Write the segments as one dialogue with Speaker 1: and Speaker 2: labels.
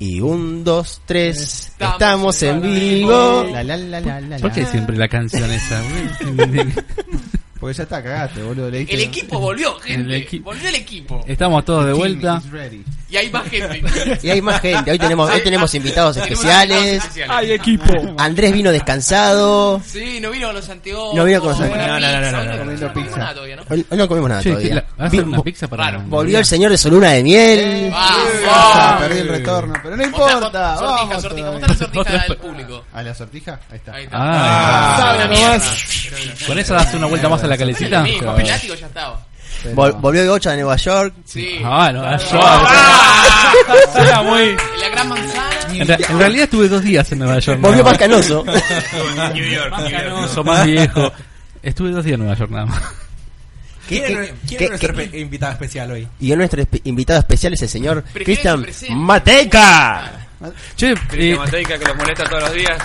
Speaker 1: Y un, dos, tres. Estamos, en vivo. La, la, la, la, la,
Speaker 2: ¿Por qué
Speaker 1: la.
Speaker 2: siempre la canción esa?
Speaker 1: Porque ya está, cagaste, boludo. le dije,
Speaker 3: El
Speaker 1: ¿no?
Speaker 3: equipo volvió, gente.
Speaker 2: El equi-
Speaker 3: Volvió el equipo.
Speaker 2: Estamos todos de
Speaker 1: King
Speaker 2: vuelta.
Speaker 1: is ready.
Speaker 3: Y hay más gente.
Speaker 1: Y hay más gente. Hoy tenemos, hoy tenemos invitados
Speaker 3: Tenemos
Speaker 1: especiales.
Speaker 3: invitados especiales.
Speaker 4: Hay equipo.
Speaker 1: Andrés vino descansado.
Speaker 3: Sí, no vino con los anteojos.
Speaker 1: No vino con los
Speaker 3: con la
Speaker 1: anteojos.
Speaker 3: pizza,
Speaker 4: No, no,
Speaker 3: hoy
Speaker 4: no, no,
Speaker 1: comiendo
Speaker 3: con
Speaker 4: no,
Speaker 3: la pizza,
Speaker 1: pizza.
Speaker 3: nada todavía, ¿no?
Speaker 1: Hoy, hoy no comimos nada
Speaker 2: Che, ¿qué la-
Speaker 1: todavía.
Speaker 2: ¿Vas a hacer
Speaker 1: Vi-
Speaker 2: una pizza para
Speaker 3: Raro.
Speaker 1: Volvió el señor de Soluna de Miel.
Speaker 3: ¡Vamos!
Speaker 1: Ah, perdí el retorno, pero no importa.
Speaker 3: Sortija,
Speaker 1: vamos
Speaker 3: sortija.
Speaker 1: todavía.
Speaker 3: ¿Cómo está la sortija del público?
Speaker 4: Ah,
Speaker 1: ¿A la sortija? Ahí está.
Speaker 3: Ahí está.
Speaker 2: Ah.
Speaker 4: Sabe
Speaker 3: Una
Speaker 4: nomás.
Speaker 3: mierda. Pero
Speaker 2: ¿Con esa das una vuelta más a la
Speaker 3: no,
Speaker 2: calecita?
Speaker 3: Lo mismo, Pelático ya estaba.
Speaker 1: Pero- Vol- volvió Gocha de Nueva York.
Speaker 3: Sí.
Speaker 2: Ah, no, ah, yo-
Speaker 3: Ah.
Speaker 4: Será muy.
Speaker 3: En la gran manzana.
Speaker 2: En, ra- en realidad estuve dos días en Nueva York.
Speaker 1: Volvió
Speaker 2: nada
Speaker 1: más
Speaker 2: más.
Speaker 1: canoso.
Speaker 5: New York, New York.
Speaker 2: Canoso, más viejo. Estuve dos días en Nueva York nada más.
Speaker 5: ¿Quién
Speaker 1: ¿Qué-
Speaker 5: es nuestro-
Speaker 1: qué-
Speaker 5: quién es
Speaker 1: qué-
Speaker 5: nuestro pe- invitado especial hoy?
Speaker 1: Y nuestro espe- invitado especial es el señor
Speaker 3: Prefiero
Speaker 1: Cristian
Speaker 3: que presente.
Speaker 1: Mateca.
Speaker 2: Che, eh,
Speaker 6: Cristian Mateica que los molesta todos los días.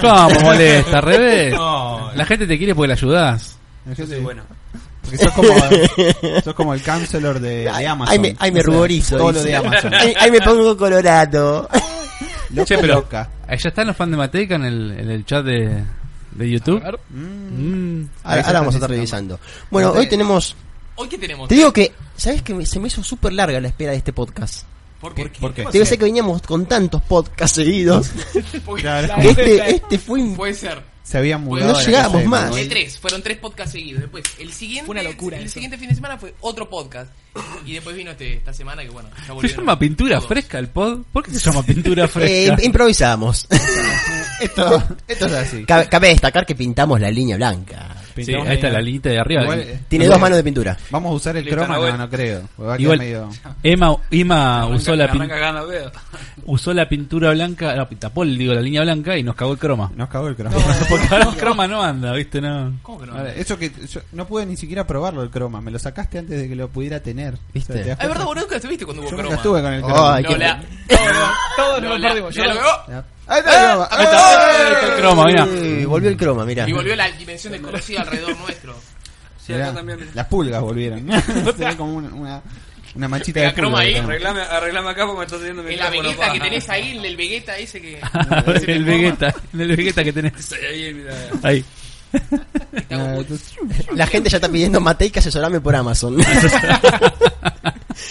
Speaker 2: ¿cómo molesta? Al revés.
Speaker 5: No,
Speaker 2: La gente te quiere porque la ayudás.
Speaker 5: bueno.
Speaker 4: Porque sos como, sos como el counselor de, de Amazon.
Speaker 1: Ahí me, ahí me
Speaker 4: O sea,
Speaker 1: ruborizo.
Speaker 4: Todo lo
Speaker 1: dice.
Speaker 4: de Amazon.
Speaker 1: Ahí, ahí me pongo colorado.
Speaker 4: Loca,
Speaker 2: Che, pero-
Speaker 4: loca.
Speaker 2: Eh, ¿Ya están los fans de Mateica en el, en el chat de, de YouTube? Mm.
Speaker 1: Ahora, ahora vamos a estar revisando. Bueno,
Speaker 4: Entonces-
Speaker 2: eh,
Speaker 1: hoy tenemos.
Speaker 3: Hoy qué tenemos.
Speaker 1: Te digo que. ¿Sabes que me- se me hizo súper larga la espera de este podcast?
Speaker 3: ¿Por qué?
Speaker 5: ¿Por qué?
Speaker 1: Te digo, sé que veníamos con tantos podcasts seguidos.
Speaker 3: Porque
Speaker 1: que este, este fue. in-
Speaker 3: Puede ser.
Speaker 4: Se habían mudado.
Speaker 1: No
Speaker 4: de la
Speaker 1: llegamos
Speaker 4: casa de
Speaker 1: más.
Speaker 4: Manuel.
Speaker 3: De tres, fueron tres podcasts seguidos. Después, el siguiente,
Speaker 5: Una locura
Speaker 3: el
Speaker 5: eso.
Speaker 3: siguiente fin de semana fue otro podcast. Y después vino este, esta semana que bueno, ya
Speaker 2: ¿Se
Speaker 3: volvieron
Speaker 2: llama Pintura
Speaker 3: todos.
Speaker 2: Fresca el pod? ¿Por qué se llama Pintura
Speaker 1: Eh,
Speaker 2: Fresca?
Speaker 1: improvisamos.
Speaker 4: Esto, esto es así.
Speaker 1: Cabe, cabe destacar que pintamos la línea blanca.
Speaker 2: sí, ahí está la linita de arriba.
Speaker 4: Igual, eh,
Speaker 1: Tiene
Speaker 4: no
Speaker 1: dos
Speaker 4: sé,
Speaker 1: manos de pintura.
Speaker 4: Vamos a usar el
Speaker 6: Listo,
Speaker 4: croma, no,
Speaker 6: Nahuel.
Speaker 4: no creo. porque va a
Speaker 2: Igual,
Speaker 4: quedar medio-
Speaker 2: Emma, Ima usó, la pin-
Speaker 6: pintura. cagando pedo.
Speaker 2: usó la pintura blanca, no, pintapol, digo, la línea blanca y nos cagó el croma.
Speaker 4: Nos cagó el croma.
Speaker 2: Porque ahora el croma no anda, ¿viste? No.
Speaker 3: ¿Cómo que no?
Speaker 4: A ver, Eso que yo no pude ni siquiera probarlo el croma, me lo sacaste antes de que lo pudiera tener.
Speaker 1: ¿Viste?
Speaker 4: O sea, ¿te das
Speaker 3: Ah, es verdad,
Speaker 4: cuenta?
Speaker 3: boludo, nunca estuviste cuando hubo
Speaker 4: Yo
Speaker 3: croma.
Speaker 4: nunca estuve con
Speaker 1: Ay,
Speaker 4: el croma.
Speaker 1: qué-
Speaker 3: No, la...
Speaker 5: Todos
Speaker 3: no,
Speaker 5: nos
Speaker 3: la-
Speaker 5: perdimos.
Speaker 3: ya lo veo.
Speaker 1: ¡Eh!
Speaker 4: Ahí está el croma.
Speaker 2: Ahí está, ahí está el croma, mirá.
Speaker 1: Uy, volvió el croma, mira.
Speaker 3: Y volvió la dimensión desconocida alrededor nuestro.
Speaker 6: Sí,
Speaker 4: Mirá,
Speaker 6: acá también.
Speaker 4: Las pulgas volvieron. Se ve como una, una, una manchita de
Speaker 3: Pega croma
Speaker 4: pulga,
Speaker 3: ahí,
Speaker 4: digamos.
Speaker 6: Arreglame, arreglame acá porque me está teniendo mi
Speaker 3: En la
Speaker 6: teléfono,
Speaker 3: Vegeta
Speaker 6: pa.
Speaker 3: que tenés ahí, en el Vegeta ese que
Speaker 2: En el Vegeta, en el Vegeta que tenés
Speaker 6: Sí, ahí, mira.
Speaker 2: ahí.
Speaker 3: está
Speaker 4: Ah,
Speaker 3: como-
Speaker 4: entonces-
Speaker 1: La gente ya está pidiendo Matei que asesorame por Amazon.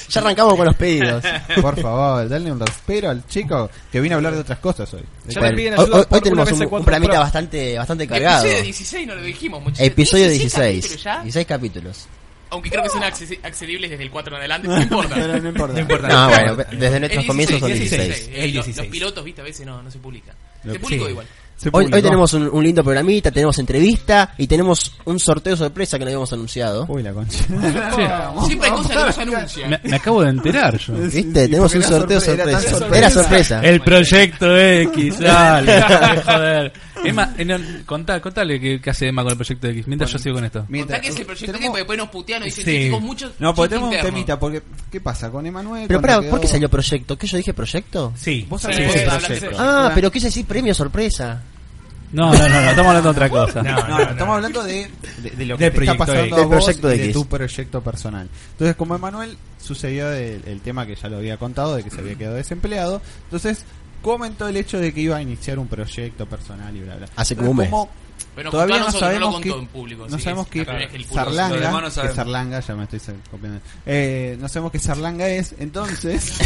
Speaker 1: ya arrancamos con los pedidos.
Speaker 4: Por favor, dale un respiro al chico que vino a hablar de otras cosas hoy.
Speaker 5: Ya
Speaker 1: Bueno,
Speaker 5: me piden
Speaker 1: hoy,
Speaker 5: ayuda
Speaker 1: hoy
Speaker 5: por
Speaker 1: tenemos
Speaker 5: una vez
Speaker 1: un,
Speaker 5: en cuatro
Speaker 1: un programita
Speaker 5: pro-
Speaker 1: bastante, bastante cargado.
Speaker 3: Episodio 16 no lo dijimos, muchachos.
Speaker 1: Episodio
Speaker 3: 16
Speaker 1: 16.
Speaker 3: capítulos ya,
Speaker 1: 16 capítulos.
Speaker 3: Aunque creo que son accesi- accedibles desde el 4 en adelante, no importa.
Speaker 4: Pero no importa.
Speaker 5: No importa.
Speaker 1: No, bueno, desde
Speaker 3: El
Speaker 1: nuestros comienzos son
Speaker 3: 16,
Speaker 1: 16.
Speaker 3: Eh,
Speaker 5: El
Speaker 3: los-
Speaker 5: 16.
Speaker 3: Los pilotos, viste, a veces no, no se publica.
Speaker 4: Lo-
Speaker 3: Se publicó
Speaker 5: sí.
Speaker 3: igual.
Speaker 4: Se
Speaker 1: Hoy,
Speaker 4: publicó.
Speaker 1: hoy tenemos un, un lindo programita, tenemos entrevista y tenemos un sorteo sorpresa que no habíamos anunciado.
Speaker 4: Uy, la concha.
Speaker 3: Siempre hay cosas que no se anuncian.
Speaker 2: Me, me acabo de enterar yo.
Speaker 1: ¿Viste? tenemos
Speaker 4: porque
Speaker 1: un
Speaker 4: era
Speaker 1: sorteo
Speaker 4: sorpre- era tan
Speaker 1: sorpresa.
Speaker 4: sorpresa.
Speaker 1: Era sorpresa.
Speaker 2: El proyecto X, dale, dale, joder. Emma, eh, no, contá- contale qué, qué hace Emma con el proyecto X, mientras yo sigo con esto.
Speaker 3: Contá
Speaker 4: Mientras-
Speaker 3: que es el proyecto que
Speaker 4: tenemos-
Speaker 3: después nos putean y dicen
Speaker 2: Sí.
Speaker 3: chicos muchos.
Speaker 5: No, porque
Speaker 3: chiste
Speaker 5: tenemos un
Speaker 3: interno.
Speaker 5: temita.
Speaker 4: Mira, porque, ¿qué pasa con Emanuel?
Speaker 1: Pero
Speaker 4: cuando
Speaker 1: pará, ¿por qué
Speaker 4: quedó-
Speaker 1: salió proyecto? ¿Qué yo dije proyecto?
Speaker 2: Sí.
Speaker 5: Vos
Speaker 3: Sí,
Speaker 5: sabés que-
Speaker 3: hablaste de proyecto.
Speaker 1: Ah, pero quise decir premio sorpresa.
Speaker 2: No, no, no, no, estamos hablando de otra cosa.
Speaker 5: No, no, no,
Speaker 4: estamos hablando de, de, de lo que
Speaker 5: Del
Speaker 4: te
Speaker 5: proyecto
Speaker 4: está pasando
Speaker 5: X.
Speaker 4: a
Speaker 1: Del
Speaker 4: vos
Speaker 1: proyecto
Speaker 4: y de
Speaker 1: X.
Speaker 4: tu proyecto personal. Entonces, como Emanuel sucedió el, el tema que ya lo había contado de que se había quedado desempleado, entonces comentó el hecho de que iba a iniciar un proyecto personal y bla bla.
Speaker 1: Hace
Speaker 4: Entonces,
Speaker 1: como un mes.
Speaker 3: Pero nos contó a
Speaker 4: todavía no
Speaker 3: nosotros,
Speaker 4: sabemos
Speaker 3: no lo
Speaker 4: que
Speaker 3: contó en público.
Speaker 4: no
Speaker 3: sí,
Speaker 4: sabemos
Speaker 3: es
Speaker 4: que
Speaker 3: la primera vez que el público-
Speaker 4: Zarlanga,
Speaker 6: Los demás no
Speaker 4: que
Speaker 6: sabemos.
Speaker 4: Zarlanga, ya me estoy copiando. Eh, no sabemos qué Zarlanga es, entonces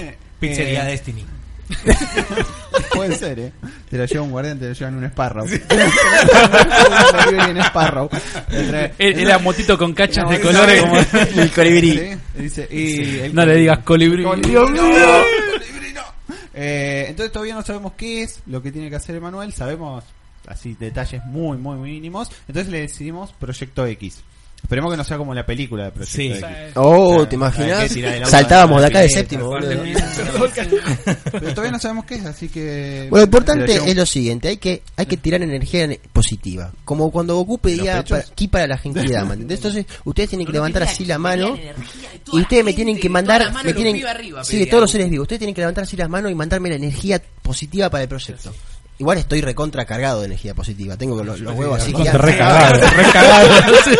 Speaker 4: eh,
Speaker 5: Pizzería
Speaker 4: eh,
Speaker 5: Destiny.
Speaker 4: Puede ser, ¿eh? Te lo lleva un guardián, te lo llevan un Sparrow. Te lo llevan un Sparrow.
Speaker 2: El- Era motito con cachas Eh, de
Speaker 4: No,
Speaker 2: colores como...
Speaker 1: El colibrí.
Speaker 4: Sí, dice, y el-
Speaker 2: No le digas colibrí.
Speaker 4: colibrí, no. Eh, entonces todavía no sabemos qué es lo que tiene que hacer Emanuel, sabemos así detalles muy, muy mínimos. Entonces le decidimos Proyecto X. Esperemos que no sea como la película de Proyecto
Speaker 5: Sí.
Speaker 4: X.
Speaker 1: Oh,
Speaker 4: Claro,
Speaker 1: ¿te
Speaker 4: hay
Speaker 1: imaginas?
Speaker 4: que tirar el auto
Speaker 1: Saltábamos de
Speaker 4: de la
Speaker 1: acá de
Speaker 4: pileta,
Speaker 1: séptimo, boludo.
Speaker 4: Pero todavía no sabemos qué es, así que...
Speaker 1: Bueno, lo importante
Speaker 4: Te lo lleva
Speaker 1: es lo siguiente, hay que, hay que tirar energía ne- positiva. Como cuando Goku pedía
Speaker 4: pechos?
Speaker 1: para, ki para la gente de Dama. Entonces, ustedes tienen que levantar así la mano.
Speaker 3: Tenía energía de toda
Speaker 1: Y
Speaker 3: la
Speaker 1: ustedes me
Speaker 3: gente,
Speaker 1: tienen
Speaker 3: de
Speaker 1: que
Speaker 3: toda
Speaker 1: mandar,
Speaker 3: la mano
Speaker 1: me
Speaker 3: de los
Speaker 1: tienen,
Speaker 3: pibes arriba,
Speaker 1: sí, de
Speaker 3: pedía
Speaker 1: todos los
Speaker 3: algo.
Speaker 1: seres vivos. Ustedes tienen que levantar así las manos y mandarme la energía positiva para el proyecto. Igual estoy recontra cargado de energía positiva. Tengo los, los huevos así.
Speaker 6: Recontra
Speaker 1: ya-
Speaker 6: recagado, recagado. Sí.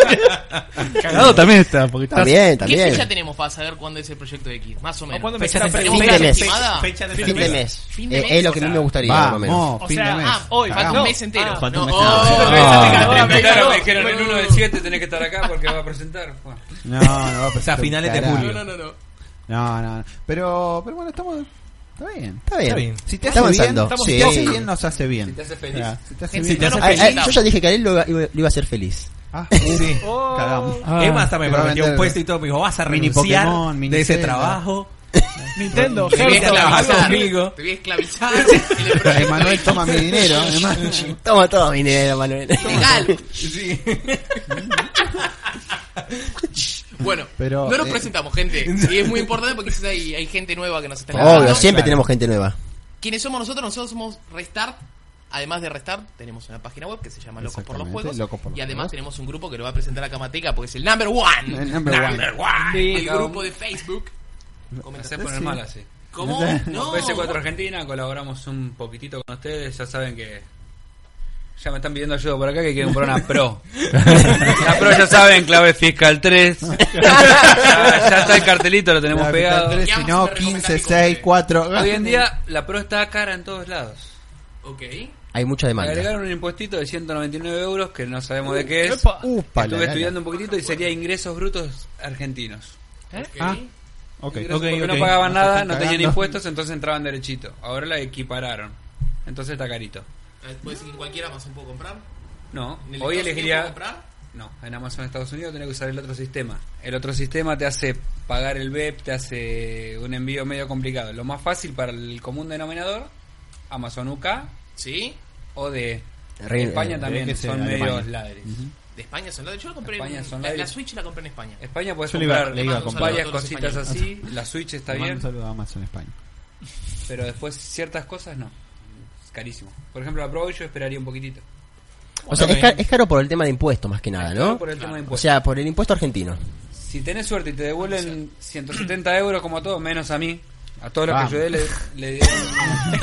Speaker 6: Cagado también está, porque está
Speaker 1: También,
Speaker 3: ¿Qué fecha
Speaker 1: también.
Speaker 3: tenemos para saber cuándo es el proyecto X? Más o menos.
Speaker 7: cuándo
Speaker 3: ¿Fecha
Speaker 7: empezará
Speaker 3: de
Speaker 7: a
Speaker 1: Fin
Speaker 7: fecha
Speaker 1: de
Speaker 3: fecha
Speaker 1: mes.
Speaker 3: estimada?
Speaker 7: Fecha de
Speaker 1: Fin de
Speaker 7: mes.
Speaker 1: mes.
Speaker 3: Fin de
Speaker 1: Eh,
Speaker 3: mes,
Speaker 1: es lo que
Speaker 3: o
Speaker 1: a mí
Speaker 3: sea,
Speaker 1: me gustaría, más o menos.
Speaker 4: Vamos,
Speaker 7: O
Speaker 4: fin
Speaker 7: sea,
Speaker 4: de mes.
Speaker 7: ah,
Speaker 3: Hoy, falta
Speaker 4: Cagamos.
Speaker 3: un mes entero.
Speaker 1: falta
Speaker 3: No,
Speaker 1: un mes
Speaker 3: oh,
Speaker 1: entero.
Speaker 3: me cagó,
Speaker 2: Me
Speaker 3: me
Speaker 2: invitaron, me
Speaker 3: cagó.
Speaker 2: dijeron el 1 del 7 tenés que estar acá porque va a presentar. Bueno,
Speaker 4: No, no, va a
Speaker 7: O sea,
Speaker 4: presentar un
Speaker 7: finales de
Speaker 4: carajo.
Speaker 7: julio.
Speaker 3: No, no, no.
Speaker 4: No, no, no. Pero, pero bueno, estamos. Está bien.
Speaker 1: Está bien.
Speaker 7: Está bien.
Speaker 4: Si te
Speaker 1: Está
Speaker 4: hace
Speaker 1: avanzando.
Speaker 4: bien,
Speaker 1: Sí.
Speaker 4: si te hace bien, nos hace bien.
Speaker 2: Si te hace feliz.
Speaker 4: O sea, si te hace
Speaker 3: Si
Speaker 4: bien,
Speaker 3: te
Speaker 4: nos
Speaker 3: hace
Speaker 1: Ay,
Speaker 4: hace-
Speaker 3: feliz.
Speaker 1: ay, yo ya dije que a él lo, iba, lo iba a hacer feliz.
Speaker 4: Ah, sí.
Speaker 7: Oh.
Speaker 4: Cagamos.
Speaker 6: Ah.
Speaker 7: Emma hasta me
Speaker 4: Pero
Speaker 7: prometió un
Speaker 4: vender-
Speaker 7: puesto y todo. Me dijo, vas a
Speaker 4: Mini
Speaker 7: renunciar
Speaker 4: Pokémon, mini
Speaker 7: de ese
Speaker 4: Zelda.
Speaker 7: trabajo.
Speaker 8: Nintendo,
Speaker 3: Te voy a
Speaker 7: Gerson.
Speaker 8: Hearthstone.
Speaker 3: esclavizar.
Speaker 7: Amigo.
Speaker 3: Te voy a esclavizar. en el proyecto
Speaker 4: Emanuel toma mi dinero. además.
Speaker 1: Toma todo mi dinero, Manuel.
Speaker 3: Legal. bueno,
Speaker 4: Pero,
Speaker 3: no nos
Speaker 4: eh,
Speaker 3: presentamos, gente. Y es muy importante porque quizás hay, hay gente nueva que nos está
Speaker 1: Obvio,
Speaker 3: escuchando.
Speaker 1: siempre tenemos gente nueva.
Speaker 3: ¿Quiénes somos nosotros? Nosotros somos Restart. Además de Restart, tenemos una página web que se llama Locos por los
Speaker 4: Exactamente,
Speaker 3: Juegos.
Speaker 4: Locos por los
Speaker 3: y además
Speaker 4: Juegos.
Speaker 3: tenemos un grupo que lo va a presentar acá Mateca porque es el number one.
Speaker 4: El number one.
Speaker 3: one. El
Speaker 2: Digo.
Speaker 3: grupo de Facebook. Comenta.
Speaker 2: hacer poner mal así.
Speaker 3: ¿Cómo? No.
Speaker 2: PS4 Argentina, colaboramos un poquitito con ustedes. Ya saben que. Ya me están pidiendo ayuda por acá que quieren comprar una Pro. La Pro ya saben, clave fiscal 3. ya, ya está el cartelito, lo tenemos
Speaker 4: Capital
Speaker 2: pegado.
Speaker 4: tres, Si no, 15, 6, 4.
Speaker 2: Hoy en día la Pro está cara en todos lados.
Speaker 3: Ok.
Speaker 1: Hay mucha
Speaker 2: Me
Speaker 1: demanda.
Speaker 2: agregaron un impuestito de 199 euros que no sabemos de qué es.
Speaker 8: Epa.
Speaker 4: Upa, la,
Speaker 2: Estuve
Speaker 4: la, la.
Speaker 2: estudiando un poquitito y sería ingresos brutos argentinos.
Speaker 3: ¿Eh?
Speaker 4: Ah.
Speaker 3: Ok.
Speaker 4: Ok.
Speaker 2: Ingresos
Speaker 7: ok,
Speaker 2: porque
Speaker 7: ok.
Speaker 2: no pagaban
Speaker 4: No
Speaker 2: nada,
Speaker 4: están
Speaker 2: no tenían
Speaker 4: cagando.
Speaker 2: impuestos, entonces entraban derechito. Ahora la equipararon. Entonces está carito.
Speaker 3: Eh, ¿Puedes decir que en cualquier Amazon puedo comprar?
Speaker 2: No,
Speaker 3: ¿En el
Speaker 2: hoy
Speaker 3: Estados Unidos puedo
Speaker 2: elegiría...
Speaker 3: comprar?
Speaker 2: No, en Amazon Estados Unidos tenés que usar el otro sistema. El otro sistema te hace pagar el BEP, te hace un envío medio complicado. Lo más fácil para el común denominador, Amazon UK
Speaker 3: ¿Sí?
Speaker 2: o de
Speaker 1: Re-
Speaker 2: España
Speaker 1: eh,
Speaker 2: también,
Speaker 4: que sea
Speaker 2: son
Speaker 4: Alemania.
Speaker 2: medios ladres.
Speaker 3: De España son lados. Yo lo compré
Speaker 2: España
Speaker 3: en-
Speaker 2: son
Speaker 3: la,
Speaker 2: lados.
Speaker 3: la Switch la compré en España.
Speaker 2: España puedes
Speaker 4: Yo le iba-
Speaker 2: comprar
Speaker 4: le iba a comprar.
Speaker 2: varias
Speaker 3: Saludos a todos los
Speaker 2: cositas así, la Switch está
Speaker 4: Te mando
Speaker 2: bien,
Speaker 4: Un saludo a Amazon España.
Speaker 2: pero después ciertas cosas no. Es carísimo. Por ejemplo, la Pro yo esperaría un poquitito.
Speaker 1: O sea, es, ca- es caro por el tema de impuestos más que nada,
Speaker 2: Solo
Speaker 1: ¿no?
Speaker 2: Por el tema de
Speaker 1: O
Speaker 2: impuestos.
Speaker 1: sea, por el impuesto argentino.
Speaker 2: si tenés suerte y te devuelven 170 euros como a todos, menos a mí. A todos los
Speaker 4: Vamos.
Speaker 2: que ayudé le, le dieron... Eh,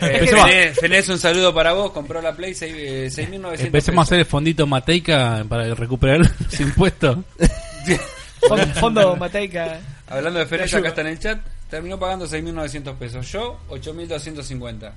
Speaker 6: Empecemos.
Speaker 2: Fenés- Fenés, un saludo para vos. Compró la Play seis- eh, 6.900
Speaker 6: Empecemos a
Speaker 2: pesos.
Speaker 6: hacer el fondito Mateica para recuperar los impuestos.
Speaker 8: Fondo, fondo Mateica.
Speaker 2: Hablando de Fenés, acá está en el chat. Terminó pagando 6.900 pesos. Yo, 8.250.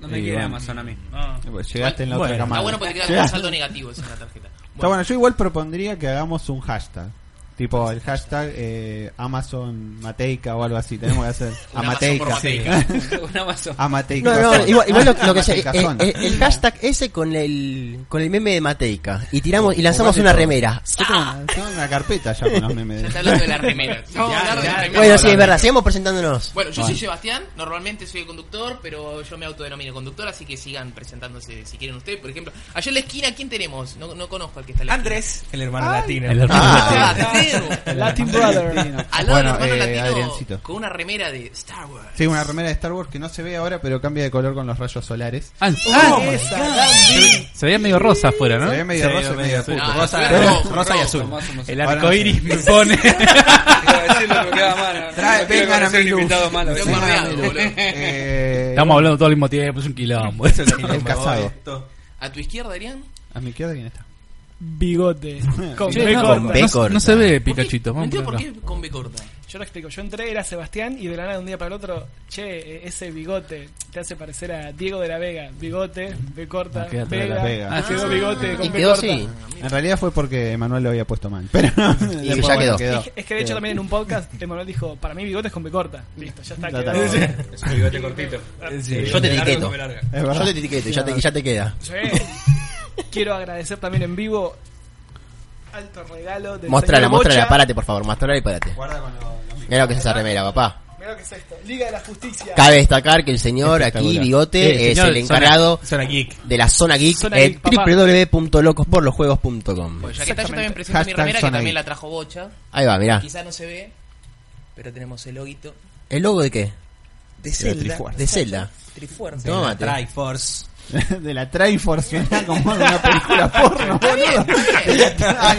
Speaker 2: No me
Speaker 4: Y
Speaker 2: quiere
Speaker 4: bueno.
Speaker 2: Amazon a mí.
Speaker 4: Pues Llegaste en la otra
Speaker 6: Bueno,
Speaker 4: cámara.
Speaker 3: Está bueno porque te queda con un
Speaker 4: Llegaste.
Speaker 3: saldo negativo esa en la tarjeta.
Speaker 4: Está bueno, yo igual propondría que hagamos un hashtag. Tipo el hashtag eh, Amazon Mateica o algo así. Tenemos que hacer
Speaker 3: Un Amazon por
Speaker 4: Amateica.
Speaker 3: Mateica.
Speaker 2: Un Amazon.
Speaker 4: Amateica.
Speaker 1: No, no, igual, igual lo, lo que sea, eh, eh,
Speaker 4: Amateicazón.
Speaker 1: el, hashtag ese con el con el meme de Mateica y tiramos y lanzamos una remera.
Speaker 4: Yo tengo una, tengo Ah, una carpeta ya con los memes.
Speaker 3: Ya
Speaker 4: de-
Speaker 3: está hablando de la remera. Vamos a hablar de la remera.
Speaker 1: Bueno, sí, es verdad, sigamos presentándonos.
Speaker 3: Bueno, yo soy Sebastián, normalmente soy el conductor, pero yo me autodenomino conductor, así que sigan presentándose si quieren ustedes. Por ejemplo, allá en la esquina, ¿quién tenemos? No, no conozco al que está en la
Speaker 7: Andrés, el hermano latino.
Speaker 6: El hermano
Speaker 3: esquina.
Speaker 1: Ah,
Speaker 3: Ah, Teo.
Speaker 8: Latin Brother.
Speaker 4: Latino.
Speaker 3: Al lado del
Speaker 4: eh,
Speaker 3: hermano latino
Speaker 4: Adriancito.
Speaker 3: con una remera de Star Wars.
Speaker 4: Sí, una remera de Star Wars que no se ve ahora, pero cambia de color con los rayos solares.
Speaker 6: Ah,
Speaker 8: Ah,
Speaker 6: ah,
Speaker 8: esa, Gandhi.
Speaker 6: se veía medio rosa afuera,
Speaker 4: Se
Speaker 6: ¿no?
Speaker 4: ve medio
Speaker 7: Sí,
Speaker 4: rosa y medio
Speaker 7: medio
Speaker 4: azul.
Speaker 3: azul. Ah,
Speaker 7: Rosa,
Speaker 3: Claro.
Speaker 7: rosa y
Speaker 2: Somos-
Speaker 7: azul.
Speaker 2: somos-
Speaker 6: El
Speaker 4: Ahora
Speaker 6: arco
Speaker 4: no sé.
Speaker 6: iris me pone.
Speaker 2: Iba a decirlo, pero queda mal, ¿no?
Speaker 4: Trae,
Speaker 2: No quiero
Speaker 4: vengan a
Speaker 2: conocer un
Speaker 4: mi luz.
Speaker 2: invitado malo.
Speaker 3: Lo he
Speaker 2: Sí.
Speaker 3: guardeado, boludo.
Speaker 4: Eh,
Speaker 6: Estamos hablando todo al mismo tiempo, es un quilombo.
Speaker 4: el casado.
Speaker 3: A tu izquierda, Adrián.
Speaker 4: ¿A mi izquierda quién está?
Speaker 8: Bigote. Con
Speaker 4: Sí,
Speaker 8: B
Speaker 4: no,
Speaker 8: corta.
Speaker 1: con B.
Speaker 6: No,
Speaker 1: corta.
Speaker 6: no se
Speaker 3: ¿Por
Speaker 6: ve
Speaker 3: qué?
Speaker 6: Pikachuito.
Speaker 3: No
Speaker 6: Vamos
Speaker 3: entiendo
Speaker 6: por
Speaker 3: por
Speaker 6: acá.
Speaker 3: qué con B corta.
Speaker 8: Yo lo explico. Yo entré, era Sebastián, y de la nada, de un día para el otro, che, eh, ese bigote te hace parecer a Diego de la Vega. Bigote, B corta,
Speaker 6: Ah, queda atrás de
Speaker 8: Vega.
Speaker 4: la Vega.
Speaker 8: Ah, quedó bigote
Speaker 1: Y
Speaker 8: con B
Speaker 1: quedó
Speaker 8: corta.
Speaker 1: así.
Speaker 4: En realidad fue porque Emanuel lo había puesto mal. Pero
Speaker 1: Y
Speaker 4: después,
Speaker 1: ya
Speaker 4: bueno,
Speaker 1: quedó.
Speaker 8: Es- Es que de hecho también en un podcast Emanuel dijo, para mí bigote es con B corta. Listo, ya está.
Speaker 4: Ya está.
Speaker 8: quedó.
Speaker 2: Es un bigote cortito.
Speaker 1: Yo te
Speaker 2: Largo
Speaker 1: etiqueto.
Speaker 2: come larga.
Speaker 4: Es verdad.
Speaker 1: Yo te etiqueto y ya te, y ya te queda.
Speaker 8: Sí. Quiero agradecer también en vivo alto regalo del
Speaker 1: Mostrala,
Speaker 8: señor
Speaker 1: mostrala,
Speaker 8: Bocha.
Speaker 1: párate por favor, mostrala y párate. Mira lo que es esa remera, papá.
Speaker 8: Mirá lo que es esto. Liga de la Justicia.
Speaker 1: Cabe destacar que el señor aquí, Bigote,
Speaker 6: Sí,
Speaker 1: es
Speaker 6: Eh, señor,
Speaker 1: el encargado
Speaker 7: Zona geek.
Speaker 1: de la zona geek eh,
Speaker 8: Zona
Speaker 1: en
Speaker 8: geek, papá.
Speaker 1: www.locosporlosjuegos.com.
Speaker 3: Bueno, ya que está, yo también
Speaker 8: Exactamente.
Speaker 3: presento mi
Speaker 4: Hashtag
Speaker 3: remera, que
Speaker 4: zona
Speaker 3: también
Speaker 4: geek.
Speaker 3: la trajo Bocha.
Speaker 1: Ahí va, mirá.
Speaker 3: Quizá no se ve, pero tenemos el loguito
Speaker 1: ¿El logo de qué?
Speaker 3: de
Speaker 1: De Zelda.
Speaker 3: Trifuerza.
Speaker 1: Tómate.
Speaker 7: Triforce.
Speaker 4: de la Triforce suena como de una película porno, boludo. De la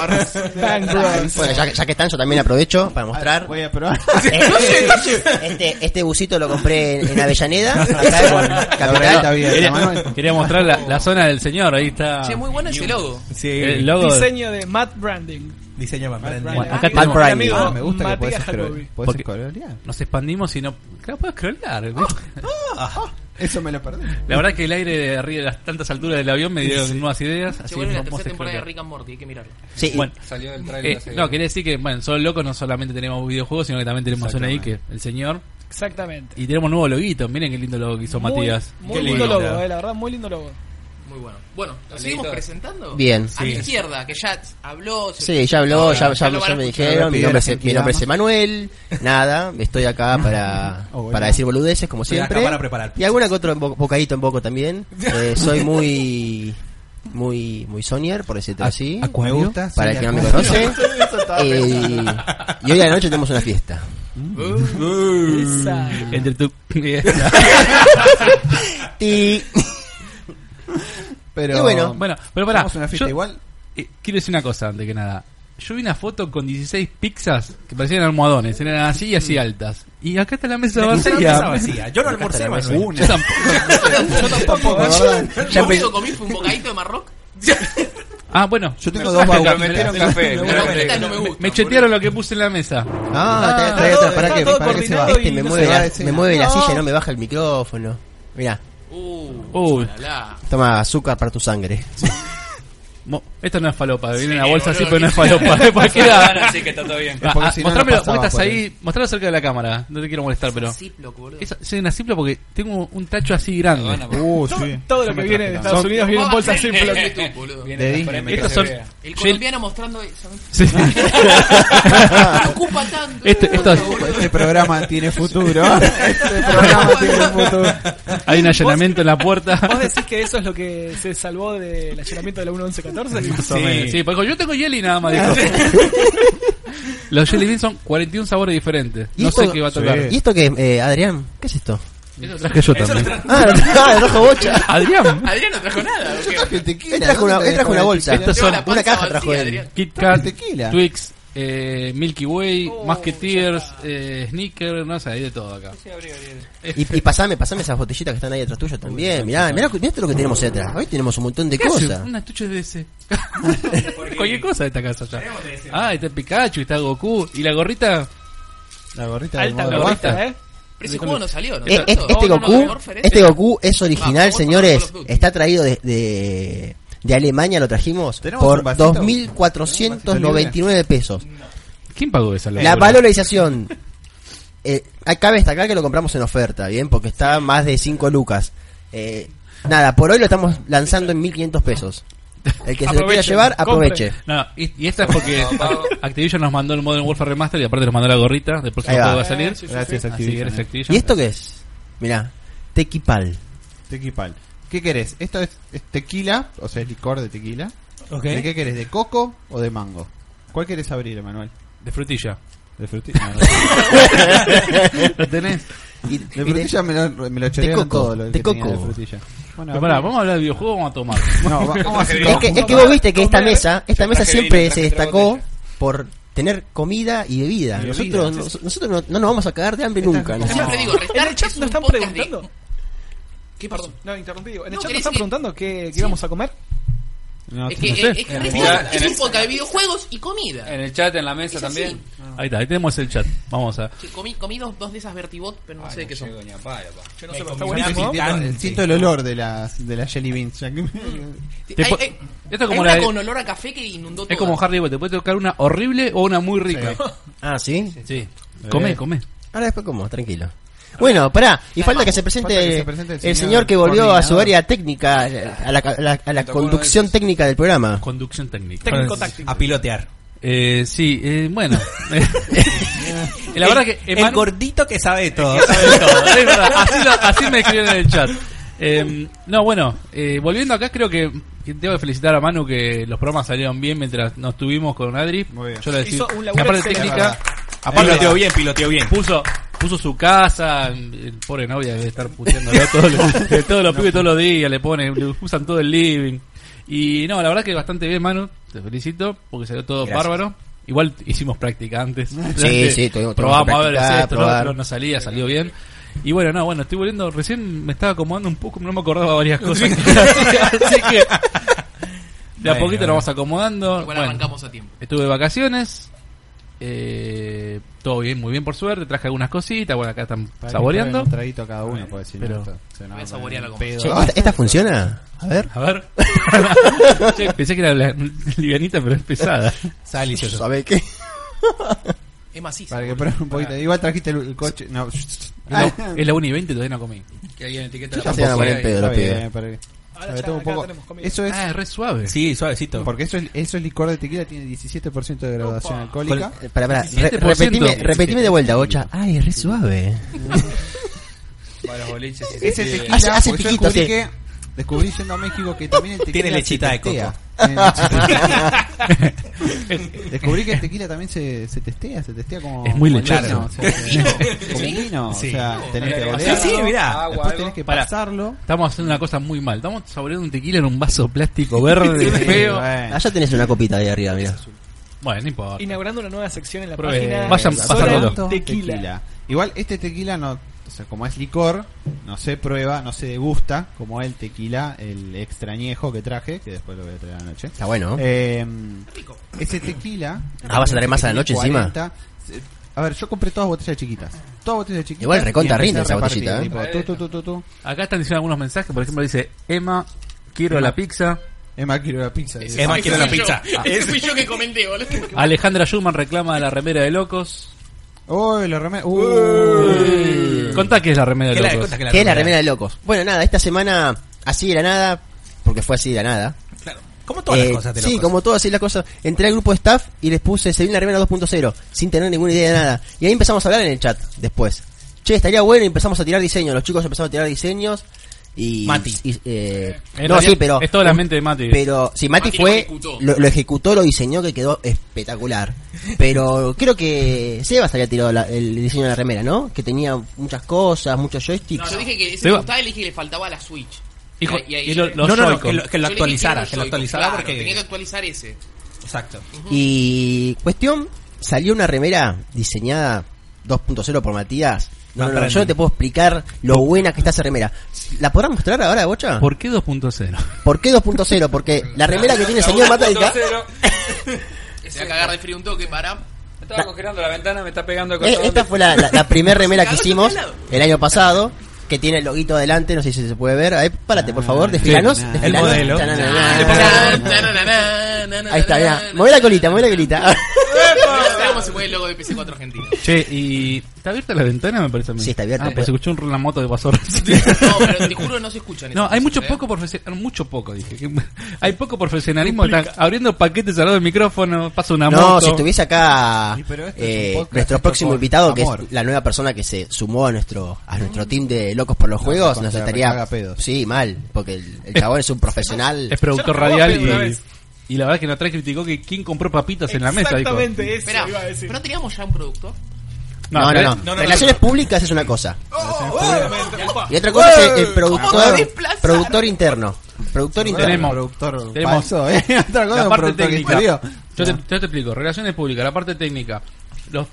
Speaker 4: Triforce. de la
Speaker 8: Bang Bros.
Speaker 4: Triforce.
Speaker 1: Bueno, ya, que- ya que están, yo también aprovecho para mostrar.
Speaker 4: Voy a probar.
Speaker 1: Este, este, este busito lo compré en, en Avellaneda. acá en
Speaker 4: La verdad está
Speaker 1: Capital.
Speaker 4: bien, Manuel.
Speaker 6: Quería mostrar la, la zona del señor, ahí está.
Speaker 3: Che, muy bueno ese logo.
Speaker 7: Sí,
Speaker 6: El logo.
Speaker 8: Diseño de Matt Branding.
Speaker 7: diseño más grande.
Speaker 6: Bueno,
Speaker 8: Ah,
Speaker 6: acá
Speaker 8: mi
Speaker 6: tenemos-
Speaker 8: amigo
Speaker 4: Ah, me gusta que podés
Speaker 8: Matías
Speaker 4: escrolear.
Speaker 8: Jacobi.
Speaker 4: ¿Podés
Speaker 6: Porque-
Speaker 4: escrolear?
Speaker 6: Nos expandimos y no. Claro, puedes scrollear.
Speaker 4: Eso me lo perdí.
Speaker 6: La verdad que el aire de arriba de las tantas alturas del avión me dio nuevas ideas.
Speaker 3: Se
Speaker 6: Así que
Speaker 3: vuelve la
Speaker 6: vamos a
Speaker 3: tercera temporada de
Speaker 6: scrollear.
Speaker 3: Rick and Morty, hay que mirarlo.
Speaker 1: Sí, y-
Speaker 6: Bueno,
Speaker 2: Salió del trailer.
Speaker 6: eh, no, quería decir que, bueno, solo locos no solamente tenemos videojuegos, sino que también tenemos zona ahí, que el señor.
Speaker 8: Exactamente.
Speaker 6: Y tenemos nuevo loguito. Miren qué lindo logo que hizo
Speaker 8: Muy-
Speaker 6: Matías.
Speaker 8: Muy
Speaker 7: Qué
Speaker 8: lindo
Speaker 7: lindo.
Speaker 8: logo, eh, la verdad, muy lindo logo.
Speaker 3: Muy bueno. Bueno, ¿lo
Speaker 2: Dale,
Speaker 3: seguimos
Speaker 2: todo.
Speaker 3: presentando?
Speaker 1: Bien.
Speaker 3: A mi izquierda, que ya habló. se-
Speaker 1: sí, ya habló,
Speaker 3: Ahora,
Speaker 1: ya, ya,
Speaker 3: lo van
Speaker 1: ya
Speaker 3: a
Speaker 1: me
Speaker 3: escuchar.
Speaker 1: dijeron. Mi
Speaker 4: Piedra
Speaker 1: nombre, es,
Speaker 4: tranquila,
Speaker 1: mi nombre es
Speaker 4: ¿no?
Speaker 1: Emanuel. Nada, estoy acá para,
Speaker 4: Oh, bueno.
Speaker 1: para decir boludeces, como
Speaker 7: Estoy acá
Speaker 1: siempre.
Speaker 7: para preparar.
Speaker 1: Y alguna que otro embo- bocadito en poco también. Eh, soy muy. Muy, muy Sonier, por decirlo así.
Speaker 4: Me gusta.
Speaker 1: Para el que
Speaker 4: soy
Speaker 1: no me
Speaker 4: acuario.
Speaker 1: conoce. Eh, y hoy a la noche tenemos una fiesta.
Speaker 4: Uh,
Speaker 8: Esa.
Speaker 6: Entre tu.
Speaker 1: Y,
Speaker 4: Pero
Speaker 1: Y bueno,
Speaker 6: bueno, pero pará.
Speaker 4: Hacemos una fiesta
Speaker 6: yo-
Speaker 4: igual.
Speaker 6: Eh, quiero decir una cosa antes que nada. Yo vi una foto con 16 pizzas que parecían almohadones, eran así y así altas. Y acá está la mesa
Speaker 7: Estaba
Speaker 6: vacía.
Speaker 7: vacía. Yo no almorcé, Manuel.
Speaker 6: Yo tampoco.
Speaker 4: Yo tampoco, la verdad.
Speaker 3: Lo único que comí fue un bocadito de Marroc.
Speaker 6: Ah, bueno.
Speaker 4: Yo tengo dos baguettes.
Speaker 2: Me metieron café.
Speaker 3: Las galletitas no me gustan.
Speaker 6: Me chetearon lo que puse en la mesa.
Speaker 1: Ah, está, está,
Speaker 8: está
Speaker 1: está,
Speaker 8: todo-
Speaker 1: pará
Speaker 8: está
Speaker 1: que,
Speaker 8: todo
Speaker 1: pará que se va.
Speaker 8: coordinado
Speaker 1: Este
Speaker 8: y
Speaker 1: me
Speaker 8: no
Speaker 1: mueve,
Speaker 4: se va
Speaker 1: la,
Speaker 4: de escena.
Speaker 1: me mueve la
Speaker 4: No.
Speaker 1: silla y no me baja el micrófono. Mirá,
Speaker 3: Uh,
Speaker 6: Uy.
Speaker 3: la, la.
Speaker 1: toma azúcar para tu sangre.
Speaker 6: Mo- Esta no es falopa, viene en la
Speaker 3: Sí,
Speaker 6: bolsa así,
Speaker 3: boludo.
Speaker 6: pero no es falopa. Es cualquiera.
Speaker 2: Así que está todo bien.
Speaker 6: Ah,
Speaker 4: porque
Speaker 6: ah,
Speaker 4: si no, no
Speaker 6: mostrámelo,
Speaker 4: pasaba
Speaker 6: vos estás
Speaker 4: por
Speaker 6: ahí, mostralo cerca de la cámara, no te quiero molestar, pero...
Speaker 3: Ziploc, boludo.
Speaker 6: Es, soy una cipla porque tengo un tacho así grande.
Speaker 4: Uh,
Speaker 8: Todo,
Speaker 4: sí.
Speaker 8: todo
Speaker 4: Yo
Speaker 8: lo que
Speaker 4: me
Speaker 8: viene de
Speaker 4: traje
Speaker 8: Estados Unidos viene en bolsa simple.
Speaker 3: YouTube, boludo.
Speaker 4: De Disney.
Speaker 6: Estos son...
Speaker 3: El
Speaker 6: Yo-
Speaker 3: colombiano mostrando eso.
Speaker 6: Sí.
Speaker 3: No ocupa tanto.
Speaker 6: Este-
Speaker 3: boludo,
Speaker 6: estos-
Speaker 4: todo.
Speaker 3: boludo.
Speaker 4: Este programa tiene futuro. Este programa tiene futuro.
Speaker 6: Hay un allanamiento en la puerta.
Speaker 8: ¿Vos decís que eso es lo que se salvó del allanamiento de la 1114?
Speaker 6: Sí, sí, porque yo tengo jelly nada más. dijo. Los jelly beans son 41 sabores diferentes.
Speaker 1: ¿Y
Speaker 6: No sé
Speaker 1: esto-
Speaker 6: qué va a tocar.
Speaker 4: Sí.
Speaker 1: ¿Y esto qué, es, eh, Adrián? ¿Qué es esto?
Speaker 6: Eso traje yo también.
Speaker 1: Ah, lo trajo- ah, lo trajo bocha.
Speaker 6: Adrián,
Speaker 3: Adrián no trajo nada. ¿o qué?
Speaker 1: Él trajo una, él trajo una bolsa.
Speaker 6: Estos
Speaker 3: Tengo
Speaker 6: son
Speaker 3: la panza
Speaker 1: Una caja trajo
Speaker 3: vacía,
Speaker 1: él.
Speaker 3: Adrián.
Speaker 6: Kit
Speaker 4: Traje
Speaker 6: Kat,
Speaker 4: tequila.
Speaker 6: Twix, eh, Milky Way,
Speaker 8: Oh,
Speaker 6: Musketeers, eh, Snickers, no sé, hay de todo acá.
Speaker 1: Y, y pasame, pasame esas botellitas que están ahí atrás tuyo también. Mirá, mirá, mirá esto lo que tenemos ahí atrás. Hoy tenemos un montón de
Speaker 6: ¿Qué hace?
Speaker 1: cosas. Eh,
Speaker 6: Una estuche de ese. Cualquier cosa de esta casa ya. Ah, está Pikachu, está Goku. ¿Y la gorrita?
Speaker 4: La gorrita del
Speaker 8: Alta
Speaker 4: modo
Speaker 8: gorrita, ¿eh?
Speaker 3: Pero ese juego no salió, ¿no?
Speaker 1: Eh, eh,
Speaker 3: ¿Cierto?
Speaker 1: este
Speaker 3: No, no,
Speaker 1: Goku,
Speaker 3: no, Warfare ese.
Speaker 1: este Goku es original,
Speaker 3: Vamos,
Speaker 1: señores.
Speaker 3: vamos con los
Speaker 1: Está traído de, de, de Alemania, lo trajimos
Speaker 4: ¿Tenemos
Speaker 1: por
Speaker 4: un vasito?
Speaker 1: 2.499 pesos.
Speaker 6: ¿Quién pagó esa
Speaker 1: La
Speaker 6: locura?
Speaker 1: valorización. Eh, cabe destacar que lo compramos en oferta, ¿bien? Porque está más de 5 lucas. Eh, nada, por hoy lo estamos lanzando en 1.500 pesos. El que se lo quiera
Speaker 8: Aprovechen,
Speaker 1: llevar, aproveche.
Speaker 8: compren.
Speaker 6: No, y, y esta es porque Activision nos mandó el Modern Warfare Remaster y aparte nos mandó la gorrita. Después
Speaker 1: Ahí
Speaker 6: el juego
Speaker 1: va.
Speaker 6: va a salir.
Speaker 8: Sí, sí, sí.
Speaker 4: Gracias,
Speaker 6: Así que
Speaker 4: Activision.
Speaker 6: eres
Speaker 4: eh.
Speaker 6: Activision.
Speaker 1: ¿Y esto qué es? Mirá, Tequipal.
Speaker 4: Tequipal. ¿Qué querés? Esto es, es tequila, o sea, es licor de tequila.
Speaker 7: Ok.
Speaker 4: ¿De qué querés? ¿De coco o de mango? ¿Cuál querés abrir, Emanuel?
Speaker 6: De frutilla.
Speaker 4: ¿De frutilla? No, no.
Speaker 6: ¿Lo tenés?
Speaker 1: Y-
Speaker 4: De
Speaker 1: y de-
Speaker 4: frutilla me lo, me lo chorearon
Speaker 1: coco,
Speaker 4: todo lo que
Speaker 1: de
Speaker 4: tenía
Speaker 1: coco.
Speaker 4: de frutilla. Bueno,
Speaker 6: Pero pará, vamos a hablar de videojuegos o vamos a tomar.
Speaker 4: No, va- vamos a hacer
Speaker 1: Es que, es que vos viste que esta mesa, esta
Speaker 2: Yo
Speaker 1: mesa
Speaker 2: traje
Speaker 1: siempre
Speaker 2: vino,
Speaker 1: se
Speaker 2: traje otra
Speaker 1: destacó
Speaker 2: botella.
Speaker 1: por tener comida y bebida.
Speaker 4: Y
Speaker 1: nosotros nos- nosotros no, no nos vamos a cagar de hambre nunca. ¿no?
Speaker 3: Siempre digo,
Speaker 8: ¿En
Speaker 3: restar
Speaker 8: el chat
Speaker 3: es
Speaker 8: Este no
Speaker 3: un
Speaker 8: están
Speaker 3: podcast de-
Speaker 8: preguntando?
Speaker 3: ¿Qué pasó?
Speaker 8: No, interrumpí. digo, ¿En el
Speaker 3: No,
Speaker 8: chat
Speaker 3: querés
Speaker 8: nos están
Speaker 3: que-
Speaker 8: preguntando qué, qué
Speaker 3: Sí.
Speaker 8: íbamos a comer?
Speaker 4: No,
Speaker 3: Es que,
Speaker 6: No sé.
Speaker 3: es, que
Speaker 2: En
Speaker 3: restar
Speaker 2: el-
Speaker 3: es
Speaker 2: en Eh.
Speaker 3: un
Speaker 2: el-
Speaker 3: podcast de videojuegos y comida.
Speaker 2: En el chat, en la mesa
Speaker 3: Es así.
Speaker 2: también.
Speaker 6: Ahí está, ahí tenemos el chat. Vamos a.
Speaker 3: Che, comí, comí dos, dos de esas Vertibot, pero no sé de qué son.
Speaker 8: Yo no sé, pero está
Speaker 7: comí
Speaker 8: buenísimo.
Speaker 7: una
Speaker 4: siento, siento el olor de las, de las jelly beans. ya que me-
Speaker 6: Te
Speaker 3: Hay-
Speaker 6: po-
Speaker 3: hay-
Speaker 6: esto es
Speaker 3: hay
Speaker 6: como
Speaker 3: una
Speaker 6: la de-
Speaker 3: con olor a café que inundó todo.
Speaker 6: Es como Harry Potter, te puede tocar una horrible o una muy rica.
Speaker 1: Ah, ¿sí?
Speaker 6: Sí.
Speaker 4: Eh.
Speaker 6: Come, come.
Speaker 1: Ahora después como, tranquilo. Bueno, pará, y falta que se presente,
Speaker 4: Falta que se presente
Speaker 1: el,
Speaker 4: el
Speaker 1: señor,
Speaker 4: señor
Speaker 1: que volvió a su
Speaker 4: coordinador.
Speaker 1: área técnica, a la, a la- a la
Speaker 2: tocó uno de
Speaker 1: conducción
Speaker 2: esos.
Speaker 1: técnica del programa.
Speaker 6: Conducción técnica.
Speaker 8: Técnico
Speaker 7: A
Speaker 4: Ah,
Speaker 8: táctico.
Speaker 7: pilotear.
Speaker 6: Eh, sí, eh, bueno. la verdad que.
Speaker 7: El
Speaker 6: Emanu-
Speaker 7: gordito que sabe de todo.
Speaker 6: Es verdad, así, lo- así me escribieron en el chat. Eh, no, bueno, eh, volviendo acá, creo que tengo que felicitar a Manu que los programas salieron bien mientras nos tuvimos con Adri.
Speaker 4: Muy bien.
Speaker 6: Yo lo decía.
Speaker 8: Hizo un laburo
Speaker 6: Aparte
Speaker 8: excelente.
Speaker 6: técnica,
Speaker 7: Piloteó bien, piloteó bien.
Speaker 6: puso, puso su casa, el pobre novia debe estar puteándolo todos los, de todos los pibes todos los días, le pone, le usan todo el living. Y no, la verdad que bastante bien, Manu, te felicito, porque salió todo
Speaker 7: Gracias.
Speaker 6: bárbaro. Igual hicimos práctica antes.
Speaker 1: Sí, sí, tuvimos- tuvimos
Speaker 6: probamos a ver
Speaker 1: práctica,
Speaker 6: si esto, lo
Speaker 1: probar.
Speaker 6: otro, no salía, salió bien. Y bueno, no, bueno, estoy volviendo, recién me estaba acomodando un poco, no me acordaba varias cosas. Así que de a
Speaker 7: Bueno,
Speaker 6: poquito
Speaker 7: bueno.
Speaker 6: nos vamos acomodando.
Speaker 3: Igual
Speaker 6: Bueno.
Speaker 3: arrancamos a tiempo.
Speaker 6: Estuve de vacaciones. eh, todo bien, muy bien por suerte. Traje algunas cositas. Bueno, acá están saboreando.
Speaker 4: Un traguito a cada uno, porque si
Speaker 6: Pero-
Speaker 4: no, esto se nos
Speaker 3: Voy a
Speaker 4: va
Speaker 3: saborear
Speaker 4: poner
Speaker 3: algo
Speaker 4: pedo.
Speaker 1: Che, ¿esta, esta funciona? A ver.
Speaker 6: A ver. Che, pensé que era la- livianita, pero es pesada.
Speaker 7: Está delicioso.
Speaker 1: ¿Sabe qué?
Speaker 3: Es macizo.
Speaker 4: Para que pruebe un poquito. Igual trajiste el, el coche. No,
Speaker 6: No, es la 1 y 20 todavía no comí.
Speaker 2: Que alguien etiqueta
Speaker 1: Ya
Speaker 2: la
Speaker 1: se van a poner en
Speaker 2: porquería
Speaker 1: pedo
Speaker 4: Está
Speaker 1: los pibes.
Speaker 4: bien, para que-
Speaker 8: Ahora
Speaker 4: para que
Speaker 8: ya,
Speaker 4: tome un
Speaker 8: acá
Speaker 4: poco-
Speaker 8: tenemos comida.
Speaker 4: Eso es.
Speaker 6: Ah, es re suave.
Speaker 7: Sí, suavecito.
Speaker 4: Porque eso es, eso es licor de tequila, tiene 17% de graduación alcohólica.
Speaker 1: Eh, Pará, pará. re-
Speaker 6: 17%.
Speaker 1: repetime, repetime de vuelta, bocha. Ay, es re suave.
Speaker 2: y para los boliches. y
Speaker 4: Ese
Speaker 2: se pide.
Speaker 4: tequila,
Speaker 1: Hace- hace
Speaker 4: porque yo
Speaker 1: piquito,
Speaker 4: descubrí
Speaker 1: sí.
Speaker 4: que descubrí yendo a México que también el tequila
Speaker 7: Tiene lechita
Speaker 4: se
Speaker 7: de
Speaker 4: testea.
Speaker 7: coco.
Speaker 4: Tiene lechita de coco. descubrí que el tequila también se, se testea, se testea como
Speaker 6: Es muy
Speaker 4: como
Speaker 6: lechoso.
Speaker 4: vino, o sea, que- como un vino, o
Speaker 7: Sí.
Speaker 4: sea, tenés que
Speaker 2: Sí,
Speaker 4: oler,
Speaker 7: sí, mirá.
Speaker 2: Agua,
Speaker 4: después
Speaker 2: algo.
Speaker 4: tenés que
Speaker 6: Pará.
Speaker 4: pasarlo.
Speaker 6: Estamos haciendo una cosa muy mal. Estamos saboreando un tequila en un vaso plástico verde,
Speaker 4: Sí,
Speaker 6: feo.
Speaker 4: bueno.
Speaker 1: Allá Ah, tenés una copita ahí arriba, mira.
Speaker 6: Bueno, no importa.
Speaker 8: Inaugurando una nueva sección en la
Speaker 6: Pruebe.
Speaker 8: página.
Speaker 6: Vayan
Speaker 8: Zona
Speaker 6: pasándolo.
Speaker 8: Tequila.
Speaker 4: Igual este tequila no, o sea, como es licor, no se prueba, no se degusta, como el tequila, el extrañejo que traje, que después lo voy a traer a la noche.
Speaker 1: Está bueno.
Speaker 4: Eh, ese tequila. este
Speaker 1: Ah, ¿vas a traer más a la noche
Speaker 4: Tequila
Speaker 1: encima?
Speaker 4: 40, se- A ver, yo compré todas botellas chiquitas. Todas botellas chiquitas.
Speaker 1: Igual recontra
Speaker 4: y empecé
Speaker 1: rinde
Speaker 4: a
Speaker 1: esa
Speaker 4: repartir,
Speaker 1: botellita, ¿eh?
Speaker 4: tipo, tú, tú, tú, tú, tú.
Speaker 6: Acá están diciendo algunos mensajes. Por ejemplo, dice Emma, quiero la pizza.
Speaker 4: Es más, quiero la pizza.
Speaker 3: Ese
Speaker 7: Es más,
Speaker 3: fui
Speaker 7: quiero la
Speaker 3: yo.
Speaker 7: pizza.
Speaker 3: Ese fui yo que comenté, boludo.
Speaker 6: Alejandra Schumann reclama la remera de locos.
Speaker 4: Uy, la remera. Uy.
Speaker 6: Contá qué es la remera
Speaker 7: ¿Qué
Speaker 6: de
Speaker 7: la-
Speaker 6: locos.
Speaker 7: cuenta que
Speaker 1: ¿Qué es la remera de
Speaker 7: remera-
Speaker 1: locos? Bueno, nada, esta semana así de la nada, porque fue así de la nada.
Speaker 7: Claro. Como todas
Speaker 1: Eh,
Speaker 7: las cosas de
Speaker 1: Sí,
Speaker 7: locos.
Speaker 1: como todas así las cosas. Entré al grupo de staff y les puse se viene la remera 2.0, sin tener ninguna idea de nada. Y ahí empezamos a hablar en el chat después. Che, estaría bueno y empezamos a tirar diseños. Los chicos empezaron a tirar diseños y...
Speaker 7: Mati.
Speaker 1: y, eh,
Speaker 6: En
Speaker 1: no,
Speaker 6: realidad,
Speaker 1: sí, pero...
Speaker 6: Es toda la mente de Mati.
Speaker 1: Pero si Mati,
Speaker 3: Mati lo
Speaker 1: fue,
Speaker 3: ejecutó.
Speaker 1: lo, lo ejecutó, lo diseñó, que quedó espectacular. Pero creo que Sebas había tirado la- el diseño de la remera, ¿no? Que tenía muchas cosas, muchos joysticks.
Speaker 3: No, yo dije que ese me
Speaker 6: Seba.
Speaker 3: gustaba y le dije que le faltaba la Switch.
Speaker 6: Hijo,
Speaker 3: Y ahí-
Speaker 6: y lo-
Speaker 3: yo
Speaker 6: los
Speaker 7: no, no, no,
Speaker 6: Joy-Con.
Speaker 7: que lo, que
Speaker 3: le
Speaker 7: lo
Speaker 3: dije
Speaker 7: actualizara,
Speaker 3: era
Speaker 7: que lo
Speaker 3: Joy-Con,
Speaker 7: actualizara
Speaker 3: claro,
Speaker 7: porque...
Speaker 3: Tenía que actualizar ese.
Speaker 7: Exacto.
Speaker 1: Y cuestión, salió una remera diseñada 2.0 por Matías. No, no, no, yo no te puedo explicar lo buena que está esa remera. ¿La podrás mostrar ahora, Bocha?
Speaker 6: ¿Por qué 2.0?
Speaker 1: ¿Por qué 2.0? Porque la remera que tiene el señor Matadica...
Speaker 2: Cero.
Speaker 3: Se va a cagar de frío un toque para.
Speaker 2: Estaba congelando la ventana, me está pegando con
Speaker 1: Eh,
Speaker 2: todo.
Speaker 1: Esta fue la, la, primera remera que hicimos el año pasado, que tiene el loguito adelante, no sé si se puede ver. Ahí, párate, por favor, desfilanos.
Speaker 4: Ah, Sí,
Speaker 1: desfilanos.
Speaker 7: el modelo.
Speaker 1: Na, na, na,
Speaker 7: Ah, le
Speaker 1: na, na, na. Ahí está, mirá. Mueve la colita, mueve la colita.
Speaker 3: ¿Sabes cómo se mueve el logo de PC4 Argentina?
Speaker 6: Che, y. ¿Está abierta la ventana? Me parece a mí.
Speaker 1: Sí, está abierta,
Speaker 6: Ah,
Speaker 1: pero-
Speaker 6: pues escuché un, una moto que pasó recién.
Speaker 3: No, pero te juro que no se escuchan.
Speaker 6: No,
Speaker 3: esas
Speaker 6: hay
Speaker 3: cosas,
Speaker 6: mucho
Speaker 3: ¿eh?
Speaker 6: poco profesionalismo. Mucho poco, dije. Que- Hay poco profesionalismo. Están abriendo paquetes al lado del micrófono. Pasa una
Speaker 1: No,
Speaker 6: moto.
Speaker 1: si estuviese acá
Speaker 4: Sí, pero esto es un
Speaker 1: eh,
Speaker 4: podcast
Speaker 1: nuestro
Speaker 4: hecho
Speaker 1: próximo
Speaker 4: con
Speaker 1: invitado, que es
Speaker 4: amor.
Speaker 1: la nueva persona que se sumó a nuestro a nuestro team de locos por los juegos, nos
Speaker 4: contra-
Speaker 1: estaría
Speaker 4: recaga pedos.
Speaker 1: sí mal, porque el, el chabón es un profesional.
Speaker 6: Es productor
Speaker 8: Yo no puedo
Speaker 6: radial
Speaker 8: pedir una
Speaker 6: y.
Speaker 8: vez.
Speaker 6: Y la verdad que Natray criticó que quién compró papitas en la mesa, dijo.
Speaker 8: Exactamente, eso
Speaker 3: Esperá,
Speaker 8: iba a decir.
Speaker 3: ¿pero no teníamos ya un producto?
Speaker 1: No, no, no.
Speaker 6: pero-
Speaker 1: Relaciones públicas es una cosa.
Speaker 2: Oh,
Speaker 1: Y otra cosa es el productor, productor interno. Productor interno.
Speaker 6: Tenemos-
Speaker 4: Productor
Speaker 6: tenemos-
Speaker 4: falso, ¿eh? Otra cosa,
Speaker 6: La
Speaker 4: un
Speaker 6: parte
Speaker 4: productor que
Speaker 6: técnica.
Speaker 4: salió.
Speaker 6: Yo, te, yo te explico. Relaciones públicas, la parte técnica. Los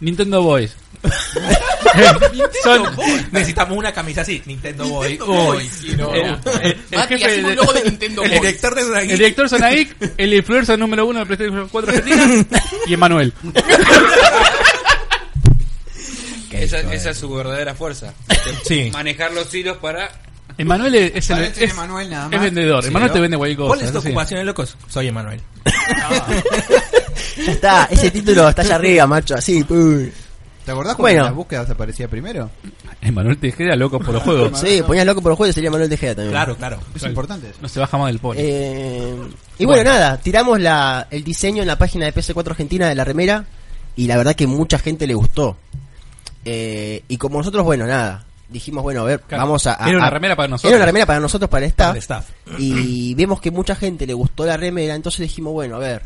Speaker 6: Nintendo Boys. Son.
Speaker 7: Necesitamos una camisa así, Nintendo Boy. Boy.
Speaker 6: eh, eh, el
Speaker 3: Mati,
Speaker 6: jefe
Speaker 3: hacemos
Speaker 6: de-
Speaker 3: un logo de Nintendo
Speaker 7: El
Speaker 3: Boy.
Speaker 7: director de
Speaker 6: El director Sonaik, el influencer número uno de PlayStation 4 Argentina y Emanuel.
Speaker 2: Esa, esa
Speaker 1: eh.
Speaker 2: es su verdadera fuerza.
Speaker 7: Sí.
Speaker 2: Manejar los hilos para.
Speaker 6: Emanuel es, es el-
Speaker 4: Parece que
Speaker 6: es-
Speaker 4: Emanuel nada más.
Speaker 6: es vendedor.
Speaker 4: Sí,
Speaker 6: Emanuel
Speaker 4: ¿no?
Speaker 6: te vende cualquier
Speaker 7: ¿Cuál
Speaker 6: cosa.
Speaker 7: es tu
Speaker 6: no sé.
Speaker 7: ocupación de locos? Soy Emanuel.
Speaker 1: eh. Ya está, ese título está allá arriba, macho, así. puh.
Speaker 4: ¿Te acordás cuando
Speaker 1: Bueno.
Speaker 4: en las búsquedas aparecía primero?
Speaker 6: Emanuel te queda loco por los juegos.
Speaker 1: Sí, ponías loco por los juegos y sería Manuel Tejeda también.
Speaker 7: Claro, claro.
Speaker 4: Es importante eso.
Speaker 6: No se baja más del polo.
Speaker 1: Eh, y bueno, nada, tiramos la, el diseño en la página de PS4 Argentina de la remera y la verdad que mucha gente le gustó. Eh, y como nosotros, bueno, nada, dijimos, bueno, a ver,
Speaker 6: Claro.
Speaker 1: vamos a, a-
Speaker 6: Era una
Speaker 1: a-
Speaker 6: remera para nosotros.
Speaker 1: Era una remera para nosotros, para el staff.
Speaker 7: Para el staff.
Speaker 1: Y vemos que mucha gente le gustó la remera, entonces dijimos, bueno, a ver,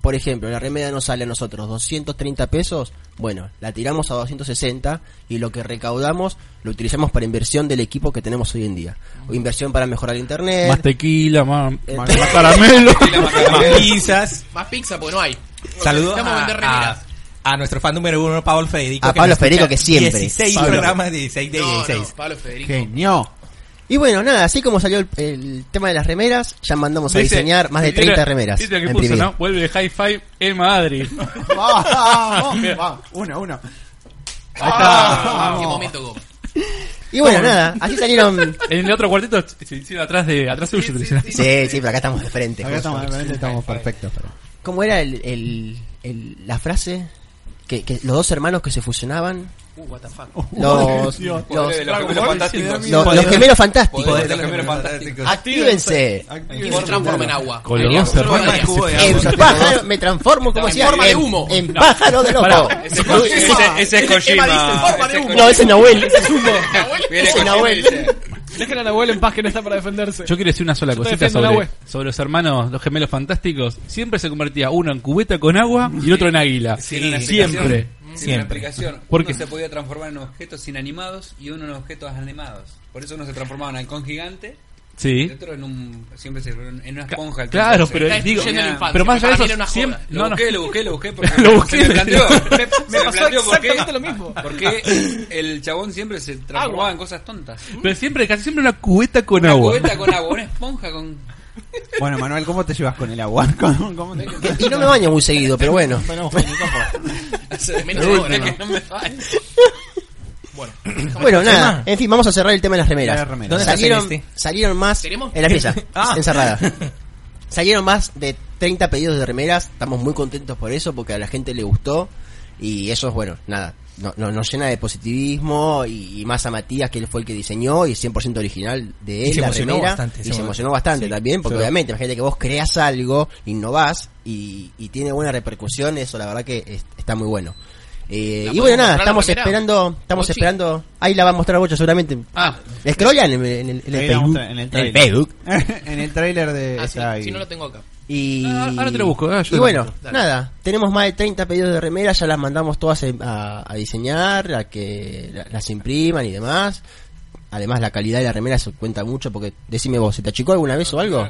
Speaker 1: por ejemplo, la remera nos sale a nosotros 230 pesos, bueno, la tiramos a 260 y lo que recaudamos lo utilizamos para inversión del equipo que tenemos hoy en día. O inversión para mejorar internet.
Speaker 6: Más tequila, más,
Speaker 1: Eh,
Speaker 6: más, más caramelo.
Speaker 7: Más pizzas.
Speaker 3: Más pizza, porque no hay.
Speaker 7: Saludos
Speaker 3: Necesitamos
Speaker 7: a,
Speaker 3: vender remeras.
Speaker 7: a- a nuestro fan número uno, Pablo Federico.
Speaker 1: A
Speaker 7: que
Speaker 1: Pablo
Speaker 7: nos escucha
Speaker 1: Federico, que siempre.
Speaker 7: 16
Speaker 1: Pablo.
Speaker 7: programas, 16 de
Speaker 3: No,
Speaker 7: 16.
Speaker 3: no, Pablo Federico.
Speaker 4: Genio.
Speaker 1: Y bueno, nada, así como salió el, el tema de las remeras, ya mandamos a
Speaker 6: Dice-
Speaker 1: diseñar más de
Speaker 6: dice-
Speaker 1: 30 remeras.
Speaker 6: dice que
Speaker 1: en
Speaker 6: puso,
Speaker 1: preview.
Speaker 6: ¿no? Vuelve Hi-Fi en Madrid.
Speaker 4: Vamos, vamos. Uno, uno.
Speaker 3: Ah, qué momento, Goma.
Speaker 1: Y bueno, nada, así salieron...
Speaker 6: En el otro cuartito se hicieron atrás de atrás suyo. te hicieron.
Speaker 1: Sí, sí, pero acá estamos de frente.
Speaker 4: Acá
Speaker 1: justo.
Speaker 4: estamos, realmente estamos perfectos. pero-
Speaker 1: ¿Cómo era el, el- el- la frase? Que, que los dos hermanos que se fusionaban.
Speaker 3: Uh, what the fuck.
Speaker 1: Los, los,
Speaker 2: Poder de los gemelos fantásticos.
Speaker 1: los- los gemelos fantásticos.
Speaker 7: Poder de los gemelos fantásticos.
Speaker 1: Actívense.
Speaker 3: ¿Quién se transforma en agua?
Speaker 6: Con los
Speaker 3: Yo
Speaker 6: dos
Speaker 3: lo haría.
Speaker 7: Forma de cubo de
Speaker 1: En
Speaker 7: agua.
Speaker 1: pájaro, me transformo como
Speaker 3: En
Speaker 1: si era-
Speaker 3: forma de
Speaker 1: en-
Speaker 3: humo.
Speaker 1: En, pájaro de loco.
Speaker 6: Pará,
Speaker 2: Ese, ese- ese es Kojima. Ese es
Speaker 1: No, ese es Nahuel, ese es humo.
Speaker 2: Kojima. Viene
Speaker 1: ese
Speaker 2: Kojima y
Speaker 1: Nahuel.
Speaker 2: dice,
Speaker 8: Dejen al abuelo en paz que no está para defenderse.
Speaker 6: Yo quiero decir una sola
Speaker 8: Yo te
Speaker 6: cosita
Speaker 8: defiendo,
Speaker 6: sobre,
Speaker 8: Nahue.
Speaker 6: sobre los hermanos, los gemelos fantásticos. Siempre se convertía uno en cubeta con agua y el otro en águila.
Speaker 2: tiene una explicación,
Speaker 6: siempre.
Speaker 2: tiene
Speaker 7: Siempre.
Speaker 2: una explicación.
Speaker 6: Porque-
Speaker 2: Uno se podía transformar en objetos inanimados y uno en objetos animados. Por eso uno se transformaba en halcón gigante y
Speaker 6: Sí.
Speaker 2: el otro en un. Siempre se en una
Speaker 6: Ca-
Speaker 2: esponja.
Speaker 6: Claro,
Speaker 2: Entonces,
Speaker 6: pero
Speaker 3: Está
Speaker 6: digo,
Speaker 3: destruyendo la infancia,
Speaker 6: pero más allá
Speaker 3: para mí
Speaker 6: de
Speaker 3: era
Speaker 6: eso,
Speaker 3: una
Speaker 6: siempre,
Speaker 3: joda.
Speaker 2: Lo
Speaker 6: no, no,
Speaker 2: busqué, lo busqué, lo busqué porque
Speaker 6: Lo
Speaker 2: se
Speaker 6: busqué.
Speaker 2: me planteó.
Speaker 8: Me- me pasó exactamente lo mismo.
Speaker 2: Porque el chabón siempre se transformaba en cosas tontas.
Speaker 6: pero siempre, casi siempre una cubeta con
Speaker 2: Una
Speaker 6: agua.
Speaker 2: cubeta con agua, una esponja con.
Speaker 4: Bueno, Manuel, ¿cómo te llevas con el agua? ¿Cómo, cómo te...
Speaker 1: Y no me baño muy seguido, pero bueno.
Speaker 3: Menos de hora, ¿no?
Speaker 2: No me falla.
Speaker 3: Bueno, dejamos-
Speaker 1: Bueno, nada. En fin, vamos a cerrar el tema de las
Speaker 4: Las
Speaker 1: remeras.
Speaker 4: remeras.
Speaker 1: ¿Dónde
Speaker 7: está
Speaker 1: salieron,
Speaker 7: Celeste?
Speaker 1: salieron más
Speaker 3: ¿Tenemos?
Speaker 1: en la pieza,
Speaker 7: este? Ah.
Speaker 1: encerrada. Salieron más de 30 pedidos de remeras. Estamos muy contentos por eso, porque a la gente le gustó. Y eso es bueno, nada. no- no- nos llena de positivismo y, y más a Matías, que él fue el que diseñó y 100% original de él.
Speaker 7: Y se
Speaker 1: la
Speaker 7: emocionó
Speaker 1: remera,
Speaker 7: bastante,
Speaker 1: Y
Speaker 7: se
Speaker 1: se
Speaker 7: emocionó.
Speaker 1: emocionó bastante
Speaker 7: Sí,
Speaker 1: también, porque
Speaker 7: sí.
Speaker 1: obviamente, imagínate que vos creas algo, innovás y, y tiene buena repercusión. Eso, la verdad, que es- está muy bueno. Eh,
Speaker 3: ¿La
Speaker 1: y bueno,
Speaker 3: podemos
Speaker 1: nada,
Speaker 3: mostrar la
Speaker 1: estamos
Speaker 3: remera?
Speaker 1: esperando, estamos
Speaker 3: Bochi.
Speaker 1: esperando. Ahí la va a mostrar Bocha seguramente.
Speaker 6: Ah,
Speaker 1: Scrollan en, el- en el, en el
Speaker 4: Ahí la
Speaker 1: Facebook.
Speaker 4: mostra- en
Speaker 1: En
Speaker 4: el
Speaker 1: el
Speaker 4: trailer.
Speaker 1: Facebook.
Speaker 4: en el tráiler
Speaker 3: Ah,
Speaker 4: de...
Speaker 3: sí,
Speaker 4: eh, está ahí.
Speaker 3: si no lo tengo acá.
Speaker 1: Y,
Speaker 6: Ah, ahora te lo busco, ah, yo
Speaker 1: y
Speaker 6: lo
Speaker 1: bueno,
Speaker 6: busco.
Speaker 3: Dale.
Speaker 1: nada. Tenemos más de 30 pedidos de remeras. Ya las mandamos todas a, a diseñar, a que la- las impriman y demás. Además, la calidad de la remera se cuenta mucho. Porque, decime vos, ¿se te achicó alguna vez o algo?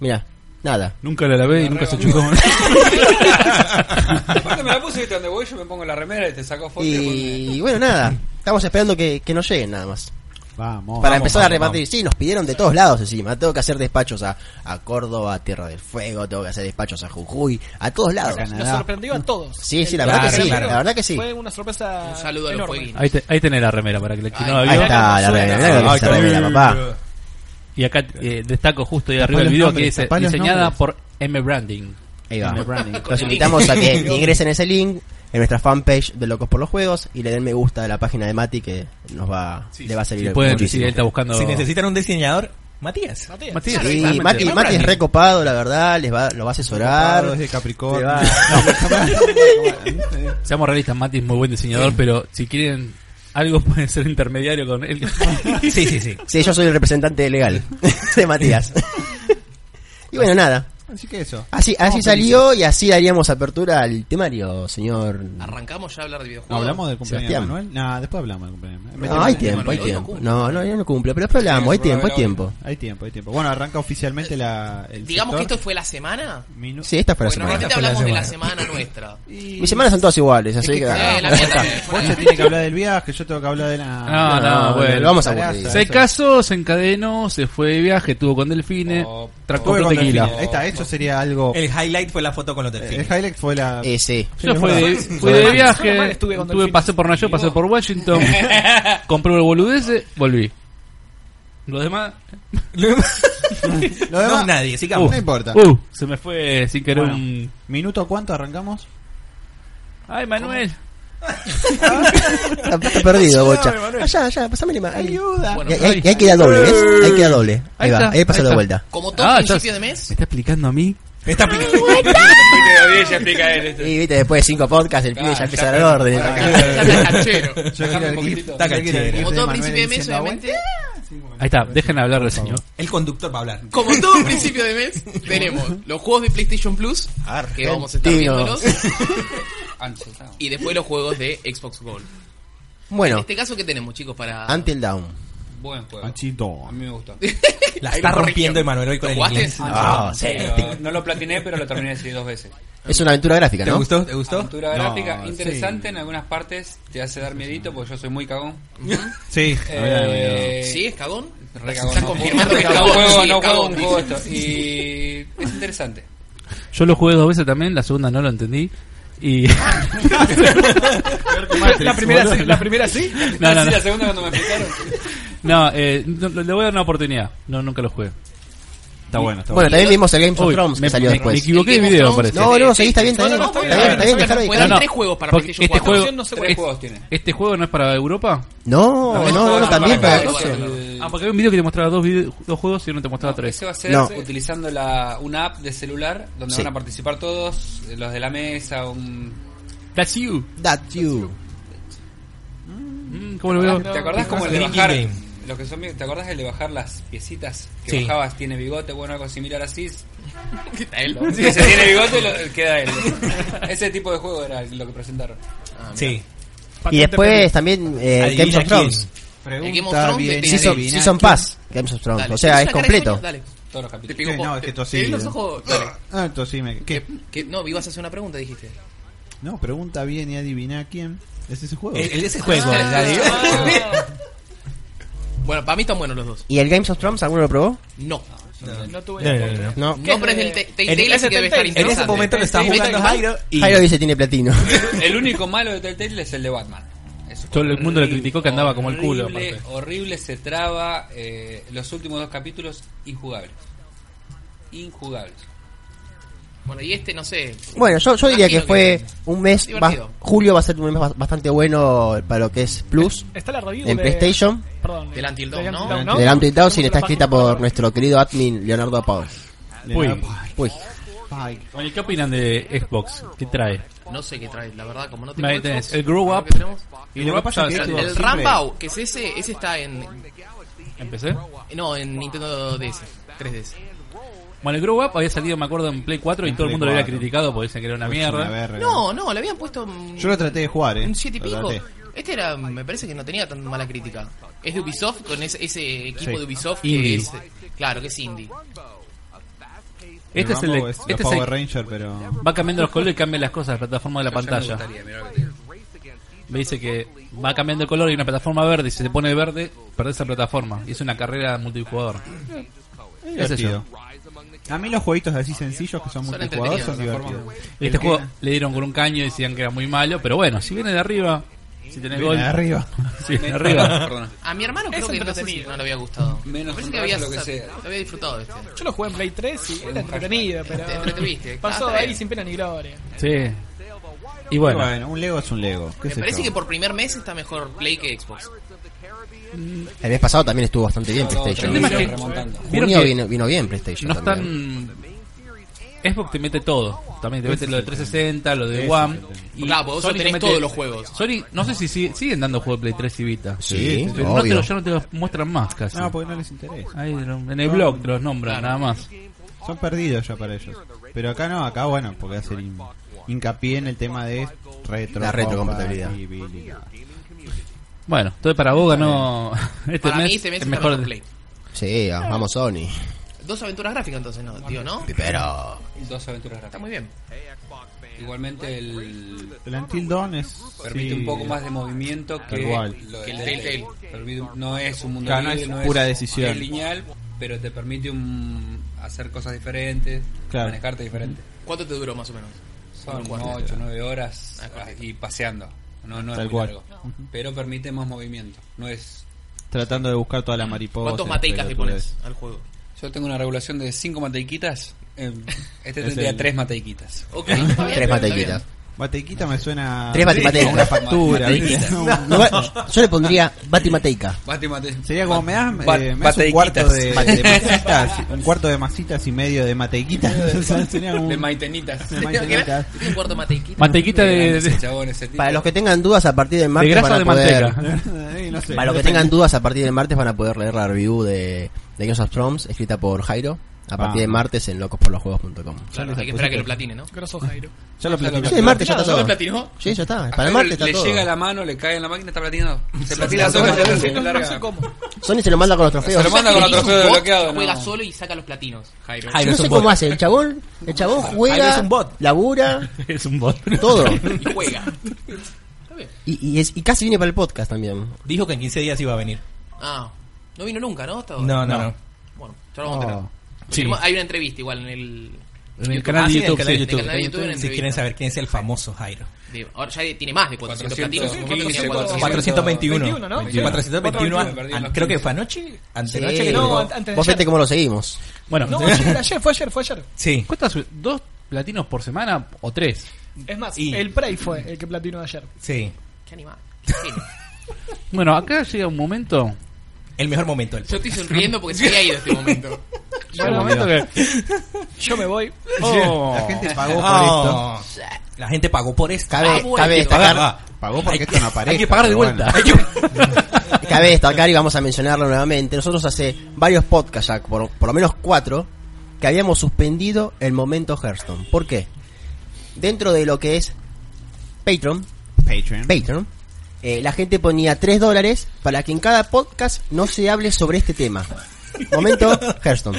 Speaker 1: Mira, nada.
Speaker 6: nunca la lavé y nunca se
Speaker 2: rebanco.
Speaker 6: chupó.
Speaker 2: Aparte me la puse, viste, donde voy yo me pongo la remera y te saco foto y, después me-
Speaker 1: Y bueno, nada. Estamos esperando que, que nos lleguen nada más.
Speaker 4: Vamos.
Speaker 1: Para
Speaker 4: vamos,
Speaker 1: empezar a
Speaker 4: vamos,
Speaker 1: repartir. Sí, nos pidieron de todos lados encima. Tengo que hacer despachos a, a Córdoba, a Tierra del Fuego. Tengo que hacer despachos a Jujuy. A todos lados.
Speaker 4: Acá nada.
Speaker 8: Nos sorprendió a todos.
Speaker 1: Sí, sí, la
Speaker 8: El
Speaker 1: verdad
Speaker 8: primer
Speaker 1: que sí,
Speaker 8: primero
Speaker 1: la verdad que sí.
Speaker 8: Fue una sorpresa.
Speaker 3: Un saludo a los
Speaker 8: enorme.
Speaker 3: jueguinos.
Speaker 6: Ahí, te- ahí tenés la remera para que le que no la
Speaker 1: Ahí
Speaker 6: vio.
Speaker 1: está la remera, mirá lo que es esa remera, papá.
Speaker 6: Ah, Y acá eh, destaco justo ahí
Speaker 4: Tapá
Speaker 6: arriba el
Speaker 4: los
Speaker 6: video
Speaker 4: nombres,
Speaker 6: que dice
Speaker 4: tapá los
Speaker 6: diseñada
Speaker 4: nombres.
Speaker 6: por M Branding.
Speaker 1: Ahí va.
Speaker 4: vamos. Branding.
Speaker 1: Los invitamos a que ingresen ese link en nuestra fanpage de Locos por los Juegos y le den me gusta a la página de Mati que nos va, le va a
Speaker 6: Si
Speaker 1: servir
Speaker 6: pueden, si
Speaker 1: muchísimo.
Speaker 6: él está buscando.
Speaker 7: Si necesitan un diseñador, Matías.
Speaker 8: Matías.
Speaker 6: Matías,
Speaker 1: Sí,
Speaker 6: exactamente.
Speaker 1: Mati,
Speaker 6: M
Speaker 1: Mati es
Speaker 6: Branding.
Speaker 1: recopado, la verdad, les va, lo va a
Speaker 4: Ocupado
Speaker 1: asesorar.
Speaker 4: desde
Speaker 1: Te
Speaker 4: Capricornio.
Speaker 1: va-
Speaker 6: Seamos realistas, Mati es muy buen diseñador, pero si quieren algo pueden ser intermediario con él.
Speaker 7: Sí, sí, sí.
Speaker 1: Sí, yo soy el representante legal de Matías. y bueno, nada.
Speaker 4: Así que eso.
Speaker 1: Así, así
Speaker 4: Vamos,
Speaker 1: salió y así daríamos apertura al temario, señor.
Speaker 3: Arrancamos ya a hablar de videojuegos.
Speaker 4: ¿No hablamos del cumpleaños de
Speaker 1: Ah, Sebastián.
Speaker 4: Manuel? No, después hablamos del cumpleaños.
Speaker 1: No, hay tiempo, hay
Speaker 3: Manuel,
Speaker 1: tiempo.
Speaker 3: hoy no
Speaker 1: No, no, yo no cumple, pero después hablamos, hay tiempo, hay tiempo.
Speaker 4: Hay tiempo, hay tiempo. Bueno, arranca oficialmente la... El
Speaker 3: Digamos que
Speaker 4: sector.
Speaker 3: esto fue la semana.
Speaker 4: Minu-
Speaker 1: Sí, esta fue la
Speaker 3: Porque
Speaker 1: semana.
Speaker 3: normalmente
Speaker 7: Esta fue la
Speaker 3: hablamos de la semana nuestra.
Speaker 4: Y-
Speaker 1: Mis semanas son todas iguales, así que...
Speaker 3: Eh,
Speaker 1: ya
Speaker 3: la mía
Speaker 1: está.
Speaker 3: también fue
Speaker 4: Vos
Speaker 3: una-
Speaker 4: se tiene que hablar del viaje, yo tengo que hablar de la...
Speaker 6: No, no, bueno.
Speaker 1: lo vamos a
Speaker 4: Pará,
Speaker 1: aburrir.
Speaker 4: se-
Speaker 6: Se casó, se encadenó, se fue de viaje, estuvo con Delfine,
Speaker 2: Oh,
Speaker 6: tracó
Speaker 4: Tuve
Speaker 6: con
Speaker 4: con
Speaker 6: tequila.
Speaker 4: delfines. Esta, esto sería algo...
Speaker 7: El highlight fue la foto con los
Speaker 4: El
Speaker 7: delfines.
Speaker 4: highlight fue la...
Speaker 1: Eh, sí.
Speaker 6: Yo fui de, fui de
Speaker 8: Solo mal-
Speaker 6: viaje,
Speaker 8: solo mal estuve con
Speaker 6: tuve,
Speaker 8: delfines.
Speaker 6: pasé por Nueva York, pasé por Washington, compré el boludece, volví. Los demás,
Speaker 4: Lo
Speaker 1: eh,
Speaker 4: demás-
Speaker 7: No, nadie, sigamos.
Speaker 4: No importa.
Speaker 6: uh, se me fue sin querer
Speaker 4: Bueno,
Speaker 6: un...
Speaker 4: ¿Minuto cuánto arrancamos?
Speaker 6: Ay, Manuel.
Speaker 1: Está, está perdido, bocha.
Speaker 7: Manuel.
Speaker 1: Allá, allá, pasame la imagen.
Speaker 4: Ayuda.
Speaker 1: Y
Speaker 3: Bueno,
Speaker 1: ahí- ahí- ahí queda doble, ¿ves? Ahí queda doble. Ahí va,
Speaker 6: está,
Speaker 1: ahí pasa
Speaker 6: ahí
Speaker 1: la
Speaker 6: está.
Speaker 1: vuelta.
Speaker 3: como todo
Speaker 6: Ah,
Speaker 3: principio
Speaker 6: ya-
Speaker 3: de mes,
Speaker 6: ¿Me está explicando a mí?
Speaker 7: Esta aplicación-
Speaker 2: ella explica él. este.
Speaker 1: Y viste, después de cinco podcasts, el pibe
Speaker 2: Ah,
Speaker 1: ya
Speaker 2: ya
Speaker 1: empieza a
Speaker 2: está.
Speaker 1: dar orden.
Speaker 2: Ahora
Speaker 3: ya está canchero.
Speaker 4: Yo quiero
Speaker 2: Bajame
Speaker 4: el
Speaker 2: un
Speaker 4: gif-
Speaker 2: poquitito.
Speaker 7: Está
Speaker 4: yo quiero el
Speaker 7: cachero.
Speaker 4: gif
Speaker 3: Como
Speaker 4: de
Speaker 3: todo
Speaker 4: Manuel
Speaker 3: principio de mes,
Speaker 4: diciendo,
Speaker 3: obviamente,
Speaker 4: "Aguante".
Speaker 6: Ahí está, dejen hablar al señor.
Speaker 7: El conductor va a hablar.
Speaker 3: Como todo principio de mes, tenemos los juegos de PlayStation Plus, que vamos a estar
Speaker 1: Argentino.
Speaker 3: viéndolos,
Speaker 2: Antes,
Speaker 3: y después los juegos de Xbox Gold. En
Speaker 1: Bueno,
Speaker 3: este caso, ¿qué tenemos, chicos, para...?
Speaker 1: Until Down.
Speaker 2: Buen juego.
Speaker 4: Panchito.
Speaker 2: A mí me gustó.
Speaker 7: La
Speaker 3: Ahí
Speaker 7: está
Speaker 3: lo corrigió.
Speaker 7: rompiendo Emanuel hoy con
Speaker 3: ¿Lo
Speaker 7: el
Speaker 3: jugaste?
Speaker 7: inglés.
Speaker 1: Ah, sí.
Speaker 2: Pero no lo platiné, pero lo terminé de decir dos veces.
Speaker 1: Es una aventura gráfica,
Speaker 7: ¿Te
Speaker 1: Ah, ¿no?
Speaker 7: gustó? ¿Te gustó?
Speaker 2: Aventura
Speaker 4: No,
Speaker 2: gráfica interesante
Speaker 4: sí.
Speaker 2: en algunas partes, te hace dar miedito porque yo soy muy cagón.
Speaker 4: Sí.
Speaker 2: Eh,
Speaker 3: ¿Sí? ¿Es cagón?
Speaker 2: Re cagón.
Speaker 3: Está
Speaker 2: no
Speaker 3: confirmando
Speaker 2: juego,
Speaker 3: que es
Speaker 2: no juego,
Speaker 3: cagón, sí, es
Speaker 2: no juego un
Speaker 3: cagón.
Speaker 2: juego esto. Y es interesante.
Speaker 6: Yo lo jugué dos veces también, la segunda no lo entendí. Y.
Speaker 8: La primera sí, la primera sí.
Speaker 6: No, no,
Speaker 2: Sí,
Speaker 6: no.
Speaker 2: La segunda cuando me explicaron.
Speaker 6: No, eh, no, le voy a dar una oportunidad. No, nunca lo jugué.
Speaker 4: Está bueno, está
Speaker 1: Bueno,
Speaker 4: bueno.
Speaker 1: también vimos el Game of
Speaker 6: Uy,
Speaker 1: Thrones
Speaker 6: me-
Speaker 1: que salió
Speaker 6: me-
Speaker 1: después.
Speaker 6: me equivoqué de
Speaker 3: El Game of
Speaker 6: video, me
Speaker 3: Thrones
Speaker 6: parece.
Speaker 1: No,
Speaker 3: de
Speaker 1: no, seguí, está bien,
Speaker 3: PlayStation.
Speaker 1: está
Speaker 3: No,
Speaker 1: bien,
Speaker 3: no,
Speaker 1: está bien, está bien,
Speaker 3: no,
Speaker 1: déjalo ahí,
Speaker 3: puede
Speaker 1: está
Speaker 3: haber
Speaker 6: bien.
Speaker 3: tres juegos para
Speaker 6: Porque
Speaker 3: PlayStation
Speaker 6: este
Speaker 3: 4.
Speaker 6: juego-
Speaker 8: Yo no sé cuál
Speaker 2: Tres
Speaker 8: es.
Speaker 2: juegos tiene.
Speaker 6: ¿Este juego no es para Europa?
Speaker 1: No,
Speaker 2: No,
Speaker 1: no,
Speaker 2: no,
Speaker 1: no,
Speaker 2: no,
Speaker 1: también
Speaker 2: no,
Speaker 1: para
Speaker 3: no,
Speaker 1: coso.
Speaker 3: no, no.
Speaker 6: Ah, porque había un video que te mostraba dos, vide- dos juegos y uno te mostraba tres.
Speaker 2: Ese va a ser
Speaker 1: No.
Speaker 2: utilizando la, una app de celular donde
Speaker 1: Sí.
Speaker 2: van a participar todos, eh, los de la mesa, un...
Speaker 6: That's you.
Speaker 1: That you.
Speaker 6: Mm, ¿Cómo lo veo?
Speaker 2: ¿Te acordás como el de
Speaker 7: Drinking
Speaker 2: bajar?
Speaker 7: game.
Speaker 2: Los que son, ¿Te acordás el de bajar las piecitas? Que
Speaker 7: Sí.
Speaker 2: bajabas, tiene bigote, bueno, algo similar así.
Speaker 3: Está él.
Speaker 2: Si ese tiene bigote, lo- queda él. Ese tipo de juego era lo que presentaron.
Speaker 7: Sí.
Speaker 1: Y después también eh, Games
Speaker 7: Adivina
Speaker 1: of Thrones.
Speaker 3: El Game of Thrones de
Speaker 1: Sí, son-
Speaker 3: Adivina
Speaker 1: sí son Pass, Games of Thrones.
Speaker 3: Dale.
Speaker 1: O sea,
Speaker 3: ¿Tenés
Speaker 1: es
Speaker 3: una cara de
Speaker 1: completo.
Speaker 3: coño? Dale.
Speaker 2: Todos los
Speaker 3: Te
Speaker 2: capítulos.
Speaker 3: pegó
Speaker 4: Sí,
Speaker 3: posta.
Speaker 4: no, es que
Speaker 3: Te-
Speaker 4: tosí,
Speaker 3: te vi los
Speaker 4: eh.
Speaker 3: ojos. Dale.
Speaker 4: Ah, entonces sí me... ¿Qué?
Speaker 3: Que- No, ibas a hacer una pregunta, dijiste.
Speaker 4: No, pregunta bien y adivina quién. ¿Es ese juego?
Speaker 7: El, el- ese juego. el- el-
Speaker 3: Bueno, para mí están buenos los dos.
Speaker 1: ¿Y el Games of Thrones alguno lo probó?
Speaker 3: No.
Speaker 8: No tuve
Speaker 7: No,
Speaker 8: la
Speaker 7: no,
Speaker 8: oportunidad.
Speaker 7: no,
Speaker 1: No.
Speaker 7: no.
Speaker 3: No, pero es del Telltale, así que debe estar
Speaker 7: En ese
Speaker 3: interesante.
Speaker 7: momento lo estaba
Speaker 2: Sí, sí,
Speaker 7: jugando
Speaker 2: sí.
Speaker 7: Jairo y
Speaker 1: Jairo dice tiene platino.
Speaker 2: El único malo de Telltale es el de Batman. Eso fue
Speaker 6: Todo el mundo lo
Speaker 2: horrible,
Speaker 6: criticó que andaba como el culo,
Speaker 2: Horrible,
Speaker 6: aparte.
Speaker 2: horrible, se traba. eh, los últimos dos capítulos, injugables. Injugables.
Speaker 3: Bueno, y este, no sé.
Speaker 1: Bueno, yo, yo diría que
Speaker 3: Imagino
Speaker 1: fue un mes más.
Speaker 3: divertido.
Speaker 1: Julio va a ser un mes bas- bastante bueno para lo que es Plus.
Speaker 8: Está la review
Speaker 1: En
Speaker 8: de-
Speaker 1: PlayStation.
Speaker 8: Perdón.
Speaker 3: Del Until Dawn,
Speaker 8: del
Speaker 3: ¿no?
Speaker 8: Until
Speaker 1: Del Until Dawn,
Speaker 8: Tenemos
Speaker 1: está
Speaker 8: la
Speaker 1: escrita
Speaker 8: página.
Speaker 1: por nuestro querido admin Leonardo Pau.
Speaker 6: Uy.
Speaker 1: Uy.
Speaker 6: Bueno, ¿y ¿Qué opinan de Xbox? ¿Qué trae?
Speaker 3: No sé qué trae, la verdad, como no tengo
Speaker 6: Ahí
Speaker 3: Xbox,
Speaker 6: tenés el Grow
Speaker 3: ¿sabes
Speaker 6: Up.
Speaker 3: qué tenemos?
Speaker 4: Y lo que pasa es que
Speaker 6: ¿sabes?
Speaker 4: Xbox-
Speaker 3: El
Speaker 4: siempre-
Speaker 3: Rambau, que es ese, ese está en...
Speaker 6: ¿Empecé?
Speaker 3: No, en Nintendo DS, 3DS.
Speaker 6: Bueno, el Grow Up había salido, me acuerdo, en Play 4 y
Speaker 4: En
Speaker 6: todo el
Speaker 4: Play
Speaker 6: mundo lo había
Speaker 4: 4.
Speaker 6: criticado porque decían que era una mierda.
Speaker 3: No,
Speaker 4: No.
Speaker 3: no, le habían puesto un,
Speaker 4: Yo lo traté de jugar, eh.
Speaker 3: un 7 y
Speaker 4: Lo
Speaker 3: pico.
Speaker 4: traté.
Speaker 3: Este era, me parece que no tenía tan mala crítica. Es de Ubisoft, con ese, ese equipo
Speaker 4: Sí.
Speaker 3: de Ubisoft
Speaker 6: Indie.
Speaker 3: que es... Claro, que es indie.
Speaker 6: Este es el,
Speaker 4: Rambo
Speaker 6: de-
Speaker 4: es
Speaker 6: este
Speaker 4: los
Speaker 6: es el-
Speaker 4: Power Ranger, pero...
Speaker 6: va cambiando los colores y cambia las cosas, la plataforma de la
Speaker 2: Yo ya me
Speaker 6: pantalla.
Speaker 2: gustaría, mirá lo que te digo.
Speaker 6: Me dice que va cambiando el color y una plataforma verde y si se pone verde, perdés esa plataforma. Y es una carrera multijugador.
Speaker 4: Es
Speaker 6: divertido.
Speaker 4: A mí los jueguitos así sencillos que son
Speaker 3: Son
Speaker 4: multijugador son
Speaker 2: entretenidos,
Speaker 4: divertidos.
Speaker 6: Este juego le dieron con un caño y decían que era muy malo, pero bueno, si viene de arriba, si tenés
Speaker 4: Viene
Speaker 6: gol,
Speaker 4: de arriba.
Speaker 6: si viene de arriba.
Speaker 2: Perdona.
Speaker 3: A mi hermano creo que no, sé si
Speaker 8: entretenido.
Speaker 3: no le había gustado.
Speaker 2: Menos
Speaker 3: me parece
Speaker 2: un
Speaker 3: que había,
Speaker 2: rayo, lo que sea.
Speaker 3: había disfrutado este.
Speaker 8: Yo lo jugué en Play 3 y era entretenido, pero.
Speaker 3: Te entretuviste.
Speaker 8: Pasó
Speaker 3: Ah,
Speaker 8: de
Speaker 3: está
Speaker 8: ahí
Speaker 3: bien.
Speaker 8: sin pena ni gloria.
Speaker 6: Sí. Y
Speaker 4: Bueno.
Speaker 6: bueno,
Speaker 4: un Lego es un Lego. ¿Qué
Speaker 3: Me
Speaker 4: sé
Speaker 3: parece
Speaker 4: yo?
Speaker 3: que por primer mes está mejor Play que Xbox.
Speaker 1: El mes pasado también estuvo bastante bien
Speaker 2: Todo
Speaker 1: PlayStation.
Speaker 6: tema es
Speaker 2: tranquilo,
Speaker 6: que-
Speaker 2: remontando.
Speaker 6: vieron
Speaker 1: Junio
Speaker 6: que-
Speaker 1: vino, vino bien PlayStation.
Speaker 6: no
Speaker 1: también.
Speaker 6: están... Xbox te mete todo. También te mete lo de 360, lo de One. Y
Speaker 3: Claro, porque vos
Speaker 6: Sony
Speaker 3: tenés
Speaker 6: te mete-
Speaker 3: todos los juegos.
Speaker 6: Sony, no sé si sigue- siguen dando juegos de Play 3 y Vita.
Speaker 1: Sí,
Speaker 6: Pero no te
Speaker 1: obvio.
Speaker 6: los- ya no te los muestran más casi.
Speaker 4: No, porque no les interesa.
Speaker 6: Ahí en el blog te los nombran, nada más.
Speaker 4: Son perdidos ya para ellos. Pero acá no, acá bueno, porque hacen hin- hincapié en el tema de retro.
Speaker 1: La retrocompatibilidad.
Speaker 4: compatibilidad.
Speaker 6: Bueno, entonces para vos ganó este
Speaker 3: Para
Speaker 6: mes,
Speaker 3: mí este mes
Speaker 6: el
Speaker 3: está
Speaker 6: mejor
Speaker 3: mejor
Speaker 6: de-
Speaker 3: Play.
Speaker 1: Sí, vamos Sony.
Speaker 3: Dos aventuras gráficas entonces, no, tío, ¿no?
Speaker 1: Pero.
Speaker 2: Dos aventuras
Speaker 3: Está
Speaker 2: gráficas.
Speaker 3: muy bien.
Speaker 2: Igualmente el...
Speaker 4: El Until Dawn es.
Speaker 2: Permite
Speaker 4: sí,
Speaker 2: un poco más de movimiento que,
Speaker 4: Tal cual.
Speaker 2: lo de
Speaker 3: Que el
Speaker 2: Telltale.
Speaker 3: Telltale.
Speaker 2: Permite un- No es un mundo
Speaker 4: Claro, no
Speaker 2: libre,
Speaker 4: es pura
Speaker 2: es-
Speaker 4: decisión.
Speaker 2: Es lineal, pero te permite un- hacer cosas diferentes,
Speaker 4: Claro.
Speaker 2: manejarte diferente.
Speaker 3: ¿Cuánto te duró más o menos?
Speaker 2: Son
Speaker 3: Tal cual.
Speaker 2: 8 9 horas
Speaker 3: Ah, cortito.
Speaker 2: y paseando. No, no es
Speaker 4: Tal
Speaker 2: muy
Speaker 4: cual.
Speaker 2: largo. Pero permite más movimiento. No es
Speaker 4: Tratando de buscar todas las mariposas.
Speaker 3: ¿Cuántos mateicas le
Speaker 4: pelotudes.
Speaker 3: pones al juego?
Speaker 2: yo tengo una regulación de 5 mateiquitas. eh, Este
Speaker 4: Es
Speaker 2: tendría
Speaker 4: el-
Speaker 2: 3 mateiquitas.
Speaker 3: Ok, está bien,
Speaker 1: Tres
Speaker 3: está
Speaker 1: mateiquitas.
Speaker 3: bien.
Speaker 4: Batequita me suena
Speaker 1: Tres
Speaker 4: a
Speaker 1: batimatecas.
Speaker 4: Ah, una factura, ¿viste?
Speaker 1: No, va- yo le pondría Batimateica.
Speaker 2: Bati, mate.
Speaker 4: Sería como me das, eh,
Speaker 2: Bat-
Speaker 4: me das un
Speaker 2: bateiquitas.
Speaker 4: cuarto de, de masitas, un cuarto de masitas y medio de mateiquitas. Sería como
Speaker 2: De
Speaker 4: un-
Speaker 2: maitenitas.
Speaker 4: de
Speaker 3: Tengo que ver,
Speaker 4: mateiquitas.
Speaker 3: tengo un cuarto matequita.
Speaker 6: Mantequita de,
Speaker 2: Ese
Speaker 6: de-
Speaker 2: chabón, ese tipo.
Speaker 1: Para los que tengan dudas a partir del martes
Speaker 6: grasa
Speaker 1: van a
Speaker 6: de
Speaker 1: poder-
Speaker 6: manteca.
Speaker 4: Eh, no sé.
Speaker 1: Para los que tengan dudas a partir del martes van a poder leer la review de, de Games of Thrones escrita por Jairo a partir de martes en locosporlosjuegos.com.
Speaker 3: Claro, hay que esperar a que lo platine, ¿no?
Speaker 8: Grosso Jairo.
Speaker 4: Ya lo platico.
Speaker 1: Sí, el martes ya
Speaker 3: Claro,
Speaker 1: está
Speaker 3: ¿no lo
Speaker 1: todo.
Speaker 3: platinó?
Speaker 1: Sí, ya está. Para
Speaker 2: Acá
Speaker 1: el martes está
Speaker 2: le
Speaker 1: todo.
Speaker 2: llega la mano, le cae en la máquina, está platinado. Se platina
Speaker 1: sí,
Speaker 2: todo,
Speaker 1: sí,
Speaker 2: ya
Speaker 1: sí,
Speaker 2: se
Speaker 1: sí,
Speaker 2: lo
Speaker 8: No sé
Speaker 2: larga.
Speaker 8: cómo.
Speaker 1: Sony se lo manda con los
Speaker 2: Se
Speaker 1: trofeos.
Speaker 2: lo manda con
Speaker 3: ¿Sabes
Speaker 2: los
Speaker 3: que le hizo un
Speaker 2: trofeos
Speaker 3: bot?
Speaker 2: desbloqueados.
Speaker 3: Juega
Speaker 2: no.
Speaker 3: solo y saca los platinos, Jairo.
Speaker 1: Yo no sé cómo hace. El chabón, el chabón
Speaker 7: Jairo es
Speaker 1: juega,
Speaker 7: un bot.
Speaker 1: labura,
Speaker 6: Es un bot.
Speaker 1: todo.
Speaker 3: Y juega.
Speaker 1: Y, y, es- y casi viene para el podcast también.
Speaker 7: Dijo que en 15 días iba a venir.
Speaker 3: Ah, no vino nunca, Oh, ¿no? Hasta ahora.
Speaker 7: No, no, no.
Speaker 3: Bueno, ya lo vamos a tener.
Speaker 4: Oh.
Speaker 3: Sí. Hay una entrevista igual en el.
Speaker 6: En el canal
Speaker 7: Ah,
Speaker 6: de
Speaker 7: sí, en el
Speaker 6: YouTube.
Speaker 7: canal de
Speaker 6: sí.
Speaker 3: En
Speaker 7: YouTube.
Speaker 3: el canal de YouTube, en
Speaker 7: Si
Speaker 3: entrevista.
Speaker 7: quieren saber quién es el famoso Jairo.
Speaker 3: de- ahora ya tiene más de 400,
Speaker 2: 400,
Speaker 3: platinos.
Speaker 2: ¿cuánto
Speaker 3: ¿Cuántos
Speaker 2: dice?
Speaker 3: tenía? 400?
Speaker 7: 421.
Speaker 8: 21, ¿no?
Speaker 7: 421.
Speaker 2: 421,
Speaker 7: an- Creo que fue anoche. Antenoche.
Speaker 1: Sí.
Speaker 7: que lo
Speaker 8: No,
Speaker 7: dijo.
Speaker 8: antes de
Speaker 1: Vos
Speaker 8: ayer.
Speaker 1: vete cómo lo seguimos.
Speaker 6: Bueno,
Speaker 8: No, ayer, ayer, fue ayer, fue ayer.
Speaker 7: Sí.
Speaker 6: ¿cuesta su- dos platinos por semana o tres?
Speaker 8: Es más,
Speaker 7: Y-
Speaker 8: el Prey fue el que platinó ayer.
Speaker 7: Sí.
Speaker 3: Qué animal. Qué genio.
Speaker 6: Bueno, acá llega un momento.
Speaker 7: El mejor momento. del
Speaker 3: Yo estoy sonriendo porque se había ido este momento.
Speaker 6: Llega un momento que.
Speaker 8: Yo me voy.
Speaker 6: Oh.
Speaker 4: La gente pagó por esto.
Speaker 7: Oh. La gente pagó por esto.
Speaker 1: Cabe,
Speaker 3: Ah, bueno.
Speaker 1: cabe
Speaker 7: Ah,
Speaker 1: destacar,
Speaker 7: va.
Speaker 4: Pagó porque esto no aparece.
Speaker 7: Hay que pagar de
Speaker 4: pero
Speaker 7: vuelta.
Speaker 4: bueno.
Speaker 1: cabe destacar y vamos a mencionarlo nuevamente. Nosotros hace varios podcasts ya, por, por lo menos cuatro, que habíamos suspendido el momento Hearthstone. ¿Por qué? Dentro de lo que es Patreon,
Speaker 4: Patreon.
Speaker 1: Patreon, eh, la gente ponía 3 dólares para que en cada podcast no se hable sobre este tema. Momento, Hearthstone.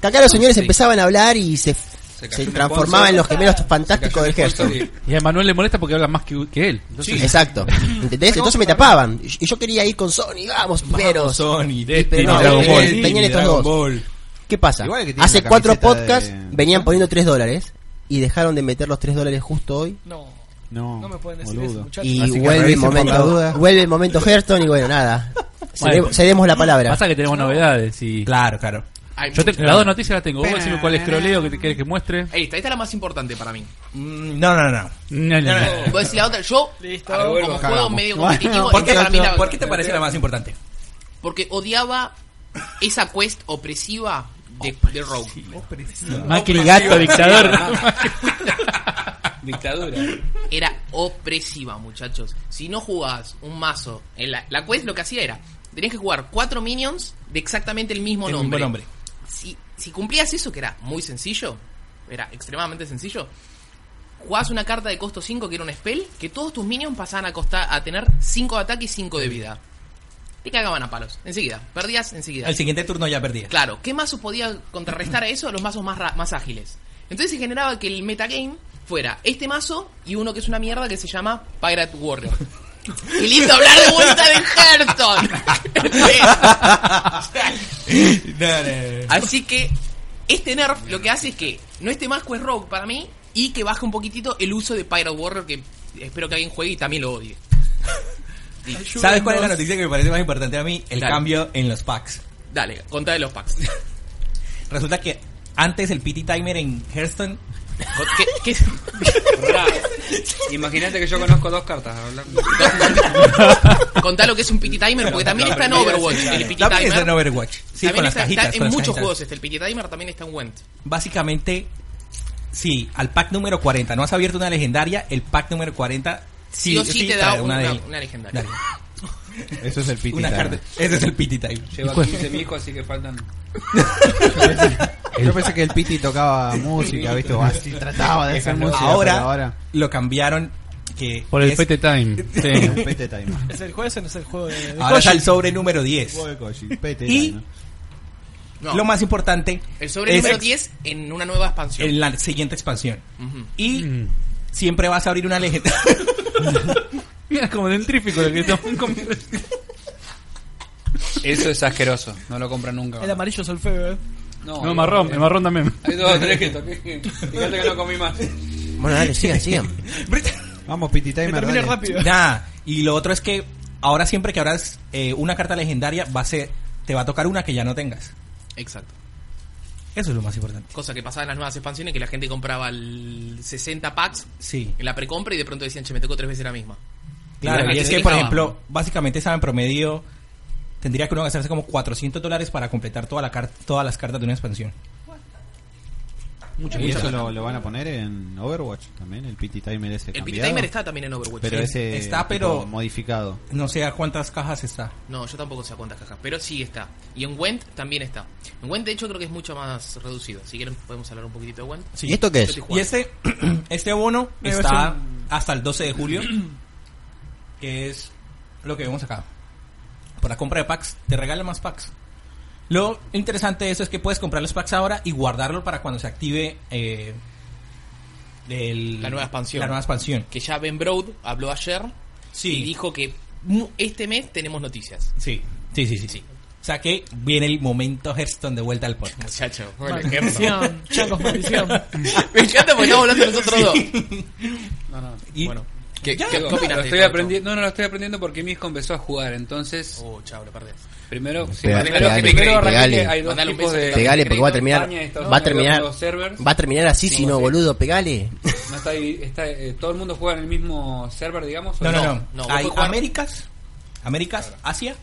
Speaker 1: Que acá los señores empezaban a hablar y se, se,
Speaker 2: cayó un
Speaker 1: transformaban en los
Speaker 2: sponsor.
Speaker 1: gemelos
Speaker 2: Se cayó
Speaker 1: fantásticos
Speaker 2: el
Speaker 1: del
Speaker 2: sponsor
Speaker 1: Hearthstone.
Speaker 2: y-
Speaker 6: Y a Manuel le molesta porque habla más que, que él. Entonces,
Speaker 1: Exacto. ¿Entendés? Entonces me tapaban. Y y yo quería ir con Sony, vamos, pero...
Speaker 7: Sony,
Speaker 1: pero no,
Speaker 7: Dragon
Speaker 1: eh,
Speaker 7: Ball.
Speaker 1: venían
Speaker 7: Destiny,
Speaker 1: estos
Speaker 7: Dragon
Speaker 1: dos.
Speaker 7: Ball.
Speaker 1: ¿Qué pasa?
Speaker 4: Igual que tiene
Speaker 1: Hace
Speaker 4: la
Speaker 1: cuatro
Speaker 4: camiseta
Speaker 1: podcasts
Speaker 4: de-
Speaker 1: venían poniendo 3 dólares y dejaron de meter los 3 dólares justo hoy.
Speaker 8: No.
Speaker 4: No,
Speaker 8: No me pueden decir
Speaker 4: boludo.
Speaker 8: eso, muchachos.
Speaker 1: Y
Speaker 4: Así que
Speaker 1: vuelve el,
Speaker 4: revisen por la
Speaker 1: momento,
Speaker 4: duda.
Speaker 1: vuelve el momento Hearthstone y bueno, nada.
Speaker 6: Bueno.
Speaker 1: Cede- Cedemos la palabra.
Speaker 6: Pasa que tenemos novedades. Y
Speaker 7: Claro, claro.
Speaker 3: Hay
Speaker 6: yo te,
Speaker 3: mucho.
Speaker 6: las dos noticias las tengo. Vos decime cuál es croleo que te querés que muestre.
Speaker 3: Ahí está, esta es la más importante para mí.
Speaker 7: Mm, No, no, no.
Speaker 6: No, no, no.
Speaker 3: Voy a decir la otra. Yo,
Speaker 8: Listo.
Speaker 3: como
Speaker 2: Bueno,
Speaker 3: juego
Speaker 4: cagamos.
Speaker 3: medio competitivo,
Speaker 7: ¿Por qué,
Speaker 3: esta para mí la-
Speaker 7: ¿por qué te parece la más importante?
Speaker 3: Porque odiaba esa quest opresiva de, de Rogue.
Speaker 6: Más que el gato dictador.
Speaker 2: Dictadura.
Speaker 3: Era opresiva, muchachos. Si no jugabas un mazo, en la, la quest lo que hacía era, tenías que jugar cuatro minions de exactamente el mismo
Speaker 7: El mismo
Speaker 3: nombre.
Speaker 7: nombre.
Speaker 3: Si, si cumplías eso, que era muy sencillo, era extremadamente sencillo, jugabas una carta de costo 5 que era un spell, que todos tus minions pasaban a, costa- a tener 5 de ataque y 5 de vida. Te cagaban a palos, enseguida. Perdías enseguida.
Speaker 7: El siguiente turno ya perdí.
Speaker 3: Claro, ¿qué mazo podía contrarrestar a eso? Los mazos más, ra- más ágiles. Entonces se generaba que el metagame fuera este mazo y uno que es una mierda que se llama Pirate Warrior. Y listo, hablar de vuelta de Hearthstone.
Speaker 7: No, no, no.
Speaker 3: Así que este nerf lo que hace es que no esté más Quest Rogue para mí y que baje un poquitito el uso de Pirate Warrior que espero que alguien juegue y también lo odie.
Speaker 7: ¿Sabes cuál es la noticia que me parece más importante a mí? El
Speaker 3: Dale.
Speaker 7: cambio en los packs.
Speaker 3: Dale, contá de los packs.
Speaker 7: Resulta que antes el PT timer en Hearthstone
Speaker 3: ¿Qué- qué-
Speaker 2: Pará. Imagínate que yo conozco dos cartas. hablando.
Speaker 3: Contá lo que es un PT Timer porque también está en Overwatch el PT
Speaker 7: también está en
Speaker 3: Timer.
Speaker 7: Overwatch. Sí,
Speaker 3: También
Speaker 7: con las
Speaker 3: está,
Speaker 7: cajitas.
Speaker 3: está
Speaker 7: con
Speaker 3: en
Speaker 7: las
Speaker 3: muchos
Speaker 7: cajitas.
Speaker 3: juegos está el Pity Timer, también está en Went.
Speaker 7: Básicamente, sí, al pack número 40 no has abierto una legendaria, el pack número 40
Speaker 3: Sí o sí te da
Speaker 7: trae
Speaker 3: una-
Speaker 7: de-
Speaker 3: una legendaria.
Speaker 7: Dale,
Speaker 4: Eso es el piti.
Speaker 7: una carta. Ese es el PT timer.
Speaker 2: Lleva 15 mijos, así que faltan.
Speaker 4: Yo pensé que el piti tocaba música, ¿viste? O así trataba de hacer música.
Speaker 7: ahora,
Speaker 4: pero ahora.
Speaker 7: lo cambiaron que
Speaker 6: Por el
Speaker 7: es-
Speaker 6: PT Time. Sí.
Speaker 4: Pete Time.
Speaker 8: ¿Es el jueves o no es el juego de, de
Speaker 7: ahora está
Speaker 8: Koji?
Speaker 7: el sobre número 10.
Speaker 4: Juego de Koji, Pete
Speaker 7: Y-
Speaker 4: Time.
Speaker 3: No,
Speaker 7: Lo más importante
Speaker 3: el sobre
Speaker 7: es
Speaker 3: número 10 en una nueva expansión.
Speaker 7: en la siguiente expansión.
Speaker 3: Ujú.
Speaker 7: Y siempre vas a abrir una legendaria.
Speaker 6: Mira, es como dentrífico lo que estamos comiendo.
Speaker 2: Eso es asqueroso. No lo compran nunca.
Speaker 8: El amarillo es el feo, eh.
Speaker 6: No, marrón, el marrón también.
Speaker 2: Hay dos o tres que toqué. Fíjate que no comí más.
Speaker 1: Bueno, dale, sigan, sigan.
Speaker 4: Vamos, Pity
Speaker 8: Que
Speaker 4: Timer.
Speaker 8: termine
Speaker 4: dale.
Speaker 8: rápido.
Speaker 7: Nada. Y lo otro es que ahora siempre que abras eh, una carta legendaria va a ser te va a tocar una que ya no tengas.
Speaker 3: Exacto.
Speaker 7: Eso es lo más importante.
Speaker 3: Cosa que pasaba en las nuevas expansiones, que la gente compraba el 60 packs
Speaker 7: Sí.
Speaker 3: en la precompra y de pronto decían, che, me tocó tres veces la misma.
Speaker 7: Claro,
Speaker 3: Bueno,
Speaker 7: y
Speaker 3: que
Speaker 7: es
Speaker 3: se
Speaker 7: que, por
Speaker 3: dejaba.
Speaker 7: ejemplo, básicamente estaba en promedio, tendría que uno gastarse como 400 dólares para completar toda la car- todas las cartas de una expansión.
Speaker 4: ¿Y eso lo, lo van a poner en Overwatch también? El PT Timer ese
Speaker 3: El Pity
Speaker 4: cambiado.
Speaker 3: Timer está también en Overwatch.
Speaker 4: Pero
Speaker 3: Sí.
Speaker 4: ese
Speaker 7: Está,
Speaker 4: tipo
Speaker 7: pero-
Speaker 4: modificado.
Speaker 7: No sé a cuántas cajas está.
Speaker 3: No, yo tampoco sé a cuántas cajas, pero sí está. Y en Went también está. En Went, de hecho, creo que es mucho más reducido. Si quieren, podemos hablar un poquitito de Went.
Speaker 1: ¿Y esto qué
Speaker 3: Yo
Speaker 1: es?
Speaker 3: estoy
Speaker 7: Y
Speaker 3: jugando.
Speaker 7: este, este bono
Speaker 2: Debe
Speaker 7: está
Speaker 2: ser
Speaker 7: hasta el 12 de julio, que es lo que vemos acá. Por la compra de packs, te regalan más packs. Lo interesante de eso es que puedes comprar los packs ahora y guardarlo para cuando se active eh, el-
Speaker 3: La nueva expansión.
Speaker 7: La nueva expansión.
Speaker 3: Que ya Ben Broad habló ayer y
Speaker 7: Sí,
Speaker 3: dijo que mu- este mes tenemos noticias.
Speaker 7: sí, sí, sí, sí,
Speaker 3: Sí.
Speaker 7: O sea que viene el momento Hearthstone de vuelta al podcast.
Speaker 3: Muchacho, bueno, ejemplo.
Speaker 8: Maldición, chicos, maldición.
Speaker 3: Me encanta porque estamos hablando nosotros dos.
Speaker 7: Y-
Speaker 3: Bueno, ¿qué,
Speaker 7: Ya,
Speaker 3: qué-
Speaker 7: no,
Speaker 3: qué opinas
Speaker 2: Lo
Speaker 3: de
Speaker 2: estoy
Speaker 3: esto,
Speaker 2: aprendiendo, no, no lo estoy aprendiendo porque mi hijo empezó a jugar, entonces
Speaker 3: Nacho? Oh, chao, lo perdés.
Speaker 2: primero, sí,
Speaker 1: Pega-
Speaker 2: primero,
Speaker 1: pegale,
Speaker 2: primero arranqué
Speaker 1: pegale.
Speaker 2: que hay dos
Speaker 3: Mandale un
Speaker 2: tipos
Speaker 3: beso.
Speaker 2: de
Speaker 1: Pegale, porque va a terminar.
Speaker 2: España y Estados
Speaker 1: Va a
Speaker 2: Unidos,
Speaker 1: terminar.
Speaker 2: los servers.
Speaker 1: Va a terminar así, si no,
Speaker 2: Sí.
Speaker 1: boludo, pegale.
Speaker 2: No está ahí- está, eh, todo el mundo juega en el mismo server, digamos. ¿o
Speaker 7: No, no,
Speaker 3: No,
Speaker 7: no.
Speaker 3: no, vos
Speaker 7: Hay
Speaker 3: podés jugar-
Speaker 7: Américas, Américas, Asia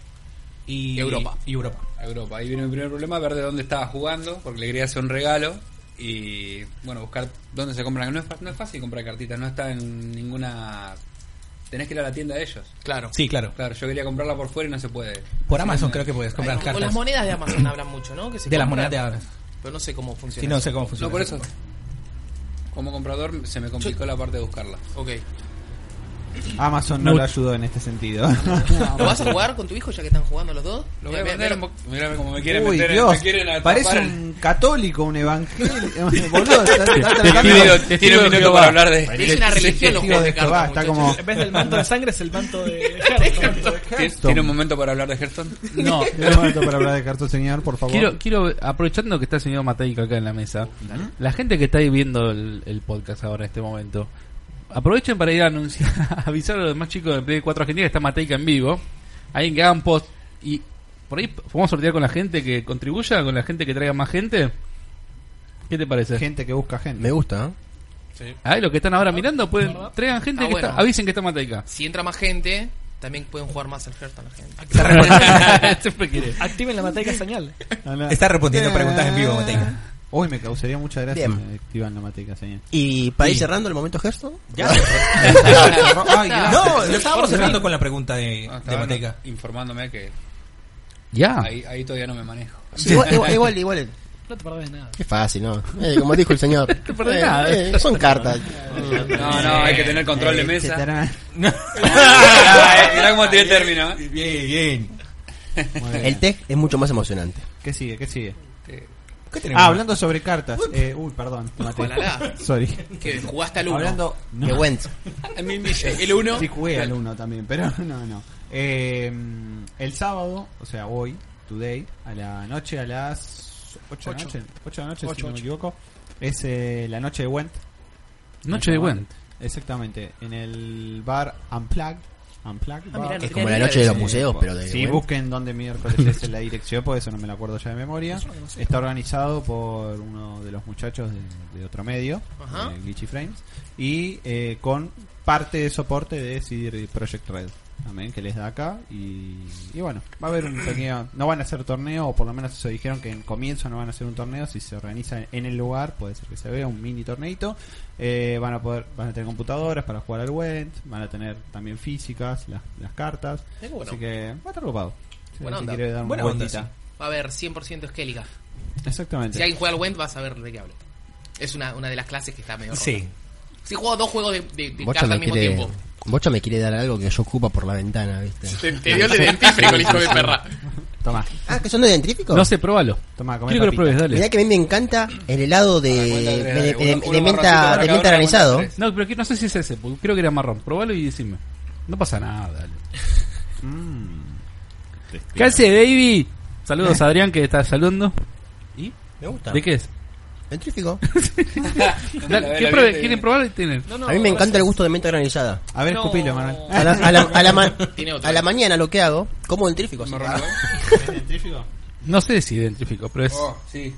Speaker 7: y
Speaker 3: Europa.
Speaker 7: Y Europa.
Speaker 2: Europa. Ahí vino mi primer problema, ver de dónde estaba jugando, porque le quería hacer un regalo. Y bueno, buscar dónde se compran. No es, fa- no es fácil comprar cartitas, no está en ninguna. Tenés que ir a la tienda de ellos.
Speaker 3: Claro.
Speaker 7: Sí, claro.
Speaker 2: Claro, yo quería comprarla por fuera y no se puede.
Speaker 7: Por Amazon creo que puedes comprar
Speaker 3: Con- Con
Speaker 7: cartas.
Speaker 3: las monedas de Amazon hablan mucho, ¿no? Que se
Speaker 7: De las
Speaker 3: compran,
Speaker 7: monedas de ahora.
Speaker 3: Pero no sé cómo funciona.
Speaker 7: Sí, no sé cómo funciona.
Speaker 2: No, por eso. Como comprador se me complicó la parte de buscarla.
Speaker 3: Ok.
Speaker 4: Amazon no,
Speaker 6: No.
Speaker 4: lo ayudó en este sentido.
Speaker 3: ¿Lo vas a jugar con tu hijo ya que están jugando los dos? Eh,
Speaker 2: Lo voy a
Speaker 3: Mira, mira,
Speaker 2: vender.
Speaker 3: mira.
Speaker 2: Mírame como me quieren
Speaker 4: Uy,
Speaker 2: meter.
Speaker 4: Dios,
Speaker 2: me quieren atrapar
Speaker 4: parece
Speaker 2: en-
Speaker 4: un católico, un evangélico. boludo, está, está tratando-
Speaker 2: Testigo- testigo de este Jehová.
Speaker 3: Es una religión los
Speaker 4: testigo
Speaker 3: juegos
Speaker 4: de
Speaker 3: de
Speaker 4: Jehová,
Speaker 3: cartas,
Speaker 4: está
Speaker 3: muchachos.
Speaker 4: como...
Speaker 8: En vez del manto de sangre es el manto de Hearthstone.
Speaker 2: ¿Tiene- ¿Tiene un momento para hablar de Hearthstone?
Speaker 6: No,
Speaker 4: Un momento para hablar de cartón, señor, por favor.
Speaker 6: Quiero, quiero, aprovechando que está el señor Mateico acá en la mesa, la gente que está ahí viendo el, el podcast ahora en este momento, aprovechen para ir a anunciar, a avisar a los demás chicos de Play 4 Argentina que está Mateica en vivo, ahí que hagan post y por ahí vamos a sortear con la gente que contribuya, con la gente que traiga más gente. ¿Qué te parece?
Speaker 4: Gente que busca gente.
Speaker 1: Me gusta, ¿eh?
Speaker 6: Ahí los que están ahora mirando pueden traigan gente
Speaker 3: Ah,
Speaker 6: que
Speaker 3: bueno.
Speaker 6: está, avisen que está Mateica.
Speaker 3: Si entra más gente, también pueden jugar más al Hearthstone la gente.
Speaker 6: Siempre quiere.
Speaker 8: Activen la mataica señal.
Speaker 4: Hola.
Speaker 7: Está respondiendo preguntas en vivo,
Speaker 4: Eh,
Speaker 7: Mateca.
Speaker 4: Hoy me causaría mucha gracia
Speaker 1: Bien.
Speaker 4: que activan la mateca, señor.
Speaker 1: Y para ir cerrando el momento Hearthstone.
Speaker 4: Ay,
Speaker 1: Ah.
Speaker 7: No, lo estábamos cerrando con la pregunta de,
Speaker 2: No,
Speaker 7: de
Speaker 2: Ah, estaba
Speaker 7: Mateca.
Speaker 2: informándome que
Speaker 6: Ya.
Speaker 2: ahí, ahí todavía no me manejo.
Speaker 1: Igual, igual, igual, igual.
Speaker 8: No te perdés nada.
Speaker 1: Qué fácil, ¿no? Eh, como dijo el señor.
Speaker 6: perdés
Speaker 1: Eh,
Speaker 6: nada,
Speaker 1: eh, son cartas.
Speaker 2: No, no, hay que tener control de mesa.
Speaker 4: etcétera.
Speaker 2: Mirá mirá cómo tiene término. ¿eh?
Speaker 7: Bien, bien.
Speaker 4: Muy bien.
Speaker 1: El tech es mucho más emocionante.
Speaker 4: ¿Qué sigue? ¿Qué sigue?
Speaker 7: ¿Qué tenemos?
Speaker 4: Ah, hablando sobre cartas. Eh, uy, perdón. te maté.
Speaker 3: Ojalá.
Speaker 4: Sorry.
Speaker 3: Que jugaste al uno.
Speaker 4: Hablando. no.
Speaker 1: Que Wentz.
Speaker 3: El uno.
Speaker 4: Sí jugué al uno también, pero no, no. Eh, el sábado, o sea, hoy, today, a la noche, a las 8 de la
Speaker 8: Ocho.
Speaker 4: noche, 8 de la noche, si
Speaker 8: Ocho,
Speaker 4: no me
Speaker 8: ocho.
Speaker 4: equivoco, es eh, la noche de Went.
Speaker 6: Noche de Wendt.
Speaker 4: Exactamente, en el bar Unplugged. Unplugged
Speaker 3: Ah,
Speaker 4: Bar.
Speaker 3: mirá, no
Speaker 1: Que es
Speaker 3: tenía
Speaker 1: como
Speaker 3: ni
Speaker 1: la
Speaker 3: idea
Speaker 1: noche de los
Speaker 3: ese-
Speaker 1: museos, pero de.
Speaker 4: Sí,
Speaker 1: Wentz.
Speaker 4: busquen donde miércoles es la dirección, porque eso no me la acuerdo ya de memoria. Está organizado por uno de los muchachos de, de otro medio,
Speaker 3: Ajá.
Speaker 4: de Glitchy Frames, y eh, con parte de soporte de CD Project Red, amén, que les da acá. Y, y bueno, va a haber un pequeño. No van a hacer torneo, o por lo menos eso dijeron que en comienzo no van a hacer un torneo. Si se organiza en el lugar, puede ser que se vea un mini torneito. Eh, van a poder van a tener computadoras para jugar al Went, van a tener también físicas, las, las cartas.
Speaker 3: Qué bueno.
Speaker 4: Así que va a estar copado. Si
Speaker 3: Buena
Speaker 4: alguien
Speaker 3: onda.
Speaker 4: quiere dar una
Speaker 7: Buena onda,
Speaker 4: vueltita.
Speaker 3: Va a haber 100% esquélica.
Speaker 4: Exactamente.
Speaker 3: Si alguien juega al Went, vas a ver de qué hablo. Es una, una de las clases que está medio rota.
Speaker 7: Sí.
Speaker 3: Si juego dos juegos de, de, de
Speaker 1: Bocha
Speaker 3: cartas
Speaker 1: me
Speaker 3: al mismo
Speaker 1: quiere.
Speaker 3: tiempo.
Speaker 1: Bocha me quiere dar algo que yo ocupa por la ventana, ¿viste?
Speaker 3: Te, te dio el de dentífrico el hijo de perra.
Speaker 4: Toma,
Speaker 1: Ah, que son de dentríficos.
Speaker 6: No sé, probalo.
Speaker 4: toma, come
Speaker 6: Quiero que lo
Speaker 4: papita.
Speaker 6: pruebes, dale.
Speaker 1: Mirá que a mí me encanta el helado de,
Speaker 2: Ahora, cuenta
Speaker 1: de,
Speaker 2: tres, dale.
Speaker 1: de-
Speaker 2: Uno-
Speaker 1: de-
Speaker 2: uno
Speaker 1: de
Speaker 2: más
Speaker 1: menta, de menta
Speaker 2: rapidito, ahora cada uno cuenta
Speaker 1: granizado.
Speaker 2: tres.
Speaker 6: No, pero que- no sé si es ese, porque creo que era marrón. Probalo y decime. No pasa nada, dale. ¿Qué hace, baby? Saludos a Adrián que está saludando. ¿Y?
Speaker 1: Me gusta.
Speaker 6: ¿De qué es?
Speaker 1: Dentrífico.
Speaker 6: Dale,
Speaker 2: La-
Speaker 6: ¿qué
Speaker 2: la-
Speaker 6: pruebe?
Speaker 2: la-
Speaker 6: ¿Quieren probar y tienen?
Speaker 8: este- No, no,
Speaker 1: A mí me encanta
Speaker 8: gracias.
Speaker 1: el gusto de menta granizada.
Speaker 4: A ver,
Speaker 8: No.
Speaker 4: escupilo, Manuel.
Speaker 1: A la, a la, a la ma-
Speaker 3: Tiene otro.
Speaker 1: a la mañana lo que hago, como dentrífico. así.
Speaker 2: Marrón, ¿no?
Speaker 8: Oh.
Speaker 6: No sé si identifico, pero es.
Speaker 2: Oh, sí.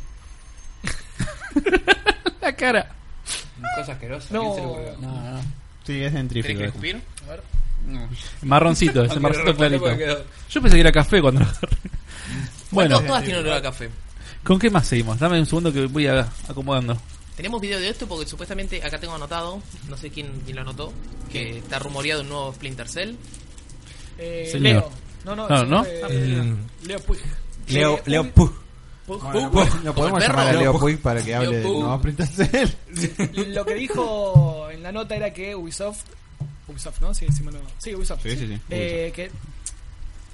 Speaker 6: La cara.
Speaker 2: Cosa asquerosa.
Speaker 8: No.
Speaker 2: ¿quién se le ocurrió?
Speaker 6: No, no.
Speaker 4: Sí, es
Speaker 3: ¿Tenés que
Speaker 4: dentrífico.
Speaker 3: escupir?
Speaker 6: Marroncito, ese
Speaker 2: Aunque
Speaker 6: marroncito
Speaker 2: lo respondí
Speaker 6: clarito.
Speaker 2: porque quedó.
Speaker 6: Yo pensé que era café cuando lo agarré.
Speaker 3: Bueno,
Speaker 6: Bueno,
Speaker 3: todas tienen olor a café.
Speaker 6: ¿con qué más seguimos? Dame un segundo que voy a- acomodando.
Speaker 3: Tenemos video de esto porque supuestamente acá tengo anotado, no sé quién, quién lo anotó, que está rumoreado un nuevo Splinter Cell.
Speaker 8: Eh,
Speaker 6: Señor.
Speaker 8: Leo. No, no,
Speaker 6: No,
Speaker 8: ese
Speaker 6: ¿no?
Speaker 8: fue-
Speaker 4: Eh.
Speaker 7: El-
Speaker 8: Leo Puig.
Speaker 7: Leo,
Speaker 8: Puig-
Speaker 7: Leo Puh.
Speaker 8: Puig.
Speaker 4: Lo
Speaker 3: Como
Speaker 4: podemos
Speaker 3: el perro.
Speaker 4: llamar a Leo
Speaker 7: Leo
Speaker 4: Puig para que hable de
Speaker 3: Puig.
Speaker 4: no Splinter
Speaker 8: Lo que dijo en la nota era que Ubisoft. Ubisoft, ¿no? Sí, sí, bueno, sí, Ubisoft.
Speaker 4: Sí, sí, sí,
Speaker 8: Eh, que.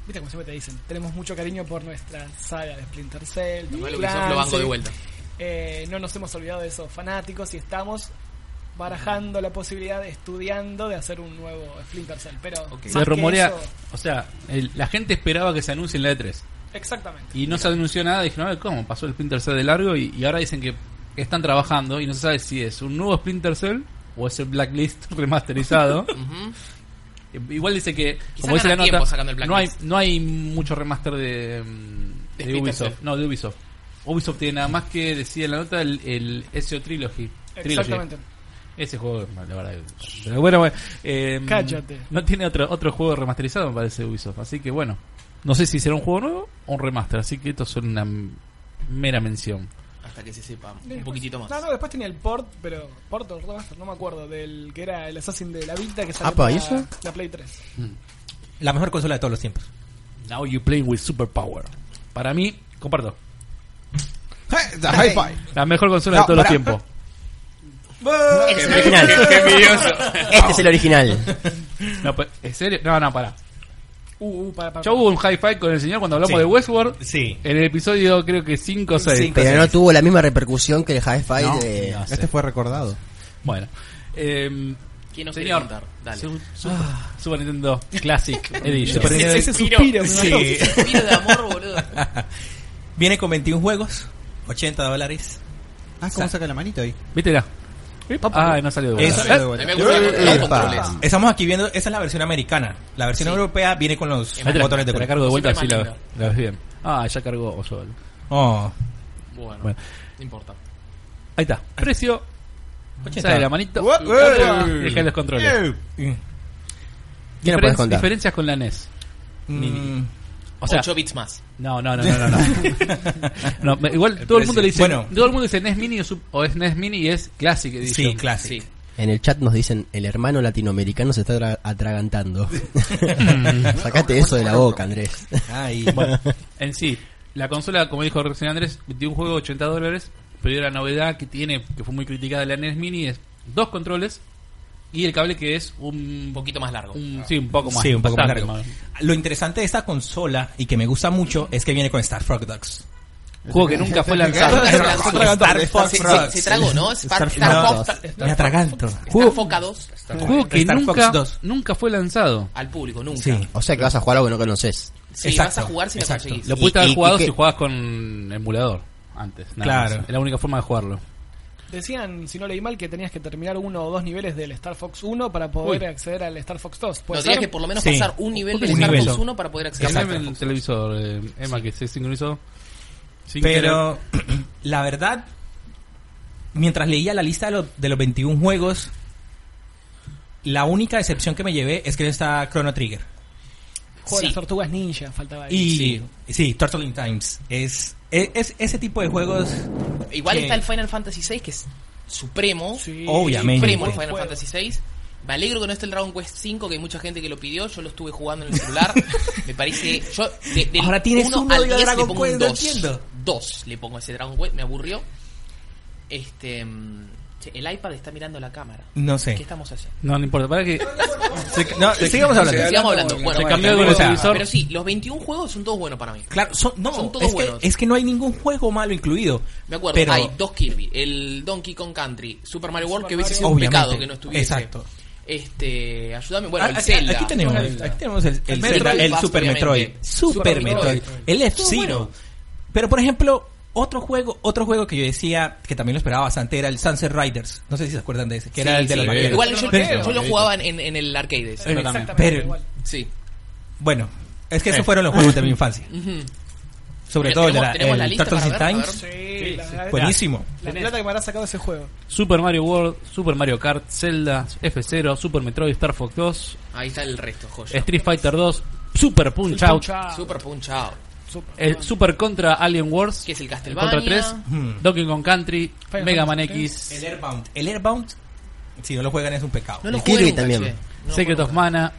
Speaker 8: Viste cómo siempre te dicen, tenemos mucho cariño por nuestra saga de Splinter Cell. Tom
Speaker 3: Igual
Speaker 8: Clancy.
Speaker 3: Ubisoft lo banco de vuelta.
Speaker 8: Eh, no nos hemos olvidado de esos fanáticos y estamos barajando la posibilidad, estudiando de hacer un nuevo Splinter Cell. Pero más
Speaker 6: Se
Speaker 8: que
Speaker 6: rumorea,
Speaker 8: eso-
Speaker 6: o sea, el- la gente esperaba que se anuncie en la E E3
Speaker 8: exactamente.
Speaker 6: y no se anunció nada. Dijeron, "Ay, ¿cómo? Pasó el Splinter Cell de largo y, y ahora dicen que están trabajando y no se sabe si es un nuevo Splinter Cell o es el Blacklist remasterizado.
Speaker 3: Ujú.
Speaker 6: Eh, Igual dice que,
Speaker 3: Quizá
Speaker 6: como dice la
Speaker 3: ganan tiempo
Speaker 6: nota,
Speaker 3: sacando el
Speaker 6: no hay,
Speaker 3: Blacklist.
Speaker 6: no hay mucho remaster de, mm,
Speaker 3: De
Speaker 6: de
Speaker 3: Splinter
Speaker 6: Ubisoft.
Speaker 3: Cell.
Speaker 6: No, de Ubisoft. Ubisoft tiene nada más que decía la nota el, el SEO Trilogy. Trilogy.
Speaker 8: Exactamente.
Speaker 6: Ese juego, la verdad. que- Pero bueno, bueno. eh,
Speaker 8: Cállate.
Speaker 6: No tiene otro, otro juego remasterizado, me parece Ubisoft. Así que bueno. No sé si será un juego nuevo o un remaster. Así que esto es una m- mera mención.
Speaker 3: Hasta que se sepa un
Speaker 8: Después-
Speaker 3: poquitito más.
Speaker 8: No, no, después tenía el port, pero. Port o remaster, no me acuerdo. Del que era el Assassin de la Vita que salió
Speaker 1: Apa,
Speaker 8: para
Speaker 1: ¿y eso?
Speaker 8: la Play 3.
Speaker 7: La mejor consola de todos los tiempos.
Speaker 6: Now you playing with superpower. Para mí, comparto.
Speaker 4: The High Five.
Speaker 6: La mejor consola
Speaker 4: No,
Speaker 6: de todos los
Speaker 4: pará.
Speaker 6: tiempos.
Speaker 3: Es
Speaker 1: el original. Este es el original.
Speaker 6: No, pe- ¿En serio? No, no, pará.
Speaker 8: Uh, uh, para, para.
Speaker 6: Ya hubo un hi-fi con el señor cuando hablamos
Speaker 7: Sí.
Speaker 6: de Westworld.
Speaker 7: Sí.
Speaker 6: En el episodio, creo que 5 o 6.
Speaker 7: Cinco.
Speaker 1: Pero no tuvo la misma repercusión que el Hi-Fi
Speaker 4: No,
Speaker 1: de.
Speaker 4: no, este fue recordado.
Speaker 6: Bueno. Eh,
Speaker 3: ¿Quién nos quiere
Speaker 6: señor,
Speaker 3: contar? Dale.
Speaker 6: Su- su- Super Nintendo Classic Edition.
Speaker 7: Super
Speaker 8: Ese, ese
Speaker 3: Miro.
Speaker 8: suspiro, me mató.
Speaker 7: Sí.
Speaker 3: Miro de amor, boludo.
Speaker 7: Viene con 21 juegos, 80 dólares.
Speaker 4: Ah, ¿cómo saca la manito ahí?
Speaker 6: ¿Viste? la-
Speaker 8: Eh,
Speaker 6: Ah, no salió de
Speaker 7: Eso-
Speaker 6: vuelta.
Speaker 3: A mí me gustan los
Speaker 1: Epa.
Speaker 3: controles.
Speaker 7: Estamos aquí viendo, esa es la versión americana. La versión
Speaker 3: Sí.
Speaker 7: europea viene con los
Speaker 6: Ahí te la-
Speaker 7: botones
Speaker 6: te la
Speaker 7: de color.
Speaker 6: cargo de vuelta, así
Speaker 3: Siempre
Speaker 6: la,
Speaker 3: más
Speaker 6: la ves bien. Ah, ya cargó Oswald.
Speaker 7: Oh,
Speaker 3: Bueno,
Speaker 6: Bueno.
Speaker 3: no importa.
Speaker 6: Ahí está. Precio.
Speaker 7: 80.
Speaker 6: Sale la manito.
Speaker 4: Ué, ué.
Speaker 6: Deja los controles.
Speaker 7: Mm,
Speaker 1: ¿Qué nos
Speaker 6: Diferen-
Speaker 1: podés contar?
Speaker 6: diferencias con la E NES.
Speaker 7: Mm.
Speaker 6: O sea,
Speaker 3: 8 bits más.
Speaker 6: No, no, no, no, no. no. No, me- igual todo el mundo le dice,
Speaker 7: Bueno.
Speaker 6: todo el mundo dice NES Mini o, sub- o es NES Mini y es Classic Edition.
Speaker 7: Sí, Classic.
Speaker 3: Sí.
Speaker 1: En el chat nos dicen: el hermano latinoamericano se está tra- atragantando. Sacate eso de la boca, Andrés.
Speaker 7: Ay.
Speaker 6: Bueno, en sí, la consola, como dijo recién Andrés, 21 juegos, 80 dólares, pero la novedad que tiene, que fue muy criticada de la NES Mini, es dos controles y el cable que es un
Speaker 3: Un poquito más largo.
Speaker 6: un- sí, un poco más.
Speaker 7: Sí, un poco más
Speaker 6: bastante
Speaker 7: largo. Lo interesante de esta consola y que me gusta mucho es que viene con Star Frog Dogs.
Speaker 6: Juego que nunca fue lanzado.
Speaker 3: Se lanzó-
Speaker 7: Star Fox
Speaker 3: se-
Speaker 7: Frogs.
Speaker 3: se- se tragó, ¿no? Star- Star
Speaker 7: No,
Speaker 3: Fox-
Speaker 7: Me atraganto.
Speaker 3: Están enfocados
Speaker 6: Juego que
Speaker 7: Star Fox
Speaker 6: nunca,
Speaker 7: 2.
Speaker 6: nunca fue lanzado.
Speaker 3: al público, nunca.
Speaker 7: Sí.
Speaker 1: O sea que vas a jugar algo que no conoces.
Speaker 3: Sí,
Speaker 7: Exacto,
Speaker 3: vas a jugar si la
Speaker 7: exacto.
Speaker 3: conseguís.
Speaker 6: Lo
Speaker 1: Y-
Speaker 6: pudiste
Speaker 1: y-
Speaker 6: haber
Speaker 1: y
Speaker 6: jugado
Speaker 1: que-
Speaker 6: si jugabas con emulador antes. nada más.
Speaker 7: Claro.
Speaker 6: Es la única forma de jugarlo.
Speaker 8: Decían, si no leí mal, que tenías que terminar uno o dos niveles del Star Fox 1 para poder
Speaker 6: Uy.
Speaker 8: acceder al Star Fox 2.
Speaker 3: No,
Speaker 8: ¿Puede
Speaker 3: tenías
Speaker 8: ser?
Speaker 3: que por lo menos
Speaker 7: Sí.
Speaker 3: pasar un nivel
Speaker 7: Un
Speaker 3: del Star Fox
Speaker 7: nivel.
Speaker 3: 1 para poder acceder a
Speaker 6: Cambiame
Speaker 3: Star
Speaker 6: el
Speaker 3: Fox.
Speaker 6: televisor, eh, Emma, que se sincronizó. Sin querer.
Speaker 7: Pero la verdad, mientras leía la lista de, los- de los 21 juegos, la única decepción que me llevé es que no está Chrono Trigger.
Speaker 8: Juego de
Speaker 3: Sí.
Speaker 8: las tortugas ninja, faltaba ahí.
Speaker 7: Y
Speaker 3: Sí.
Speaker 7: sí, Turtle in Times. Es, es, es ese tipo de juegos,
Speaker 3: Igual
Speaker 7: Sí.
Speaker 3: está el Final Fantasy VI, que es supremo.
Speaker 8: Sí.
Speaker 7: obviamente.
Speaker 3: Supremo el Final
Speaker 8: Juego.
Speaker 3: Fantasy VI. Me alegro que no esté el Dragon Quest 5, que hay mucha gente que lo pidió. Yo lo estuve jugando en el celular. Me parece. Yo de, del
Speaker 7: Ahora tienes
Speaker 3: uno
Speaker 7: uno
Speaker 3: al
Speaker 7: de
Speaker 3: 10 le
Speaker 7: Dragon
Speaker 3: pongo un
Speaker 7: Quest, no
Speaker 3: 2.
Speaker 7: entiendo.
Speaker 3: 2 le pongo a ese Dragon Quest, me aburrió. Este. mm, che, El iPad está mirando la cámara.
Speaker 7: No
Speaker 3: ¿Qué
Speaker 7: sé.
Speaker 3: estamos haciendo?
Speaker 6: No, no importa. Para que
Speaker 7: No, sigamos hablando.
Speaker 3: Sigamos hablando. Bueno,
Speaker 6: Se
Speaker 3: bueno,
Speaker 6: cambió de
Speaker 3: pero-
Speaker 6: televisor.
Speaker 3: Pero sí, los 21 juegos son todos buenos para mí.
Speaker 7: Claro, son, no,
Speaker 3: Son todos
Speaker 7: es,
Speaker 3: buenos.
Speaker 7: que, es que no hay ningún juego malo incluido.
Speaker 3: Me acuerdo,
Speaker 7: Pero-
Speaker 3: hay dos Kirby, el Donkey Kong Country, Super Mario World,
Speaker 8: Super
Speaker 3: que hubiese
Speaker 8: Mario.
Speaker 3: sido un
Speaker 7: Obviamente.
Speaker 3: pecado que no estuviese.
Speaker 7: Exacto.
Speaker 3: Este, ayúdame, bueno,
Speaker 7: Ah,
Speaker 3: el
Speaker 7: aquí,
Speaker 3: Zelda.
Speaker 7: aquí tenemos, el, aquí tenemos el, el
Speaker 3: Metroid,
Speaker 7: Zelda, el
Speaker 3: vas,
Speaker 7: Super
Speaker 3: obviamente.
Speaker 7: Metroid.
Speaker 8: Super
Speaker 7: Super Metroid.
Speaker 8: Metroid.
Speaker 7: El
Speaker 3: Estuvo
Speaker 7: F-Zero.
Speaker 3: bueno.
Speaker 7: Pero por ejemplo, otro juego, otro juego que yo decía que también lo esperaba bastante era el Sunset Riders. No sé si se acuerdan de ese, que era
Speaker 3: Sí,
Speaker 7: el de
Speaker 3: sí,
Speaker 7: la bandera.
Speaker 3: Igual yo,
Speaker 7: Pero-
Speaker 3: yo lo jugaba en, en- en el arcade. ese.
Speaker 6: Pero
Speaker 8: Exactamente,
Speaker 7: pero-
Speaker 8: igual.
Speaker 3: Sí.
Speaker 7: Bueno, es que esos fueron los juegos de mi infancia.
Speaker 3: Eh. Ujú.
Speaker 7: Sobre
Speaker 3: Mira,
Speaker 7: todo el de
Speaker 3: tenemos-
Speaker 7: la,
Speaker 3: tenemos
Speaker 7: el
Speaker 3: la lista
Speaker 7: Turtles
Speaker 3: para
Speaker 7: in
Speaker 3: ver, a
Speaker 7: Times.
Speaker 3: ver.
Speaker 8: Sí. la- la- la-
Speaker 7: Buenísimo.
Speaker 8: La pelota que me habrá sacado ese juego.
Speaker 6: Super Mario World, Super Mario Kart, Zelda, F0, Super Metroid, Star Fox 2,
Speaker 3: Ahí está el resto, joya.
Speaker 6: Street Fighter 2, Super Punch Out,
Speaker 8: Punch-Out,
Speaker 3: Super Punch Out.
Speaker 8: Super-
Speaker 6: el Super Contra Alien Wars,
Speaker 3: Que es el
Speaker 6: el
Speaker 3: Castlevania.
Speaker 6: Contra 3, Donkey Kong Country,
Speaker 8: Final
Speaker 6: Mega Man
Speaker 8: Fantasy
Speaker 6: X,
Speaker 7: El Airbound. El Airbound, si no lo juegan es un pecado.
Speaker 3: No lo
Speaker 1: El
Speaker 3: jugué
Speaker 1: Kirby
Speaker 3: nunca,
Speaker 1: también.
Speaker 3: che. No lo
Speaker 6: Secret
Speaker 3: jugué
Speaker 6: of
Speaker 3: nunca.
Speaker 6: Mana,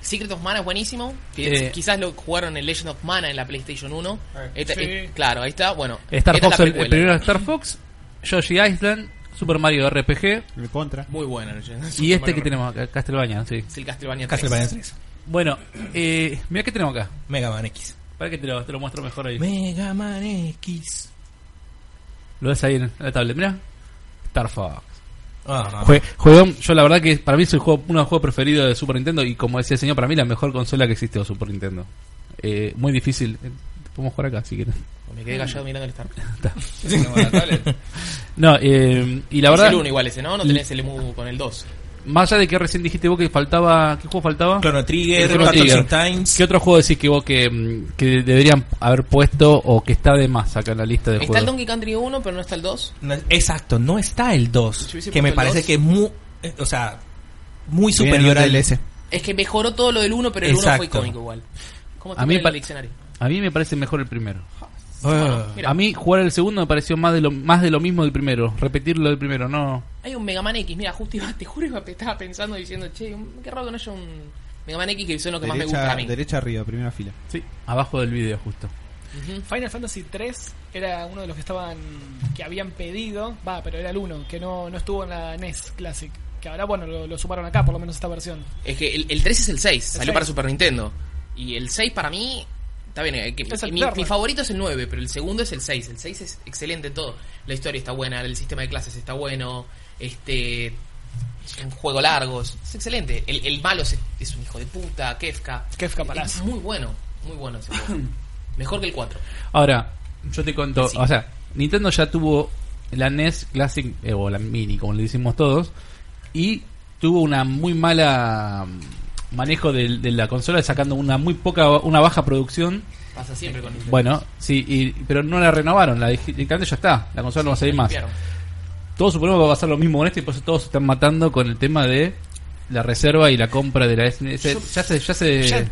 Speaker 3: Secret of Mana es buenísimo. Que
Speaker 6: Eh.
Speaker 3: quizás lo jugaron en Legend of Mana en la PlayStation 1. Esta-
Speaker 8: Sí.
Speaker 3: eh, claro, ahí está. Bueno,
Speaker 6: Star
Speaker 3: esta es
Speaker 6: Fox,
Speaker 3: la
Speaker 6: el, el
Speaker 3: precuela.
Speaker 6: primero de Star Fox, Yoshi Island, Super Mario RPG
Speaker 4: El contra.
Speaker 3: Muy bueno. ¿no?
Speaker 6: y este que tenemos acá, Castlevania, sí.
Speaker 3: Es el Castlevania 3.
Speaker 7: Castlevania 3.
Speaker 6: Bueno, eh, mira qué tenemos acá.
Speaker 7: Mega Man X.
Speaker 6: Para que te lo, te lo muestro mejor ahí.
Speaker 7: Mega Man X.
Speaker 6: Lo ves ahí en la tablet, mira. Star Fox.
Speaker 7: Ah,
Speaker 6: Jue- juegón, yo la verdad que para mí es el juego, uno de los juegos preferidos de Super Nintendo y como decía el señor, para mí la mejor consola que existe de Super Nintendo. Eh, muy difícil. Eh, Podemos jugar acá si quieren.
Speaker 3: Me quedé callado mirando el Star Fox.
Speaker 2: Tenemos la tablet.
Speaker 6: No, eh, y la
Speaker 3: es
Speaker 6: verdad,
Speaker 3: el 1 igual ese, ¿no? No tenés el EMU con el 2.
Speaker 6: más allá de que recién dijiste vos que faltaba, ¿qué juego faltaba?
Speaker 7: Chrono Trigger,
Speaker 6: Chrono
Speaker 7: 14
Speaker 6: Trigger.
Speaker 7: Times.
Speaker 6: ¿Qué otro juego decís que vos que, mm, que deberían haber puesto o que está de más acá en la lista de
Speaker 3: Está el
Speaker 6: juegos?
Speaker 3: Donkey Country 1, pero no está el 2.
Speaker 7: No, exacto, no está el 2.
Speaker 3: Yo hubiese
Speaker 7: Que me
Speaker 3: puesto el
Speaker 7: parece
Speaker 3: 2.
Speaker 7: que es muy. eh, o sea, muy
Speaker 4: Viene
Speaker 7: superior
Speaker 4: el
Speaker 7: al.
Speaker 4: DLC.
Speaker 3: Es que mejoró todo lo del 1, pero el 1 fue
Speaker 7: Exacto.
Speaker 3: icónico igual. ¿Cómo te
Speaker 6: A mí
Speaker 3: pone
Speaker 6: pa-
Speaker 3: el diccionario?
Speaker 6: A mí me parece mejor el primero.
Speaker 7: Ah.
Speaker 3: Mira.
Speaker 6: A mí jugar el segundo me pareció más de lo más de lo mismo del primero, repetir lo del primero, no.
Speaker 3: Hay un Mega Man X, mira, justo iba, te juro que estaba pensando diciendo, che, un- qué raro que no haya un Mega Man X que son los que más me gusta a
Speaker 4: Derecha,
Speaker 3: mí.
Speaker 4: derecha arriba, primera fila.
Speaker 6: Sí, abajo del video justo.
Speaker 3: Ujú.
Speaker 8: Final Fantasy 3 era uno de los que estaban que habían pedido, va, pero era el uno que no, no estuvo en la NES Classic, que ahora bueno, lo, lo sumaron acá por lo menos esta versión.
Speaker 3: Es que el, el 3 es el 6, salió
Speaker 8: seis.
Speaker 3: para Super Nintendo. Y el 6 para mí, está bien, eh, que-
Speaker 8: Es el
Speaker 3: mi,
Speaker 8: Perla.
Speaker 3: mi favorito es el 9, pero el segundo es el 6. El 6 es excelente en todo. La historia está buena, el sistema de clases está bueno, este es un juego largo, es es excelente. El, el malo es, es un hijo de puta, Kefka.
Speaker 8: Kefka
Speaker 3: Es-
Speaker 8: Palaz.
Speaker 3: Es muy bueno, muy bueno ese juego. Mejor que el 4.
Speaker 6: Ahora, yo te cuento,
Speaker 3: Sí.
Speaker 6: o sea, Nintendo ya tuvo la NES Classic eh, o la Mini, como le decimos todos, y tuvo una muy mala mm, manejo del- de, la consola sacando una muy poca una baja producción.
Speaker 3: Pasa siempre con Nintendo.
Speaker 6: Bueno, sí, y- pero no la renovaron, la dij- directamente ya está, la consola no va a salir más.
Speaker 3: Limpiaron.
Speaker 6: Todos suponemos que va a pasar lo mismo con este y por eso todos se están matando con el tema de la reserva y la compra de la SNES. Ya se, ya se-
Speaker 8: Ya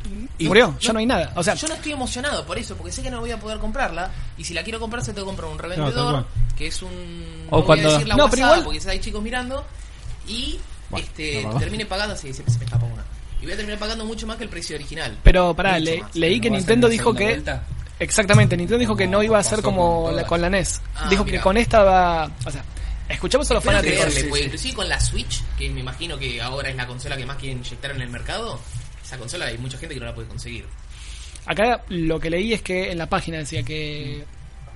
Speaker 8: murió, ya no hay nada. O sea,
Speaker 3: yo no estoy emocionado por eso, porque sé que no voy a poder comprarla. Y si la quiero comprar, se tengo que comprar un
Speaker 4: Claro,
Speaker 3: revendedor,
Speaker 4: tal
Speaker 3: que es un.
Speaker 6: O
Speaker 3: no
Speaker 6: cuando-
Speaker 3: voy a decir la
Speaker 8: No,
Speaker 3: guasada,
Speaker 8: pero igual-
Speaker 3: porque hay chicos mirando. Y
Speaker 4: Bueno,
Speaker 3: este
Speaker 4: la verdad.
Speaker 3: termine pagando, sí, siempre se me escapa una. Y voy a terminar pagando mucho más que el precio original.
Speaker 8: pero pará,
Speaker 3: Mucho
Speaker 8: le-
Speaker 3: más.
Speaker 8: leí
Speaker 2: ¿No
Speaker 8: que
Speaker 2: va a ser
Speaker 8: Nintendo
Speaker 2: una
Speaker 8: dijo
Speaker 2: segunda
Speaker 8: que
Speaker 2: vuelta?
Speaker 8: Exactamente, Nintendo dijo que
Speaker 2: Como
Speaker 8: no iba a ser
Speaker 2: pasó
Speaker 8: como
Speaker 2: con
Speaker 8: la-
Speaker 2: todas.
Speaker 8: con la NES.
Speaker 3: Ah,
Speaker 8: dijo
Speaker 3: mirá.
Speaker 8: que con esta va, o sea, escuchamos a los
Speaker 3: Espero
Speaker 8: fanáticos.
Speaker 3: creerle, pues, inclusive con la Switch, que me imagino que ahora es la consola que más quieren inyectar en el mercado. Esa consola hay mucha gente que no la puede conseguir.
Speaker 8: Acá lo que leí es que en la página decía que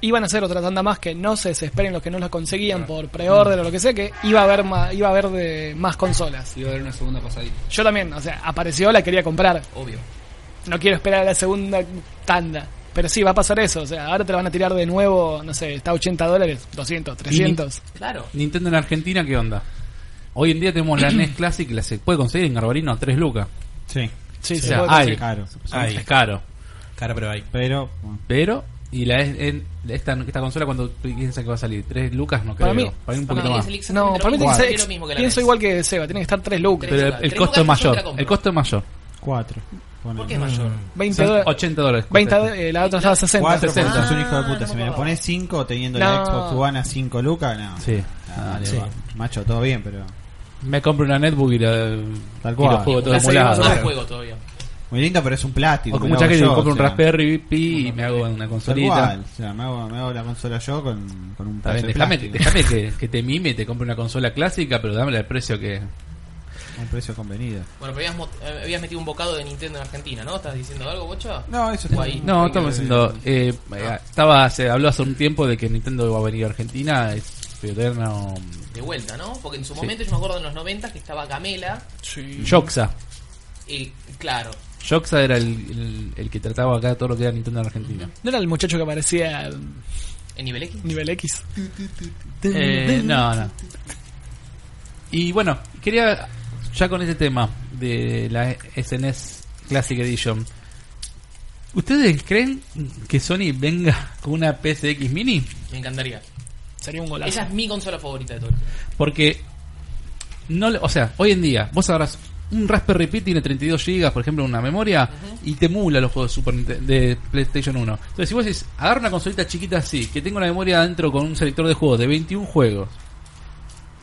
Speaker 8: iban a hacer otra tanda más que no se desesperen los que no las conseguían por preorden o lo que sea, que iba a haber más, iba a haber de más consolas.
Speaker 2: Iba a haber una segunda pasadita.
Speaker 8: Yo también, o sea, apareció, la quería comprar.
Speaker 3: Obvio.
Speaker 8: No quiero esperar a la segunda tanda. Pero sí, va a pasar eso. O sea, ahora te la van a tirar de nuevo, no sé, está a 80 dólares, 200, 300.
Speaker 3: Claro.
Speaker 6: Nintendo en Argentina, ¿qué onda? Hoy en día tenemos la NES Classic, la se puede conseguir en Garbarino a 3 lucas.
Speaker 4: Sí.
Speaker 8: Sí,
Speaker 6: O
Speaker 8: se
Speaker 6: sea,
Speaker 8: puede
Speaker 6: hay.
Speaker 8: conseguir.
Speaker 4: Claro.
Speaker 7: Ahí.
Speaker 6: Es caro.
Speaker 7: Cara, pero ahí.
Speaker 4: Pero. bueno,
Speaker 6: Pero, y la es- en- esta, esta consola cuando piensa que va a salir 3 lucas, no creo.
Speaker 8: Para mí-
Speaker 6: un
Speaker 3: Para
Speaker 6: poquito
Speaker 3: mí
Speaker 6: más.
Speaker 3: es el exactamente
Speaker 8: No,
Speaker 3: lo
Speaker 8: para mí
Speaker 3: mismo,
Speaker 8: tiene que
Speaker 3: es lo
Speaker 8: ser.
Speaker 3: mismo que la
Speaker 8: Pienso
Speaker 3: NES.
Speaker 8: igual que Seba, tiene que estar 3 lucas.
Speaker 6: Pero el,
Speaker 3: Tres
Speaker 6: el costo es
Speaker 3: lucas, yo te
Speaker 6: mayor.
Speaker 3: la compro.
Speaker 6: El costo es mayor.
Speaker 4: Cuatro. Ponele.
Speaker 3: ¿Por qué es mayor?
Speaker 8: 20
Speaker 6: Son
Speaker 8: dólares.
Speaker 6: 80 dólares.
Speaker 8: 20 do- eh, la otra estaba a 60.
Speaker 4: Cuatro, porque
Speaker 6: 60.
Speaker 4: sos un hijo de puta.
Speaker 3: Ah,
Speaker 4: si me
Speaker 3: no.
Speaker 4: la pones cinco teniendo
Speaker 8: No.
Speaker 4: la Xbox One a cinco lucas, no.
Speaker 6: Sí.
Speaker 4: Ah,
Speaker 6: Dale,
Speaker 4: sí.
Speaker 6: va.
Speaker 4: Macho, todo bien, pero.
Speaker 6: Me compro una netbook y, la,
Speaker 4: Tal
Speaker 6: y
Speaker 4: cual.
Speaker 6: los juego todo
Speaker 8: La seguimos
Speaker 6: emulado.
Speaker 3: No
Speaker 8: Claro.
Speaker 3: la juego todavía.
Speaker 4: Muy lindo, pero es un plástico.
Speaker 6: O como
Speaker 4: me lo
Speaker 6: mucha
Speaker 4: hago
Speaker 6: gente
Speaker 4: yo,
Speaker 6: me compro
Speaker 4: o
Speaker 6: un
Speaker 4: sea,
Speaker 6: Raspberry Pi y me hago una
Speaker 4: Tal
Speaker 6: consolita.
Speaker 4: cual. O sea, me hago, me hago la consola yo con, con un
Speaker 6: Está
Speaker 4: pedazo
Speaker 6: bien,
Speaker 4: de
Speaker 6: déjame
Speaker 4: plástico.
Speaker 6: déjame que, que te mime y te compre una consola clásica, pero dame el precio que.
Speaker 4: Un precio convenido.
Speaker 3: Bueno, pero habías, mo- eh, habías metido un bocado de Nintendo en Argentina, ¿no? ¿Estás diciendo algo, Bocha?
Speaker 4: No, eso está
Speaker 3: Guay.
Speaker 4: bien.
Speaker 6: No, estamos diciendo. eh, eh, estaba, se habló hace un tiempo de que Nintendo iba a venir a Argentina, eh, pero todavía no.
Speaker 3: De vuelta, ¿no? Porque en su momento yo me acuerdo en los 90 que estaba Camela.
Speaker 6: Joxa.
Speaker 3: Y claro,
Speaker 6: Joxa era el, el- el que trataba acá todo lo que era Nintendo en Argentina.
Speaker 8: ¿No era el muchacho que aparecía mm,
Speaker 3: en nivel X.
Speaker 8: nivel X?
Speaker 6: Eh, no, no. Y bueno, quería. Ya con este tema de la SNES Classic Edition. ¿Ustedes creen que Sony venga con una PSX Mini?
Speaker 3: Me encantaría.
Speaker 8: Sería un golazo.
Speaker 3: Esa es mi consola favorita de todo.
Speaker 6: Porque, no le- o sea, hoy en día, vos sabrás, un Raspberry Pi tiene 32 GB, por ejemplo, una memoria, y te emula los juegos de, Super Ninte- de PlayStation 1. Entonces, si vos decís, agarra una consolita chiquita así, que tenga una memoria adentro con un selector de juegos de 21 juegos,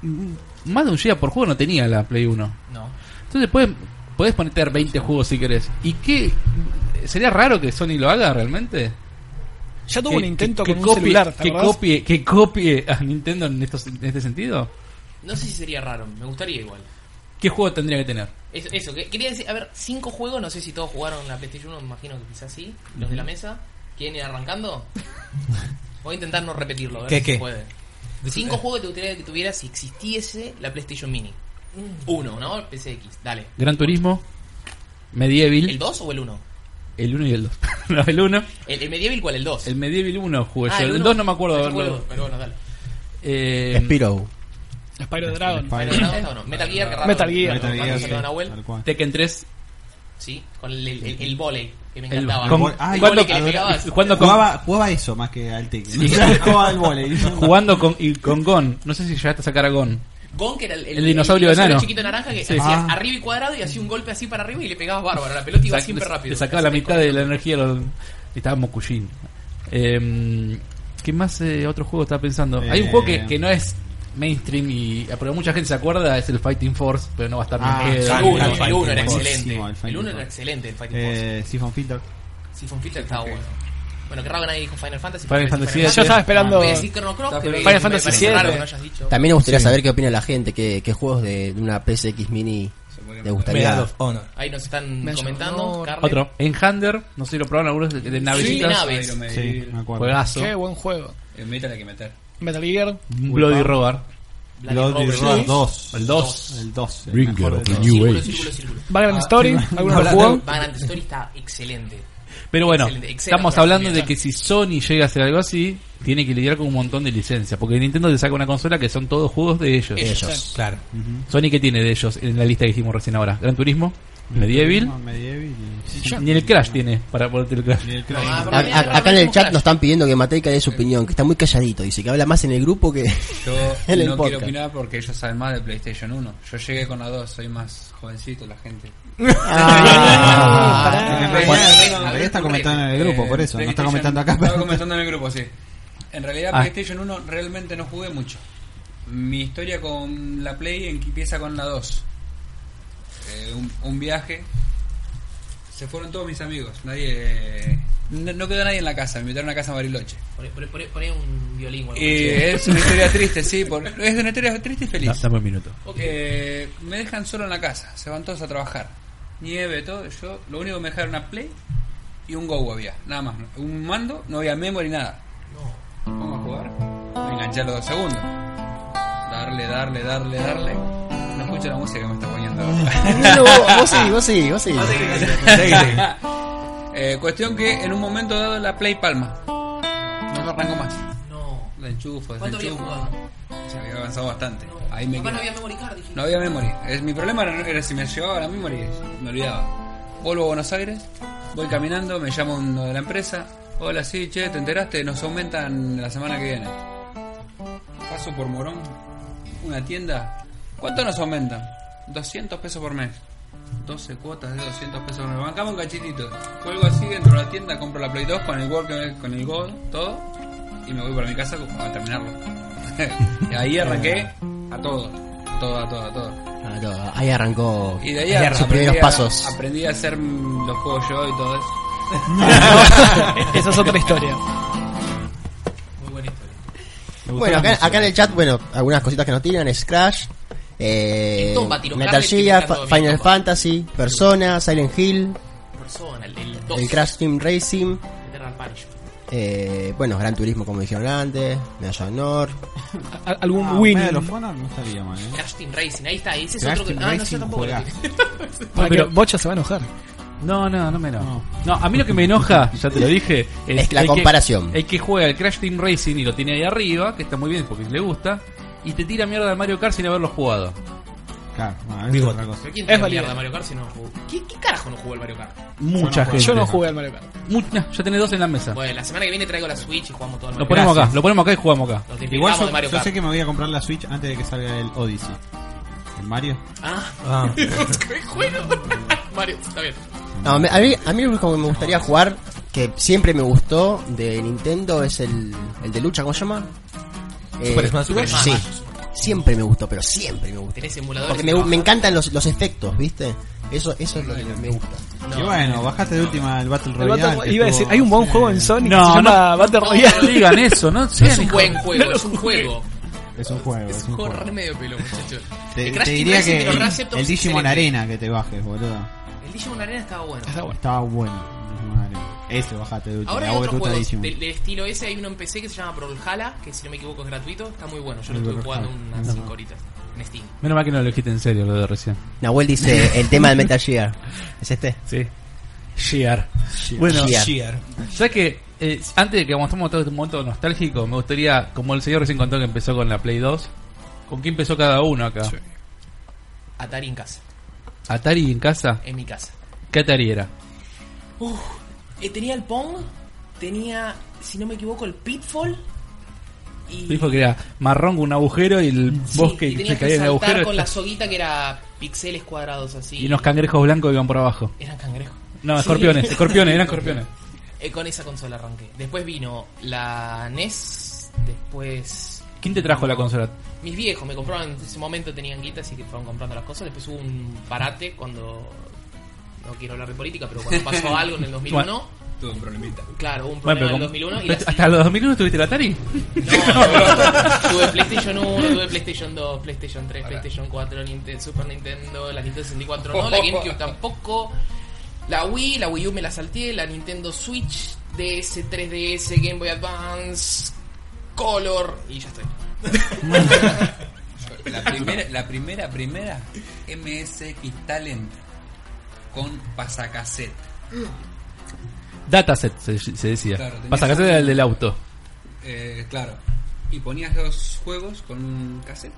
Speaker 6: mm, más de un GB por juego no tenía la Play 1.
Speaker 3: No.
Speaker 6: Entonces, puedes, podés meter 20 juegos si querés. ¿Y qué? ¿Sería raro que Sony lo haga realmente?
Speaker 8: Ya tuvo
Speaker 6: Que-
Speaker 8: un intento
Speaker 6: que-
Speaker 8: con
Speaker 6: que
Speaker 8: un
Speaker 6: copie-
Speaker 8: celular, ¿te
Speaker 6: que
Speaker 8: acordás?
Speaker 6: copie, que copie a Nintendo en, estos, en este sentido.
Speaker 3: No sé si sería raro, me gustaría igual.
Speaker 6: ¿Qué juego tendría que tener?
Speaker 3: Eso, eso, que- quería decir, a ver, cinco juegos, no sé si todos jugaron la PlayStation 1, me imagino que quizás sí, los de la mesa. ¿Quieren ir arrancando? Voy a intentar no repetirlo, a ver
Speaker 7: ¿Qué,
Speaker 3: si
Speaker 7: qué?
Speaker 3: se puede. Cinco juegos que te gustaría que tuviera si existiese la PlayStation Mini. Uno, ¿no? El PCX, dale.
Speaker 6: Gran Turismo, Medieval,
Speaker 3: ¿El 2 o el 1?
Speaker 6: el 1 y el 2. no, el 1.
Speaker 3: ¿El, el Medieval cuál? ¿El 2?
Speaker 6: El Medieval 1 jugué
Speaker 3: Ah,
Speaker 6: yo. El
Speaker 3: uno.
Speaker 6: 2 no me acuerdo de
Speaker 3: No
Speaker 6: haberlo.
Speaker 3: acuerdo, Pero bueno, dale.
Speaker 6: Eh,
Speaker 1: Spiro.
Speaker 8: Spyro Dragon.
Speaker 4: Spyro.
Speaker 3: Pero no, no, no. Metal Gear, que raro.
Speaker 8: Metal Gear.
Speaker 4: Metal Gear,
Speaker 3: Cuando
Speaker 4: sí,
Speaker 3: salió Nahuel,
Speaker 4: tal cual.
Speaker 6: Tekken 3.
Speaker 3: Sí, con el, el, el, volei, que me
Speaker 6: El-
Speaker 3: encantaba.
Speaker 6: con-
Speaker 4: vol- ah, el
Speaker 6: cuando-
Speaker 3: volei que le pegabas.
Speaker 6: cuando con-
Speaker 4: Jugaba, jugaba eso más que al Tekken. jugaba al volei.
Speaker 6: Jugando con, y con Gon. No sé si llegaste a sacar a Gon.
Speaker 3: Gon, que era el,
Speaker 6: El dinosaurio enano.
Speaker 3: chiquito naranja que
Speaker 6: Sí.
Speaker 3: hacía
Speaker 4: Ah.
Speaker 3: arriba y cuadrado y hacía un golpe así para arriba y le pegabas bárbaro. La pelota iba
Speaker 6: Sac-
Speaker 3: siempre
Speaker 6: le-
Speaker 3: rápido.
Speaker 6: Le sacaba la mitad de la energía. a los- y estaba Mokushin. Eh, ¿Qué más eh, otro juego estaba pensando? Hay un
Speaker 4: Eh.
Speaker 6: juego que, que no es mainstream y ah, pero mucha gente se acuerda es el Fighting Force pero no va a estar
Speaker 4: Ah,
Speaker 6: en
Speaker 3: El
Speaker 4: claro.
Speaker 6: pedo.
Speaker 3: uno,
Speaker 4: Al
Speaker 3: el
Speaker 4: Fighting
Speaker 3: uno era
Speaker 4: Force.
Speaker 3: excelente.
Speaker 4: Al Fighting
Speaker 3: El uno era
Speaker 4: Force.
Speaker 3: excelente, el Fighting Force.
Speaker 4: Eh, Siphon Filter.
Speaker 3: Siphon Filter estaba bueno. Bueno, qué raro que nadie dijo Final Fantasy.
Speaker 6: Final Fantasy
Speaker 8: Yo estaba esperando.
Speaker 3: Voy a decir Chrono Cross, pero
Speaker 8: Final
Speaker 3: me
Speaker 8: Fantasy
Speaker 3: parece
Speaker 8: VII.
Speaker 3: raro que no hayas dicho.
Speaker 1: También me gustaría saber qué opina la gente, qué, qué juegos de, de una PSX Mini le
Speaker 7: Medal
Speaker 1: gustaría.
Speaker 7: of Honor.
Speaker 3: Ahí nos están
Speaker 8: Me
Speaker 3: comentando.
Speaker 8: llamó-
Speaker 3: Carlet.
Speaker 6: otro Enhander no sé si lo probaron algunos de, de navecitas
Speaker 3: nave. Naves.
Speaker 2: Iron Man,
Speaker 4: Sí, me acuerdo.
Speaker 6: juegazo
Speaker 8: Qué buen juego.
Speaker 2: El metal hay que meter.
Speaker 8: Metal Gear.
Speaker 6: un Bloody Roar
Speaker 3: Bloody
Speaker 4: Bloody
Speaker 3: Roar
Speaker 4: Roar
Speaker 3: dos.
Speaker 4: 2.
Speaker 6: el 2
Speaker 4: El 2. el
Speaker 6: Bringer
Speaker 4: mejor
Speaker 6: of
Speaker 4: de
Speaker 6: the
Speaker 4: todos.
Speaker 6: New
Speaker 3: Círculo,
Speaker 6: Age.
Speaker 3: círculo, círculo.
Speaker 6: Ah,
Speaker 8: Vagrant Story. ¿Alguno lo
Speaker 7: hablando-
Speaker 8: jugó?
Speaker 3: Vagrant Story está excelente.
Speaker 6: pero bueno
Speaker 3: Excelente, excelente
Speaker 6: estamos hablando de
Speaker 3: recomendación.
Speaker 6: que si Sony llega a hacer algo así tiene que lidiar con un montón de licencias porque Nintendo te saca una consola que son todos juegos de ellos
Speaker 3: Ellos.
Speaker 1: Ellos.
Speaker 7: Claro.
Speaker 6: Sony que tiene de ellos en la lista que dijimos recién ahora Gran Turismo Medieval
Speaker 4: No, Medieval y-
Speaker 6: ni el Crash tiene para ponerte el Crash
Speaker 4: y el
Speaker 3: No,
Speaker 4: Crash.
Speaker 3: ah,
Speaker 1: A- a- acá en el chat nos están pidiendo que Mateica dé su opinión, que está muy calladito, dice que habla más en el grupo que...
Speaker 2: Yo
Speaker 1: En el
Speaker 2: no
Speaker 1: podcast.
Speaker 2: quiero opinar porque ellos saben más de PlayStation 1. Yo llegué con la 2, soy más jovencito la gente.
Speaker 4: Ah,
Speaker 2: Bueno,
Speaker 4: bueno,
Speaker 3: bueno,
Speaker 4: Ella está comentando en el grupo,
Speaker 2: Eh,
Speaker 4: por eso. No está
Speaker 2: PlayStation-
Speaker 4: comentando acá.
Speaker 2: Estaba
Speaker 4: pero-
Speaker 2: comentando en el grupo, sí. En realidad,
Speaker 6: Ah.
Speaker 2: PlayStation 1 realmente no jugué mucho. Mi historia con la Play en- empieza con la 2. Eh, un, un viaje. Se fueron todos mis amigos. Nadie. No, no quedó nadie en la casa. Me invitaron a casa en Bariloche.
Speaker 3: Poné- poné- poné- Poné un violín. o algo
Speaker 2: Y
Speaker 3: así.
Speaker 2: es una historia triste, sí. por- es una historia triste y feliz.
Speaker 6: No, dame un minuto
Speaker 2: Eh, me dejan solo en la casa, se van todos a trabajar. Nieve, todo. Yo, lo único que me dejaron una Play y un Go había, nada más. ¿no? Un mando, no había memory, nada. Vamos a jugar. Me enganché a los dos segundos. Darle, darle, darle, darle. No escucho la música que me está poniendo ahora.
Speaker 1: No, vos sí, vos sí, vos sí.
Speaker 2: Eh, cuestión que en un momento dado la Play palma. No lo arranco más.
Speaker 3: No.
Speaker 2: La enchufo,
Speaker 3: ¿Cuánto había
Speaker 2: desenchufo.
Speaker 3: jugado?
Speaker 2: Se había avanzado bastante. Ahí me
Speaker 3: Capaz no
Speaker 2: quedé.
Speaker 3: había memory card, dije.
Speaker 2: No había memory. Es, mi problema era, era si me llevaba la memory, me olvidaba. Vuelvo a Buenos Aires, voy caminando, me llama uno de la empresa. Hola, sí, che, ¿te enteraste? Nos aumentan la semana que viene. Paso por Morón, una tienda. ¿Cuánto nos aumentan? 200 pesos por mes. 12 cuotas de 200 pesos por mes. Bancamos un cachitito. Cuelgo así dentro de la tienda, compro la Play 2 con el Word, que- con el Go, todo. Y me voy para mi casa como a terminarlo. y ahí arranqué a todo. Todo, a todo, a todo.
Speaker 1: Ah, no, ahí arrancó
Speaker 2: Y de ahí
Speaker 1: sus primeros
Speaker 2: a-
Speaker 1: pasos.
Speaker 2: aprendí a hacer mm, los juegos yo y todo eso.
Speaker 8: Esa es otra historia.
Speaker 3: Muy buena historia.
Speaker 1: Bueno, acá, acá en
Speaker 7: eh.
Speaker 1: el chat, bueno, algunas cositas que nos tiran es Crash, eh,
Speaker 3: El Tomba, tiro
Speaker 1: Metal
Speaker 3: Carles,
Speaker 1: Gear,
Speaker 3: tiro
Speaker 1: Fa-
Speaker 3: Carles,
Speaker 1: Final
Speaker 3: Tomba.
Speaker 1: Fantasy, Persona, Silent Hill,
Speaker 3: Persona, el, el 2.
Speaker 1: el Crash Team Racing,
Speaker 3: Eternal Punishment.
Speaker 1: eh, bueno, Gran Turismo como dijeron antes, Medal of Honor,
Speaker 8: A- Algún
Speaker 4: Ah,
Speaker 8: win.
Speaker 4: Medal of Honor no estaría mal, ¿eh?
Speaker 3: Crash Team Racing, ahí está, ese es
Speaker 4: Crash
Speaker 3: otro que.
Speaker 4: Team
Speaker 3: Ah, no,
Speaker 4: Racing
Speaker 3: yo tampoco lo
Speaker 4: juegazo.
Speaker 3: tengo.
Speaker 8: Para
Speaker 6: Pero-
Speaker 8: que Bocha se va a enojar.
Speaker 6: No, no, no me enojo. No. a mí lo que me enoja, ya te lo dije,
Speaker 1: Es la
Speaker 6: el que-
Speaker 1: comparación.
Speaker 6: el que juega el Crash Team Racing y lo tiene ahí arriba, que está muy bien porque le gusta, y te tira mierda al Mario Kart sin haberlo jugado.
Speaker 4: Claro, bueno, eso
Speaker 7: Digo,
Speaker 4: es otra cosa.
Speaker 3: Pero ¿quién
Speaker 8: Es
Speaker 3: es
Speaker 8: válido.
Speaker 3: mierda Mario Kart si no jugó? ¿Qué, qué carajo no jugó el Mario Kart?
Speaker 4: Mucha gente.
Speaker 8: Yo no jugué al Mario Kart.
Speaker 6: Mu- no, ya tenés dos en la mesa.
Speaker 3: Bueno, la semana que viene traigo la Switch y jugamos todo el
Speaker 6: Lo
Speaker 3: Mario
Speaker 6: ponemos
Speaker 3: Kart.
Speaker 6: acá, lo ponemos acá y jugamos acá.
Speaker 3: Nos
Speaker 4: Igual
Speaker 3: disfrutamos de
Speaker 4: yo,
Speaker 3: Mario
Speaker 4: yo
Speaker 3: Kart.
Speaker 4: sé que me voy a comprar la Switch antes de que salga el Odyssey. ¿El Mario?
Speaker 3: Ah,
Speaker 7: Ah.
Speaker 3: qué juego. Mario, está bien.
Speaker 1: No, me- a mí, a mí lo único que me gustaría jugar, que siempre me gustó de Nintendo, es el, el de lucha, ¿cómo se llama? Eh,
Speaker 7: Super Smash Bros.
Speaker 1: Sí, siempre me gustó, pero siempre me gustó.
Speaker 3: Tenés emuladores.
Speaker 1: Porque me, me encantan los, los efectos, ¿viste? Eso, eso es lo que me gusta.
Speaker 4: y bueno, bajaste de última el Battle
Speaker 8: El
Speaker 4: Royale.
Speaker 8: Battle Royale-
Speaker 4: que
Speaker 8: iba a decir,
Speaker 4: estuvo-
Speaker 8: hay un buen juego en Sonic
Speaker 6: No,
Speaker 8: que se llama
Speaker 6: no.
Speaker 8: Battle
Speaker 6: No
Speaker 8: Royale.
Speaker 6: digan eso, no
Speaker 3: No
Speaker 6: sean
Speaker 3: es un
Speaker 6: hijo-
Speaker 3: buen juego, es un juego.
Speaker 4: Es un juego, es un
Speaker 3: Corre
Speaker 4: juego.
Speaker 3: medio pelo, muchachos.
Speaker 4: Te,
Speaker 3: El Crash
Speaker 4: te
Speaker 3: Team
Speaker 4: diría
Speaker 3: Racing
Speaker 4: que
Speaker 3: de los
Speaker 4: el,
Speaker 3: Raptors
Speaker 4: el
Speaker 3: es
Speaker 4: Digimon
Speaker 3: excelente.
Speaker 4: Arena que te bajes, boludo.
Speaker 3: El Digimon Arena estaba bueno.
Speaker 8: Está Ah, bueno.
Speaker 4: Estaba bueno. el Digimon Arena. Ese bajaste de última.
Speaker 3: Ahora
Speaker 4: la
Speaker 3: hay otros
Speaker 4: batuta de
Speaker 3: juegos
Speaker 4: Digimon.
Speaker 3: del, del estilo ese. Hay uno en PC que se llama Brawlhalla, que si no me equivoco es gratuito. Está muy bueno. Yo lo
Speaker 4: El
Speaker 3: estuve jugando
Speaker 4: Brawlhalla.
Speaker 3: unas 5 horitas en Steam.
Speaker 6: Menos mal que no lo dijiste en serio lo de recién.
Speaker 1: Nahuel dice el tema del Metal Gear. ¿Es este?
Speaker 6: Sí. Shear. Bueno,
Speaker 1: Shear.
Speaker 7: Shear.
Speaker 6: ¿Sabes que antes de que mostremos todo este momento nostálgico, me gustaría, como el señor recién contó que empezó con la Play 2, ¿con qué empezó cada uno acá?
Speaker 3: Atari en casa,
Speaker 6: ¿Atari en casa?
Speaker 3: en mi casa.
Speaker 6: ¿Qué Atari era?
Speaker 3: Uf, eh, tenía el Pong, tenía, si no me equivoco, el Pitfall. Y,
Speaker 6: Dijo que era marrón con un agujero y el
Speaker 3: sí,
Speaker 6: bosque
Speaker 3: y
Speaker 6: que
Speaker 3: tenías
Speaker 6: se caía
Speaker 3: que
Speaker 6: en el
Speaker 3: saltar
Speaker 6: agujero.
Speaker 3: con la soguita que era pixeles cuadrados así.
Speaker 6: Y unos cangrejos blancos que iban por abajo.
Speaker 3: Eran cangrejos.
Speaker 6: No,
Speaker 3: Sí.
Speaker 6: escorpiones, escorpiones, eran escorpiones.
Speaker 3: Eh, con esa consola arranqué. Después vino la NES, después...
Speaker 6: ¿Quién te trajo la consola?
Speaker 3: Mis viejos me compraron, en ese momento tenían guita, así que fueron comprando las cosas. Después hubo un parate cuando... No quiero hablar de política, pero cuando pasó algo en el 2001...
Speaker 2: Tuve un problemita.
Speaker 3: Claro, hubo un
Speaker 6: Bueno,
Speaker 3: problema en
Speaker 6: pero
Speaker 3: el
Speaker 6: como-
Speaker 3: 2001 y
Speaker 6: pero
Speaker 3: la
Speaker 6: ¿Hasta los 2001 tuviste la Atari?
Speaker 3: No, tuve PlayStation 1, tuve PlayStation 2, PlayStation 3, PlayStation 4, Nintendo, Super Nintendo, la Nintendo 64 no, la GameCube tampoco, la Wii, la Wii U me la salté, la Nintendo Switch, DS, 3DS, Game Boy Advance, Color y ya estoy.
Speaker 2: La primera, la primera, primera MSX Talent con pasacassette.
Speaker 6: Dataset se, se decía.
Speaker 2: Claro, tenías
Speaker 6: Pasa que
Speaker 2: un-
Speaker 6: era el del auto.
Speaker 2: Eh, claro. Y ponías los juegos con un cassette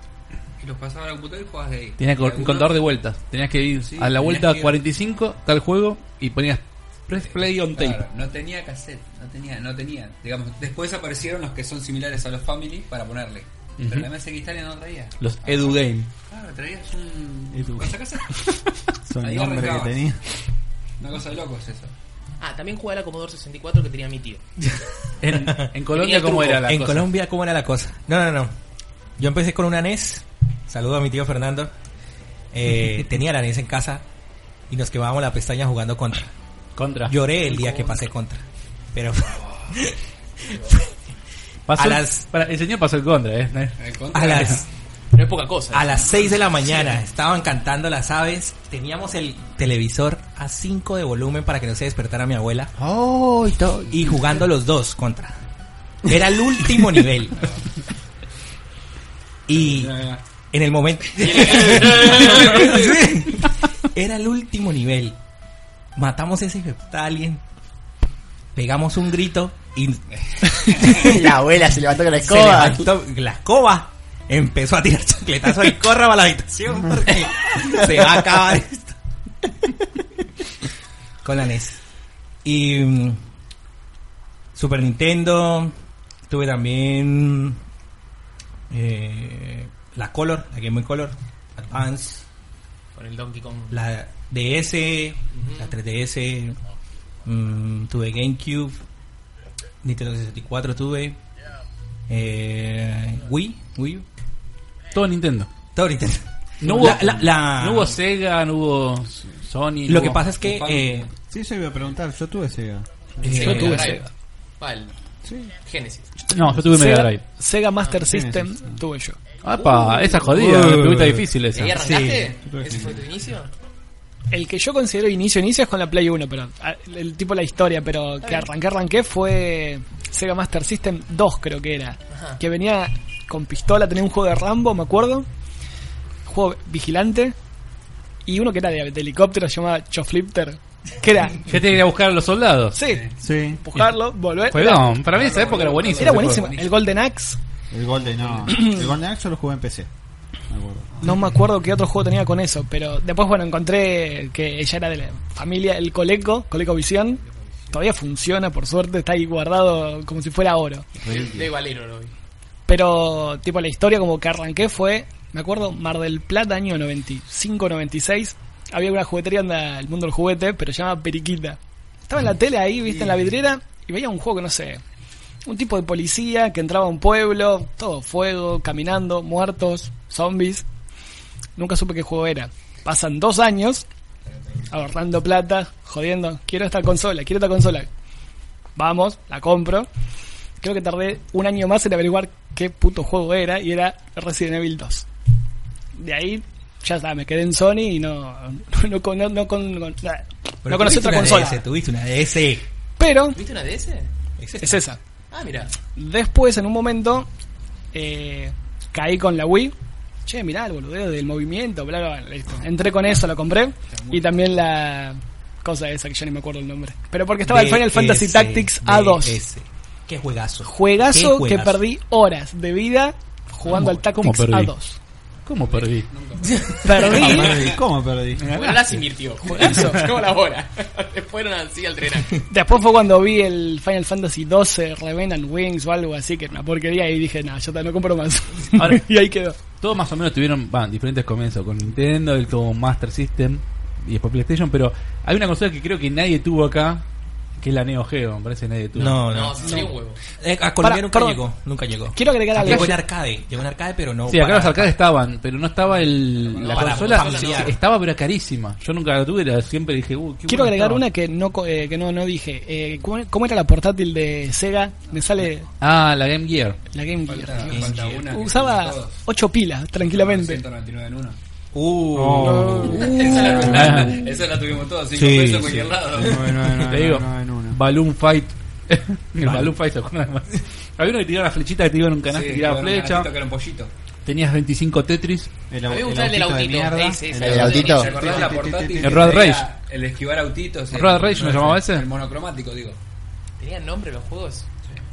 Speaker 2: y los pasabas a la computadora y jugabas de ahí.
Speaker 6: Tenía
Speaker 2: Y
Speaker 6: co- un
Speaker 2: algunos-
Speaker 6: contador de vueltas. Tenías que ir
Speaker 2: Sí,
Speaker 6: a la
Speaker 2: tenías
Speaker 6: vuelta
Speaker 2: que- Eh,
Speaker 6: 45, tal juego, y ponías press play on tape.
Speaker 2: Claro, no tenía cassette, no tenía, no tenía. Digamos, después aparecieron los que son similares a los Family para ponerle. Pero la MSX Talent no traía.
Speaker 6: Los EduGame.
Speaker 2: Claro, traías un.
Speaker 4: Y tú.
Speaker 2: pasacassette.
Speaker 4: Son
Speaker 2: Ahí
Speaker 4: el nombre que
Speaker 2: arrancabas.
Speaker 4: tenía.
Speaker 2: Una cosa de locos eso.
Speaker 3: Ah, también jugué a la Commodore 64 que tenía mi tío.
Speaker 6: En, en Colombia,
Speaker 3: el
Speaker 6: ¿cómo
Speaker 3: truco.
Speaker 6: era la
Speaker 7: en
Speaker 6: cosa?
Speaker 7: Colombia, ¿cómo era la cosa? No, no, no. Yo empecé con una NES. Saludo a mi tío Fernando. Eh, tenía la NES en casa y nos quemábamos la pestaña jugando contra.
Speaker 6: Contra.
Speaker 7: Lloré el día que pasé contra. Pero
Speaker 6: Pasó
Speaker 7: a
Speaker 6: el-
Speaker 7: las-
Speaker 6: para- el señor pasó el contra, ¿eh? No es-
Speaker 2: En el contra
Speaker 7: a las,
Speaker 3: No es poca cosa.
Speaker 7: a
Speaker 3: ¿eh?
Speaker 7: las 6 de la mañana estaban cantando las aves. Teníamos el televisor a 5 de volumen para que no se despertara mi abuela.
Speaker 1: Oh, y to-
Speaker 7: Y jugando los dos contra. Era el último nivel. Y en el momento... Sí. Era el último nivel. Matamos ese alien. Pegamos un grito y
Speaker 1: la abuela se levantó con la
Speaker 7: se
Speaker 1: escoba.
Speaker 7: levantó la escoba. Empezó a tirar chancletazo y corra para la habitación porque se va a acabar esto. Con la NES. Y mm, Super Nintendo. Tuve también eh, la Color, la Game Boy Color, Advance,
Speaker 3: Con el Donkey Kong.
Speaker 4: Eh,
Speaker 7: la DS, la 3DS, mm, tuve GameCube, Nintendo 64 tuve, eh, Wii, Wii, U,
Speaker 6: Todo Nintendo.
Speaker 7: todo Nintendo.
Speaker 6: No hubo,
Speaker 7: La- la- la-
Speaker 6: no hubo Sega, no hubo Sony. no
Speaker 7: Ah. lo que
Speaker 6: hubo-
Speaker 7: pasa es que
Speaker 2: Juan.
Speaker 7: eh,
Speaker 4: Sí, yo iba a preguntar. Yo tuve Sega.
Speaker 3: Sega
Speaker 7: eh,
Speaker 3: Mega Drive. Va, el
Speaker 4: Sí.
Speaker 3: Genesis.
Speaker 6: No, yo tuve Mega
Speaker 8: Sega,
Speaker 6: Drive.
Speaker 8: Sega
Speaker 6: Ah,
Speaker 8: Master
Speaker 4: sí,
Speaker 8: System
Speaker 4: sí, sí.
Speaker 8: tuve yo.
Speaker 6: ¡Apa! esa jodida,
Speaker 7: Uh.
Speaker 6: me pregunta difícil esa.
Speaker 3: ¿Ahí arrancaste?
Speaker 4: Sí, creo que
Speaker 3: ¿Ese
Speaker 4: sí.
Speaker 3: fue tu inicio?
Speaker 8: El que yo considero inicio inicio es con la Play 1, pero ah, el tipo la historia, pero que arranqué arranqué fue Sega Master System 2 creo que era,
Speaker 3: Ajá.
Speaker 8: que venía con pistola, tenía un juego de Rambo, me acuerdo. Juego vigilante y uno que era de, de helicóptero se llamaba Choflipter, que era
Speaker 6: Ya te iba a buscar a los soldados.
Speaker 8: sí,
Speaker 4: Sí.
Speaker 8: empujarlo, volver. Era,
Speaker 6: Perdón, para mí esa época era buenísima.
Speaker 8: era buenísimo, el Golden Axe.
Speaker 4: El Golden, no. el Golden Axe yo lo jugué en PC.
Speaker 6: me acuerdo.
Speaker 8: No me acuerdo qué otro juego tenía con eso, pero después, bueno, encontré que ella era de la familia, el Coleco, Coleco Visión. Todavía funciona, por suerte, está ahí guardado como si fuera oro.
Speaker 3: De Valero lo vi.
Speaker 8: Pero, tipo, la historia como que arranqué fue, me acuerdo, Mar del Plata, año 95, 96. Había una juguetería anda el mundo del juguete, pero se llama Periquita. Estaba en la tele ahí, viste, en la vidriera, y veía un juego que no sé. Un tipo de policía que entraba a un pueblo, todo fuego, caminando, muertos, zombies. Nunca supe qué juego era. Pasan dos años ahorrando plata, jodiendo. Quiero esta consola, quiero esta consola. Vamos, la compro. Creo que tardé un año más en averiguar qué puto juego era y era Resident Evil 2. De ahí, ya está, me quedé en Sony y no, no, con- no, no con- no- no conocí otra consola.
Speaker 7: tuviste una DS.
Speaker 8: Pero
Speaker 3: ¿Viste una DS?
Speaker 8: es esa.
Speaker 3: Ah, mira.
Speaker 8: Después, en un momento, eh, caí con la Wii. Che, mirá el boludeo del movimiento, bla, bla, bla, listo. Entré con eso, la compré. Y también la cosa esa que yo ni me acuerdo el nombre. Pero porque estaba el Final Fantasy Tactics A2.
Speaker 7: Qué juegazo.
Speaker 8: Juegazo,
Speaker 7: Qué
Speaker 8: que
Speaker 7: juegazo.
Speaker 8: perdí horas de vida jugando
Speaker 6: ¿Cómo-
Speaker 8: al
Speaker 6: cómo
Speaker 8: Tactics
Speaker 6: perdí?
Speaker 8: A2.
Speaker 6: ¿Cómo perdí?
Speaker 8: Perdí.
Speaker 4: ¿Cómo perdí?
Speaker 3: Bueno, las invirtió. Juegazo. Como la bola. Te fueron así al drenaje.
Speaker 8: Después fue cuando vi el Final Fantasy 12 Revenant Wings o algo así, que era una porquería. Y dije, no, yo te- no compro más.
Speaker 6: Ahora-
Speaker 8: y ahí quedó.
Speaker 6: Todos más o menos tuvieron van, diferentes comienzos con Nintendo, el tuvo un Master System y después PlayStation, pero hay una consola que creo que nadie tuvo acá, que es la Neo Geo, me parece que nadie tuvo.
Speaker 7: No, no.
Speaker 3: No, se sería un huevo.
Speaker 7: Eh, a Colombia
Speaker 8: Para,
Speaker 7: nunca
Speaker 8: perdón.
Speaker 7: llegó. Nunca llegó.
Speaker 8: Quiero agregar
Speaker 6: Ah,
Speaker 8: algo.
Speaker 7: Llegó en arcade. Llegó en arcade, pero no.
Speaker 6: Sí, acá
Speaker 7: para-
Speaker 6: los arcades estaban, pero no estaba el, la
Speaker 7: para-
Speaker 6: consola.
Speaker 7: para familiar.
Speaker 6: estaba, pero era carísima. Yo nunca la tuve, era- siempre dije, uh, qué
Speaker 8: Quiero
Speaker 6: buena
Speaker 8: agregar
Speaker 6: estaba.
Speaker 8: una que no co- eh, que no, no dije. Eh, ¿cómo, cómo era la portátil de Sega? Me sale
Speaker 6: Ah, la Game Gear.
Speaker 8: la Game Gear.
Speaker 7: Game
Speaker 2: Falta
Speaker 7: Gear.
Speaker 2: una que
Speaker 8: Usaba
Speaker 2: tienen todos.
Speaker 8: 8 pilas, tranquilamente.
Speaker 2: 199 en uno.
Speaker 7: Uh,
Speaker 2: Esa la tuvimos- esa la tuvimos todos, cinco
Speaker 7: Sí,
Speaker 2: pesos en
Speaker 7: sí.
Speaker 2: cualquier lado.
Speaker 6: Te digo, Balloon Fight. el Balloon Fight, ¿se acuerdan? Había uno que tiraba la flechita que te iba en un canasto
Speaker 2: Sí,
Speaker 6: que tiraba
Speaker 2: con un
Speaker 6: flecha.
Speaker 2: canastito que era un pollito.
Speaker 6: Tenías 25 Tetris.
Speaker 4: El,
Speaker 3: A mí me gustaba el del autito. Ese, ese,
Speaker 1: El
Speaker 3: ese.
Speaker 1: autito.
Speaker 2: ¿Te acordás la portátil?
Speaker 4: El
Speaker 2: que
Speaker 6: Road
Speaker 2: tenía
Speaker 6: Rage.
Speaker 2: El esquivar autitos.
Speaker 6: ¿El Road Rage no llamaba ese?
Speaker 2: El monocromático, digo.
Speaker 3: ¿Tenían nombre los juegos?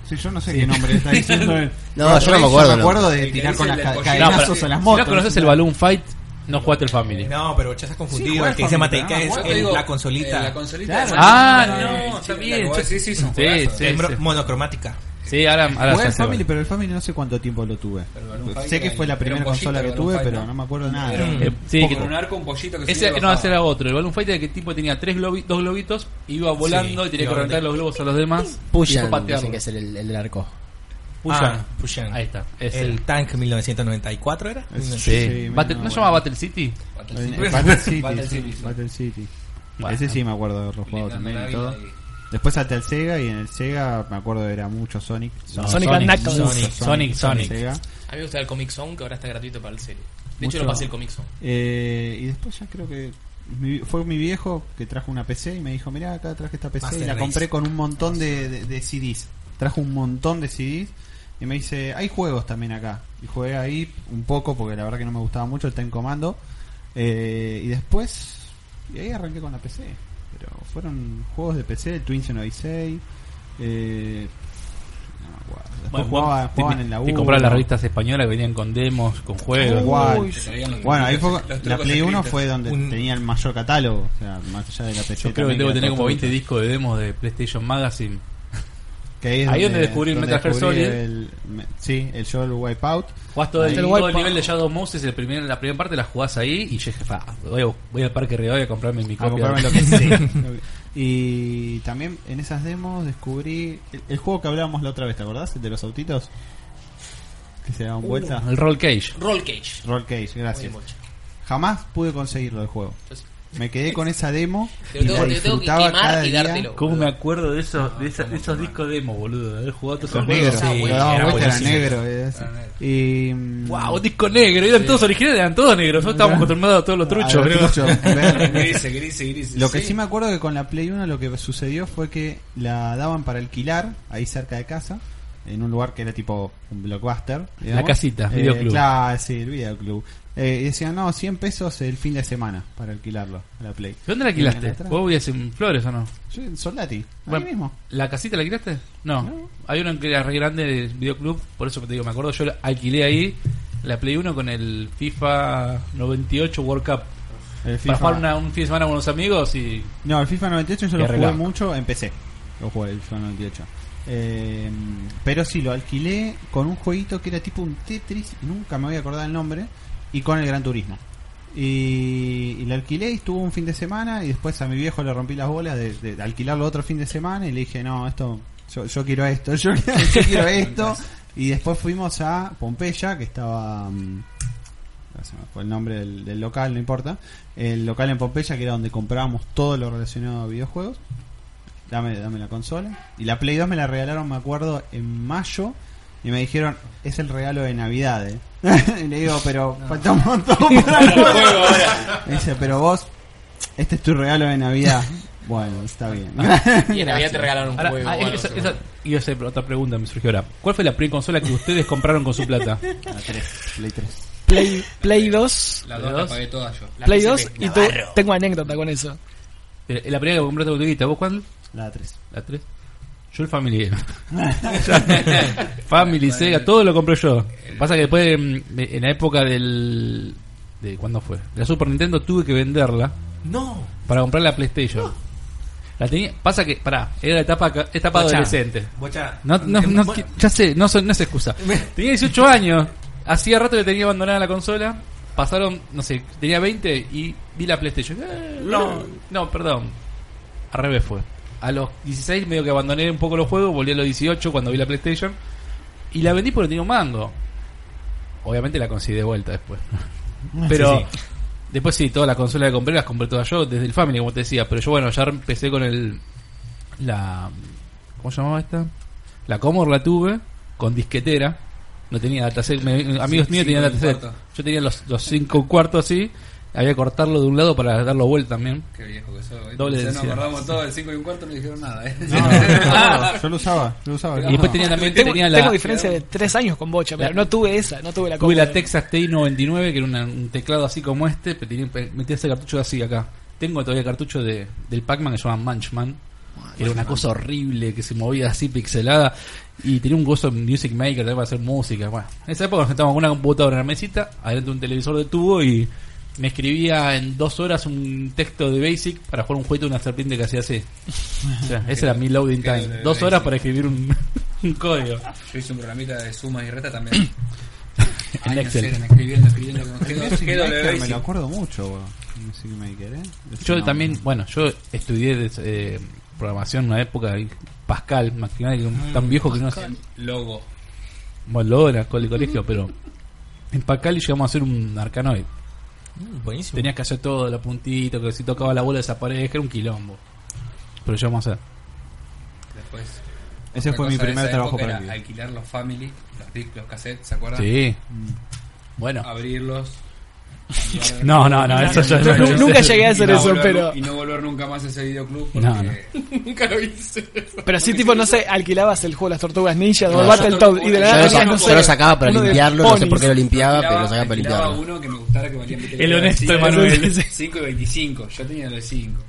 Speaker 4: Sí, yo no sé qué nombre está diciendo. el-
Speaker 1: No, yo no me acuerdo,
Speaker 4: me
Speaker 1: no.
Speaker 4: acuerdo
Speaker 2: El
Speaker 4: de
Speaker 2: que
Speaker 4: tirar
Speaker 2: dice
Speaker 4: con
Speaker 2: el
Speaker 4: las
Speaker 2: del
Speaker 4: ca-
Speaker 2: pollito.
Speaker 4: cadenazos
Speaker 6: No,
Speaker 4: a las
Speaker 6: si
Speaker 4: motos.
Speaker 6: no conoces el Balloon Fight, no jugaste el Family.
Speaker 7: No, pero ya has confundido.
Speaker 4: Sí,
Speaker 7: el que dice
Speaker 4: juega
Speaker 7: Mateica
Speaker 4: familiar,
Speaker 7: es
Speaker 4: juega,
Speaker 7: el-
Speaker 2: Ah, Digo,
Speaker 7: la consolita.
Speaker 2: eh, La consolita.
Speaker 4: Claro.
Speaker 2: de
Speaker 6: Ah,
Speaker 2: Mario
Speaker 6: no,
Speaker 2: Kart,
Speaker 6: está
Speaker 2: sí,
Speaker 6: bien,
Speaker 2: la que vos
Speaker 6: che.
Speaker 2: decís, sí, son
Speaker 6: Sí,
Speaker 2: juegazos.
Speaker 6: sí.
Speaker 7: Es mo- monocromática.
Speaker 6: Sí, ahora, ahora
Speaker 4: Jugué
Speaker 6: se
Speaker 4: al
Speaker 6: hace
Speaker 4: Family,
Speaker 6: bueno.
Speaker 4: pero el Family no sé cuánto tiempo lo tuve.
Speaker 2: Pero Balloon Fight
Speaker 4: Sé que
Speaker 2: era
Speaker 4: fue
Speaker 2: el-
Speaker 4: la primera
Speaker 2: era un pollito,
Speaker 4: consola que
Speaker 2: Balloon
Speaker 4: tuve,
Speaker 2: Fight,
Speaker 4: pero
Speaker 2: ¿no?
Speaker 4: no me acuerdo nada.
Speaker 6: Eh, sí, que-
Speaker 2: Con un arco, un pollito que
Speaker 6: ese
Speaker 2: subía y
Speaker 6: no,
Speaker 2: bajaba.
Speaker 6: ese era otro. El Balloon Fight era que el tipo tenía tres globi- dos globitos, iba volando y tenía que
Speaker 7: iba
Speaker 6: reventar los globos a los demás. y después
Speaker 1: Pushan,
Speaker 6: patearlo.
Speaker 1: dicen que es el, el, el del arco.
Speaker 7: Ah, Pushan.
Speaker 6: Ahí está. Es
Speaker 7: El
Speaker 6: el,
Speaker 7: Tank 1994 era.
Speaker 4: Sí.
Speaker 6: Sí. Battle-
Speaker 4: no,
Speaker 6: ¿No,
Speaker 4: bueno.
Speaker 6: se llama Battle City?
Speaker 2: Battle City.
Speaker 4: Eh, Battle City.
Speaker 2: Battle
Speaker 4: sí,
Speaker 2: City, sí.
Speaker 4: Battle City.
Speaker 6: Bueno.
Speaker 4: Ese sí me acuerdo de haberlo jugado
Speaker 2: Nintendo
Speaker 4: también y
Speaker 2: Navidad
Speaker 4: todo. Después salté al Sega y en el Sega me acuerdo era mucho Sonic.
Speaker 1: No,
Speaker 8: Sonic and Knuckles.
Speaker 1: Sonic.
Speaker 6: Sonic, Sonic.
Speaker 4: Sega.
Speaker 3: A mí me gustaba el Comic Zone, que ahora está gratuito para el serie. De
Speaker 4: Mucho.
Speaker 3: hecho, lo pasé el Comic Zone.
Speaker 4: Eh, y después ya creo que mi- fue mi viejo que trajo una PC y me dijo, mirá, acá traje esta PC y
Speaker 7: Master
Speaker 4: la
Speaker 7: Race.
Speaker 4: compré con un montón de, de- de CDs. Trajo un montón de CDs y me dice, hay juegos también acá. Y jugué ahí un poco porque la verdad que no me gustaba mucho el Time Commando. Eh, y después, y ahí arranqué con la PC. Pero fueron juegos de PC, el Twins en Odyssey. Eh, no me acuerdo. Después jugaban, jugaban
Speaker 6: te,
Speaker 4: en la
Speaker 6: te
Speaker 4: U.
Speaker 6: compraban las revistas españolas que venían con demos, con juegos.
Speaker 4: Igual.
Speaker 8: Uy,
Speaker 4: Bueno, ahí fue,
Speaker 2: Los trucos
Speaker 4: la Play 1
Speaker 2: escritos.
Speaker 4: fue donde
Speaker 7: Un-
Speaker 4: tenía el mayor catálogo, o sea, más allá de la PC.
Speaker 6: Yo creo que
Speaker 4: también,
Speaker 6: debo
Speaker 4: era
Speaker 6: tener
Speaker 4: todo
Speaker 6: como 20
Speaker 4: truquito.
Speaker 6: discos de demos de PlayStation Magazine.
Speaker 4: Que ahí es
Speaker 6: Ahí donde descubrí el Metal Gear
Speaker 4: descubrí
Speaker 6: Solid.
Speaker 4: el- me- sí, el Joel Wipeout.
Speaker 6: Jugás todo, el,
Speaker 8: Ahí.
Speaker 6: todo el
Speaker 8: Wipeout.
Speaker 6: nivel de Shadow Moses, el primer, la primera parte la jugás ahí y yo dije, "Fa, voy, a- voy al Parque Rivadavia a comprarme mi
Speaker 4: A
Speaker 6: copia.
Speaker 4: comprarme lo que sea. Y también en esas demos descubrí el, el juego que hablábamos la otra vez, ¿te acordás? El de los autitos. Que se
Speaker 6: Uh.
Speaker 4: daban vuelta.
Speaker 6: El Roll Cage.
Speaker 3: Roll Cage.
Speaker 4: Roll Cage,
Speaker 3: Muy
Speaker 4: gracias.
Speaker 3: mocho.
Speaker 4: Jamás pude conseguirlo el juego.
Speaker 3: Yo sí.
Speaker 4: Me quedé con esa demo.
Speaker 3: Te lo
Speaker 4: y
Speaker 3: tengo- te
Speaker 4: la
Speaker 3: lo tengo que
Speaker 4: disfrutaba
Speaker 3: quemar
Speaker 4: cada
Speaker 3: y
Speaker 4: día.
Speaker 3: dártelo.
Speaker 6: ¿Cómo me acuerdo de esos, de esas- de esos discos demos, boludo? De haber jugado todos esos
Speaker 4: Los
Speaker 6: juegos.
Speaker 4: negros,
Speaker 7: Sí,
Speaker 4: lo daban
Speaker 7: era
Speaker 4: vuelta, era
Speaker 7: buenísimo.
Speaker 4: negro. era así. Y. mm,
Speaker 6: ¡Wow! Disco negro. Eran todos originales, eran todos negros. Nosotros estábamos acostumbrados a todos los
Speaker 4: a
Speaker 6: truchos,
Speaker 4: los
Speaker 6: bro.
Speaker 4: truchos, claro.
Speaker 2: Grises, grises, grises.
Speaker 4: Ah, Lo que sí me acuerdo que con la Play 1 lo que sucedió fue que la daban para alquilar ahí cerca de casa, en un lugar que era tipo un blockbuster. digamos.
Speaker 6: casita,
Speaker 4: Eh,
Speaker 6: videoclub.
Speaker 4: Claro, sí, el videoclub. Eh, y decían, no, 100 pesos el fin de semana para alquilarlo a la Play.
Speaker 6: ¿Dónde la
Speaker 4: Y me
Speaker 6: alquilaste?
Speaker 4: traje.
Speaker 6: ¿Vos vivías en Flores o no?
Speaker 4: Yo en Soldati,
Speaker 6: Bueno.
Speaker 4: ahí mismo.
Speaker 6: ¿La casita la alquilaste? No. Hay una que era re grande del videoclub, por eso te digo, me acuerdo, yo la alquilé ahí, la Play 1 con el FIFA 98 World Cup.
Speaker 4: El FIFA-
Speaker 6: Para jugar una- un fin de semana con los amigos y
Speaker 4: No, el FIFA 98 yo lo
Speaker 6: Y
Speaker 4: jugué
Speaker 6: arreglado.
Speaker 4: mucho, empecé. Lo jugué el FIFA 98. Eh, pero sí, lo alquilé con un jueguito que era tipo un Tetris, nunca me voy a acordar el nombre, y con el Gran Turismo. Y, y lo alquilé y estuvo un fin de semana y después a mi viejo le rompí las bolas de, de alquilarlo otro fin de semana y le dije, no, esto, yo, yo quiero esto, yo, yo quiero esto. Y después fuimos a Pompeya, que estaba... mm, Ah, se me fue el nombre del, del local, no importa. El local en Pompeya, que era donde comprábamos todo lo relacionado a videojuegos. Dame, dame la consola. Y la Play 2 me la regalaron, me acuerdo, en mayo. Y me dijeron, es el regalo de Navidad. eh". y le digo, pero falta un montón para el juego". Me dice, pero vos, este es tu regalo de Navidad. bueno, está bien.
Speaker 3: Y en Navidad te regalaron un
Speaker 6: Ahora,
Speaker 3: juego.
Speaker 6: ah,
Speaker 3: o algo,
Speaker 6: esa-
Speaker 3: seguro.
Speaker 6: esa- y esa otra pregunta me surgió ahora. ¿Cuál fue la primera consola que ustedes compraron con su plata?
Speaker 4: La 3, Play 3.
Speaker 8: Play, Play 2.
Speaker 2: La
Speaker 6: ¿La
Speaker 2: dos la
Speaker 6: dos?
Speaker 2: pagué toda yo.
Speaker 3: La
Speaker 8: Play
Speaker 3: PSP,
Speaker 8: 2 y te-
Speaker 3: Navarro.
Speaker 8: tengo anécdota con eso.
Speaker 6: Eh, La primera que compraste con tu guita, ¿vos cuál?
Speaker 4: La 3.
Speaker 6: ¿La 3? Yo el Family Family, Sega, todo lo compré yo. Pasa que después, mm, de- en la época del... De, ¿Cuándo fue? La Super Nintendo tuve que venderla
Speaker 7: No.
Speaker 6: para comprar la PlayStation. La tenía... Pasa que, pará, era etapa, ca- etapa
Speaker 7: Bocha.
Speaker 6: adolescente.
Speaker 7: Bocha.
Speaker 6: No, no,
Speaker 7: Eh,
Speaker 6: no,
Speaker 7: bueno,
Speaker 6: que- ya sé, no, son- no es excusa. Tenía 18 años, hacía rato que tenía abandonada la consola, pasaron, no sé, tenía 20 y vi la PlayStation. Eh, no, no, perdón. Al revés fue. A los 16 medio que abandoné un poco los juegos, volví a los 18 cuando vi la PlayStation y la vendí porque tenía un mango. Obviamente la conseguí de vuelta después. Pero después sí, todas las consolas que compré las compré todas yo, desde el Family, como te decía. Pero yo, bueno, ya empecé con el. La. ¿Cómo se llamaba esta? La Comor la tuve, con disquetera. No tenía dataset. me- amigos
Speaker 2: Sí,
Speaker 6: míos tenían
Speaker 2: cinco y un
Speaker 6: dataset.
Speaker 2: cuarto.
Speaker 6: Yo tenía los, los cinco cuartos así. Había que cortarlo de un lado para darlo vuelta también.
Speaker 2: Qué viejo que soy.
Speaker 6: Doble
Speaker 2: Doble nos
Speaker 6: densidad.
Speaker 2: acordamos todo, el 5 y un cuarto no dijeron nada, eh.
Speaker 4: yo lo usaba, yo lo usaba.
Speaker 6: Y después tenía también
Speaker 8: Tengo,
Speaker 6: tenía
Speaker 8: tengo
Speaker 6: la,
Speaker 8: diferencia de 3 años con Bocha, pero
Speaker 6: La-
Speaker 8: no tuve esa, no tuve la
Speaker 6: Tuve la
Speaker 8: Commodore.
Speaker 6: Texas TI-99, que era una- un teclado así como este, pero tenía, pe- metía ese cartucho así acá. Tengo todavía cartucho de, del Pac-Man que se llama Munchman. que era una cosa horrible, que se movía así pixelada. Y tenía un gozo en Music Maker también para hacer música. Bueno, en esa época nos sentábamos con una computadora en la mesita, adelante un televisor de tubo y me escribía en dos horas un texto de Basic para jugar un juguete de una serpiente que hacía así. O sea, ese era mi loading
Speaker 2: Qué
Speaker 6: time.
Speaker 2: de
Speaker 6: Dos horas
Speaker 2: Basic.
Speaker 6: para escribir un, un código.
Speaker 2: Yo hice un programita de sumas y reta también.
Speaker 6: En
Speaker 2: Años
Speaker 6: Excel.
Speaker 2: eran escribiendo, escribiendo. como, ¿qué-
Speaker 4: Music
Speaker 2: qué
Speaker 4: Maker,
Speaker 2: doble
Speaker 4: me lo
Speaker 2: basic?
Speaker 4: acuerdo mucho, bro. Music Maker, ¿eh? De ese
Speaker 6: Yo
Speaker 4: nombre.
Speaker 6: también, bueno, yo estudié des- eh, programación en una época, y Pascal, imagínate que
Speaker 8: Ah,
Speaker 6: un- tan viejo que no hacía
Speaker 2: Logo.
Speaker 6: bueno, luego era co- el colegio, pero en Pascal llegamos a hacer un arcanoid.
Speaker 7: mm, Buenísimo.
Speaker 6: Tenías que hacer todo, la puntita, que si tocaba la bola desaparezca, era un quilombo. Pero llegamos a hacer.
Speaker 2: Después.
Speaker 4: Ese
Speaker 2: otra
Speaker 4: fue mi
Speaker 2: cosa de
Speaker 4: primer
Speaker 2: esa
Speaker 4: trabajo
Speaker 2: época
Speaker 4: para
Speaker 2: era alquilar los family, los discos, los cassettes, ¿se acuerdan?
Speaker 6: Sí.
Speaker 8: Mm.
Speaker 6: Bueno.
Speaker 2: Abrirlos.
Speaker 6: No, no, no, eso yo no lo hice.
Speaker 8: Nunca llegué a hacer
Speaker 2: Y no
Speaker 8: eso,
Speaker 2: volver-
Speaker 8: pero-
Speaker 2: Y no volver nunca más a ese videoclub porque...
Speaker 6: No, no.
Speaker 3: Nunca lo hice.
Speaker 8: Pero sí, tipo, no sé, alquilabas el juego de las tortugas ninja o el
Speaker 1: No,
Speaker 8: Battletoad y de la
Speaker 1: Yo
Speaker 8: nada
Speaker 1: lo,
Speaker 8: tenías,
Speaker 1: sa-
Speaker 8: no sé,
Speaker 1: yo lo sacaba para
Speaker 8: uno de
Speaker 1: limpiarlo, no sé por qué lo
Speaker 8: ponis.
Speaker 1: limpiaba, pero lo sacaba para
Speaker 2: alquilaba
Speaker 1: limpiarlo.
Speaker 2: uno que me gustara que valía meter
Speaker 6: El honesto Emanuel.
Speaker 2: 5 y 25, yo tenía los 5.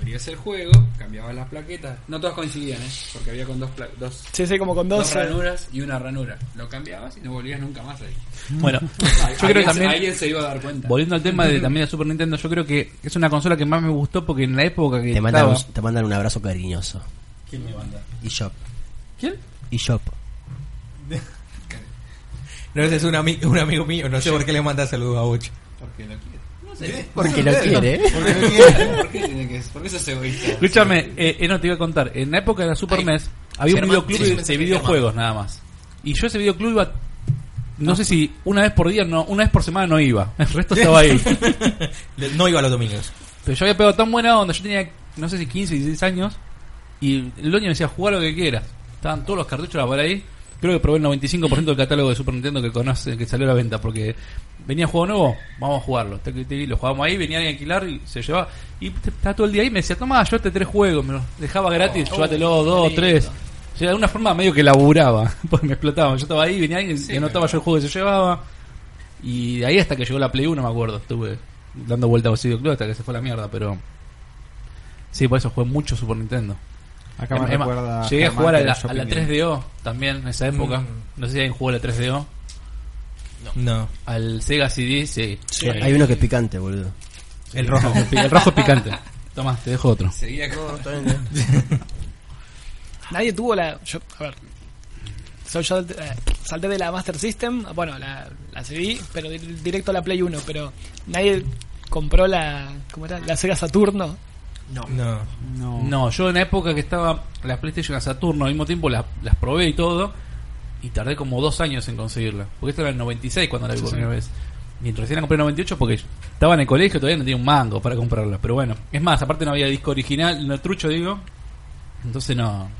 Speaker 2: Abrías el juego, cambiabas las plaquetas. No todas coincidían, ¿eh? Porque había con dos, pla- dos,
Speaker 8: Sí, sí, como con
Speaker 2: dos
Speaker 8: dos.
Speaker 2: ranuras y una ranura. Lo cambiabas y no volvías nunca más ahí.
Speaker 6: Bueno, yo creo que
Speaker 2: Alguien-
Speaker 6: también...
Speaker 2: Alguien se iba a dar cuenta.
Speaker 6: Volviendo al tema de también la Super Nintendo, yo creo que es una consola que más me gustó porque en la época que
Speaker 1: Te mandan,
Speaker 6: estaba-
Speaker 1: un, te mandan un abrazo cariñoso.
Speaker 2: ¿Quién me manda?
Speaker 1: eShop.
Speaker 6: ¿Quién?
Speaker 1: eShop.
Speaker 7: No, ese es un, ami- un amigo mío. No sé por qué le manda saludos a Bocha.
Speaker 2: Porque lo quiere.
Speaker 1: Porque lo quiere, ¿eh?
Speaker 2: ¿Por qué tiene que ¿Por qué sos egoísta?
Speaker 6: Escúchame, eh, eh, no te iba a contar. En la época de la Super
Speaker 3: Ay.
Speaker 6: NES había un
Speaker 3: Germán,
Speaker 6: videoclub
Speaker 3: sí, yo
Speaker 6: de,
Speaker 3: pensé
Speaker 6: de
Speaker 3: que
Speaker 6: videojuegos nada más. Y yo ese videoclub iba, no sé si una vez por día, no, una vez por semana no iba. El resto estaba ahí.
Speaker 7: Le- No iba a los domingos.
Speaker 6: Pero yo había pegado tan buena onda, yo tenía, no sé si 15, 16 años, y el dueño me decía, jugar lo que quieras. Estaban todos los cartuchos por ahí. Creo que probé el 95% del catálogo de Super Nintendo que conoce, que salió a la venta, porque venía juego nuevo, vamos a jugarlo. Te- te- te- Lo jugábamos ahí, venía alguien a alquilar y se llevaba. Y te- estaba todo el día ahí y me decía, toma, llévate tres juegos, me los dejaba gratis, llévatelo, dos, tres. O sea, de alguna forma medio que laburaba, porque me explotaba. Yo estaba ahí, venía alguien y anotaba yo el juego que se llevaba. Y de ahí hasta que llegó la Play 1, me acuerdo, estuve dando vueltas a ese videoclub hasta que se fue a la mierda, pero... Sí, por eso jugué mucho Super Nintendo.
Speaker 4: Acá
Speaker 6: Es
Speaker 4: me
Speaker 6: más,
Speaker 4: recuerda
Speaker 6: llegué a
Speaker 4: Germán
Speaker 6: jugar a
Speaker 4: que
Speaker 6: la,
Speaker 4: era
Speaker 6: a la
Speaker 4: shopping.
Speaker 6: 3DO también en esa época.
Speaker 7: Mm.
Speaker 6: No sé si alguien jugó a la 3DO.
Speaker 7: No.
Speaker 6: Al Sega CD, sí.
Speaker 1: Hay uno que es picante, boludo.
Speaker 7: El rojo.
Speaker 6: El, pi- el rojo es picante. Tomás, te dejo otro.
Speaker 2: Seguía con.
Speaker 8: Nadie tuvo la. Yo, a ver. So, yo eh, salté de la Master System, bueno, la, la CD, pero di- directo a la Play 1. Pero nadie compró la. ¿Cómo era? La Sega Saturno.
Speaker 7: No.
Speaker 4: No.
Speaker 6: No, yo en la época que estaba las PlayStation a Saturno, al mismo tiempo las, las probé y todo, y tardé como dos años en conseguirla. Porque esta era el 96 cuando la vi por primera vez. Mientras recién la compré en el 98 porque estaba en el colegio todavía no tenía un mango para comprarla. Pero bueno, es más, aparte no había disco original, no trucho digo. Entonces no.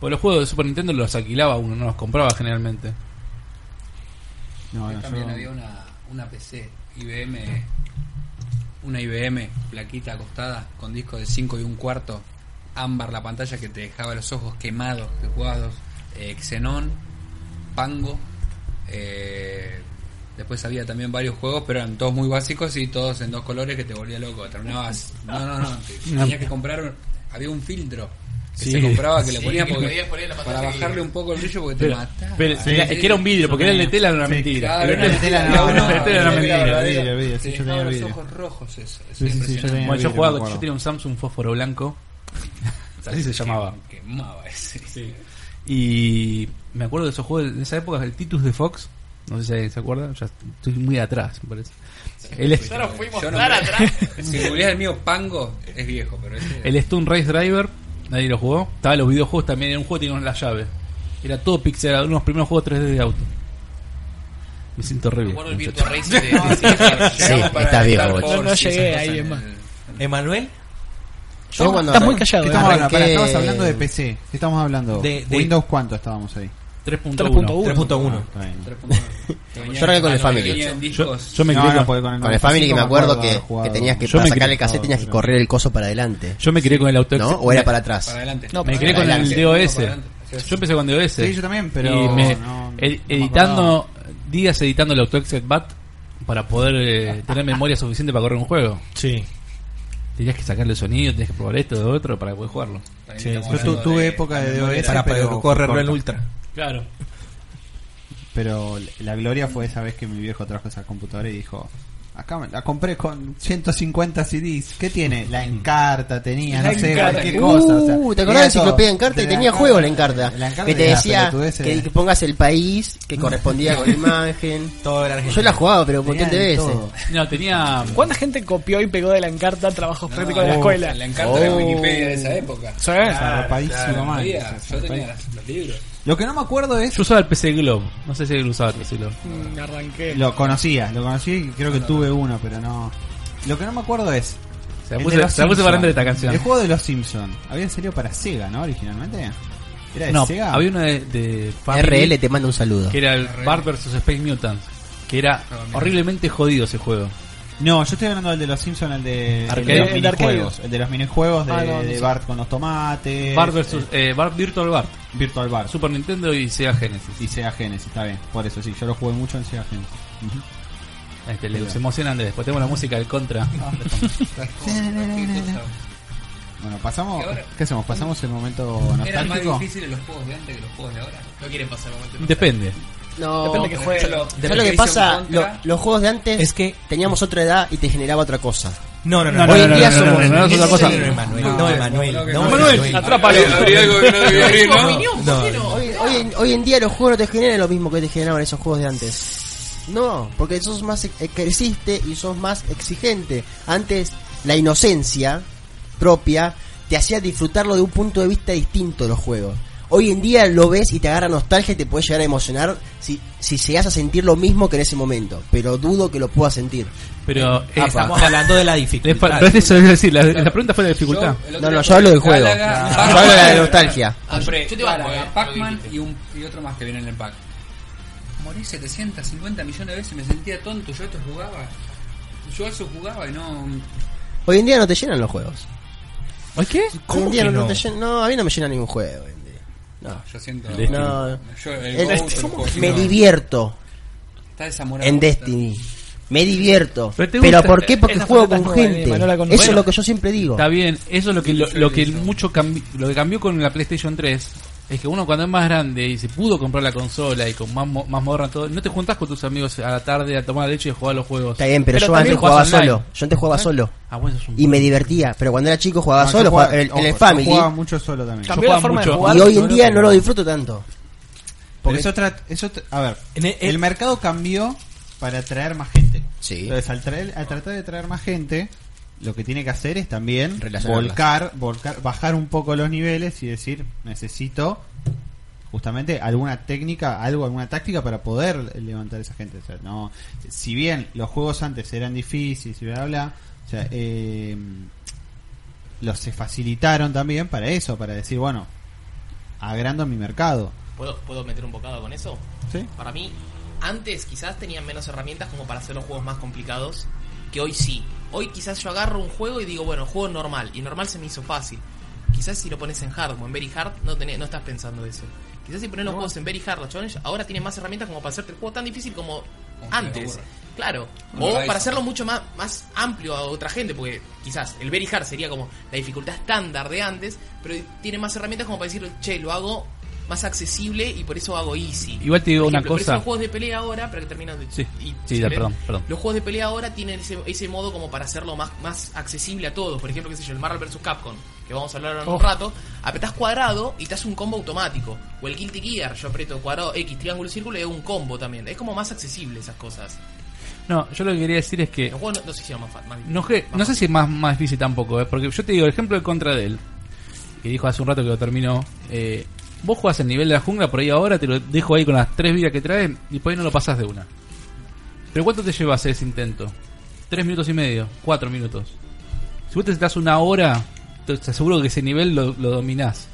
Speaker 6: Porque los juegos de Super Nintendo los alquilaba uno, no los compraba generalmente.
Speaker 4: No, no,
Speaker 2: También
Speaker 4: yo-
Speaker 2: había una, una PC IBM, una IBM plaquita acostada con disco de 5 y un cuarto, ámbar la pantalla que te dejaba los ojos quemados, que jugabas dos, eh, Xenon, Pango, eh, después había también varios juegos, pero eran todos muy básicos y todos en dos colores que te volvía loco, terminabas, no, no, no, te- tenías que comprar, un- había un filtro. Que se compraba que le
Speaker 3: Sí,
Speaker 2: ponías
Speaker 3: que
Speaker 2: porque-
Speaker 3: podías poner la
Speaker 2: para
Speaker 3: pantalla que-
Speaker 2: bajarle un poco el brillo porque te
Speaker 6: Pero,
Speaker 2: mataba.
Speaker 6: pero-
Speaker 2: Sí,
Speaker 6: era-
Speaker 2: sí,
Speaker 6: que era un vidrio, porque era el de tela, era una mentira.
Speaker 2: Claro,
Speaker 6: Pero era-
Speaker 2: la tela,
Speaker 6: la-
Speaker 2: no, no,
Speaker 6: la- la tela era
Speaker 2: la
Speaker 6: una
Speaker 2: tela,
Speaker 6: mentira.
Speaker 2: la tela.
Speaker 4: Vidrio, vidrio,
Speaker 2: Te
Speaker 4: sí, yo
Speaker 2: dejaba
Speaker 4: tenía
Speaker 2: los
Speaker 4: vidrio.
Speaker 2: ojos rojos eso. es
Speaker 4: Sí, sí, sí, yo
Speaker 2: impresionante.
Speaker 4: tenía-
Speaker 6: Bueno, yo
Speaker 4: vidrio, me
Speaker 6: jugaba,
Speaker 4: acuerdo.
Speaker 6: yo tenía un Samsung fósforo blanco. Así se llamaba.
Speaker 2: Quemaba ese.
Speaker 6: Y me acuerdo de esos juegos de esa época, el Titus de Fox. No sé si se acuerdan, ya estoy muy atrás, me parece. El, est-
Speaker 2: Yo no me- Si googleás el mío Pango, es viejo, pero ese...
Speaker 6: el Stone Race Driver, nadie lo jugó. Estaba en los videojuegos también, era un juego que teníamos la llave. Era todo pixelado, unos primeros juegos 3D de auto. Me siento re
Speaker 3: Me
Speaker 6: bien.
Speaker 3: acuerdo del
Speaker 6: muchacho.
Speaker 3: Virtua Racing de- de-
Speaker 2: Llegamos
Speaker 1: Sí,
Speaker 2: para
Speaker 1: está viejo,
Speaker 2: Star
Speaker 1: boludo.
Speaker 2: Force
Speaker 8: No, no
Speaker 2: y esas
Speaker 8: llegué
Speaker 2: cosas
Speaker 8: ahí,
Speaker 2: en
Speaker 8: es más.
Speaker 2: el-
Speaker 7: Emanuel,
Speaker 1: Yo cuando-
Speaker 8: Estás muy callado.
Speaker 4: ¿Qué
Speaker 8: eh.
Speaker 4: estamos hablando? Pará,
Speaker 1: Arranqué-
Speaker 4: estabas hablando de PC. ¿Qué estamos hablando?
Speaker 7: De- de-
Speaker 4: ¿Windows cuánto estábamos ahí?
Speaker 6: 3.1.
Speaker 8: 3.1.
Speaker 7: 3.1
Speaker 4: Está bien.
Speaker 1: Yo arranqué con el Family.
Speaker 2: Venían
Speaker 6: Yo,
Speaker 2: discos.
Speaker 6: yo me
Speaker 4: No,
Speaker 6: crié
Speaker 4: no,
Speaker 6: con,
Speaker 4: porque
Speaker 1: Con el Family que me acuerdo que,
Speaker 4: haber jugado.
Speaker 1: que tenías que
Speaker 6: Yo
Speaker 1: para
Speaker 6: me
Speaker 1: sacar
Speaker 6: crié-
Speaker 1: el cassette tenías que
Speaker 4: pero-
Speaker 1: correr el coso para adelante.
Speaker 6: yo me crié con el auto
Speaker 1: ¿No? ¿O era para atrás?
Speaker 2: Para adelante.
Speaker 8: No,
Speaker 6: Me
Speaker 8: para
Speaker 6: crié con el
Speaker 1: adelante.
Speaker 6: DOS.
Speaker 2: Para adelante.
Speaker 6: Yo empecé con DOS.
Speaker 4: Sí, yo también, pero
Speaker 6: Y me-
Speaker 4: no-
Speaker 6: ed-
Speaker 4: no me
Speaker 6: editando, días editando el AutoExec BAT para poder eh, tener memoria suficiente para correr un juego.
Speaker 9: Sí.
Speaker 6: Tenías que sacarle el sonido, tenías que probar esto, lo otro, para poder jugarlo.
Speaker 2: También
Speaker 9: Sí, yo
Speaker 2: estamos
Speaker 4: Yo tu-
Speaker 2: hablando
Speaker 4: tuve
Speaker 2: de-
Speaker 4: época de DOS
Speaker 7: para poder
Speaker 4: pero-
Speaker 7: correrlo en
Speaker 4: corta.
Speaker 7: ultra.
Speaker 6: Claro.
Speaker 4: Pero la gloria fue esa vez que mi viejo trajo esa computadora y dijo, acá me la compré con 150 CDs. ¿Qué tiene? La Encarta tenía,
Speaker 8: La
Speaker 4: no sé,
Speaker 8: Encarta.
Speaker 4: cualquier
Speaker 1: Uh,
Speaker 4: cosa. o sea,
Speaker 1: ¿Te
Speaker 4: tenía
Speaker 1: acordás de Enciclopedia
Speaker 4: todo.
Speaker 1: Encarta? Y
Speaker 4: De
Speaker 1: tenía
Speaker 4: la
Speaker 1: juegos la
Speaker 4: Encarta.
Speaker 1: Encarta.
Speaker 4: La Encarta
Speaker 1: Que te
Speaker 4: era la
Speaker 1: decía
Speaker 4: pelotudez de-
Speaker 1: que, que pongas el país que correspondía con la imagen.
Speaker 7: Todo era
Speaker 1: Yo
Speaker 7: argentino.
Speaker 1: la jugaba, pero un
Speaker 4: tenía
Speaker 1: montón de
Speaker 4: de
Speaker 1: veces.
Speaker 4: todo.
Speaker 6: No, tenía.
Speaker 8: ¿Cuánta gente copió y pegó de la encarta trabajos
Speaker 2: No,
Speaker 8: prácticos de la escuela?
Speaker 2: La encarta de Wikipedia de esa época.
Speaker 8: Sí.
Speaker 4: Zarpadísimo, mal,
Speaker 2: había.
Speaker 4: o sea,
Speaker 2: Yo tenía las- los libros.
Speaker 4: Lo que no me acuerdo es...
Speaker 6: Yo usaba el PC Globe. No sé si lo usaba el PC Globe.
Speaker 8: Mm, arranqué.
Speaker 4: Lo conocía, lo conocí y creo que tuve uno, pero no... Lo que no me acuerdo es...
Speaker 6: Se
Speaker 4: el
Speaker 6: la
Speaker 4: de
Speaker 6: puse,
Speaker 4: los
Speaker 6: se la puse
Speaker 4: Simpson.
Speaker 6: para Andrés esta canción.
Speaker 4: El juego de los Simpsons. Había salido para Sega, ¿no? Originalmente. ¿Era de
Speaker 6: No,
Speaker 4: Sega?
Speaker 6: había una de, de Family,
Speaker 1: RL te manda un saludo.
Speaker 6: que era el Bart vs Space Mutants.
Speaker 4: Ah,
Speaker 6: Que era horriblemente jodido ese juego.
Speaker 4: No, yo estoy hablando del de los Simpsons, el de,
Speaker 6: Arcade.
Speaker 4: el de los
Speaker 8: El de arcade.
Speaker 4: minijuegos. El de los minijuegos de,
Speaker 8: Ah, no, no
Speaker 4: de
Speaker 8: sé.
Speaker 4: Bart con los tomates.
Speaker 6: Bart versus, eh, Bart Virtual Bart.
Speaker 4: Virtual Bart.
Speaker 6: Super Nintendo y Sega Genesis.
Speaker 4: Y Sega Genesis, está bien. Por eso sí, yo lo jugué mucho en Sega Genesis.
Speaker 6: Este, le- se emocionan de después. Tengo la música del contra.
Speaker 4: Bueno, pasamos.
Speaker 2: Y ahora-
Speaker 4: ¿Qué hacemos? ¿Pasamos el momento
Speaker 2: Eran más
Speaker 4: nostálgico?
Speaker 2: difíciles los juegos de antes que los juegos de ahora.
Speaker 3: No quieren pasar el momento.
Speaker 6: Depende.
Speaker 1: No,
Speaker 8: Depende que juegue.
Speaker 1: ¿sabes lo que pasa? Lo- los juegos de antes
Speaker 7: Es que-
Speaker 1: teníamos otra edad y te generaba otra cosa.
Speaker 7: No, no,
Speaker 6: No,
Speaker 7: no.
Speaker 6: no,
Speaker 1: Hoy
Speaker 7: Oye,
Speaker 6: no,
Speaker 1: en
Speaker 6: no,
Speaker 1: día
Speaker 6: no, no,
Speaker 1: somos-
Speaker 6: no, no, es otra cosa.
Speaker 7: No, Emanuel. No, Emanuel.
Speaker 2: no,
Speaker 7: No,
Speaker 2: Emanuel.
Speaker 7: Emanuel.
Speaker 8: Atrápalo.
Speaker 2: Habría algo que no debía abrir,
Speaker 3: Tu
Speaker 2: ¿no?
Speaker 3: opinión, ¿por qué no?
Speaker 1: Hoy, hoy en, hoy en día los juegos no te generan lo mismo que te generaban esos juegos de antes. No, porque sos más eh, creciste y sos más exigente. Antes la inocencia propia te hacía disfrutarlo de un punto de vista distinto los juegos. Hoy en día lo ves y te agarra nostalgia y te puede llegar a emocionar si, si llegas a sentir lo mismo que en ese momento. Pero dudo que lo puedas sentir.
Speaker 6: Pero eh,
Speaker 7: Estamos hablando de la
Speaker 6: es pa-
Speaker 7: dificultad.
Speaker 6: pero eso es decir, la, la pregunta fue la dificultad.
Speaker 2: Yo, el otro
Speaker 1: No, no,
Speaker 2: día
Speaker 1: yo hablo del
Speaker 2: compré
Speaker 1: juego.
Speaker 2: Galaga,
Speaker 1: Yo
Speaker 2: Pac-Man,
Speaker 1: hablo de la nostalgia.
Speaker 2: Compré
Speaker 3: Yo te banco,
Speaker 2: Galaga,
Speaker 3: eh,
Speaker 2: Pac-Man
Speaker 3: lo dijiste.
Speaker 2: y, un, y otro más que viene en el pack. Morí 750 millones de veces, me sentía tonto. Yo esto jugaba. Yo eso jugaba y no.
Speaker 1: Hoy en día no te llenan los juegos.
Speaker 6: ¿Ay, qué?
Speaker 1: hoy
Speaker 7: ¿Cómo
Speaker 1: en día
Speaker 7: que
Speaker 1: no, no
Speaker 7: no?
Speaker 1: te llenan- no, a mí no me llena ningún juego. hoy en día. No.
Speaker 2: Yo siento.
Speaker 1: No.
Speaker 2: Yo, el
Speaker 1: El-
Speaker 2: Ghost, el juego,
Speaker 1: me
Speaker 2: no.
Speaker 1: divierto
Speaker 2: Está desamorado.
Speaker 1: en Destiny. Me divierto.
Speaker 6: Pero te
Speaker 1: Pero,
Speaker 6: gusta-
Speaker 1: ¿por qué? Porque
Speaker 8: esa
Speaker 1: juego
Speaker 8: faceta
Speaker 1: con
Speaker 8: es nueva,
Speaker 1: gente.
Speaker 8: Emma, no la conozco.
Speaker 1: Eso es
Speaker 8: Bueno.
Speaker 1: lo que yo siempre digo.
Speaker 6: Está bien, eso es lo que lo, lo que mucho cambi- lo que cambió con la PlayStation 3 es que uno cuando es más grande y se pudo comprar la consola y con más, mo- más morra todo, no te juntás con tus amigos a la tarde a tomar leche y a jugar a los juegos.
Speaker 1: Está bien, pero,
Speaker 6: Pero
Speaker 1: yo antes
Speaker 6: también
Speaker 1: jugaba
Speaker 6: jugás online.
Speaker 1: solo. Yo antes jugaba solo.
Speaker 6: Ah, bueno, sos un
Speaker 1: Y me divertía. Pero cuando era chico jugaba
Speaker 2: Ah,
Speaker 4: No, Ah, yo
Speaker 1: solo,
Speaker 4: jugaba-
Speaker 1: jugaba en- en
Speaker 4: ojo,
Speaker 1: el
Speaker 4: yo
Speaker 1: Family.
Speaker 4: jugaba mucho solo también.
Speaker 8: Cambió la
Speaker 6: juego
Speaker 8: forma de
Speaker 6: mucho.
Speaker 8: jugar.
Speaker 1: Y hoy en
Speaker 4: solo,
Speaker 1: día
Speaker 4: pero-
Speaker 1: no lo disfruto tanto.
Speaker 4: Porque es otra, es otra- a ver,
Speaker 7: En
Speaker 1: e,
Speaker 7: el-
Speaker 4: el, mercado cambió para atraer más gente.
Speaker 1: Sí.
Speaker 4: Entonces, al, traer- al tratar de atraer más gente, lo que tiene que hacer es también
Speaker 1: Relacionarlas.
Speaker 4: volcar, volcar, bajar un poco los niveles y decir, necesito justamente alguna técnica, algo, alguna táctica para poder levantar a esa gente. O sea, no, si bien los juegos antes eran difíciles y bla bla, bla, o sea, eh, los se facilitaron también para eso, para decir, bueno, agrando mi mercado.
Speaker 3: ¿Puedo, ¿Puedo meter un bocado con eso?
Speaker 4: ¿Sí?
Speaker 3: Para mí, antes quizás tenían menos herramientas como para hacer los juegos más complicados, que hoy sí. Hoy quizás yo agarro un juego y digo, bueno, juego normal, y normal se me hizo fácil. Quizás si lo pones en hard o en very hard, no, tenés- no estás pensando eso. Quizás si pones los juegos en very hard, los chavales ahora tienen más herramientas como para hacerte el juego tan difícil como antes. Claro.
Speaker 2: Como
Speaker 3: O
Speaker 2: Horizon.
Speaker 3: para hacerlo mucho más, más amplio a otra gente, porque quizás el very hard sería como la dificultad estándar de antes, pero tiene más herramientas como para decir, che, lo hago más accesible y por eso hago easy.
Speaker 6: Igual te digo
Speaker 3: Por
Speaker 6: una
Speaker 3: ejemplo, por eso
Speaker 6: cosa.
Speaker 3: los juegos de pelea ahora, para que termine de-
Speaker 6: Sí,
Speaker 3: y-
Speaker 6: sí,
Speaker 3: si
Speaker 6: da-
Speaker 3: querés,
Speaker 6: perdón, perdón.
Speaker 3: Los juegos de pelea ahora tienen ese, ese modo como para hacerlo más, más accesible a todos. Por ejemplo, qué sé yo, el Marvel vs. Capcom, que vamos a hablar
Speaker 6: Oh.
Speaker 3: ahora en un rato. Apretás cuadrado y te hace un combo automático. O el Guilty Gear, yo aprieto cuadrado, X, triángulo, círculo y hago un combo también. Es como más accesible esas cosas.
Speaker 6: No, yo lo que quería decir es que
Speaker 3: Los juegos no, no se hicieron más, fa- más
Speaker 6: No, que- no sé si es más, más difícil tampoco, ¿eh? porque yo te digo, el ejemplo de contra de él, que dijo hace un rato que lo terminó, eh, vos jugás el nivel de la jungla, por ahí ahora te lo dejo ahí con las tres vidas que trae y por ahí no lo pasás de una. Pero ¿cuánto te lleva hacer ese intento? Tres minutos y medio, cuatro minutos. Si vos te das una hora, te te aseguro que ese nivel lo, lo dominás.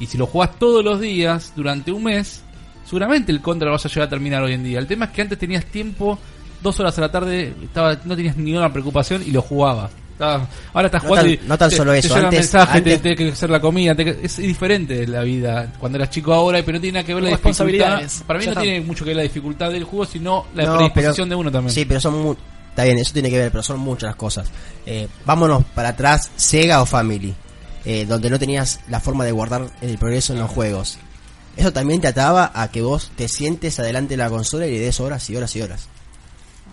Speaker 6: Y si lo jugás todos los días durante un mes, seguramente el contra lo vas a llegar a terminar hoy en día. El tema es que antes tenías tiempo, dos horas a la tarde, estaba, no tenías ninguna preocupación y lo jugabas. Estaba- ahora estás
Speaker 1: No
Speaker 6: jugando
Speaker 1: tan-
Speaker 6: y
Speaker 1: no tan
Speaker 6: te-
Speaker 1: solo
Speaker 6: te
Speaker 1: eso,
Speaker 6: llega
Speaker 1: antes-
Speaker 6: mensaje, te-
Speaker 1: antes-
Speaker 6: te- que hacer la comida. te- es diferente la vida cuando eras chico ahora, pero no tiene nada que ver la dificultad.
Speaker 8: Responsabilidades.
Speaker 6: Para mí
Speaker 8: Ya
Speaker 6: no
Speaker 8: está.
Speaker 6: tiene mucho que ver la dificultad del juego, sino la
Speaker 1: No,
Speaker 6: predisposición
Speaker 1: pero-
Speaker 6: de uno también.
Speaker 1: Sí, pero son mu- Está bien, eso tiene que ver, pero son muchas las cosas. Eh, vámonos para atrás, Sega o Family, eh, donde no tenías la forma de guardar el progreso en los juegos. Eso también te ataba a que vos te sientes adelante de la consola y le des horas y horas y horas.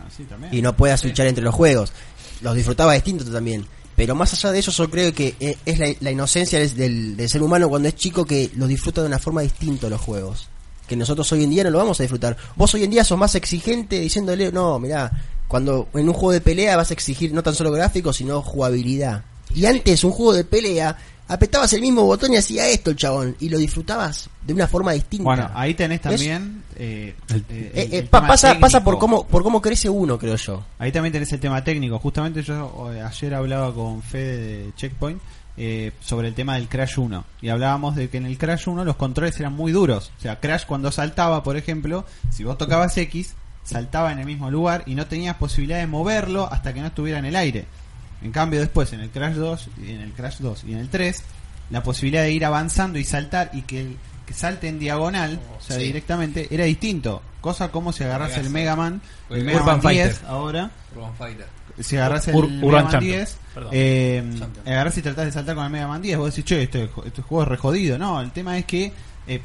Speaker 4: Ah, sí, también.
Speaker 1: y no puedas switchar entre los juegos. Los disfrutaba distinto también. Pero más allá de eso, yo creo que eh, es la, la inocencia del, del- del ser humano cuando es chico que los disfruta de una forma distinta los juegos. Que nosotros hoy en día no lo vamos a disfrutar. Vos hoy en día sos más exigente diciéndole, no, mirá, cuando en un juego de pelea vas a exigir no tan solo gráficos, sino jugabilidad. Y antes, un juego de pelea, apretabas el mismo botón y hacía esto el chabón. Y lo disfrutabas de una forma distinta.
Speaker 4: Bueno, ahí tenés
Speaker 1: Es-
Speaker 4: también. eh, eh,
Speaker 1: eh,
Speaker 4: el-
Speaker 1: eh,
Speaker 4: el
Speaker 1: pa-
Speaker 4: tema
Speaker 1: pasa, pasa por
Speaker 4: técnico.
Speaker 1: cómo, por cómo crece uno, creo yo.
Speaker 4: Ahí también tenés el tema técnico. Justamente yo eh, ayer hablaba con Fede de Checkpoint eh, sobre el tema del Crash 1. Y hablábamos de que en el Crash 1 los controles eran muy duros. O sea, Crash cuando saltaba, por ejemplo, si vos tocabas X, saltaba en el mismo lugar y no tenías posibilidad de moverlo hasta que no estuviera en el aire. En cambio, después en el Crash 2, y en el Crash 2 y en el 3, la posibilidad de ir avanzando y saltar y que, el- que salte en diagonal, o sea,
Speaker 3: Sí.
Speaker 4: directamente, era distinto. Cosa como si agarras el Mega Man, el
Speaker 2: Urban
Speaker 4: Mega Man
Speaker 7: Fighter.
Speaker 4: 10 ahora,
Speaker 2: Urban Fighter.
Speaker 4: si agarras el
Speaker 6: Ur-
Speaker 4: Mega
Speaker 6: Urban
Speaker 4: Man
Speaker 6: Champion.
Speaker 4: 10,
Speaker 2: Perdón.
Speaker 4: eh,
Speaker 2: Champion.
Speaker 4: agarras y tratás de saltar con el Mega Man 10, vos decís, che, este, este juego es re jodido. No, el tema es que eh,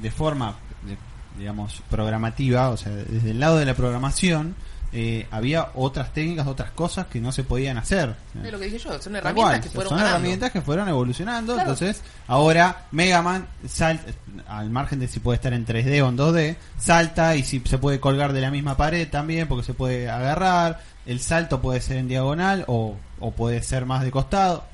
Speaker 4: de forma, de- digamos, programativa, o sea, desde el lado de la programación, eh, había otras técnicas, otras cosas que no se podían hacer.
Speaker 3: Es lo que dije yo, son
Speaker 4: Tal
Speaker 3: herramientas
Speaker 4: cual,
Speaker 3: que
Speaker 4: o sea,
Speaker 3: fueron
Speaker 4: son
Speaker 3: ganando.
Speaker 4: herramientas que fueron evolucionando,
Speaker 3: Claro.
Speaker 4: entonces ahora Mega Man salta, al margen de si puede estar en 3D o en 2D, salta y si se puede colgar de la misma pared también porque se puede agarrar, el salto puede ser en diagonal o, o puede ser más de costado.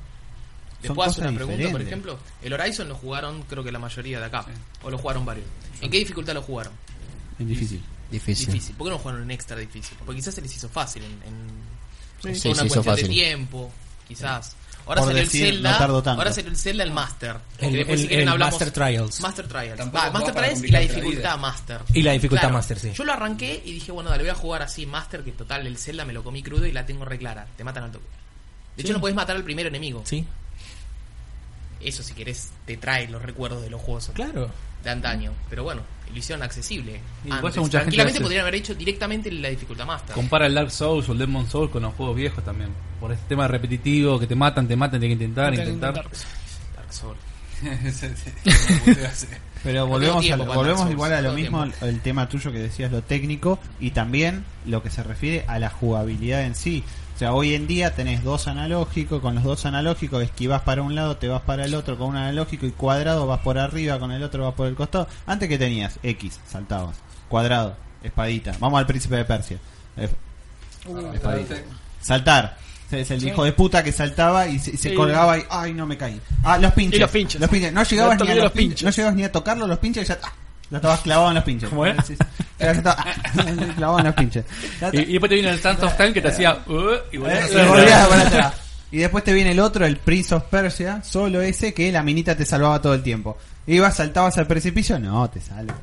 Speaker 3: ¿Te
Speaker 4: Son
Speaker 3: puedo hacer
Speaker 4: cosas
Speaker 3: una pregunta, por
Speaker 4: diferentes.
Speaker 3: ejemplo? El Horizon lo jugaron, creo que la mayoría de acá, o lo jugaron varios. ¿En qué dificultad lo jugaron?
Speaker 4: Es difícil.
Speaker 3: Difícil. ¿Por qué no jugaron en extra difícil? Porque quizás se les hizo fácil en, en- por
Speaker 1: Sí, se
Speaker 3: una
Speaker 1: hizo
Speaker 3: cuestión
Speaker 1: fácil.
Speaker 3: de tiempo, quizás. Ahora
Speaker 4: Por
Speaker 3: salió,
Speaker 4: decir,
Speaker 3: el Zelda,
Speaker 4: no tardo tanto.
Speaker 3: ahora salió el Zelda el Master. que
Speaker 7: El-
Speaker 3: después, si
Speaker 7: el-
Speaker 3: quieren,
Speaker 7: el
Speaker 3: hablamos-
Speaker 7: Master Trials.
Speaker 3: Master Trials.
Speaker 2: Tampoco
Speaker 3: Va,
Speaker 2: va
Speaker 3: Master
Speaker 2: para
Speaker 3: Trials y la
Speaker 2: complicar la
Speaker 3: dificultad
Speaker 2: vida.
Speaker 3: Master.
Speaker 7: Y la dificultad Master, sí.
Speaker 3: Yo lo arranqué y dije, bueno, dale, voy a jugar así Master, que total el Zelda me lo comí crudo y la tengo re clara. Te matan al toque. De hecho, no podés matar al primer enemigo.
Speaker 7: Sí,
Speaker 3: Eso, si querés, te trae los recuerdos de los juegos
Speaker 7: claro.
Speaker 3: de antaño. Pero bueno, lo hicieron accesible.
Speaker 6: Y por
Speaker 3: antes.
Speaker 6: eso mucha gente
Speaker 3: Tranquilamente
Speaker 6: hace-
Speaker 3: podrían haber hecho directamente la dificultad Master.
Speaker 6: Compara el Dark Souls o el Demon Souls con los juegos viejos también. Por este tema repetitivo, que te matan, te matan, tienes que intentar,
Speaker 8: Intentar,
Speaker 6: intentar.
Speaker 8: intentar.
Speaker 3: Dark Souls.
Speaker 4: Pero
Speaker 3: No
Speaker 4: volvemos,
Speaker 3: tengo tiempo
Speaker 4: al-
Speaker 3: para
Speaker 4: volvemos
Speaker 3: andar
Speaker 4: igual
Speaker 3: sobre-
Speaker 4: a lo
Speaker 3: sobre
Speaker 4: mismo, el, el tema tuyo que decías, lo técnico, y también lo que se refiere a la jugabilidad en sí. O sea, hoy en día tenés dos analógicos, con los dos analógicos esquivas para un lado, te vas para el otro con un analógico y cuadrado, vas por arriba, con el otro vas por el costado. Antes que tenías X, saltabas, cuadrado, espadita. Vamos al príncipe de Persia. Eh, Saltar. Es el
Speaker 8: Uh. Sí.
Speaker 4: hijo de puta que saltaba y se, se
Speaker 8: Sí.
Speaker 4: colgaba y ay no me caí. Ah, los pinches.
Speaker 8: Y los pinches.
Speaker 4: No llegabas
Speaker 8: No
Speaker 4: ni a
Speaker 8: toqué
Speaker 4: los
Speaker 8: los
Speaker 4: pinches.
Speaker 8: pinches.
Speaker 4: No llegabas ni a tocarlos los pinches y ya ah, ya estabas clavado en los pinches.
Speaker 6: ¿Cómo era?
Speaker 4: Sí, sí. Ya estabas ah, clavado en los pinches. Ya
Speaker 6: Y, y después te vino el Santos Time que te hacía. "Uh", y
Speaker 4: eh,
Speaker 6: volvías
Speaker 4: y volvías para atrás. Y después te viene el otro, el Prince of Persia, solo ese que la minita te salvaba todo el tiempo. Ibas, saltabas al precipicio, no, te salvo.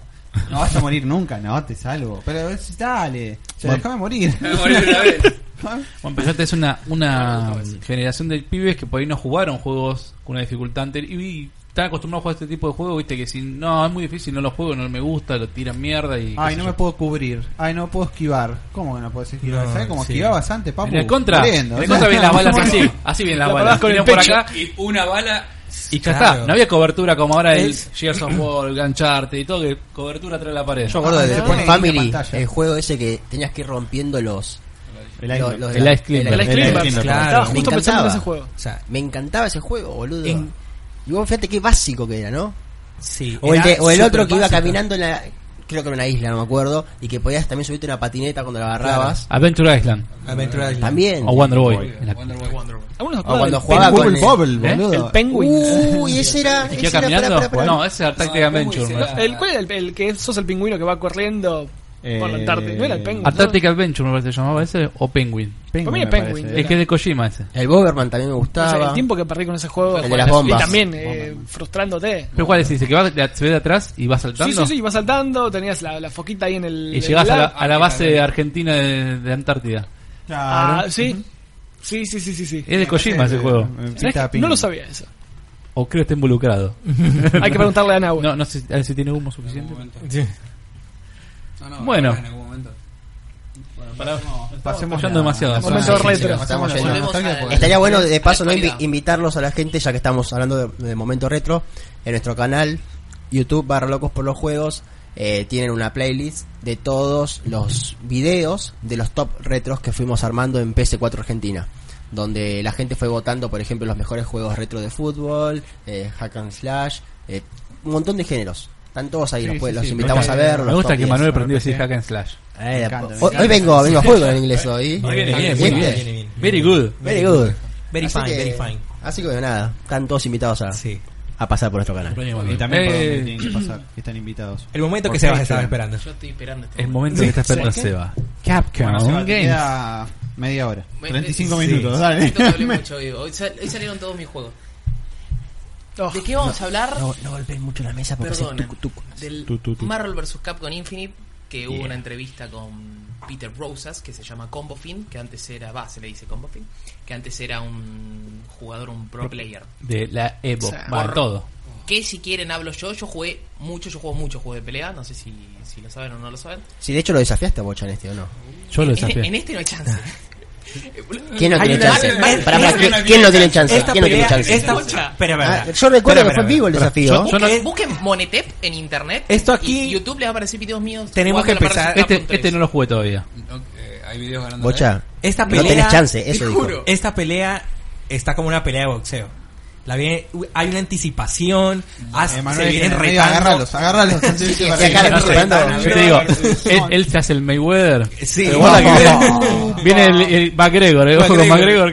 Speaker 4: No vas a morir nunca, no, te salvo. Pero es- dale, o sea,
Speaker 6: Bueno.
Speaker 4: déjame morir.
Speaker 2: Me morí una vez.
Speaker 6: Bueno, pero ya tenés una, una generación de pibes que por ahí no jugaron juegos con una dificultad anterior y, y están acostumbrados a jugar este tipo de juegos, viste, que si no, es muy difícil, no lo juego, no me gusta, lo tiran mierda y... qué
Speaker 4: Ay,
Speaker 6: sé
Speaker 4: no
Speaker 6: yo.
Speaker 4: me puedo cubrir. Ay, no puedo esquivar. ¿Cómo que no puedes esquivar?
Speaker 7: No,
Speaker 4: ¿Sabes cómo
Speaker 7: sí.
Speaker 4: esquivabas antes, papu?
Speaker 6: En el contra,
Speaker 4: Corriendo,
Speaker 6: en el
Speaker 4: o sea,
Speaker 6: contra vienen las balas
Speaker 4: ¿cómo
Speaker 6: así, así vienen las
Speaker 8: La
Speaker 6: balas,
Speaker 8: pegás con el
Speaker 6: Vienen por
Speaker 8: pecho.
Speaker 6: acá
Speaker 2: Y una bala.
Speaker 6: y ya
Speaker 7: Claro.
Speaker 6: está, no había cobertura como ahora el
Speaker 7: Es-
Speaker 6: Gears of War, el Gancharte y todo, que cobertura tras la pared.
Speaker 1: Yo me acuerdo
Speaker 4: Ah,
Speaker 1: de
Speaker 4: se
Speaker 1: The
Speaker 4: pone en
Speaker 1: Family,
Speaker 4: la pantalla.
Speaker 1: el juego ese que tenías que ir rompiendo los.
Speaker 4: El
Speaker 1: los-
Speaker 4: iceberg.
Speaker 1: los de
Speaker 6: El
Speaker 1: la-
Speaker 6: Ice Climber.
Speaker 1: el
Speaker 8: El
Speaker 1: Ice
Speaker 8: Ice
Speaker 1: Climber.
Speaker 8: Climber,
Speaker 7: claro.
Speaker 8: Estaba
Speaker 1: Me
Speaker 8: justo pensando en
Speaker 1: encantaba.
Speaker 8: ese juego.
Speaker 1: O sea, me encantaba ese juego, boludo.
Speaker 7: En-
Speaker 1: Y vos fíjate qué básico que era, ¿no?
Speaker 7: Sí,
Speaker 1: O el,
Speaker 7: era
Speaker 1: de- o el otro que iba
Speaker 7: superbásico.
Speaker 1: caminando en la. Creo que era una isla, no me acuerdo. Y que podías también subirte una patineta cuando la agarrabas.
Speaker 6: Adventure Island
Speaker 7: Aventura Island.
Speaker 1: También.
Speaker 6: o Wonder Boy. En la-
Speaker 8: Algunos
Speaker 1: O Ah, cuando
Speaker 8: jugaban
Speaker 1: jugaba con.
Speaker 4: Bubble
Speaker 1: el-
Speaker 4: Bobble,
Speaker 6: ¿Eh?
Speaker 4: boludo.
Speaker 8: el Penguin.
Speaker 1: Uy, ese era.
Speaker 6: ¿Y
Speaker 1: Ese
Speaker 6: queda
Speaker 1: era
Speaker 6: caminando?
Speaker 1: pará, pará, pará.
Speaker 6: No, ese es Arctic
Speaker 2: No,
Speaker 6: Adventure.
Speaker 2: ¿cómo
Speaker 6: ¿no?
Speaker 2: será?
Speaker 8: El, ¿Cuál era el, el que sos el pingüino que va corriendo por la
Speaker 4: Eh,
Speaker 8: Antártida? No era el Penguin.
Speaker 6: Arctic Adventure me parece que se llamaba ese, o Penguin.
Speaker 4: Penguin, eh.
Speaker 8: Para mí
Speaker 4: me
Speaker 8: es Penguin.
Speaker 4: parece.
Speaker 6: El que es de Kojima ese.
Speaker 1: El Boberman también me
Speaker 8: No sé,
Speaker 1: gustaba.
Speaker 8: el tiempo que perdí con ese juego.
Speaker 1: El de las bombas.
Speaker 8: Y también eh, frustrándote.
Speaker 6: ¿Pero cuál es ese? ¿Que va, de- se ve de atrás y va saltando?
Speaker 8: Sí, sí, sí, vas saltando, tenías la, la foquita ahí en el.
Speaker 6: Y
Speaker 8: en
Speaker 6: llegás
Speaker 8: el
Speaker 6: a la,
Speaker 8: ar-
Speaker 6: a la base argentina de, de Antártida.
Speaker 4: Claro.
Speaker 8: Ah, sí. Sí, sí, sí, sí. sí.
Speaker 6: Es de Kojima ese
Speaker 4: Eh,
Speaker 6: juego.
Speaker 4: eh,
Speaker 8: ¿Sabés
Speaker 4: pinta
Speaker 8: que
Speaker 4: pin.
Speaker 8: No lo sabía eso.
Speaker 6: O creo que está involucrado.
Speaker 8: Hay que preguntarle a Nahue.
Speaker 6: No, no sé si- a ver si tiene humo suficiente.
Speaker 2: No, no,
Speaker 6: Bueno.
Speaker 2: En algún momento.
Speaker 4: Pasemos
Speaker 6: Pasando
Speaker 4: la-
Speaker 6: demasiado.
Speaker 4: pasemos
Speaker 8: Momento
Speaker 4: la-
Speaker 8: retro.
Speaker 4: pasemos la- Este
Speaker 3: Volvemos
Speaker 4: nostalgia
Speaker 3: al-
Speaker 4: porque-
Speaker 1: Estaría bueno, de paso, no
Speaker 3: Actualidad.
Speaker 1: Invi- invitarlos a la gente, ya que estamos hablando de, de momento retro, en nuestro canal YouTube barra locos por los juegos. eh, tienen una playlist de todos los videos de los top retros que fuimos armando en PS4 Argentina, donde la gente fue votando, por ejemplo, los mejores juegos retro de fútbol, eh, hack and slash, eh, un montón de géneros. Están todos ahí,
Speaker 4: Sí,
Speaker 1: los, puede-
Speaker 4: sí,
Speaker 1: los
Speaker 4: sí, me
Speaker 1: invitamos
Speaker 4: gusta-
Speaker 1: a ver.
Speaker 6: Me
Speaker 1: los
Speaker 6: gusta
Speaker 1: top
Speaker 6: que
Speaker 1: 10.
Speaker 6: Manuel aprendió a decir hack and slash.
Speaker 1: Eh, la-
Speaker 4: encanta, me
Speaker 1: hoy, hoy vengo, vengo a juego en inglés hoy. ¿Viste?
Speaker 7: Viene bien, viene bien.
Speaker 6: Very good.
Speaker 1: Very good.
Speaker 7: Very
Speaker 1: Así
Speaker 7: fine,
Speaker 1: que-
Speaker 7: very fine.
Speaker 1: Así que bueno, nada, están todos invitados a,
Speaker 7: Sí.
Speaker 1: a pasar por nuestro canal.
Speaker 4: Y también por donde
Speaker 6: Eh,
Speaker 4: tienen que pasar. que Están invitados.
Speaker 7: El momento
Speaker 4: Por
Speaker 7: que se va
Speaker 4: Patreon.
Speaker 7: estaba esperando.
Speaker 3: Yo estoy esperando este
Speaker 6: es momento que está esperando a Seba. Capcom
Speaker 4: Bueno, Seba, te
Speaker 6: Games.
Speaker 4: queda media hora.
Speaker 3: Me-
Speaker 4: 35
Speaker 3: sí.
Speaker 4: minutos,
Speaker 3: momento.
Speaker 4: dale.
Speaker 3: Siento que hablé mucho hoy. Hoy, sal- hoy salieron todos mis juegos.
Speaker 8: Oh,
Speaker 3: ¿De qué vamos a hablar?
Speaker 1: No, no golpeen mucho la mesa porque
Speaker 3: Perdón.
Speaker 1: se tucu, tucu.
Speaker 3: Del
Speaker 4: Tu, tu, tu.
Speaker 3: Marvel vs. Capcom Infinite, que hubo una entrevista con Peter Rosas, que se llama Combo Fin, que antes era, va, se le dice Combo Fin, que antes era un jugador, un pro player.
Speaker 6: De la Evo.
Speaker 8: O sea,
Speaker 6: Va,
Speaker 3: por-
Speaker 6: todo.
Speaker 3: Que si quieren hablo yo, yo jugué mucho, yo juego muchos juegos de pelea, no sé si, si lo saben o no lo saben.
Speaker 1: Si de hecho lo desafiaste a Bochan este o no.
Speaker 7: Eh,
Speaker 6: Yo
Speaker 3: En-
Speaker 6: lo
Speaker 3: en,
Speaker 6: desafié.
Speaker 3: este no hay chance.
Speaker 1: ¿Quién no
Speaker 7: Hay
Speaker 1: tiene
Speaker 7: una-
Speaker 1: chance?
Speaker 7: hay- hay-
Speaker 1: Pará, pará,
Speaker 7: hay
Speaker 1: ¿quién-
Speaker 7: una
Speaker 1: ¿Quién no tiene
Speaker 7: Esta
Speaker 1: chance? ¿Quién no tiene
Speaker 7: pelea-
Speaker 1: chance?
Speaker 7: esta- Pero,
Speaker 1: Ah,
Speaker 7: verdad.
Speaker 1: yo recuerdo
Speaker 7: Espera,
Speaker 1: que fue
Speaker 7: espera,
Speaker 1: vivo el
Speaker 7: espera.
Speaker 1: desafío.
Speaker 6: Yo no-
Speaker 3: Busquen, busquen Monetep en internet.
Speaker 7: Esto aquí-
Speaker 3: Y YouTube les va a aparecer videos míos.
Speaker 7: Tenemos que
Speaker 3: jugando a la
Speaker 7: empezar-
Speaker 3: Marvel
Speaker 6: Este,
Speaker 3: Capcom
Speaker 6: este
Speaker 3: 3.
Speaker 6: no lo jugué todavía.
Speaker 2: No, eh, hay videos ganando.
Speaker 1: Bocha,
Speaker 7: Esta
Speaker 1: no
Speaker 7: pelea.
Speaker 1: tenés chance,
Speaker 7: te
Speaker 1: eso
Speaker 7: juro.
Speaker 1: dijo.
Speaker 7: Esta pelea está como una pelea de boxeo. La viene, hay una anticipación. haz-
Speaker 4: Eh,
Speaker 7: Ah, se
Speaker 4: Manuel,
Speaker 7: vienen
Speaker 4: en el medio,
Speaker 7: retando.
Speaker 4: agárralos, agárralos. Sí, sí,
Speaker 1: acá
Speaker 4: para-
Speaker 1: le estoy
Speaker 6: Yo te digo, él, él se hace el Mayweather.
Speaker 7: Sí.
Speaker 6: Pero guarda que- viene el, el McGregor, eh, ojo con
Speaker 7: McGregor.
Speaker 6: McGregor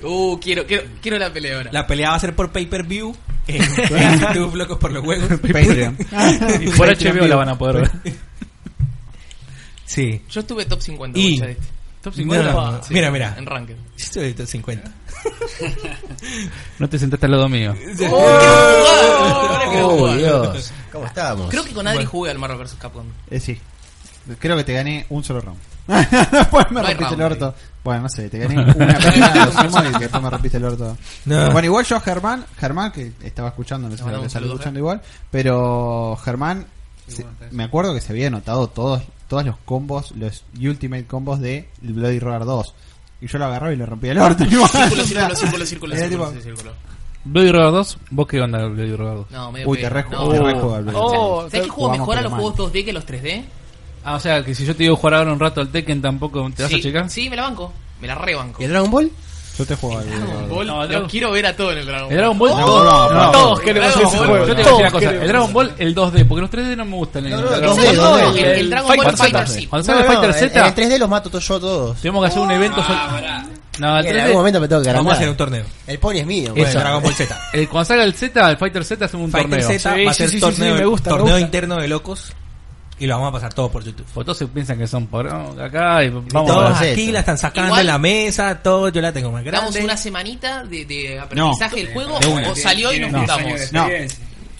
Speaker 6: que...
Speaker 3: Uh, quiero, quiero, quiero la pelea ahora.
Speaker 7: La pelea va a ser por pay-per-view. En en YouTube, locos por los juegos.
Speaker 4: Patreon.
Speaker 6: Y por HBO la van a poder ver.
Speaker 7: Sí.
Speaker 3: Yo estuve top 50
Speaker 7: Y-
Speaker 3: bocha, de este. Ah,
Speaker 6: Top
Speaker 7: No, no,
Speaker 3: Sí,
Speaker 7: Mira, mira.
Speaker 3: En ranking.
Speaker 7: Esto es de 50.
Speaker 6: No te sentaste al lado mío.
Speaker 3: Ahora que
Speaker 1: Oh,
Speaker 3: jugar.
Speaker 1: Dios. ¿Cómo estábamos?
Speaker 3: Creo que con Adri jugué al Marvel vs. Capcom.
Speaker 4: Eh, sí. Creo que te gané un solo round. después me
Speaker 3: No hay
Speaker 4: rompiste el
Speaker 3: round,
Speaker 4: orto. Bueno, no sé, te gané una pelea de sumo y después me rompiste el orto.
Speaker 7: No.
Speaker 4: Bueno, igual yo a Germán, Germán que estaba escuchando, no sé
Speaker 3: Le mandamos
Speaker 4: si
Speaker 3: un
Speaker 4: lo
Speaker 3: saludo, eh.
Speaker 4: saludo escuchando igual, pero Germán, se- me acuerdo que se había anotado todos, todos los combos, los Ultimate combos de Bloody Roar 2. Y yo lo agarraba y le rompía el orto. igual,
Speaker 3: Círculo,
Speaker 4: o sea,
Speaker 3: círculo, círculo, círculo,
Speaker 4: era
Speaker 3: círculo,
Speaker 4: tipo-
Speaker 3: círculo.
Speaker 6: Bloody Roar 2, ¿vos qué onda Bloody Roar 2?
Speaker 3: No, medio
Speaker 4: Uy, te
Speaker 3: pedo.
Speaker 4: rejo,
Speaker 3: No.
Speaker 4: te rejo, Gabriel.
Speaker 8: Oh,
Speaker 3: ¿Sabes qué juego
Speaker 4: jugamos
Speaker 3: mejora los
Speaker 4: con el
Speaker 3: juegos 2D que los 3D?
Speaker 6: Ah, o sea, que si yo te digo jugar ahora un rato al Tekken tampoco te vas
Speaker 3: sí,
Speaker 6: a checar.
Speaker 3: Sí, me la banco. Me la rebanco.
Speaker 1: ¿Y el Dragon Ball?
Speaker 4: Yo te juego al
Speaker 3: Dragon Ball,
Speaker 6: No,
Speaker 3: lo
Speaker 6: Dragon-
Speaker 3: quiero ver a todo en el Dragon Ball.
Speaker 6: El Dragon Ball,
Speaker 4: No,
Speaker 6: todos-
Speaker 4: no, no,
Speaker 8: todos queremos
Speaker 3: Dragon
Speaker 8: ese
Speaker 3: Ball,
Speaker 8: juego.
Speaker 6: yo te voy a decir una
Speaker 8: Todos
Speaker 6: cosa, el
Speaker 8: queremos.
Speaker 6: Dragon Ball el 2D, porque los 3D no me gustan. en el
Speaker 4: no,
Speaker 6: Dragon
Speaker 4: no,
Speaker 6: Ball.
Speaker 4: no,
Speaker 3: No,
Speaker 4: no,
Speaker 3: el, el Dragon Ball Fighter sí.
Speaker 6: Cuando salga
Speaker 1: No, no,
Speaker 6: Fighter
Speaker 1: en- en
Speaker 6: Z,
Speaker 1: el 3D los mato to- yo a todos.
Speaker 6: tenemos que hacer un evento. sol- No, el
Speaker 1: en algún
Speaker 6: 3D.
Speaker 1: momento me tengo que
Speaker 7: Vamos a
Speaker 1: agrandar.
Speaker 7: hacer un torneo.
Speaker 1: El pony es mío.
Speaker 7: Bueno,
Speaker 1: bueno.
Speaker 7: Dragon Ball Z.
Speaker 6: el- Eh, cuando salga el Z, el Fighter Z hacemos un
Speaker 7: Fighter
Speaker 6: torneo.
Speaker 7: Z
Speaker 8: Sí,
Speaker 7: va a
Speaker 8: sí,
Speaker 7: ser
Speaker 8: sí, sí,
Speaker 7: torneo,
Speaker 8: sí, me gusta, me
Speaker 7: torneo
Speaker 8: gusta.
Speaker 7: interno de locos y lo vamos a pasar todo por YouTube.
Speaker 6: Porque todos se piensan que son por acá y vamos a
Speaker 7: Todos
Speaker 1: hacer
Speaker 7: aquí
Speaker 1: eso.
Speaker 7: la están sacando
Speaker 3: Igual-
Speaker 7: de la mesa, todo yo la tengo más
Speaker 3: Damos
Speaker 7: grande.
Speaker 3: una semanita de, de aprendizaje del juego o salió y nos juntamos.
Speaker 4: No,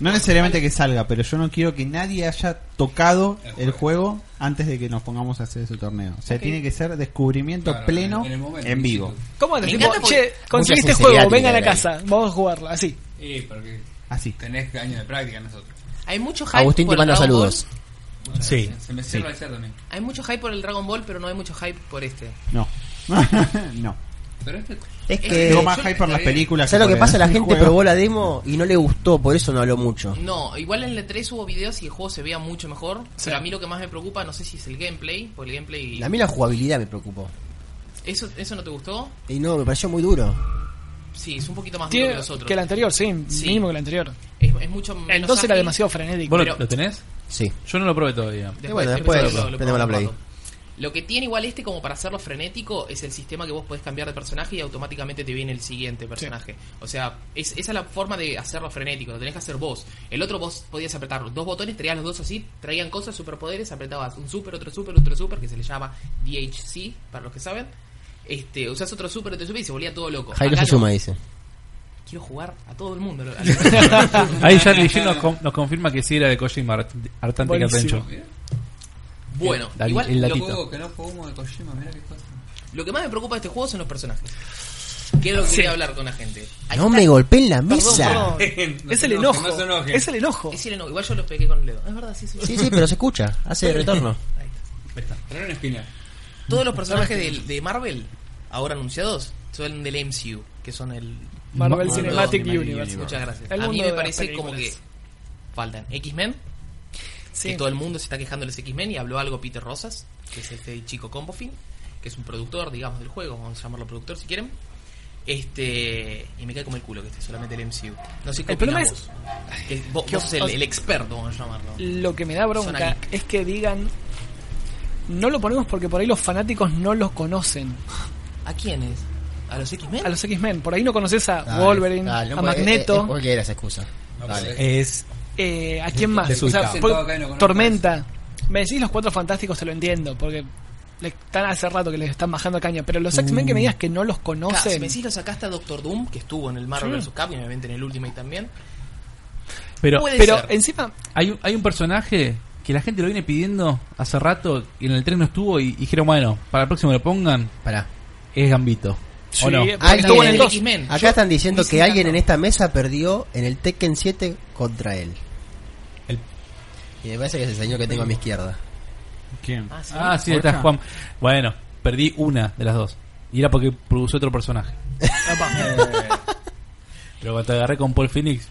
Speaker 4: no necesariamente que salga, pero yo no quiero que nadie haya tocado el juego antes de que nos pongamos a hacer ese torneo. O sea, tiene que ser descubrimiento
Speaker 2: Claro,
Speaker 4: pleno
Speaker 2: en el momento,
Speaker 4: en vivo.
Speaker 2: sí.
Speaker 8: ¿Cómo andas?
Speaker 3: Me
Speaker 8: Tipo,
Speaker 3: encanta porque
Speaker 8: che, conseguiste
Speaker 1: sinceridad
Speaker 8: juego,
Speaker 1: tiene
Speaker 8: venga a la
Speaker 1: que haber
Speaker 8: casa, vamos a jugarlo, así.
Speaker 2: Sí, porque
Speaker 4: Así.
Speaker 2: tenés años de práctica nosotros.
Speaker 3: Hay mucho hype
Speaker 1: Agustín
Speaker 3: por
Speaker 1: te
Speaker 3: el
Speaker 1: manda
Speaker 3: Dragon Ball.
Speaker 1: saludos.
Speaker 7: Sí.
Speaker 2: Se me cierra el ser también.
Speaker 3: Hay mucho hype por el Dragon Ball, pero no hay mucho hype por este.
Speaker 4: No. no.
Speaker 2: Pero este
Speaker 1: Es
Speaker 4: Tengo
Speaker 1: que.
Speaker 4: más hype por las películas.
Speaker 1: Eh, ¿Sabes lo
Speaker 4: por
Speaker 1: que pasa?
Speaker 4: el
Speaker 1: La gente
Speaker 4: juego.
Speaker 1: probó la demo y no le gustó, por eso no habló mucho.
Speaker 3: No, igual en el 3 hubo videos y el juego se veía mucho mejor. Pero a mí lo que más me preocupa, no sé si es el gameplay, porque el gameplay...
Speaker 1: A mí la jugabilidad me preocupó.
Speaker 3: ¿Eso, ¿Eso no te gustó?
Speaker 1: Y no, me pareció muy duro.
Speaker 3: Sí, es un poquito más duro
Speaker 8: Tiene-
Speaker 3: que los otros.
Speaker 8: que el anterior, sí,
Speaker 3: Sí.
Speaker 8: mínimo que el anterior.
Speaker 3: Es, es mucho menos
Speaker 8: El 2 era
Speaker 3: ágil.
Speaker 8: demasiado frenético.
Speaker 6: ¿Vos lo-
Speaker 3: Pero-
Speaker 6: lo tenés?
Speaker 1: Sí.
Speaker 6: Yo no lo probé todavía.
Speaker 1: Y bueno, después
Speaker 3: después
Speaker 1: lo- prendemos la
Speaker 3: probamos
Speaker 1: Play.
Speaker 3: un rato. Lo que tiene igual este como para hacerlo frenético es el sistema que vos podés cambiar de personaje y automáticamente te viene el siguiente personaje. O sea, es, esa es la forma de hacerlo frenético, lo tenés que hacer vos. El otro vos podías apretar los dos botones, traías los dos así, traían cosas, superpoderes, apretabas un super, otro super, otro super, que se le llama DHC, para los que saben. Este, usás otro super, otro super y se volvía todo loco.
Speaker 1: Jairo
Speaker 3: Acá
Speaker 1: se
Speaker 3: no.
Speaker 1: suma, dice.
Speaker 3: Quiero jugar a todo el mundo.
Speaker 6: Ahí Charlie G nos, con- nos confirma que sí era de Kojima, Art- Artantic
Speaker 8: Buenísimo.
Speaker 6: Adventure.
Speaker 3: bueno,
Speaker 6: Dale,
Speaker 3: igual
Speaker 6: el
Speaker 3: lo-
Speaker 6: datito.
Speaker 2: que no jugamos de Kojima, mirá qué cosa.
Speaker 3: Lo que más me preocupa de este juego son los personajes. Que es lo que quería hablar con la gente. Ahí
Speaker 1: No
Speaker 3: está.
Speaker 1: me golpeen la mesa.
Speaker 8: Perdón,
Speaker 2: No
Speaker 8: es
Speaker 2: se
Speaker 8: el
Speaker 2: enoje,
Speaker 8: enojo.
Speaker 2: no se enoje.
Speaker 8: es el enojo.
Speaker 3: Es el enojo. Igual yo los pegué con el dedo. Es verdad, sí, sí.
Speaker 1: Sí, sí, pero se escucha. Hace retorno.
Speaker 3: Ahí está.
Speaker 2: Pero una espina.
Speaker 3: Todos los personajes del- de, Marvel, ahora anunciados, son del MCU, que son el...
Speaker 8: Marvel
Speaker 3: Marvel
Speaker 8: Cinematic
Speaker 4: Cinematic
Speaker 8: Universe.
Speaker 3: Muchas gracias.
Speaker 8: El
Speaker 3: A mí
Speaker 8: mundo
Speaker 3: me
Speaker 8: de las
Speaker 3: parece como que
Speaker 8: películas.
Speaker 3: faltan X-Men,
Speaker 8: Sí.
Speaker 3: que todo el mundo se está quejando de los X-Men, y habló algo Peter Rosas, que es este chico Compofin, que es un productor, digamos, del juego, vamos a llamarlo productor si quieren. Este. Y me cae como el culo que esté solamente el MCU. No sé qué
Speaker 8: El problema
Speaker 3: opinás
Speaker 8: es-
Speaker 3: vos. Que vos,
Speaker 8: ¿Qué
Speaker 3: vos sos el,
Speaker 8: os-
Speaker 3: el experto, vamos a llamarlo.
Speaker 8: Lo que me da bronca
Speaker 3: Sonic.
Speaker 8: es que digan. No lo ponemos porque por ahí los fanáticos no los conocen.
Speaker 3: ¿A quiénes? ¿A los X-Men?
Speaker 8: A los X-Men. Por ahí no conoces a
Speaker 1: Dale,
Speaker 8: Wolverine,
Speaker 1: dale,
Speaker 8: a
Speaker 1: no puede- eh, eh,
Speaker 8: Magneto,
Speaker 1: ¿Por qué era esa excusa? Dale.
Speaker 7: Es
Speaker 8: eh, ¿a quién más?
Speaker 7: Desubicado.
Speaker 8: por-
Speaker 2: Sentado acá y no conozco
Speaker 8: Tormenta. Me decís los cuatro fantásticos, te lo entiendo. Porque le están hace rato que les están bajando caña. Pero los X-Men
Speaker 1: Mm.
Speaker 8: que me digas que no los
Speaker 3: Ca- si
Speaker 8: conocen.
Speaker 3: me decís lo sacaste a Doctor Doom, que estuvo en el Marvel vs. Capcom, obviamente en el Ultimate también.
Speaker 6: Pero
Speaker 3: Puede
Speaker 8: Pero
Speaker 3: ser.
Speaker 8: encima,
Speaker 6: hay un, hay un personaje que la gente lo viene pidiendo hace rato y en el tren no estuvo y, y dijeron, bueno, para el próximo lo pongan,
Speaker 1: Pará.
Speaker 6: es Gambito.
Speaker 8: sí,
Speaker 6: ¿O no?
Speaker 8: porque
Speaker 1: Alguien
Speaker 8: estuvo en el
Speaker 1: en
Speaker 8: 2.
Speaker 3: X-Men.
Speaker 1: Acá
Speaker 3: Yo-
Speaker 1: están diciendo
Speaker 3: me
Speaker 1: que alguien en
Speaker 3: encanta.
Speaker 1: esta mesa perdió en el Tekken 7 contra él. Y me parece que es el señor que tengo a mi izquierda.
Speaker 4: ¿Quién?
Speaker 3: Ah, sí.
Speaker 6: Ah, sí, está Juan. Bueno, perdí una de las dos. Y era porque produce otro personaje. Pero cuando te agarré con Paul Phoenix,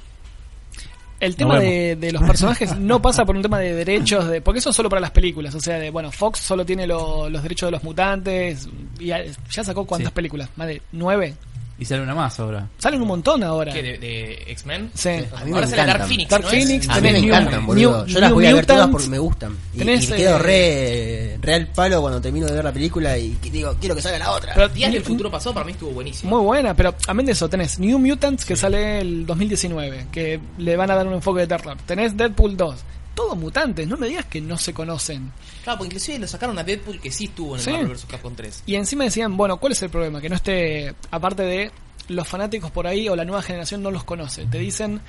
Speaker 8: El tema
Speaker 6: Nos
Speaker 8: de, de los personajes no pasa por un tema de derechos, de porque eso es solo para las películas. O sea, de bueno, Fox solo tiene lo- los derechos de los mutantes. Y ya, ya sacó cuántas
Speaker 6: Sí.
Speaker 8: películas, más de nueve.
Speaker 6: y sale una más ahora.
Speaker 8: Salen un montón ahora.
Speaker 3: ¿Qué, de, de X-Men?
Speaker 8: Sí.
Speaker 1: A mí me
Speaker 3: Ahora sale Dark
Speaker 1: encantan.
Speaker 3: Phoenix.
Speaker 8: Dark
Speaker 3: ¿no
Speaker 8: Phoenix,
Speaker 1: A mí me
Speaker 8: Tenés New-
Speaker 1: encantan, boludo.
Speaker 8: New-
Speaker 1: Yo las
Speaker 8: New
Speaker 1: voy a ver todas
Speaker 8: Mutants.
Speaker 1: porque me gustan. Y,
Speaker 8: Tenés,
Speaker 1: y quedo
Speaker 8: eh,
Speaker 1: re, re al palo cuando termino de ver la película y que digo, quiero que salga la otra.
Speaker 8: Pero-
Speaker 3: Días del futuro pasado para mí estuvo buenísimo.
Speaker 8: Muy buena, pero amén de eso, tenés New Mutants que sale el 2019, que le van a dar un enfoque de terror. Tenés Deadpool 2. Todos mutantes, no me digas que no se conocen.
Speaker 3: Claro, porque inclusive lo sacaron a Deadpool que sí estuvo en el
Speaker 8: Sí.
Speaker 3: Marvel vs. Capcom 3.
Speaker 8: Y encima decían, bueno, ¿cuál es el problema? Que no esté, aparte de los fanáticos por ahí o la nueva generación no los conoce. Te dicen,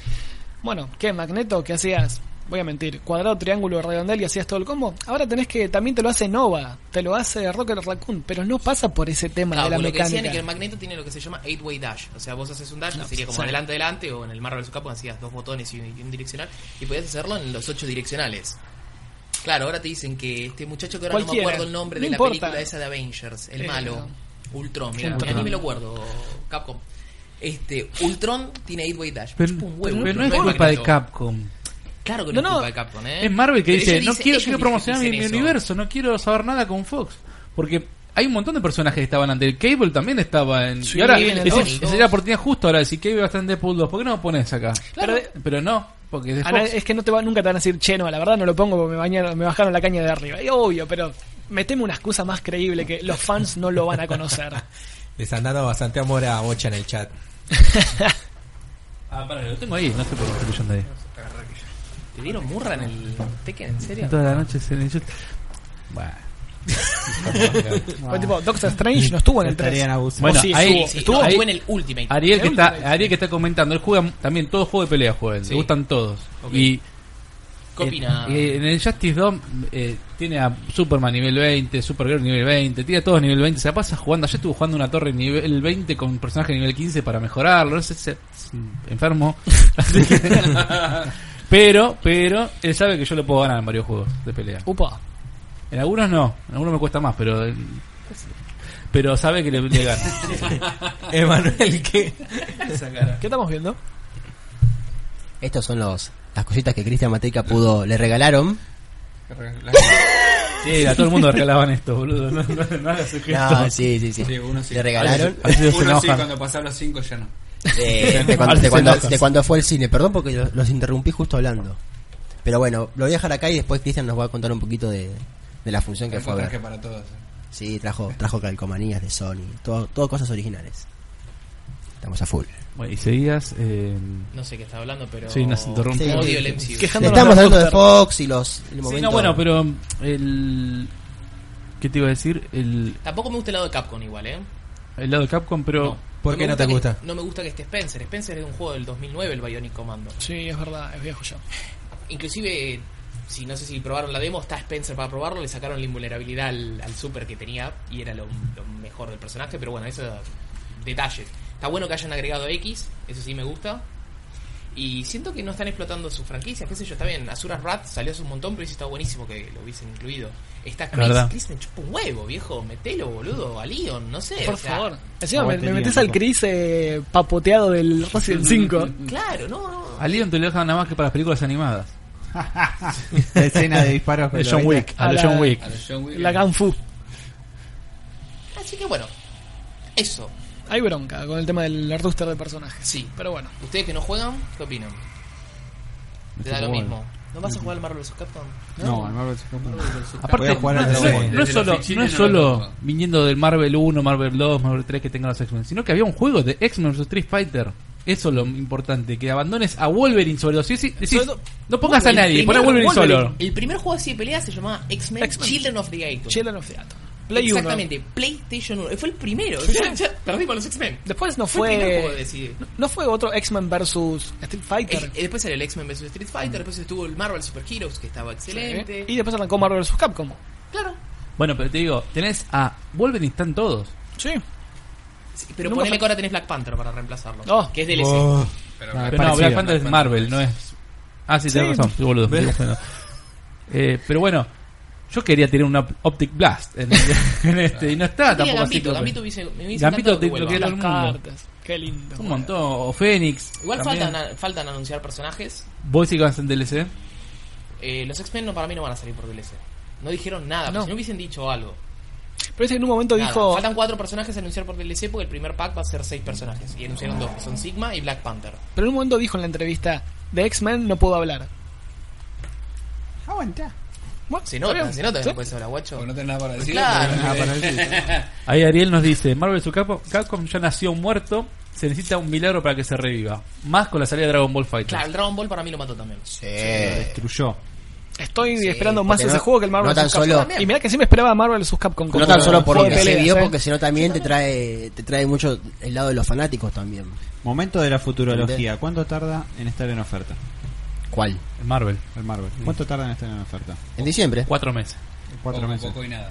Speaker 8: bueno, ¿qué, Magneto? ¿Qué hacías? Voy a mentir, cuadrado, triángulo, redondel y hacías todo el combo. Ahora tenés que, también te lo hace Nova, te lo hace Rocket Raccoon, pero no pasa por ese tema
Speaker 3: Claro,
Speaker 8: de la
Speaker 3: porque lo que decían
Speaker 8: mecánica.
Speaker 3: es que el Magneto tiene lo que se llama 8-way dash. O sea, vos haces un dash, que sería como
Speaker 8: sí.
Speaker 3: adelante, adelante, o en el Marvel vs. Capcom hacías dos botones y un, y un direccional, y podías hacerlo en los ocho direccionales. Claro, ahora te dicen que este muchacho que ahora no
Speaker 8: Cualquiera.
Speaker 3: me acuerdo el nombre
Speaker 8: No
Speaker 3: de
Speaker 8: importa.
Speaker 3: la película esa de Avengers, el
Speaker 8: Eh,
Speaker 3: malo, Ultron, mira,
Speaker 8: Ultron.
Speaker 3: ni me lo acuerdo, Capcom. Este, Ultron tiene 8-way dash.
Speaker 6: Pero,
Speaker 3: Chupa un
Speaker 6: pero
Speaker 3: huevo,
Speaker 6: no
Speaker 3: Ultron,
Speaker 6: es
Speaker 3: el
Speaker 6: culpa de
Speaker 3: Magneto.
Speaker 6: Capcom.
Speaker 3: Claro que
Speaker 8: No,
Speaker 3: no,
Speaker 8: no.
Speaker 3: es culpa de Capcom, ¿eh?
Speaker 6: Es Marvel que
Speaker 3: Pero
Speaker 6: dice,
Speaker 3: ellos
Speaker 6: no
Speaker 3: dicen-
Speaker 6: quiero,
Speaker 3: ellos
Speaker 6: quiero
Speaker 3: dicen-
Speaker 6: promocionar mi,
Speaker 3: dicen
Speaker 6: mi
Speaker 3: eso.
Speaker 6: universo, no quiero saber nada con Fox. Porque hay un montón de personajes que estaban antes. Cable también estaba en...
Speaker 8: Sí,
Speaker 6: y ahora
Speaker 8: en el
Speaker 6: ese-
Speaker 8: dos.
Speaker 6: esa sería la oportunidad justo ahora de decir Cable va a estar en Deadpool 2. ¿Por qué no lo pones acá?
Speaker 8: Claro.
Speaker 6: Pero, pero no, porque es de
Speaker 8: Ah, no,
Speaker 6: Fox.
Speaker 8: eh,
Speaker 3: eh.
Speaker 8: es que no te va, nunca te van a decir, che, no, la verdad no lo pongo porque me, bañaron- me bajaron la caña de arriba. Y obvio, pero meteme una excusa más creíble que los fans no lo van a conocer.
Speaker 7: Le están dando bastante amor a Bocha en el chat.
Speaker 6: Ah, pará, lo tengo ahí, no sé por qué estoy leyendo ahí.
Speaker 3: ¿Te dieron murra en el Tekken? ¿En serio?
Speaker 6: Toda la noche se le... yo- Bueno.
Speaker 8: O tipo, Doctor Strange no estuvo en el 3.
Speaker 4: Estarían abusando.
Speaker 6: Bueno,
Speaker 8: sí,
Speaker 6: ahí...
Speaker 3: Sí,
Speaker 6: estuvo-
Speaker 3: no,
Speaker 6: ahí-
Speaker 3: estuvo en el Ultimate.
Speaker 6: Ariel que
Speaker 8: Era un
Speaker 6: está,
Speaker 8: remake.
Speaker 6: Ariel que está comentando, él juega también todo juego de pelea juega, él, le
Speaker 3: Sí.
Speaker 6: gustan todos.
Speaker 3: Ok.
Speaker 6: Y
Speaker 3: ¿Qué opina?
Speaker 6: En, eh, en el Justice 2 tiene a Superman nivel 20, Supergirl nivel 20, tiene a todos nivel 20, se la pasa jugando. Ayer estuvo jugando una torre nivel 20 con un personaje nivel 15 para mejorarlo, no sé, se- es un enfermo. Así que- pero, pero, él sabe que yo lo puedo ganar en varios juegos de pelea.
Speaker 8: Upa.
Speaker 6: En algunos no, en algunos me cuesta más, pero... eh, Pero sabe que le, le gana.
Speaker 7: Emanuel, ¿qué?
Speaker 8: ¿Qué estamos viendo?
Speaker 1: Estos son los las cositas que Cristian Mateica pudo le regalaron.
Speaker 6: Sí, a todo el mundo le regalaban esto, boludo. No, no, no hagas ese gesto.
Speaker 1: No, sí, sí, sí.
Speaker 2: Sí, uno sí.
Speaker 1: Le regalaron. eh,
Speaker 6: A veces se
Speaker 2: Uno sí,
Speaker 6: enojan.
Speaker 2: cuando pasás los cinco ya no.
Speaker 1: de, de cuando,
Speaker 6: Alce
Speaker 1: de cuando-
Speaker 6: enojas.
Speaker 1: de cuando fue el cine. Perdón porque lo- los interrumpí justo hablando. Pero bueno, lo voy a dejar acá y después Cristian nos va a contar un poquito de, de la función que fue a
Speaker 2: Encontrás que
Speaker 1: ver.
Speaker 2: para todos.
Speaker 1: Sí, trajo, trajo calcomanías de Sony, todo, todo cosas originales. Estamos a full.
Speaker 6: Bueno, y seguías. Eh,
Speaker 3: No sé qué está hablando, pero.
Speaker 6: Sí, nos interrumpe.
Speaker 1: Sí.
Speaker 3: Odio el MCU.
Speaker 8: Quejándonos
Speaker 1: Estamos
Speaker 8: de
Speaker 1: hablando de
Speaker 8: Doctor.
Speaker 1: Fox y los... El
Speaker 6: sí,
Speaker 1: momento-
Speaker 6: no, bueno, pero. mm, El, ¿Qué te iba a decir? El,
Speaker 3: Tampoco me gusta el lado de Capcom igual, ¿eh?
Speaker 6: el lado de Capcom, pero.
Speaker 3: No.
Speaker 7: ¿Por qué
Speaker 3: me
Speaker 7: no te
Speaker 3: que-
Speaker 7: gusta?
Speaker 3: no me gusta que esté Spencer. Spencer es un juego del 2009, el Bionic Commando.
Speaker 8: Sí, es verdad, es viejo ya.
Speaker 3: Inclusive, eh, si no sé si probaron la demo, está Spencer para probarlo. Le sacaron la invulnerabilidad al, al super que tenía y era lo, lo mejor del personaje. Pero bueno, esos detalles. Está bueno que hayan agregado X, eso sí me gusta. Y siento que no están explotando sus franquicias, qué sé yo, está bien. Azura's Rat salió hace un montón, pero hubiese estado buenísimo que lo hubiesen incluido. Está Chris,
Speaker 6: Verdad.
Speaker 3: Chris me chupa un huevo, viejo, metelo, boludo, a Leon, no sé.
Speaker 8: Por
Speaker 3: o sea,
Speaker 8: favor. Encima me, me
Speaker 4: Aguante,
Speaker 8: metes
Speaker 4: Leon,
Speaker 8: al Chris eh, papoteado del Resident 5.
Speaker 3: Claro, no, no.
Speaker 6: A Leon te lo dejan nada más que para las películas animadas.
Speaker 4: La escena de disparos.
Speaker 6: De John Wick. A,
Speaker 8: A
Speaker 6: lo
Speaker 8: la-
Speaker 6: John Wick.
Speaker 2: A los John Wick.
Speaker 8: La Ganfu.
Speaker 3: Así que bueno, eso.
Speaker 8: Hay bronca con el tema del arduster de personajes.
Speaker 3: Sí.
Speaker 8: Pero bueno.
Speaker 3: Ustedes que no juegan, ¿qué opinan? Te da lo
Speaker 6: bueno.
Speaker 3: mismo. ¿No vas a jugar al Marvel vs. Capcom?
Speaker 4: No, el Marvel vs. Capcom.
Speaker 6: Aparte,
Speaker 4: Voy a jugar
Speaker 6: no,
Speaker 4: al
Speaker 6: no-
Speaker 4: Dragon Ball.
Speaker 6: no es
Speaker 2: Desde
Speaker 6: solo,
Speaker 2: los fichines
Speaker 6: no es
Speaker 2: no
Speaker 6: solo
Speaker 2: lo-
Speaker 6: viniendo del Marvel 1, Marvel 2, Marvel 3 que tengan los X-Men, sino que había un juego de X-Men vs Street Fighter. Eso es lo importante, que abandones a Wolverine solo. Si, si- decís,
Speaker 8: Solo-
Speaker 6: no pongas a
Speaker 3: El
Speaker 6: nadie, pon a
Speaker 3: primer-
Speaker 6: Wolverine, solo.
Speaker 3: El primer juego así de pelea se llamaba X-Men
Speaker 8: X-Men.
Speaker 3: Children of the Atom.
Speaker 8: Children of the Atom. Play 1.
Speaker 3: Exactamente, PlayStation 1. Fue el primero. Ya, ya perdí con los X-Men.
Speaker 8: Después no
Speaker 3: Fue el primer juego
Speaker 8: fue.
Speaker 3: de decir.
Speaker 8: No fue otro X-Men versus Street
Speaker 3: Es-
Speaker 8: Fighter.
Speaker 3: eh, después salió el X-Men vs Street Fighter, después estuvo el Marvel Super Heroes, que estaba excelente.
Speaker 8: Y después arrancó Marvel vs. Capcom.
Speaker 3: Claro.
Speaker 6: Bueno, pero te digo, tenés a Wolverine, están todos.
Speaker 8: Sí.
Speaker 3: Sí, pero
Speaker 8: Nunca
Speaker 3: ponele
Speaker 8: fue-
Speaker 3: que ahora tenés Black Panther para reemplazarlo.
Speaker 8: Oh.
Speaker 3: Que es DLC.
Speaker 2: Pero
Speaker 4: Ah,
Speaker 2: acá-
Speaker 6: Pero no,
Speaker 4: parecido.
Speaker 6: Black Panther es Marvel, no es. Ah, sí, tenés
Speaker 8: Sí.
Speaker 6: razón, sí, boludo. tenés razón. Eh, pero bueno, yo quería tener una Optic Blast en, en este, y no está
Speaker 3: Diría
Speaker 6: tampoco así.
Speaker 3: Gambito,
Speaker 6: como-
Speaker 3: Gambito hubiese, me hubiese
Speaker 6: Gambito
Speaker 3: encantado
Speaker 6: te-
Speaker 3: que vuelva.
Speaker 6: lo que era-
Speaker 8: Las
Speaker 6: el mundo.
Speaker 8: cartas. Qué lindo.
Speaker 6: Un montón, o Fénix.
Speaker 3: Igual
Speaker 6: también.
Speaker 3: faltan, a- faltan anunciar personajes.
Speaker 6: ¿Vos sí que vas en DLC?
Speaker 3: Eh, los X-Men no, para mí no van a salir por DLC. No dijeron nada,
Speaker 8: No.
Speaker 3: porque si no hubiesen dicho algo.
Speaker 8: Pero ese en un momento
Speaker 3: Nada,
Speaker 8: dijo.
Speaker 3: Faltan cuatro personajes a anunciar por DLC porque el primer pack va a ser seis personajes. Y anunciaron dos, que son Sigma y Black Panther.
Speaker 8: Pero en un momento dijo en la entrevista: De X-Men no puedo hablar.
Speaker 4: Aguanta.
Speaker 8: Bueno,
Speaker 3: Se nota,
Speaker 8: está bien.
Speaker 3: se nota que
Speaker 8: Sí.
Speaker 3: no puedes hablar, guacho.
Speaker 2: Como no tenés nada para decir.
Speaker 3: Claro.
Speaker 2: pero-
Speaker 4: Ah, para el
Speaker 6: Ahí Ariel nos dice, Marvel su capo, Capcom ya nació muerto, se necesita un milagro para que se reviva. Más con la salida de Dragon Ball Fighter.
Speaker 3: Claro, el Dragon Ball para mí lo mató también.
Speaker 4: Destruyó.
Speaker 8: Estoy
Speaker 1: Sí,
Speaker 8: esperando
Speaker 1: porque
Speaker 8: más ese
Speaker 1: no-
Speaker 8: juego que el Marvel
Speaker 1: no tan
Speaker 8: vs. Capcom.
Speaker 1: solo-
Speaker 8: Y mirá que sí me esperaba Marvel vs. Capcom.
Speaker 1: No
Speaker 8: como
Speaker 1: tan solo por lo
Speaker 8: juego de
Speaker 1: que se
Speaker 8: peleas,
Speaker 1: vio,
Speaker 8: ¿eh?
Speaker 1: porque sino también te trae, te trae mucho el lado de los fanáticos también.
Speaker 4: Momento de la futurología. ¿Cuánto tarda en estar en oferta?
Speaker 1: ¿Cuál?
Speaker 6: En Marvel.
Speaker 4: El Marvel. ¿Cuánto tarda en estar en oferta?
Speaker 1: En diciembre.
Speaker 6: Cuatro meses.
Speaker 4: Cuatro
Speaker 2: poco,
Speaker 4: meses.
Speaker 2: Poco y nada.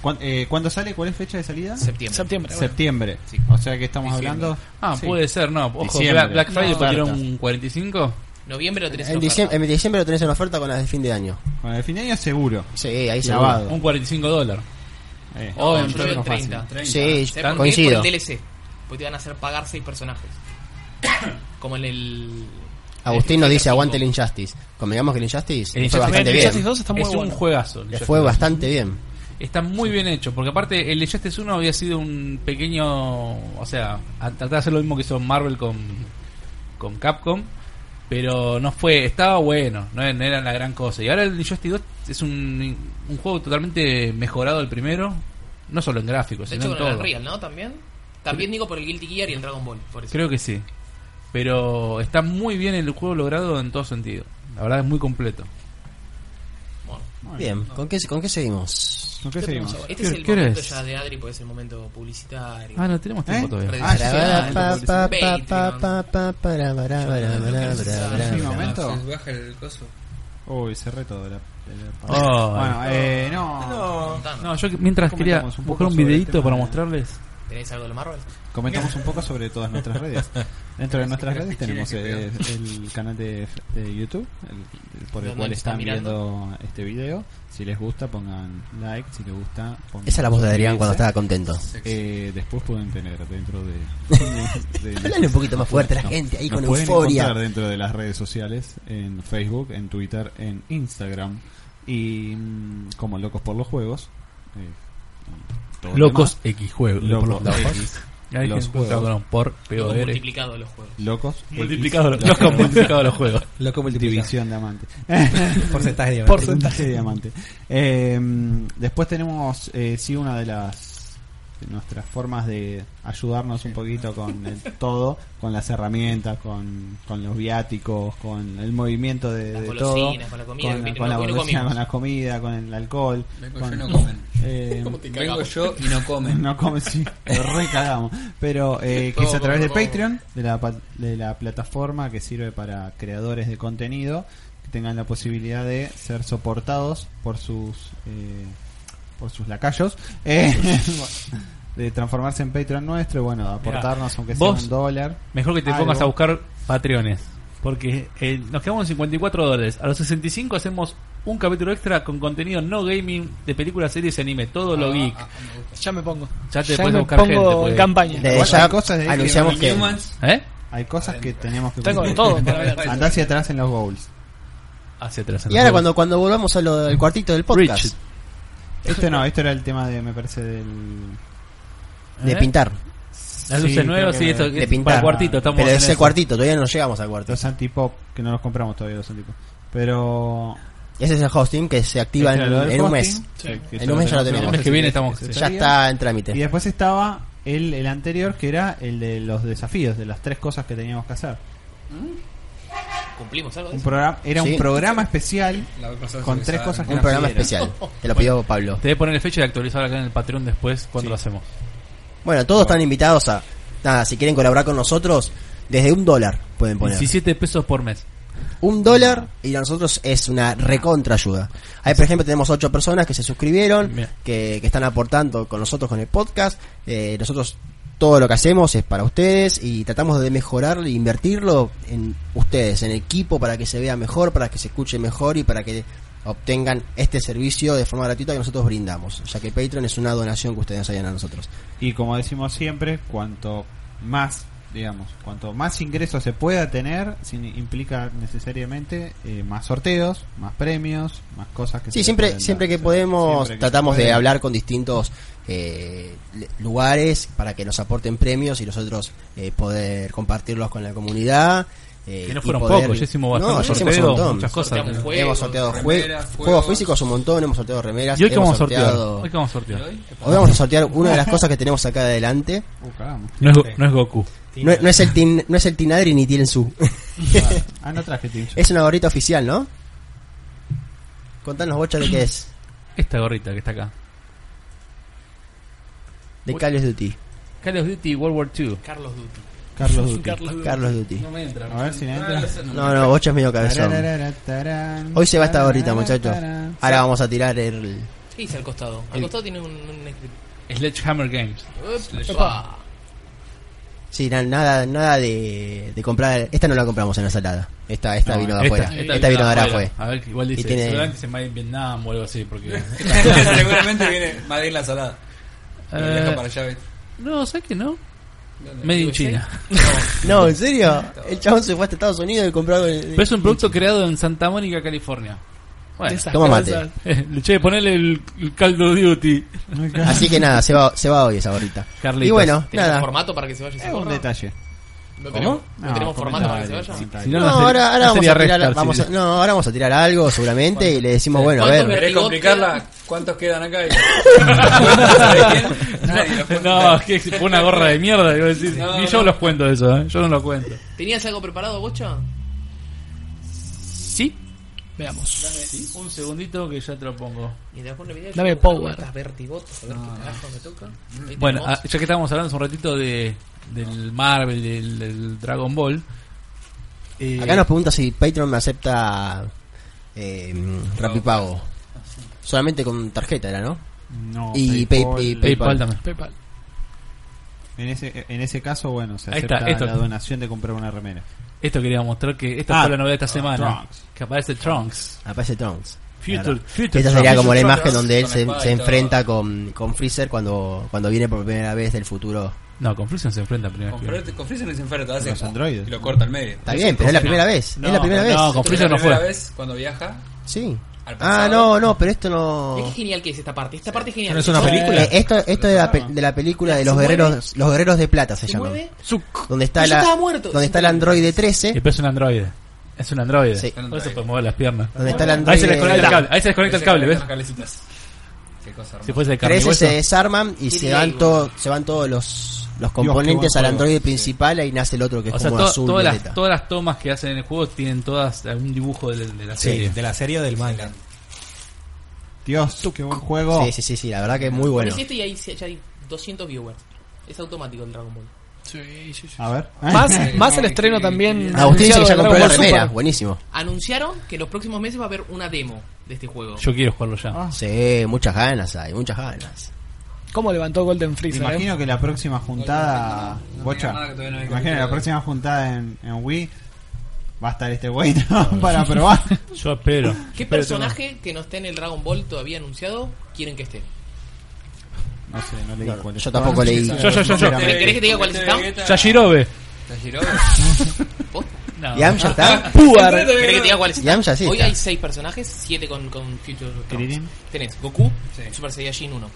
Speaker 4: ¿Cuán- eh, ¿Cuándo sale? ¿Cuál es fecha de salida?
Speaker 3: Septiembre.
Speaker 8: Septiembre. bueno.
Speaker 4: Septiembre. O sea que estamos
Speaker 2: Diciembre.
Speaker 4: hablando.
Speaker 6: Ah,
Speaker 4: Sí.
Speaker 6: puede ser, no. Ojo,
Speaker 4: Diciembre.
Speaker 6: Black, Black Friday
Speaker 4: No.
Speaker 6: pusieron
Speaker 4: Ofertas.
Speaker 6: un 45.
Speaker 3: Noviembre lo tenés en
Speaker 1: En
Speaker 3: oferta.
Speaker 1: diciembre, en diciembre lo tenés en oferta con las de fin de año.
Speaker 4: Bueno, el fin de año seguro.
Speaker 1: Sí, ahí se va.
Speaker 4: Clavado.
Speaker 6: Un 45 dólar.
Speaker 4: Eh.
Speaker 6: Oh,
Speaker 3: No,
Speaker 6: en
Speaker 3: yo lo veo en 30.
Speaker 6: fácil.
Speaker 1: Sí,
Speaker 3: ¿Sabés por qué? Por
Speaker 1: coincido.
Speaker 3: Pues el DLC. Porque te van a hacer pagar seis personajes. como en el.
Speaker 1: Agustín nos dice aguante el Injustice. Convengamos que el Injustice
Speaker 6: El
Speaker 1: fue
Speaker 6: Injustice-
Speaker 1: bastante
Speaker 8: El Injustice
Speaker 1: bien.
Speaker 8: 2 está muy
Speaker 6: es un
Speaker 8: bueno.
Speaker 6: juegazo. el
Speaker 1: Le
Speaker 6: Just
Speaker 1: fue
Speaker 6: Dance.
Speaker 1: bastante bien.
Speaker 6: Está muy bien hecho, porque aparte el Justice 1 había sido un pequeño, o sea, a tratar de hacer lo mismo que hizo Marvel con, con Capcom, pero no fue, estaba bueno, no era- no era la gran cosa. Y ahora el Justice 2 es un, un juego totalmente mejorado del primero, no solo en gráficos,
Speaker 3: De
Speaker 6: sino
Speaker 3: hecho,
Speaker 6: en
Speaker 3: con el
Speaker 6: todo.
Speaker 3: Unreal, ¿no? También. También digo por el Guilty Gear y el Dragon Ball. Por eso.
Speaker 6: Creo que sí. Pero está muy bien el juego logrado en todo sentido. La verdad es muy completo.
Speaker 3: Bueno.
Speaker 1: Bien, ¿con qué, con qué seguimos?
Speaker 4: ¿Con qué seguimos?
Speaker 3: Este
Speaker 6: ¿Qué-
Speaker 3: es el
Speaker 6: qué
Speaker 3: momento
Speaker 6: eres?
Speaker 3: ya de Adri, porque es el momento publicitario.
Speaker 6: Ah, no tenemos tiempo
Speaker 4: ¿Eh?
Speaker 6: todavía.
Speaker 4: Ah, ya
Speaker 1: Para,
Speaker 4: está,
Speaker 1: para, para,
Speaker 4: el
Speaker 3: Patreon.
Speaker 1: para, para, para, para, para, para, para, para,
Speaker 6: este
Speaker 4: Sí,
Speaker 1: para.
Speaker 4: momento.
Speaker 2: Se baja el coso.
Speaker 4: Uy, cerré todo. La, la-
Speaker 6: Oh.
Speaker 4: bueno, eh, no.
Speaker 3: Contanos.
Speaker 6: No, yo que- mientras quería
Speaker 4: Comentamos un poco
Speaker 6: buscar un
Speaker 4: sobre el
Speaker 6: videito
Speaker 4: tema
Speaker 6: para
Speaker 4: de-
Speaker 6: mostrarles.
Speaker 3: ¿Tenéis algo de Marvel?
Speaker 4: Comentamos un poco sobre todas nuestras redes. Dentro de nuestras redes tenemos eh, el canal de, de YouTube, el- el por el
Speaker 3: Donde
Speaker 4: cual
Speaker 3: nos están
Speaker 4: están viendo este video. Si les gusta, pongan like. Si les gusta, pongan
Speaker 1: Esa es la voz de Adrián cuando
Speaker 4: suscribirse.
Speaker 1: estaba contento.
Speaker 4: Eh, después pueden tener dentro de. de-
Speaker 1: Háblale un poquito más fuerte a la
Speaker 4: No,
Speaker 1: gente, ahí
Speaker 4: nos
Speaker 1: con
Speaker 4: pueden
Speaker 1: euforia.
Speaker 4: encontrar eh. dentro de las redes sociales, en Facebook, en Twitter, en Instagram y mm, como locos por los juegos. eh, todo
Speaker 6: Locos X juegos.
Speaker 4: demás. Locos.
Speaker 6: Por los-
Speaker 4: X,
Speaker 6: Hay
Speaker 4: los
Speaker 6: gente que está
Speaker 4: juegos.
Speaker 6: con- por
Speaker 3: Digo,
Speaker 6: POR.
Speaker 3: multiplicado los juegos.
Speaker 4: Locos X,
Speaker 6: Multiplicado los, los con- multiplicado los juegos.
Speaker 7: Loco multiplicado.
Speaker 4: división de amante.
Speaker 7: Porcentaje de
Speaker 4: Porcentaje de diamante. Eh, después tenemos, eh, sí, una de las de nuestras formas de ayudarnos un poquito con el todo, con las herramientas, con, con los viáticos, con el movimiento de,
Speaker 3: Las
Speaker 4: de todo,
Speaker 3: golosinas, con la comida,
Speaker 4: con,
Speaker 3: viste,
Speaker 4: con
Speaker 3: no-
Speaker 4: la
Speaker 3: hoy no
Speaker 4: golosina,
Speaker 3: comimos.
Speaker 4: con la comida, con el alcohol,
Speaker 2: Vengo
Speaker 4: con-
Speaker 2: yo y no comen.
Speaker 4: eh,
Speaker 2: Vengo yo y no comen.
Speaker 4: no come, sí, lo recagamos. Pero eh, que es a
Speaker 3: Todo,
Speaker 4: través de
Speaker 3: todo.
Speaker 4: Patreon, de la, pa- de la plataforma que sirve para creadores de contenido, que tengan la posibilidad de ser soportados por sus eh, por sus lacayos. eh, de transformarse en Patreon nuestro y bueno, aportarnos aunque sea
Speaker 6: vos-
Speaker 4: un dólar.
Speaker 6: Mejor que te
Speaker 4: Algo.
Speaker 6: pongas a buscar Patreones. Porque eh, nos quedamos en 54 dólares. A los 65 hacemos un capítulo extra con contenido no gaming de películas, series y anime. Todo
Speaker 4: Ah.
Speaker 6: lo geek.
Speaker 8: Ya me pongo.
Speaker 6: Ya te
Speaker 8: ya
Speaker 6: puedes
Speaker 8: me
Speaker 6: buscar
Speaker 8: pongo
Speaker 6: gente, porque-
Speaker 8: campaña.
Speaker 1: De
Speaker 4: Igual
Speaker 1: ya
Speaker 4: hay cosas de-
Speaker 1: anunciamos que
Speaker 2: Humans.
Speaker 6: ¿Eh?
Speaker 4: Hay cosas que tenemos que
Speaker 8: Tengo de
Speaker 4: cumplir.
Speaker 8: todo para ver.
Speaker 4: Andá hacia atrás en los goals.
Speaker 6: Hacia atrás. en
Speaker 1: Y
Speaker 6: los
Speaker 1: ahora
Speaker 6: juegos.
Speaker 1: cuando, cuando volvamos a lo del cuartito del podcast,
Speaker 6: Rich.
Speaker 4: Esto Este no, esto era el tema de, me parece, del...
Speaker 1: de
Speaker 6: ¿Eh?
Speaker 1: pintar.
Speaker 6: Las
Speaker 4: Sí,
Speaker 6: luces
Speaker 4: creo
Speaker 6: nuevas,
Speaker 4: que
Speaker 6: sí, esto
Speaker 4: de
Speaker 6: es
Speaker 1: pintar.
Speaker 6: para cuartito. Estamos
Speaker 1: Pero
Speaker 6: en
Speaker 1: ese
Speaker 6: eso.
Speaker 1: cuartito, todavía no llegamos al cuartito.
Speaker 4: Los antipop, que no los compramos todavía los antipop. Pero
Speaker 1: Ese es el hosting que se activa en,
Speaker 4: Este era lo del
Speaker 1: en un mes.
Speaker 4: hosting, que- que
Speaker 1: En
Speaker 4: ya
Speaker 1: un mes ya lo
Speaker 6: El
Speaker 1: tenemos.
Speaker 6: mes que viene estamos.
Speaker 4: Sí.
Speaker 1: Ya está en trámite.
Speaker 4: Y después estaba el, el anterior, que era el de los desafíos, de las tres cosas que teníamos que hacer.
Speaker 3: ¿Cumplimos algo de
Speaker 4: Un
Speaker 3: eso?
Speaker 4: programa, era
Speaker 1: Sí.
Speaker 4: un programa especial
Speaker 2: La voy a pasar
Speaker 4: con
Speaker 2: sin
Speaker 4: tres
Speaker 2: besar.
Speaker 4: cosas que
Speaker 1: Un
Speaker 4: nos
Speaker 1: programa
Speaker 4: pidieron.
Speaker 1: especial. Te lo pidió Pablo.
Speaker 6: Te voy a poner fecha y actualizar acá en el Patreon después
Speaker 4: Sí.
Speaker 6: cuando lo hacemos.
Speaker 1: Bueno, todos están invitados a. Nada, si quieren colaborar con nosotros, desde un dólar pueden poner.
Speaker 6: 17 pesos por mes.
Speaker 1: Un dólar y a nosotros es una recontra ayuda. Ahí, por ejemplo, tenemos ocho personas que se suscribieron,
Speaker 6: Bien.
Speaker 1: que, que están aportando con nosotros con el podcast. Eh, nosotros todo lo que hacemos es para ustedes y tratamos de mejorarlo e invertirlo en ustedes, en el equipo, para que se vea mejor, para que se escuche mejor y para que obtengan este servicio de forma gratuita que nosotros brindamos, ya que Patreon es una donación que ustedes hayan a nosotros.
Speaker 4: Y como decimos siempre, cuanto más, digamos, cuanto más ingresos se pueda tener, sin, implica necesariamente eh, más sorteos, más premios, más cosas que se
Speaker 1: Sí,
Speaker 4: le
Speaker 1: siempre,
Speaker 4: pueden dar.
Speaker 1: siempre
Speaker 4: O
Speaker 1: que
Speaker 4: sea,
Speaker 1: podemos,
Speaker 4: siempre que
Speaker 1: tratamos
Speaker 4: se
Speaker 1: de
Speaker 4: puede.
Speaker 1: hablar con distintos eh, le- lugares para que nos aporten premios y nosotros eh, poder compartirlos con la comunidad. eh,
Speaker 6: Que no
Speaker 1: y
Speaker 6: fueron
Speaker 1: poder-
Speaker 6: pocos, ya hicimos
Speaker 1: No,
Speaker 6: bastantes
Speaker 1: ya hicimos un
Speaker 6: sorteos,
Speaker 1: montón.
Speaker 6: muchas cosas.
Speaker 3: Sorteamos
Speaker 6: ¿no?
Speaker 3: juegos.
Speaker 1: hemos sorteado jue-
Speaker 2: remeras,
Speaker 1: juegos,
Speaker 2: juegos.
Speaker 1: físicos un montón, hemos sorteado remeras.
Speaker 6: ¿Y hoy qué
Speaker 1: hemos
Speaker 6: vamos a sortear?
Speaker 1: sorteado-
Speaker 6: Hoy qué vamos a sortear.
Speaker 1: Hoy vamos a sortear una de las cosas que tenemos acá adelante.
Speaker 4: Uh, cagamos.
Speaker 6: No es, Go- no es Goku.
Speaker 1: No, no es el tin, no es el Tinadri ni tienen su.
Speaker 4: Ah, no traje Tim Schafer.
Speaker 1: es una gorrita oficial, ¿no? Contanos, bocha, de qué es.
Speaker 6: Esta gorrita que está acá.
Speaker 1: De Call of Duty.
Speaker 6: Call of Duty World War II.
Speaker 3: Carlos Duty.
Speaker 4: Carlos Dutti.
Speaker 1: Carlos Duty.
Speaker 2: No me entra.
Speaker 4: A ver si le entra.
Speaker 1: No, no, bocha es medio cabezón.
Speaker 4: Tarararararán.
Speaker 1: Hoy se va esta gorrita, muchachos.
Speaker 4: Tararararán.
Speaker 1: Ahora vamos a tirar el.
Speaker 3: ¿Qué dice al costado? Al costado tiene un... un-
Speaker 6: Sledgehammer Games.
Speaker 3: un-
Speaker 8: Epa.
Speaker 1: Sí, na- nada, nada de, de comprar. Esta no la compramos en la salada. Esta, esta
Speaker 4: No,
Speaker 1: vino de
Speaker 6: Esta-
Speaker 1: afuera.
Speaker 6: esta
Speaker 1: Esta, vino de ahora fue.
Speaker 6: A ver, que igual dice.
Speaker 1: tiene-
Speaker 6: Seguramente se va en Vietnam o algo así. Porque.
Speaker 2: Seguramente viene Madrid la salada. Pero
Speaker 6: Eh,
Speaker 2: viaja para allá, ¿ves?
Speaker 6: no, ¿sabes que no? Made in China.
Speaker 1: No, ¿en serio? El chabón se fue hasta Estados Unidos y compró. el-
Speaker 6: Pero es un producto creado en Santa Mónica, California. Bueno,
Speaker 8: Esas
Speaker 1: toma mate.
Speaker 8: cosas.
Speaker 6: che, ponele el, el caldo duty.
Speaker 1: Así que nada, se va, se va hoy esa gorrita.
Speaker 6: Carlitos,
Speaker 1: y bueno,
Speaker 3: ¿Tenemos
Speaker 1: nada.
Speaker 3: formato para que se vaya esa
Speaker 4: Es un
Speaker 3: gorra?
Speaker 4: detalle.
Speaker 3: ¿No tenemos, ¿No tenemos formato para que se vaya?
Speaker 6: Si
Speaker 1: No,
Speaker 6: no sería-
Speaker 1: ahora, ahora
Speaker 6: no
Speaker 1: vamos,
Speaker 6: sería
Speaker 1: a tirar,
Speaker 6: restar,
Speaker 1: vamos
Speaker 6: sí.
Speaker 1: a- no, ahora vamos a tirar algo seguramente y le decimos, bueno, a
Speaker 3: ¿Cuántos
Speaker 1: ver.
Speaker 3: me-
Speaker 2: ¿Querés
Speaker 3: Rigot
Speaker 2: complicarla?
Speaker 3: queda-
Speaker 2: ¿Cuántos quedan acá? Y- Nadie los cuenta.
Speaker 6: No, es que fue una gorra de mierda. iba a decir.
Speaker 2: No,
Speaker 6: Ni yo
Speaker 2: no.
Speaker 6: los cuento eso, ¿eh? yo no los cuento.
Speaker 3: ¿Tenías algo preparado, Bocha?
Speaker 6: ¿Sí?
Speaker 8: Veamos.
Speaker 6: Un segundito que ya te lo pongo.
Speaker 3: Mientras pone video,
Speaker 8: Dame
Speaker 3: yo busco
Speaker 8: power.
Speaker 3: estas vertigotas, a ver qué carajo me toca. Este Ahí
Speaker 6: Bueno,
Speaker 3: tenemos.
Speaker 6: ah, ya que estábamos hablando hace un ratito de, del Marvel, del, del Dragon Ball. eh,
Speaker 1: Acá nos pregunta si Patreon me acepta eh, Rapipago. Solamente con tarjeta era, ¿no?
Speaker 4: No,
Speaker 1: Y
Speaker 4: PayPal-
Speaker 1: pay- pay- pay-
Speaker 6: PayPal también.
Speaker 8: PayPal.
Speaker 4: En ese, en ese caso, bueno, se
Speaker 6: Ahí
Speaker 4: acepta
Speaker 6: está, esto.
Speaker 4: la donación de comprar una remera.
Speaker 6: Esto quería mostrar que esta
Speaker 4: Ah,
Speaker 6: fue la novedad de esta semana.
Speaker 4: Trunks.
Speaker 6: Que aparece Trunks.
Speaker 1: Aparece Trunks.
Speaker 6: Future, Future
Speaker 1: Esta sería
Speaker 6: Trunks.
Speaker 1: como la
Speaker 2: Trunks,
Speaker 1: imagen donde él
Speaker 2: con
Speaker 1: se,
Speaker 2: espada y
Speaker 1: se
Speaker 2: todo.
Speaker 1: enfrenta con, con Freezer cuando, cuando viene por primera vez del futuro.
Speaker 6: No, con Friesen se enfrenta primero.
Speaker 2: Con Fre- Con Freezer no se enfrenta, hace
Speaker 4: Los
Speaker 2: como-
Speaker 4: androides.
Speaker 2: Y lo corta al medio.
Speaker 1: Está bien, pero es la primera vez.
Speaker 6: No,
Speaker 1: es la primera vez.
Speaker 6: no, con- Freezer
Speaker 2: la
Speaker 6: no fue.
Speaker 2: primera vez cuando viaja.
Speaker 1: Sí.
Speaker 2: Al
Speaker 1: Ah,
Speaker 2: pasado.
Speaker 1: no, no, pero esto no.
Speaker 3: Mirá qué genial que Este es esta parte. Esta parte es genial. Este
Speaker 7: ¿No es una
Speaker 3: Se
Speaker 7: película?
Speaker 1: Eh, esto esto de, la,
Speaker 6: Ah.
Speaker 1: pe- de la película de los
Speaker 3: ¿Se mueve?
Speaker 1: guerreros los guerreros de plata se, llama.
Speaker 3: mueve.
Speaker 1: Donde está
Speaker 3: Yo
Speaker 1: la
Speaker 3: estaba muerto.
Speaker 1: donde está el androide 13,
Speaker 6: Y pero es un androide. Es un androide.
Speaker 1: Sí.
Speaker 6: Por eso puede mover las piernas.
Speaker 1: donde está el
Speaker 6: Ahí se desconecta el
Speaker 1: androide
Speaker 6: cable, ahí se desconecta el cable, ¿ves?
Speaker 2: Las cabecitas. Qué cosa hermosa.
Speaker 6: Si fuese de carne y
Speaker 1: 13 se
Speaker 6: hueso.
Speaker 1: desarman y
Speaker 3: Qué
Speaker 1: se van
Speaker 3: lindo.
Speaker 1: todo, se van todos los los componentes
Speaker 4: qué buen
Speaker 1: al
Speaker 4: juego.
Speaker 1: androide principal y nace el otro que es
Speaker 6: O sea,
Speaker 1: como
Speaker 6: to-
Speaker 1: azul
Speaker 6: todas,
Speaker 1: violeta.
Speaker 6: las, todas las tomas que hacen en el juego tienen todas algún dibujo de, de la serie.
Speaker 7: de la serie o del manga.
Speaker 4: Dios, qué buen juego.
Speaker 1: Sí, sí, sí, sí, la verdad que es muy bueno.
Speaker 3: Pones esto este y ahí se- ya hay 200 viewers. Es automático el Dragon Ball.
Speaker 8: Sí, sí, sí.
Speaker 4: A ver.
Speaker 8: Más, más el estreno también.
Speaker 1: Agustín dice
Speaker 8: anunciado
Speaker 1: que ya
Speaker 8: de
Speaker 1: compró la
Speaker 8: Dragon Ball
Speaker 1: remera,
Speaker 8: Super.
Speaker 1: buenísimo.
Speaker 3: Anunciaron que en los próximos meses va a haber una demo de este juego.
Speaker 6: Yo quiero jugarlo ya.
Speaker 4: Ah,
Speaker 1: Sí, muchas ganas hay, muchas ganas.
Speaker 8: ¿Cómo levantó Golden
Speaker 4: Me
Speaker 8: Freezer? eh?
Speaker 4: imagino que la próxima
Speaker 2: No,
Speaker 4: juntada.
Speaker 2: no, no
Speaker 4: Bocha.
Speaker 2: digas nada que todavía no hay
Speaker 4: me imagino que
Speaker 2: capítulo.
Speaker 4: la próxima juntada en, en Wii. Va a estar este güey ¿no? para probar.
Speaker 6: Yo espero.
Speaker 3: ¿Qué
Speaker 6: Espero
Speaker 3: personaje que no esté en el Dragon Ball todavía anunciado quieren que esté?
Speaker 4: No sé, no leí cuál es.
Speaker 1: Yo tampoco leí.
Speaker 6: Yo, yo, yo, yo.
Speaker 3: ¿Querés- ¿Querés que te diga cuáles
Speaker 2: Este
Speaker 3: están?
Speaker 2: Vegeta-
Speaker 6: tener- Yajirobe.
Speaker 2: Yajirobe.
Speaker 3: ¿Vos?
Speaker 6: No.
Speaker 1: Yam ya está.
Speaker 8: Puar.
Speaker 3: ¿Querés que te diga cuáles
Speaker 1: Yam
Speaker 3: están?
Speaker 1: ya sí
Speaker 3: Hoy
Speaker 1: está.
Speaker 3: hay 6 personajes, 7 con, con Future Trunks.
Speaker 4: Krillin.
Speaker 3: Tenés Goku,
Speaker 2: Sí.
Speaker 3: Super Saiyajin 1.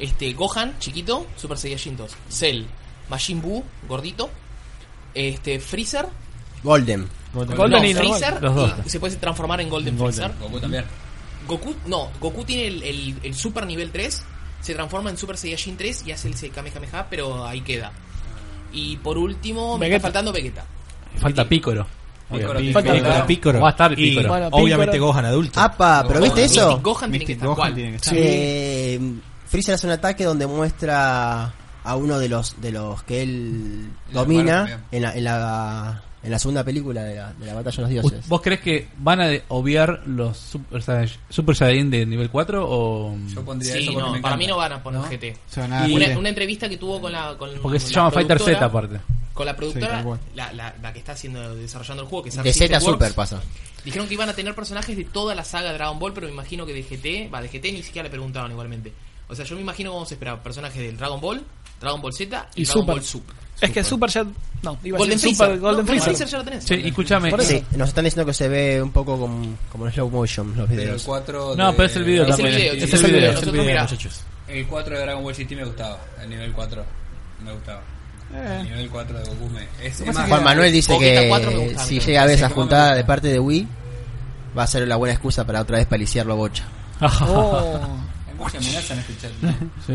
Speaker 3: Este, Gohan, chiquito, Super Saiyajin 2. Cell, Majin Buu, gordito. Este, Freezer.
Speaker 1: Golden.
Speaker 8: Golden
Speaker 3: no,
Speaker 8: y normal.
Speaker 3: Freezer.
Speaker 6: Los dos.
Speaker 3: y se puede transformar en Golden, Freezer.
Speaker 2: Goku también.
Speaker 3: Goku, no, Goku tiene el, el- el Super Nivel 3, se transforma en Super Saiyajin 3 y hace el Kamehameha, pero ahí queda. Y por último, me está
Speaker 8: Vegeta.
Speaker 3: faltando Vegeta.
Speaker 6: Falta Pícoro.
Speaker 2: Pícoro, Pícoro.
Speaker 8: Falta Pícoro.
Speaker 7: Pícoro.
Speaker 6: Va a estar
Speaker 7: Y
Speaker 6: Pícoro.
Speaker 8: Bueno,
Speaker 7: obviamente
Speaker 8: Pícoro.
Speaker 7: Gohan adulto.
Speaker 1: Apa, Ah, pero ¿viste eso?
Speaker 3: Mystic Gohan tiene que
Speaker 4: Mystic
Speaker 3: estar.
Speaker 4: Gohan
Speaker 3: ¿cuál?
Speaker 4: tiene que estar.
Speaker 1: Eh, Freezer hace un ataque donde muestra a uno de los de los que él
Speaker 2: La
Speaker 1: domina
Speaker 2: muerte.
Speaker 1: en la, en la en la segunda película de la, de la batalla de los
Speaker 6: ¿Vos-
Speaker 1: dioses.
Speaker 6: ¿Vos crees que van a de- obviar los Super, Saiyaj- Super Saiyajin de nivel 4 o...?
Speaker 2: Yo pondría
Speaker 3: Sí,
Speaker 2: eso porque
Speaker 3: no,
Speaker 2: me
Speaker 3: para
Speaker 2: encanta.
Speaker 3: mí no van a poner
Speaker 2: ¿No?
Speaker 3: GT.
Speaker 4: Se van a
Speaker 3: Y Una,
Speaker 4: dar-
Speaker 3: una entrevista que tuvo con la. Con,
Speaker 6: Porque
Speaker 3: con
Speaker 6: se
Speaker 3: la
Speaker 6: llama Fighter Z
Speaker 3: productora-
Speaker 6: aparte.
Speaker 3: Con la
Speaker 4: Sí,
Speaker 3: productora,
Speaker 4: tal cual.
Speaker 3: la, la- la que está haciendo desarrollando el juego, que es
Speaker 1: de Z
Speaker 3: Arc
Speaker 1: a
Speaker 3: System Works,
Speaker 1: Super pasa.
Speaker 3: Dijeron que iban a tener personajes de toda la saga Dragon Ball, pero me imagino que de GT, va, de GT ni siquiera le preguntaron igualmente. O sea, yo me imagino cómo se esperaba personajes del Dragon Ball, Dragon Ball Z y,
Speaker 8: Y
Speaker 3: Dragon
Speaker 8: Super.
Speaker 3: Ball Super.
Speaker 8: Es que Super ya. No, iba a
Speaker 3: Golden
Speaker 8: decir
Speaker 3: Freezer.
Speaker 8: Super,
Speaker 3: No,
Speaker 8: Golden
Speaker 3: Golden
Speaker 8: Freezer.
Speaker 3: ya lo tenés.
Speaker 6: Che, y escúchame.
Speaker 8: Por eso.
Speaker 1: Sí, nos están diciendo que se ve un poco como, como en slow motion los
Speaker 2: Pero el
Speaker 1: videos.
Speaker 2: 4
Speaker 6: No,
Speaker 2: de-
Speaker 6: pero es el video
Speaker 3: Es el
Speaker 6: también.
Speaker 3: video,
Speaker 6: es
Speaker 3: chicos,
Speaker 6: el
Speaker 3: es el
Speaker 6: video.
Speaker 3: video.
Speaker 6: es el
Speaker 3: Nosotros,
Speaker 6: video,
Speaker 3: mirá.
Speaker 6: muchachos.
Speaker 2: El 4 de Dragon Ball GT me gustaba. El nivel 4. Me gustaba.
Speaker 6: Eh.
Speaker 2: El nivel 4 de Goku me... Es, es más,
Speaker 1: Juan Manuel dice
Speaker 3: Boquita cuatro me
Speaker 1: que
Speaker 3: gusta,
Speaker 1: si
Speaker 3: mira.
Speaker 1: llega a ver
Speaker 2: Sí,
Speaker 1: esa
Speaker 2: cómo me
Speaker 1: juntada de
Speaker 2: gusta.
Speaker 1: parte de Wii, va a ser la buena excusa para otra vez paliciarlo a Bocha.
Speaker 8: Oh.
Speaker 2: hay mucha amenaza en este chat. ¿no?
Speaker 6: Sí,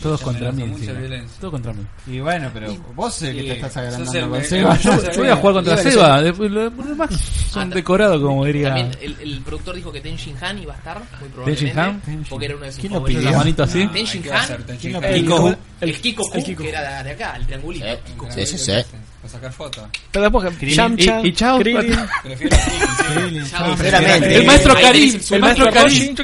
Speaker 6: todos
Speaker 2: Mucha
Speaker 6: contra mí.
Speaker 2: amenaza, mucha
Speaker 6: encima.
Speaker 2: violencia.
Speaker 6: Todos contra mí.
Speaker 4: Y bueno, pero vos es el que
Speaker 2: Sí.
Speaker 4: te estás
Speaker 2: Sos el
Speaker 4: agrandando con
Speaker 2: que-
Speaker 4: Seba.
Speaker 2: Yo-
Speaker 6: Yo voy a jugar contra
Speaker 1: Iba a
Speaker 6: Seba. Después, lo lo demás son decorados, como diría.
Speaker 3: También el, el productor dijo que Tenjin Han iba a estar, muy probablemente.
Speaker 6: Han?
Speaker 3: Porque era uno de sus
Speaker 4: ¿Quién lo
Speaker 3: favoritos.
Speaker 6: La
Speaker 4: pidió?
Speaker 6: manito así.
Speaker 2: Ay,
Speaker 3: Tenshin
Speaker 2: ¿qué va a
Speaker 3: Han.
Speaker 2: Ah, hacer Tenshin
Speaker 4: ¿Quién
Speaker 2: Han?
Speaker 4: lo
Speaker 3: El,
Speaker 4: pidió?
Speaker 3: Kikoku,
Speaker 4: Kikoku.
Speaker 3: el Kikoku,
Speaker 8: El Kikoku.
Speaker 3: que era de acá, el triangulito. Kikoku.
Speaker 1: Sí, sí, sí.
Speaker 2: Para sacar fotos.
Speaker 8: Pero después que. Yamcha,
Speaker 6: Y- y chao.
Speaker 8: Krillin,
Speaker 2: Prefiero
Speaker 3: Ya,
Speaker 1: Sinceramente.
Speaker 3: eh, ahí
Speaker 6: El maestro
Speaker 3: tenés
Speaker 6: Karim.
Speaker 3: su-
Speaker 6: El maestro Karim.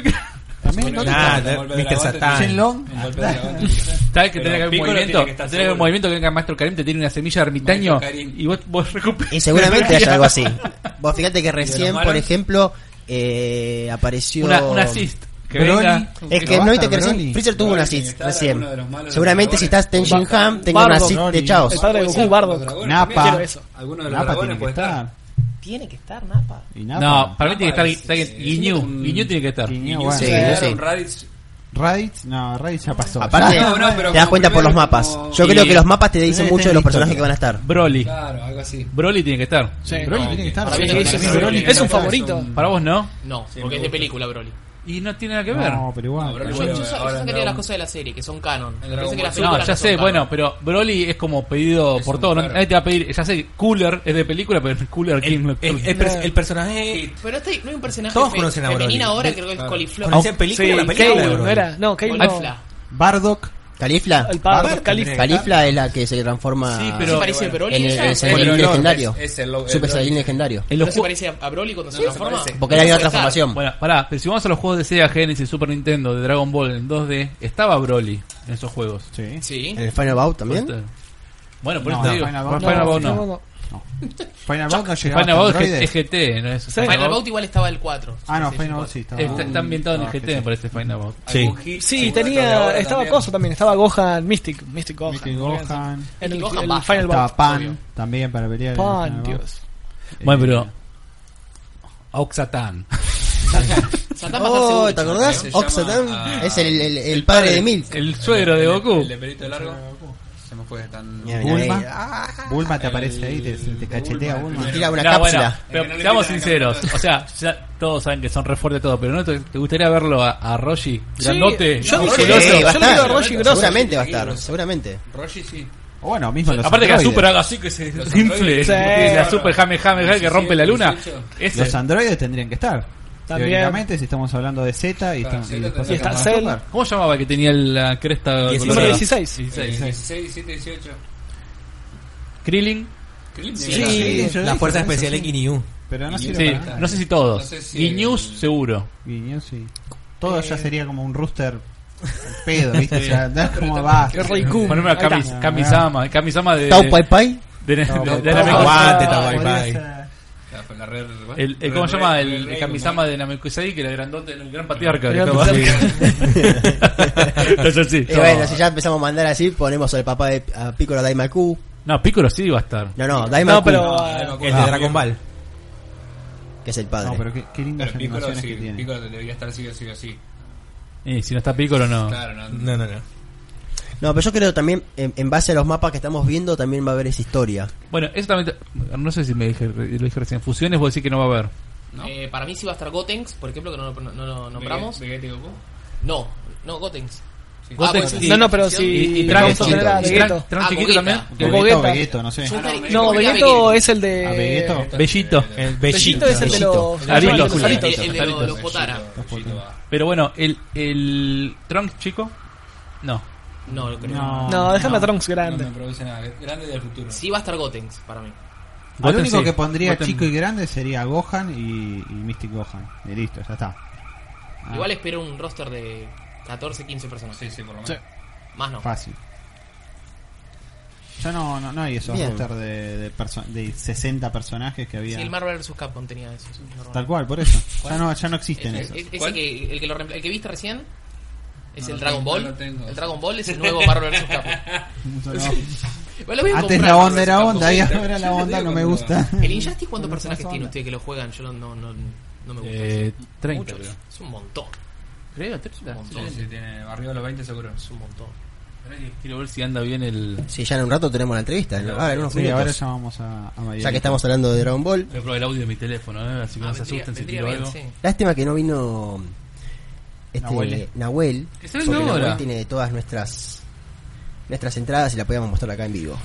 Speaker 4: También
Speaker 2: Bueno,
Speaker 4: no
Speaker 7: Nah,
Speaker 2: el golpe de
Speaker 7: Mr.
Speaker 2: dragón
Speaker 7: Satán.
Speaker 2: tiene-
Speaker 4: Shenlong.
Speaker 2: el golpe de dragón tiene que ser.
Speaker 6: ¿Sabes que
Speaker 2: Pero
Speaker 6: tiene que haber un
Speaker 2: Piccolo
Speaker 6: movimiento?
Speaker 2: tiene que
Speaker 6: Tiene que
Speaker 2: estar
Speaker 6: haber un
Speaker 2: seguro.
Speaker 6: movimiento que venga Maestro Karim, te tiene una semilla de ermitaño
Speaker 2: Maestro Karim.
Speaker 6: y vos, vos recuperas.
Speaker 1: Y seguramente haya algo así. Vos fíjate que
Speaker 2: ¿Y de
Speaker 1: recién,
Speaker 2: los
Speaker 1: por
Speaker 2: malos?
Speaker 1: ejemplo, eh, apareció...
Speaker 6: Una, una assist. Que
Speaker 7: Broly.
Speaker 6: venga.
Speaker 1: Es que
Speaker 4: no
Speaker 1: no
Speaker 4: va a
Speaker 1: viste
Speaker 4: estar
Speaker 1: que recién
Speaker 4: Broly.
Speaker 1: Freezer tuvo una
Speaker 2: Broly
Speaker 1: sit
Speaker 2: tiene que estar
Speaker 1: recién.
Speaker 2: alguno de los malos de
Speaker 1: Seguramente
Speaker 2: los
Speaker 1: si estás Tenshin
Speaker 8: Bardo,
Speaker 1: Ham, tenga una
Speaker 8: Bardo,
Speaker 1: sit de
Speaker 4: Broly.
Speaker 1: Chaos.
Speaker 8: El padre de Goku, Bardo.
Speaker 2: dragones
Speaker 4: Napa.
Speaker 2: también. Alguno de los
Speaker 4: Napa
Speaker 2: dragones
Speaker 4: tiene que
Speaker 2: puede estar.
Speaker 4: estar.
Speaker 3: Tiene que estar, Napa.
Speaker 4: Y Napa.
Speaker 6: No, para mí tiene que estar
Speaker 2: Sí, sí.
Speaker 6: Guiñú. Guiñú tiene que estar.
Speaker 4: Guiñú.
Speaker 2: Y
Speaker 4: bueno.
Speaker 2: Newt
Speaker 1: Sí,
Speaker 2: Segar,
Speaker 1: sí.
Speaker 2: Raditz.
Speaker 4: Raditz, no, Raditz ya pasó.
Speaker 1: Aparte,
Speaker 4: Ya-
Speaker 2: No, no, pero
Speaker 1: te das
Speaker 2: como
Speaker 1: cuenta por los
Speaker 2: primero
Speaker 1: mapas.
Speaker 2: como-
Speaker 1: Yo
Speaker 6: Y-
Speaker 1: creo que los mapas te dicen
Speaker 4: Sí,
Speaker 1: mucho de los personajes
Speaker 4: historia.
Speaker 1: que van a estar.
Speaker 6: Broly.
Speaker 2: Claro, algo así.
Speaker 6: Broly tiene que estar.
Speaker 8: Sí.
Speaker 4: Broly tiene que estar.
Speaker 3: Para mí
Speaker 4: Sí,
Speaker 3: tiene que ser
Speaker 4: para mí
Speaker 3: Broly.
Speaker 4: Broly
Speaker 8: Es un
Speaker 4: tiene que
Speaker 8: favorito.
Speaker 6: Para vos no.
Speaker 3: No, porque es de película, Broly.
Speaker 6: Y no tiene nada que ver.
Speaker 4: estar. No,
Speaker 6: No,
Speaker 4: pero igual.
Speaker 2: No,
Speaker 3: Yo,
Speaker 2: Broly
Speaker 3: yo,
Speaker 2: bueno,
Speaker 3: yo,
Speaker 2: ahora
Speaker 3: sacaría
Speaker 2: Dragon-
Speaker 3: las cosas de la serie, que son canon.
Speaker 2: En Dragon
Speaker 3: Pensé que las
Speaker 2: Ball.
Speaker 3: películas
Speaker 6: ya
Speaker 3: no son
Speaker 6: sé,
Speaker 3: canon.
Speaker 6: bueno, pero Broly es como pedido
Speaker 2: Es
Speaker 6: por
Speaker 2: un
Speaker 6: todo.
Speaker 2: claro.
Speaker 6: Nadie te va a pedir. Ya sé, Cooler es de película, pero Cooler King.
Speaker 7: El,
Speaker 6: lo-
Speaker 7: el- el per- el personaje.
Speaker 3: Pero este no hay un personaje
Speaker 7: Todos
Speaker 3: fe-
Speaker 7: conocen a Broly.
Speaker 3: femenina ahora,
Speaker 7: De-
Speaker 3: creo que es
Speaker 7: claro.
Speaker 3: Coliflor.
Speaker 7: Conocen película,
Speaker 8: Sí,
Speaker 7: la película de
Speaker 8: Kale,
Speaker 7: Broly.
Speaker 8: no era. No, Kale no.
Speaker 3: Colifla.
Speaker 4: Bardock.
Speaker 1: ¿Califla?
Speaker 8: El padre,
Speaker 7: Bardo
Speaker 8: Calif.
Speaker 7: tendría
Speaker 1: Califla es la que se transforma
Speaker 6: Sí,
Speaker 3: ¿No
Speaker 6: pero-
Speaker 3: se parece a Broly
Speaker 1: en el,
Speaker 3: esa?
Speaker 1: el Saiyajin
Speaker 2: Pero no,
Speaker 1: legendario.
Speaker 2: es- es el lo- el
Speaker 1: Super
Speaker 2: Broly.
Speaker 1: Saiyajin legendario.
Speaker 6: en
Speaker 3: ¿No
Speaker 6: los
Speaker 3: se
Speaker 6: ju-
Speaker 3: parece a- a Broly cuando se
Speaker 2: No, no se
Speaker 3: transforma?
Speaker 2: parece.
Speaker 1: Porque era la
Speaker 3: Puede estar.
Speaker 1: transformación.
Speaker 6: Bueno, pará, pero si vamos a los juegos de Sega Genesis, Super Nintendo, de Dragon Ball en 2D, estaba Broly en esos juegos.
Speaker 4: Sí.
Speaker 3: Sí.
Speaker 1: ¿En el Final Bout también?
Speaker 6: Bueno, por
Speaker 4: No,
Speaker 6: eso te
Speaker 4: no,
Speaker 6: digo.
Speaker 4: Final
Speaker 6: Final
Speaker 4: Bout
Speaker 6: Bout
Speaker 4: no.
Speaker 6: no.
Speaker 4: Final Bout no llegaba.
Speaker 6: Final
Speaker 4: hasta
Speaker 6: Bout
Speaker 4: Android.
Speaker 6: es GT, no es
Speaker 3: Final
Speaker 6: Bout.
Speaker 3: Bout igual estaba el 4.
Speaker 4: Ah, no, Final Bout sí estaba.
Speaker 6: Está, está ambientado en el
Speaker 4: No,
Speaker 6: GT,
Speaker 4: sí.
Speaker 6: me parece este Final Bout.
Speaker 2: Algún hit,
Speaker 8: Sí,
Speaker 2: algún otro de
Speaker 8: tenía.
Speaker 2: ahora
Speaker 8: Estaba
Speaker 2: también.
Speaker 8: Coso también. Estaba Gohan Mystic. Mystic Gohan.
Speaker 4: Mystic Gohan.
Speaker 8: En el,
Speaker 3: Mystic Gohan
Speaker 8: el
Speaker 3: baja.
Speaker 8: Final
Speaker 4: Estaba
Speaker 8: Bout.
Speaker 4: Pan
Speaker 3: obvio.
Speaker 4: también para pelear. en el
Speaker 8: Pan,
Speaker 4: Final Bout.
Speaker 8: Dios.
Speaker 6: Bueno, pero.
Speaker 4: Eh,
Speaker 6: Oxatan.
Speaker 3: Satán va a hacer
Speaker 1: Oh,
Speaker 3: seguro,
Speaker 1: ¿te acordás?
Speaker 2: Se llama
Speaker 1: Oxatan
Speaker 2: a-
Speaker 1: es el, el- el padre de Milk.
Speaker 6: El suegro de
Speaker 2: El,
Speaker 6: Goku.
Speaker 2: el de pelito largo. Se me fue tan.
Speaker 1: Mira, mira,
Speaker 4: Bulma.
Speaker 1: mira.
Speaker 4: Bulma te aparece ahí, te, te cachetea
Speaker 2: Bulma.
Speaker 4: Bulma.
Speaker 1: Tira una
Speaker 6: No, bueno,
Speaker 1: cápsula.
Speaker 6: pero
Speaker 2: Es que no le
Speaker 6: seamos
Speaker 2: quitan la
Speaker 6: sinceros.
Speaker 2: cápsula.
Speaker 6: O sea, ya todos saben que son re fuertes todo, pero ¿no te, te gustaría verlo a, a Roshi? Grandote.
Speaker 8: yo
Speaker 6: No,
Speaker 8: dije-
Speaker 6: grosso.
Speaker 8: yo
Speaker 1: Sí, va a
Speaker 8: le digo a
Speaker 1: estar.
Speaker 8: Roger Grosso.
Speaker 1: Seguramente va a
Speaker 2: Sí,
Speaker 1: estar,
Speaker 2: Grosso.
Speaker 1: seguramente.
Speaker 2: Roshi sí.
Speaker 4: O bueno, mismo los
Speaker 6: Aparte que la
Speaker 4: androides.
Speaker 6: super haga así que se
Speaker 2: Los
Speaker 6: infle.
Speaker 2: androides.
Speaker 8: Sí.
Speaker 6: y la super jame jame jame que rompe la luna.
Speaker 2: 18.
Speaker 6: Ese.
Speaker 4: Los androides tendrían que estar.
Speaker 8: También.
Speaker 4: Teóricamente, si estamos hablando de Z y,
Speaker 2: Claro,
Speaker 4: estamos-
Speaker 2: Zeta
Speaker 4: y después
Speaker 8: Y está
Speaker 4: sacamos
Speaker 8: Cell.
Speaker 4: a Super.
Speaker 6: ¿Cómo llamaba que tenía la cresta
Speaker 7: Dieciséis.
Speaker 6: colorada?
Speaker 8: Número 16.
Speaker 2: Eh, 16, 17, 18.
Speaker 6: Krillin.
Speaker 2: Krillin
Speaker 3: Sí.
Speaker 2: tiene
Speaker 4: Sí,
Speaker 2: cara.
Speaker 4: yo
Speaker 7: La
Speaker 4: dije,
Speaker 7: fuerza
Speaker 4: no sé
Speaker 7: especial
Speaker 4: si-
Speaker 7: Equiniu.
Speaker 4: Pero no
Speaker 2: Sí.
Speaker 4: sirve
Speaker 6: Sí,
Speaker 4: para nada.
Speaker 6: no sé si todos.
Speaker 2: No sé si-
Speaker 6: Guiñus, seguro.
Speaker 4: Guiño, sí. Todo ya sería como un rooster al pedo, ¿viste? O sea, andás como va.
Speaker 8: Es Rey Kun.
Speaker 6: Poneme a
Speaker 8: Ahí
Speaker 6: Kami-
Speaker 8: está.
Speaker 6: Kamisama. Kamisama de.
Speaker 1: Tau Pai Pai.
Speaker 6: de- de-
Speaker 4: Tau
Speaker 6: de-
Speaker 4: Pai
Speaker 6: de-
Speaker 4: Pai.
Speaker 6: de-
Speaker 7: Aguante,
Speaker 4: Ah,
Speaker 7: Tabai
Speaker 4: podría
Speaker 7: Pai.
Speaker 4: ser-
Speaker 2: La- la re- re-
Speaker 6: el- el-
Speaker 2: re-
Speaker 6: ¿Cómo se llama?
Speaker 2: re-
Speaker 6: El, el
Speaker 2: re-
Speaker 6: Kamisama
Speaker 2: como-
Speaker 6: de Namekusei, que era grandote, el gran patriarca.
Speaker 8: El
Speaker 6: que
Speaker 8: gran
Speaker 6: estaba así. Entonces sí.
Speaker 1: Eh, bueno, si ya empezamos a mandar así, ponemos al papá de a Piccolo Daimaku.
Speaker 6: No, Piccolo sí iba a estar.
Speaker 1: No, no,
Speaker 8: No,
Speaker 1: Daimaku,
Speaker 8: pero. eh,
Speaker 2: Ah, no me
Speaker 7: El
Speaker 2: acuerdo.
Speaker 7: de Dragon Ball.
Speaker 1: que es el padre.
Speaker 4: No, pero qué, qué lindas
Speaker 2: Pero Piccolo
Speaker 4: animaciones
Speaker 2: sí,
Speaker 4: que tiene.
Speaker 2: Piccolo debería estar así, así, así.
Speaker 6: Y si no está Piccolo, no.
Speaker 2: Claro, no.
Speaker 7: No, no, no.
Speaker 1: No, pero yo creo también, en, en base a los mapas que estamos viendo, también va a haber esa historia.
Speaker 6: Bueno, eso también. te- No sé si me dije, lo dije recién. Fusiones, vos decís que no va a haber.
Speaker 2: ¿No?
Speaker 3: Eh, para mí sí va a estar Gotenks, por ejemplo, que no lo no, no lo nombramos.
Speaker 2: Vegeta y Goku.
Speaker 3: No, no, Gotenks.
Speaker 2: Sí.
Speaker 3: Ah,
Speaker 6: Gotenks
Speaker 3: bueno,
Speaker 6: y-
Speaker 8: No, no, pero si.
Speaker 6: Y, y Trunks
Speaker 8: vamos a
Speaker 1: Tranquilo.
Speaker 8: tener a
Speaker 6: chiquito. Y Trunks-
Speaker 8: Vegeto.
Speaker 6: Trunks
Speaker 3: Ah,
Speaker 6: chiquito
Speaker 3: Gogeta.
Speaker 6: también.
Speaker 4: Vegeta,
Speaker 8: Gogeta.
Speaker 4: Vegeto, no sé.
Speaker 3: Yo estaría-
Speaker 2: no,
Speaker 8: No,
Speaker 3: yo estaría
Speaker 8: Vegeto
Speaker 3: Vegeta.
Speaker 8: es el de.
Speaker 4: ¿A Vegeto?
Speaker 6: Bellito.
Speaker 7: El Eh,
Speaker 8: Bellito es el de los.
Speaker 6: Aritos.
Speaker 8: los
Speaker 6: Aritos.
Speaker 8: aritos.
Speaker 3: El- el de los- los Potara.
Speaker 6: Pero bueno, el, el Trunks chico. No.
Speaker 3: No, lo creo.
Speaker 4: No.
Speaker 8: No, déjame a Trunks
Speaker 2: Grande. No
Speaker 8: grande.
Speaker 2: me produce nada. Grande del futuro.
Speaker 3: Sí va a estar Gotenks para mí.
Speaker 4: Lo
Speaker 6: Goten
Speaker 4: único
Speaker 6: sí.
Speaker 4: que pondría
Speaker 6: Goten-
Speaker 4: chico y grande sería Gohan y, y Mystic Gohan. Y listo, ya está. Ah,
Speaker 3: Igual espero un roster de 14, 15 personas.
Speaker 2: Sí, sí, por lo menos.
Speaker 8: Sí.
Speaker 3: Más no.
Speaker 4: Fácil. Ya no, no, no hay esos
Speaker 1: Bien.
Speaker 4: roster de, de, perso- de 60 personajes
Speaker 3: Sí,
Speaker 4: que había.
Speaker 3: el Marvel vs. Capcom tenía eso. sí, normal.
Speaker 4: Tal cual, por eso. Ya no, ya no existen
Speaker 3: Ese-
Speaker 4: esos.
Speaker 3: ese
Speaker 2: ¿Cuál?
Speaker 3: que- el, que lo reempla- el que viste recién es
Speaker 2: No
Speaker 3: el
Speaker 2: lo
Speaker 3: Dragon
Speaker 2: tengo,
Speaker 3: Ball.
Speaker 2: no lo tengo.
Speaker 3: El Dragon Ball es el nuevo Marvel vs. Capcom.
Speaker 4: No.
Speaker 3: Bueno, lo voy a comprar,
Speaker 4: Antes Ah, la
Speaker 3: Marvel
Speaker 4: onda era
Speaker 3: vs.
Speaker 4: onda y
Speaker 3: Capcom.
Speaker 4: ahora la onda no me gusta.
Speaker 3: ¿El Injustice cuántos personajes tiene
Speaker 4: onda.
Speaker 3: usted que lo juegan? Yo no, no, no, no me gusta.
Speaker 6: Eh, 30,
Speaker 3: Muchos.
Speaker 6: creo.
Speaker 3: Es un montón.
Speaker 6: Creo, 30.
Speaker 2: Sí, sí, tiene arriba de los 20 seguro.
Speaker 3: Es un montón.
Speaker 6: Quiero ver si anda bien el.
Speaker 1: Si ya en un rato tenemos la entrevista. ¿no? Ah, en unos
Speaker 4: Sí,
Speaker 1: minutos.
Speaker 4: ahora llamamos a, a Mayeli.
Speaker 1: Ya que estamos hablando de Dragon Ball.
Speaker 6: Voy a probar el audio de mi teléfono, eh, así que
Speaker 3: Ah,
Speaker 6: no se
Speaker 3: vendría-
Speaker 6: asusten si
Speaker 3: vendría
Speaker 6: tiro
Speaker 3: bien,
Speaker 6: algo.
Speaker 3: sí.
Speaker 1: Lástima que no vino este,
Speaker 4: Nahuel.
Speaker 1: Nahuel.
Speaker 6: Que se venga
Speaker 1: porque
Speaker 6: ahora.
Speaker 1: Nahuel tiene todas nuestras nuestras entradas y la podíamos mostrar acá en vivo.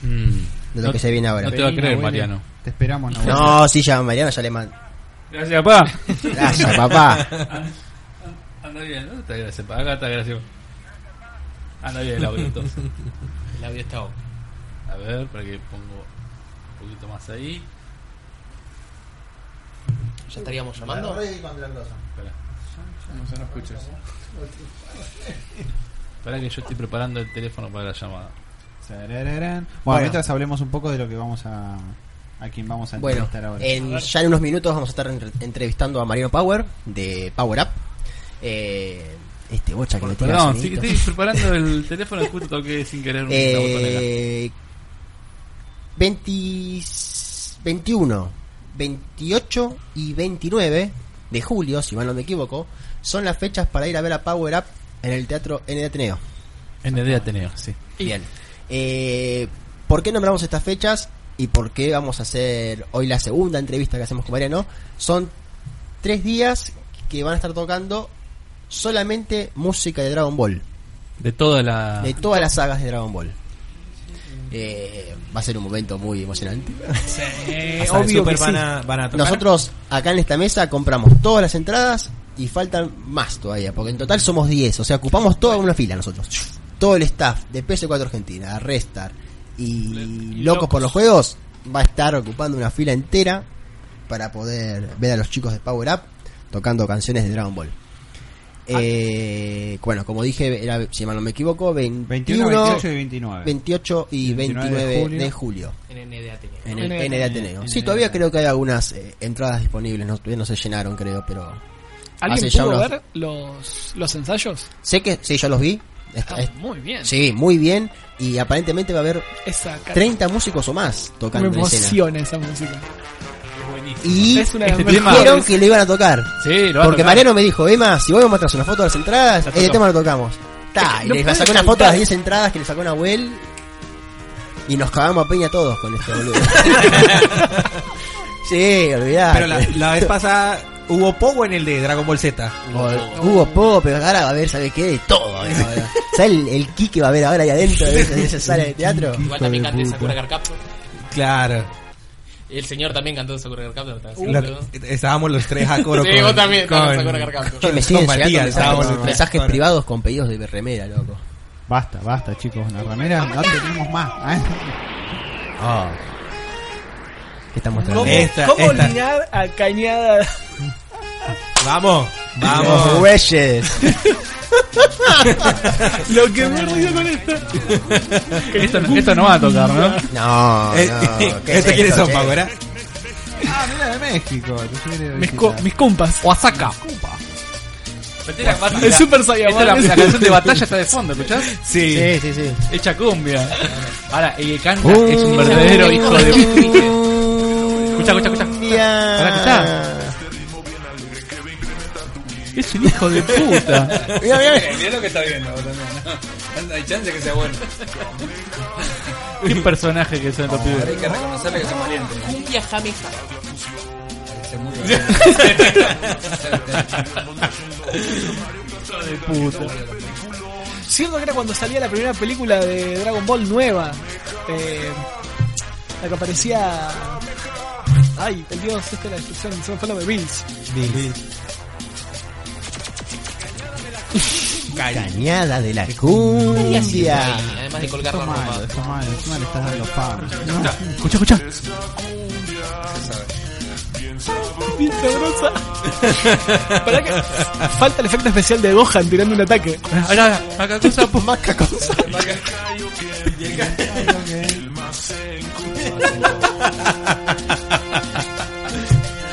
Speaker 6: Mm.
Speaker 1: De lo
Speaker 6: No-
Speaker 1: que se viene ahora.
Speaker 6: no te va a creer, Mariano.
Speaker 4: Te esperamos, Nahuel.
Speaker 1: No, sí, ya Mariano ya le mandó.
Speaker 6: Gracias, papá.
Speaker 1: Gracias, papá.
Speaker 6: Anda bien, ¿dónde está gracias, papá? Acá está gracias. Anda bien el audio entonces.
Speaker 3: El audio está off.
Speaker 6: A ver, para que pongo un poquito más ahí.
Speaker 3: ¿Ya estaríamos llamando?
Speaker 6: Espera. Espera que yo estoy preparando el teléfono para la llamada.
Speaker 4: Sarararán. Bueno,
Speaker 1: Bueno.
Speaker 4: mientras hablemos un poco de lo que vamos a. a quien vamos a
Speaker 1: Bueno,
Speaker 4: entrevistar ahora.
Speaker 1: en- ya en unos minutos vamos a estar en- entrevistando a Mariano Power de Power Up. Eh, este bocha que me tira
Speaker 6: Perdón, sí que
Speaker 1: soniditos.
Speaker 6: estoy preparando el teléfono y justo toqué sin querer una botonera.
Speaker 1: Eh, 20 21, 28 y 29 de julio, si mal no me equivoco, son las fechas para ir a ver a Power Up en el teatro en el Ateneo.
Speaker 6: En el día Ateneo, sí.
Speaker 1: Bien. Eh, ¿Por qué nombramos estas fechas? Y por qué vamos a hacer hoy la segunda entrevista que hacemos con Mariano. Son tres días que van a estar tocando solamente música de Dragon Ball.
Speaker 6: De toda la.
Speaker 1: De todas las sagas de Dragon Ball. Eh, va a ser un momento muy emocionante.
Speaker 8: Eh,
Speaker 7: Hasta de
Speaker 8: obvio
Speaker 7: Super
Speaker 8: que sí.
Speaker 7: van, a, van a tocar.
Speaker 1: Nosotros acá en esta mesa compramos todas las entradas y faltan más todavía, porque en total somos 10, o sea, ocupamos toda una fila nosotros. Todo el staff de PS4 Argentina, Restar y Locos por los Juegos va a estar ocupando una fila entera para poder ver a los chicos de Power Up tocando canciones de Dragon Ball.
Speaker 7: Ah.
Speaker 1: Eh, bueno, como dije, era, si mal no me equivoco,
Speaker 4: 21,
Speaker 1: 21,
Speaker 4: 28
Speaker 1: 28 y
Speaker 4: y 29. 29 de
Speaker 1: 29 de julio
Speaker 4: julio.
Speaker 3: En ND Ateneo.
Speaker 1: en el
Speaker 8: En el
Speaker 1: N de Ateneo. Sí, todavía creo que hay algunas eh, entradas disponibles, no, todavía no se llenaron, creo, pero
Speaker 8: ¿Alguien
Speaker 1: Hace ya
Speaker 8: pudo
Speaker 1: unos-
Speaker 8: ver los, los ensayos?
Speaker 1: sé que sí, yo los vi. Está-
Speaker 8: Ah,
Speaker 1: es-
Speaker 8: muy bien.
Speaker 1: sí, muy bien y aparentemente va a haber
Speaker 8: Esa cara-
Speaker 1: 30 músicos o más
Speaker 8: Me
Speaker 1: tocando en escena.
Speaker 8: emociona esa música.
Speaker 1: Y
Speaker 8: es una de
Speaker 6: este
Speaker 8: las
Speaker 6: tema-
Speaker 8: mejores.
Speaker 1: dijeron que lo iban a tocar.
Speaker 6: Sí, lo va a
Speaker 1: Porque
Speaker 6: tocar.
Speaker 1: Mariano me dijo, Emma, si vos me mostras una foto de las entradas,
Speaker 6: La
Speaker 1: ese
Speaker 6: tocamos.
Speaker 1: tema lo tocamos. Ta,
Speaker 8: Es que
Speaker 1: y
Speaker 8: no
Speaker 1: le
Speaker 8: puede
Speaker 1: sacó una foto
Speaker 8: faltar.
Speaker 1: de las 10 entradas que le sacó Nahuel. Y nos cagamos a peña todos con esto, boludo. sí, olvidá.
Speaker 7: Pero la, la vez pasada hubo Pogo en el de Dragon Ball Z.
Speaker 1: O- Hugo Pop, pero ahora va a haber, ¿sabes qué? De todo. ¿eh? Ahora. ¿Sabes el, el ki que va a haber ahora ahí adentro de esa, de esa sala de teatro?
Speaker 3: Igual también canté Sakura Card Captor.
Speaker 7: Claro.
Speaker 3: El señor también cantó Sakura Card Captor. ¿estás
Speaker 7: Lo-
Speaker 3: seguro?
Speaker 7: estábamos los tres a coro
Speaker 3: Uh, Sí,
Speaker 7: con-
Speaker 3: vos también estabas en
Speaker 7: con-
Speaker 3: Sakura Card Captor.
Speaker 1: Che, me
Speaker 7: con
Speaker 1: siguen
Speaker 7: Matías,
Speaker 1: llegando
Speaker 7: estábamos
Speaker 1: mensajes,
Speaker 7: los tres.
Speaker 1: mensajes
Speaker 7: Bueno.
Speaker 1: privados con pedidos de remera, loco.
Speaker 4: Basta, basta, chicos. La remera no tenemos más. Ah,
Speaker 1: ¿Qué están mostrando?
Speaker 7: ¿Cómo, esta,
Speaker 8: ¿Cómo
Speaker 7: esta.
Speaker 8: olvidar a Cañada?
Speaker 7: Vamos,
Speaker 1: Los
Speaker 7: vamos.
Speaker 1: güeyes.
Speaker 8: Lo que me he reído con esta.
Speaker 6: Esto, no- esto no va a tocar, ¿no?
Speaker 1: No, no.
Speaker 7: Eh,
Speaker 1: ¿qué es
Speaker 7: ¿Estos quiénes
Speaker 1: esto,
Speaker 7: son,
Speaker 1: che?
Speaker 7: Pago, verdad?
Speaker 4: mira, Ah, de México. te quiere
Speaker 8: Mis, co-
Speaker 4: visitar.
Speaker 8: mis compas.
Speaker 6: Oaxaca.
Speaker 8: El Super Saiyaman.
Speaker 6: Esta la, la canción de batalla está de fondo, ¿escuchás?
Speaker 7: Sí.
Speaker 1: Sí, sí, sí.
Speaker 6: Hecha cumbia. Ahora, el que canta es un verdadero hijo de Escucha, escucha, escucha. Pará, que está. Es un hijo de puta.
Speaker 1: Mira, mira.
Speaker 2: Mirá lo que está viendo vos también, ¿no? Hay chance que sea bueno.
Speaker 6: Qué personaje Este que son estos
Speaker 2: Hay
Speaker 6: pibes.
Speaker 2: que reconocerle que son valientes.
Speaker 3: Cumbia Jameja.
Speaker 2: Se muy bien.
Speaker 8: Siento que era cuando salía la primera película de Dragon Ball nueva. Eh, la que aparecía. Ay, el dios, esta es la destrucción. Se me fue el nombre Bills.
Speaker 1: Cañada de la cumbia.
Speaker 3: Además de colgar la
Speaker 4: Malo,
Speaker 3: ropa.
Speaker 4: está mal, encima le estás dando pavo. No,
Speaker 6: Escucha, escucha.
Speaker 8: Bien sabrosa. Pará que- Falta el efecto especial de Gohan tirando un ataque.
Speaker 6: Ahora, acá cosa, pues maca cosa.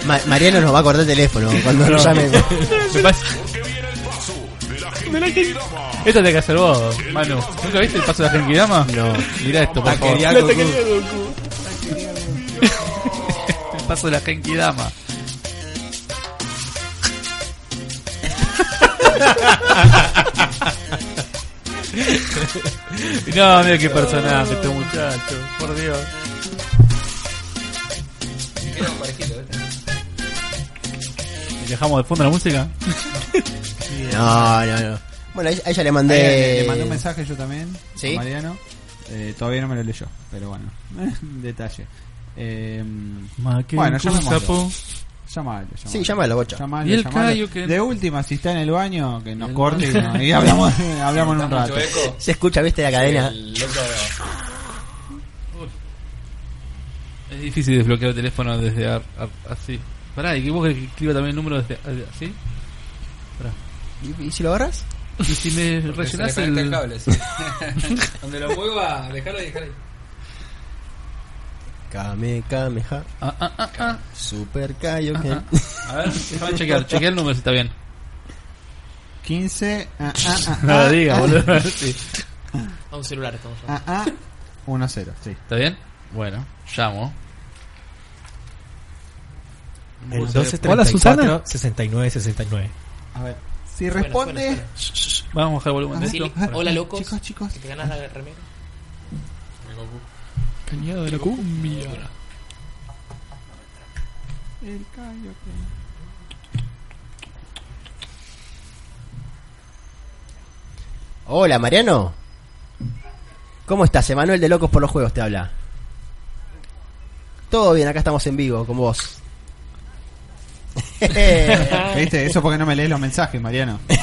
Speaker 1: Ma- Mariano nos va a cortar el teléfono cuando nos llamen.
Speaker 6: Me pasa.
Speaker 8: Mirá que-
Speaker 6: Esto te que hacer vos, Manu. ¿Nunca viste el paso de la Genkidama? No. Mirá esto, por favor.
Speaker 7: Taquería
Speaker 8: la
Speaker 7: Goku.
Speaker 8: taquería de Goku.
Speaker 6: El paso de la Genkidama. No, mira qué personaje este muchacho, por Dios. ¿Y dejamos de fondo la música?
Speaker 1: No, no, no. Bueno, a ella- a ella le mandé.
Speaker 4: Le, le mandé un mensaje yo también.
Speaker 1: ¿Sí?
Speaker 4: a Mariano. Eh, todavía no me lo leyó, pero bueno. Detalle. Eh, bueno, llamémoslo. Llamalo, llamalo.
Speaker 1: Sí, llámalo, bocha.
Speaker 4: Llamalo,
Speaker 6: Y el
Speaker 4: llamalo.
Speaker 6: Cayo que-
Speaker 4: De última, si está en el baño, que nos corte y, no- y hablamos, hablamos en un rato.
Speaker 2: Mucho eco.
Speaker 1: Se escucha, viste, la cadena.
Speaker 2: El loco de-
Speaker 6: Es difícil desbloquear el teléfono desde ar- ar- así. Pará, ¿y que vos que escriba también el número desde a- así?
Speaker 1: ¿Y, y si lo agarras?
Speaker 6: Y si
Speaker 2: que
Speaker 6: me
Speaker 2: se le
Speaker 6: rellenás
Speaker 2: conecta el
Speaker 6: el...
Speaker 2: cable, sí. Donde lo mueva, dejalo y dejalo ahí.
Speaker 1: Kame, Kameha,
Speaker 6: Ah, ah, ah, ah.
Speaker 1: Super Kaioken.
Speaker 6: A ver, déjame chequear, chequea el número si está bien.
Speaker 4: 15. Ah, ah, ah,
Speaker 6: No lo
Speaker 4: ah,
Speaker 6: diga,
Speaker 4: ah,
Speaker 6: boludo. Sí.
Speaker 3: A un celular estamos llamando.
Speaker 4: Ah, ah, 1-0, sí.
Speaker 6: ¿Está bien? Bueno, llamo.
Speaker 9: El 12,
Speaker 8: Hola,
Speaker 9: 34, 69, 69.
Speaker 4: A ver. Si
Speaker 3: Suena,
Speaker 4: responde.
Speaker 3: suena, suena.
Speaker 6: Vamos a bajar el volumen. de
Speaker 3: Decirle,
Speaker 6: esto. Para-
Speaker 3: hola locos,
Speaker 4: Chicos, chicos.
Speaker 3: que te ganas la remera.
Speaker 8: Cañada de la cumbia.
Speaker 4: El callo
Speaker 1: Hola, Mariano. ¿Cómo estás? Emanuel de Locos por los Juegos te habla. Todo bien, acá estamos en vivo con vos.
Speaker 4: que- ¿Viste? Eso porque no me lees los mensajes, Mariano. Eh,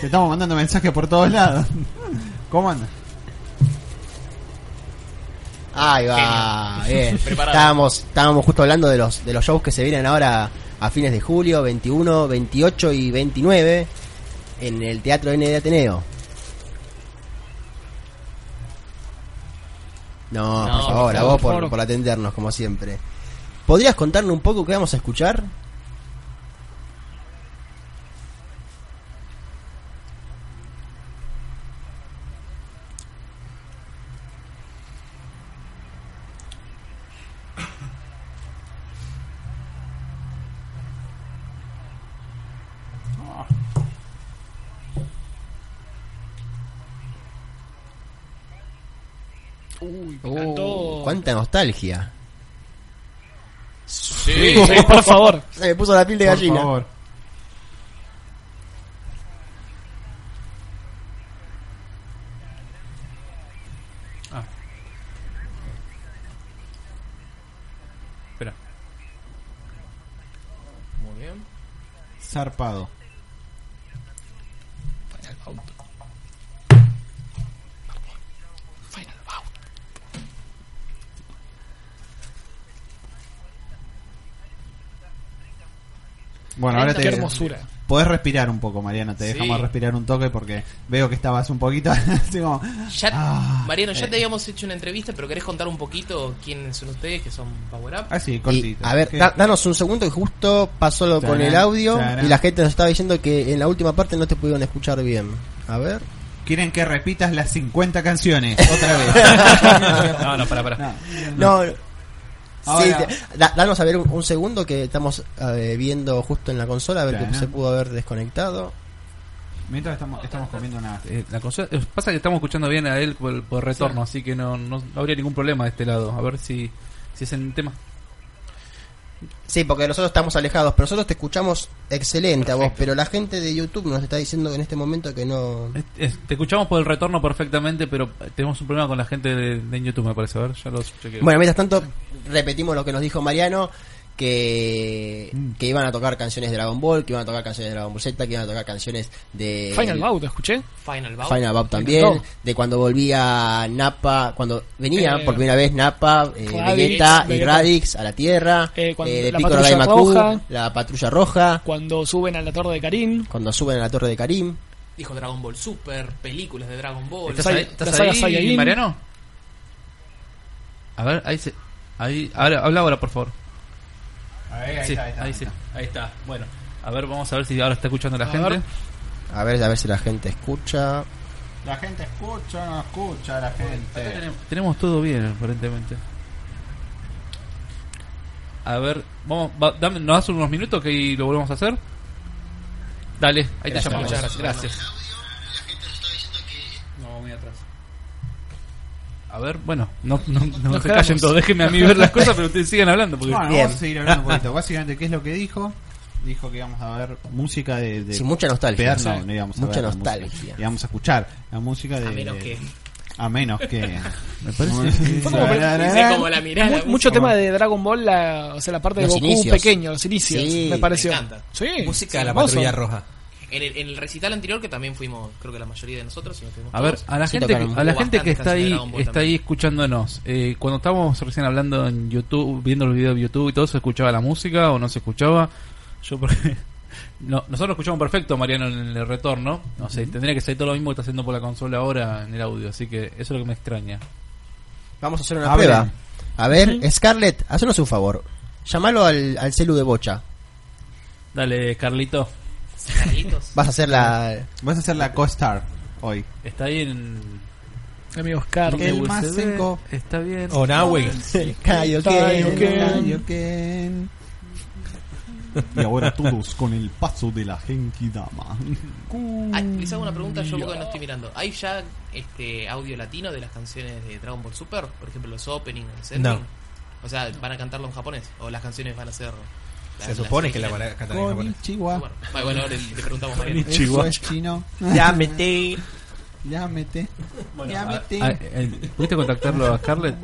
Speaker 4: te estamos mandando mensajes por todos lados. ¿Cómo andas?
Speaker 1: Ahí va, bien.
Speaker 3: Preparado.
Speaker 1: Estábamos, estábamos justo hablando de los, de los shows que se vienen ahora a fines de julio, 21, 28 y 29, en el Teatro N de Ateneo. No,
Speaker 3: No,
Speaker 1: por favor,
Speaker 8: por
Speaker 1: a vos
Speaker 8: favor.
Speaker 1: por, por atendernos, como siempre. ¿Podrías contarnos un poco qué vamos a escuchar?
Speaker 8: Cantó-
Speaker 4: Oh,
Speaker 1: Cuánta nostalgia.
Speaker 3: Sí.
Speaker 8: Sí, por favor.
Speaker 1: Se me puso la piel de
Speaker 4: Por
Speaker 1: gallina.
Speaker 4: favor.
Speaker 6: Espera.
Speaker 3: Muy bien.
Speaker 4: Zarpado.
Speaker 8: Final bout. Final bout.
Speaker 4: Bueno, ahora
Speaker 8: Qué
Speaker 4: te.
Speaker 8: hermosura.
Speaker 4: Podés respirar un poco, Mariano. Te
Speaker 3: Sí.
Speaker 4: dejamos respirar un toque porque veo que estabas un poquito así como.
Speaker 3: Ya,
Speaker 4: Ah,
Speaker 3: Mariano, ya
Speaker 4: eh.
Speaker 3: te habíamos hecho una entrevista, pero querés contar un poquito quiénes son ustedes que son Power Up.
Speaker 4: Así,
Speaker 1: Y,
Speaker 4: cortito.
Speaker 1: a ver,
Speaker 4: ¿Qué?
Speaker 1: da- danos un segundo que justo pasó lo con
Speaker 4: Tarán,
Speaker 1: el audio
Speaker 4: tarán.
Speaker 1: y la gente nos estaba diciendo que en la última parte no te pudieron escuchar bien. A ver.
Speaker 4: Quieren que repitas las 50 canciones otra vez.
Speaker 6: No, no, para, para.
Speaker 4: No.
Speaker 1: No. Sí,
Speaker 4: Ahora.
Speaker 1: te- da- danos a ver un, un segundo que estamos eh, viendo justo en la consola a ver
Speaker 4: Tarán.
Speaker 1: que se pudo haber desconectado.
Speaker 4: Mientras estamos, estamos comiendo una.
Speaker 6: Eh, la consola- eh, pasa que estamos escuchando bien a él por, por retorno, así que no, no habría ningún problema de este lado. A ver si, si es en tema.
Speaker 1: Sí, porque nosotros estamos alejados, pero nosotros te escuchamos excelente a vos, pero la gente de YouTube nos está diciendo que en este momento que no...
Speaker 6: Es- es- te escuchamos por el retorno perfectamente, pero tenemos un problema con la gente de, de YouTube, me parece. A ver, ya lo chequeo.
Speaker 1: Bueno, mientras tanto, repetimos lo que nos dijo Mariano, que,
Speaker 8: Mm.
Speaker 1: que iban a tocar canciones de Dragon Ball, que iban a tocar canciones de Dragon Ball Z, que iban a tocar canciones
Speaker 4: Eh.
Speaker 1: de...
Speaker 8: Final bout, ¿escuché?
Speaker 3: Final Bout.
Speaker 1: Final Bout también,
Speaker 8: encantó.
Speaker 1: de cuando volvía Napa, cuando venía
Speaker 8: Eh,
Speaker 1: por primera vez Napa, eh,
Speaker 8: Radix,
Speaker 1: Vegeta y
Speaker 8: Vegeta.
Speaker 1: Radix a la Tierra,
Speaker 8: Eh, cuando-
Speaker 1: de
Speaker 8: la
Speaker 1: Piccolo
Speaker 8: Patrulla
Speaker 1: Daimaku,
Speaker 8: Roja.
Speaker 1: la Patrulla Roja,
Speaker 8: Cuando suben a la torre de Karim.
Speaker 1: cuando suben a la Torre de Karim.
Speaker 3: Dijo Dragon Ball Super, películas de Dragon Ball.
Speaker 6: ¿Estás
Speaker 8: Sai-
Speaker 6: ahí, estás
Speaker 8: la saga
Speaker 6: ahí,
Speaker 8: Saiyajin.
Speaker 6: Mariano? A ver, ahí se. Ahí, ahora, habla ahora, por favor. Sí, ahí sí.
Speaker 2: Ahí está. Bueno,
Speaker 6: A ver, vamos a ver si ahora está escuchando la
Speaker 8: A
Speaker 6: gente.
Speaker 8: ver.
Speaker 1: A ver, a ver si la gente escucha.
Speaker 4: La gente escucha, no escucha la
Speaker 6: Acá
Speaker 4: gente.
Speaker 6: tenemos, tenemos todo bien, aparentemente. A ver, vamos, va- dame- nos das unos minutos que ahí lo volvemos a hacer. Dale, ahí te llamamos.
Speaker 3: muchas gracias.
Speaker 2: no, muy atrás.
Speaker 6: A ver, bueno, no, no, no se
Speaker 8: quedamos.
Speaker 6: callen todos, déjenme a mí ver las cosas, pero ustedes sigan hablando. Porque...
Speaker 4: Bueno,
Speaker 1: Bien.
Speaker 4: vamos a seguir hablando un poquito. Básicamente, ¿qué es lo que dijo? Dijo que íbamos a ver música de. de
Speaker 1: Sin mucha nostalgia.
Speaker 4: pear, no, no íbamos a
Speaker 1: Mucha
Speaker 4: ver la música.
Speaker 1: nostalgia.
Speaker 4: Íbamos a escuchar la música de.
Speaker 3: A menos que.
Speaker 4: A menos que.
Speaker 6: Me parece.
Speaker 8: Fue como-
Speaker 3: Dice como la mirada.
Speaker 8: Mu- mucho
Speaker 4: música.
Speaker 8: tema de Dragon Ball, la, o sea, la parte de
Speaker 1: Los
Speaker 8: Goku
Speaker 1: inicios.
Speaker 8: pequeño, los inicios,
Speaker 1: Sí,
Speaker 8: me pareció.
Speaker 3: me encanta.
Speaker 8: Sí,
Speaker 9: Música de la
Speaker 8: hermoso.
Speaker 9: patrulla roja.
Speaker 3: En el, en el recital anterior, que también fuimos, creo que la mayoría de nosotros, si no fuimos
Speaker 6: A ver,
Speaker 3: todos,
Speaker 6: a la
Speaker 1: Sí,
Speaker 6: gente,
Speaker 1: tocaron.
Speaker 6: que, a la
Speaker 3: Hubo
Speaker 6: gente que
Speaker 3: bastantes
Speaker 6: está ahí,
Speaker 3: canciones de Dragon Ball
Speaker 6: está ahí escuchándonos, eh, cuando estábamos recién hablando en YouTube, viendo los videos de YouTube y todo, ¿se escuchaba la música o no se escuchaba? Yo porque... No, nosotros escuchamos perfecto, Mariano, en el retorno. No sé, tendría que ser todo lo mismo que está haciendo por la consola ahora en el audio, así que eso es lo que me extraña.
Speaker 1: Vamos a hacer una
Speaker 4: Hablen.
Speaker 1: prueba. A ver, Scarlett, hacenos un favor. Llámalo al, al celu de Bocha.
Speaker 6: Dale, Carlito.
Speaker 3: Carlitos.
Speaker 1: Vas a hacer la.
Speaker 4: Vas a hacer la co-star hoy.
Speaker 6: Está ahí en.
Speaker 8: Amigo Oscar.
Speaker 4: El
Speaker 6: USB,
Speaker 4: más cinco.
Speaker 6: Está bien.
Speaker 7: Oh,
Speaker 9: O Nahuel.
Speaker 8: Kaioken.
Speaker 4: Kaioken. Y ahora todos con el paso de la Genkidama.
Speaker 3: Ah, les hago una pregunta, yo porque no estoy mirando. ¿Hay ya este audio latino de las canciones de Dragon Ball Super? Por ejemplo, los openings, los ending.
Speaker 9: No.
Speaker 3: O sea, ¿van a cantarlo en japonés? ¿O las canciones van a ser.? la-
Speaker 9: Se
Speaker 3: las
Speaker 9: supone que la van
Speaker 3: originales?
Speaker 9: a cantar en
Speaker 4: Con
Speaker 9: japonés.
Speaker 4: el chihuahua.
Speaker 3: Bueno, ah, bueno, ahora le, le preguntamos a Mariano.
Speaker 4: Eso es chino.
Speaker 1: Ya metí.
Speaker 4: Ya mete. Ya mete.
Speaker 6: Ah, eh, ¿Pudiste contactarlo a Scarlett?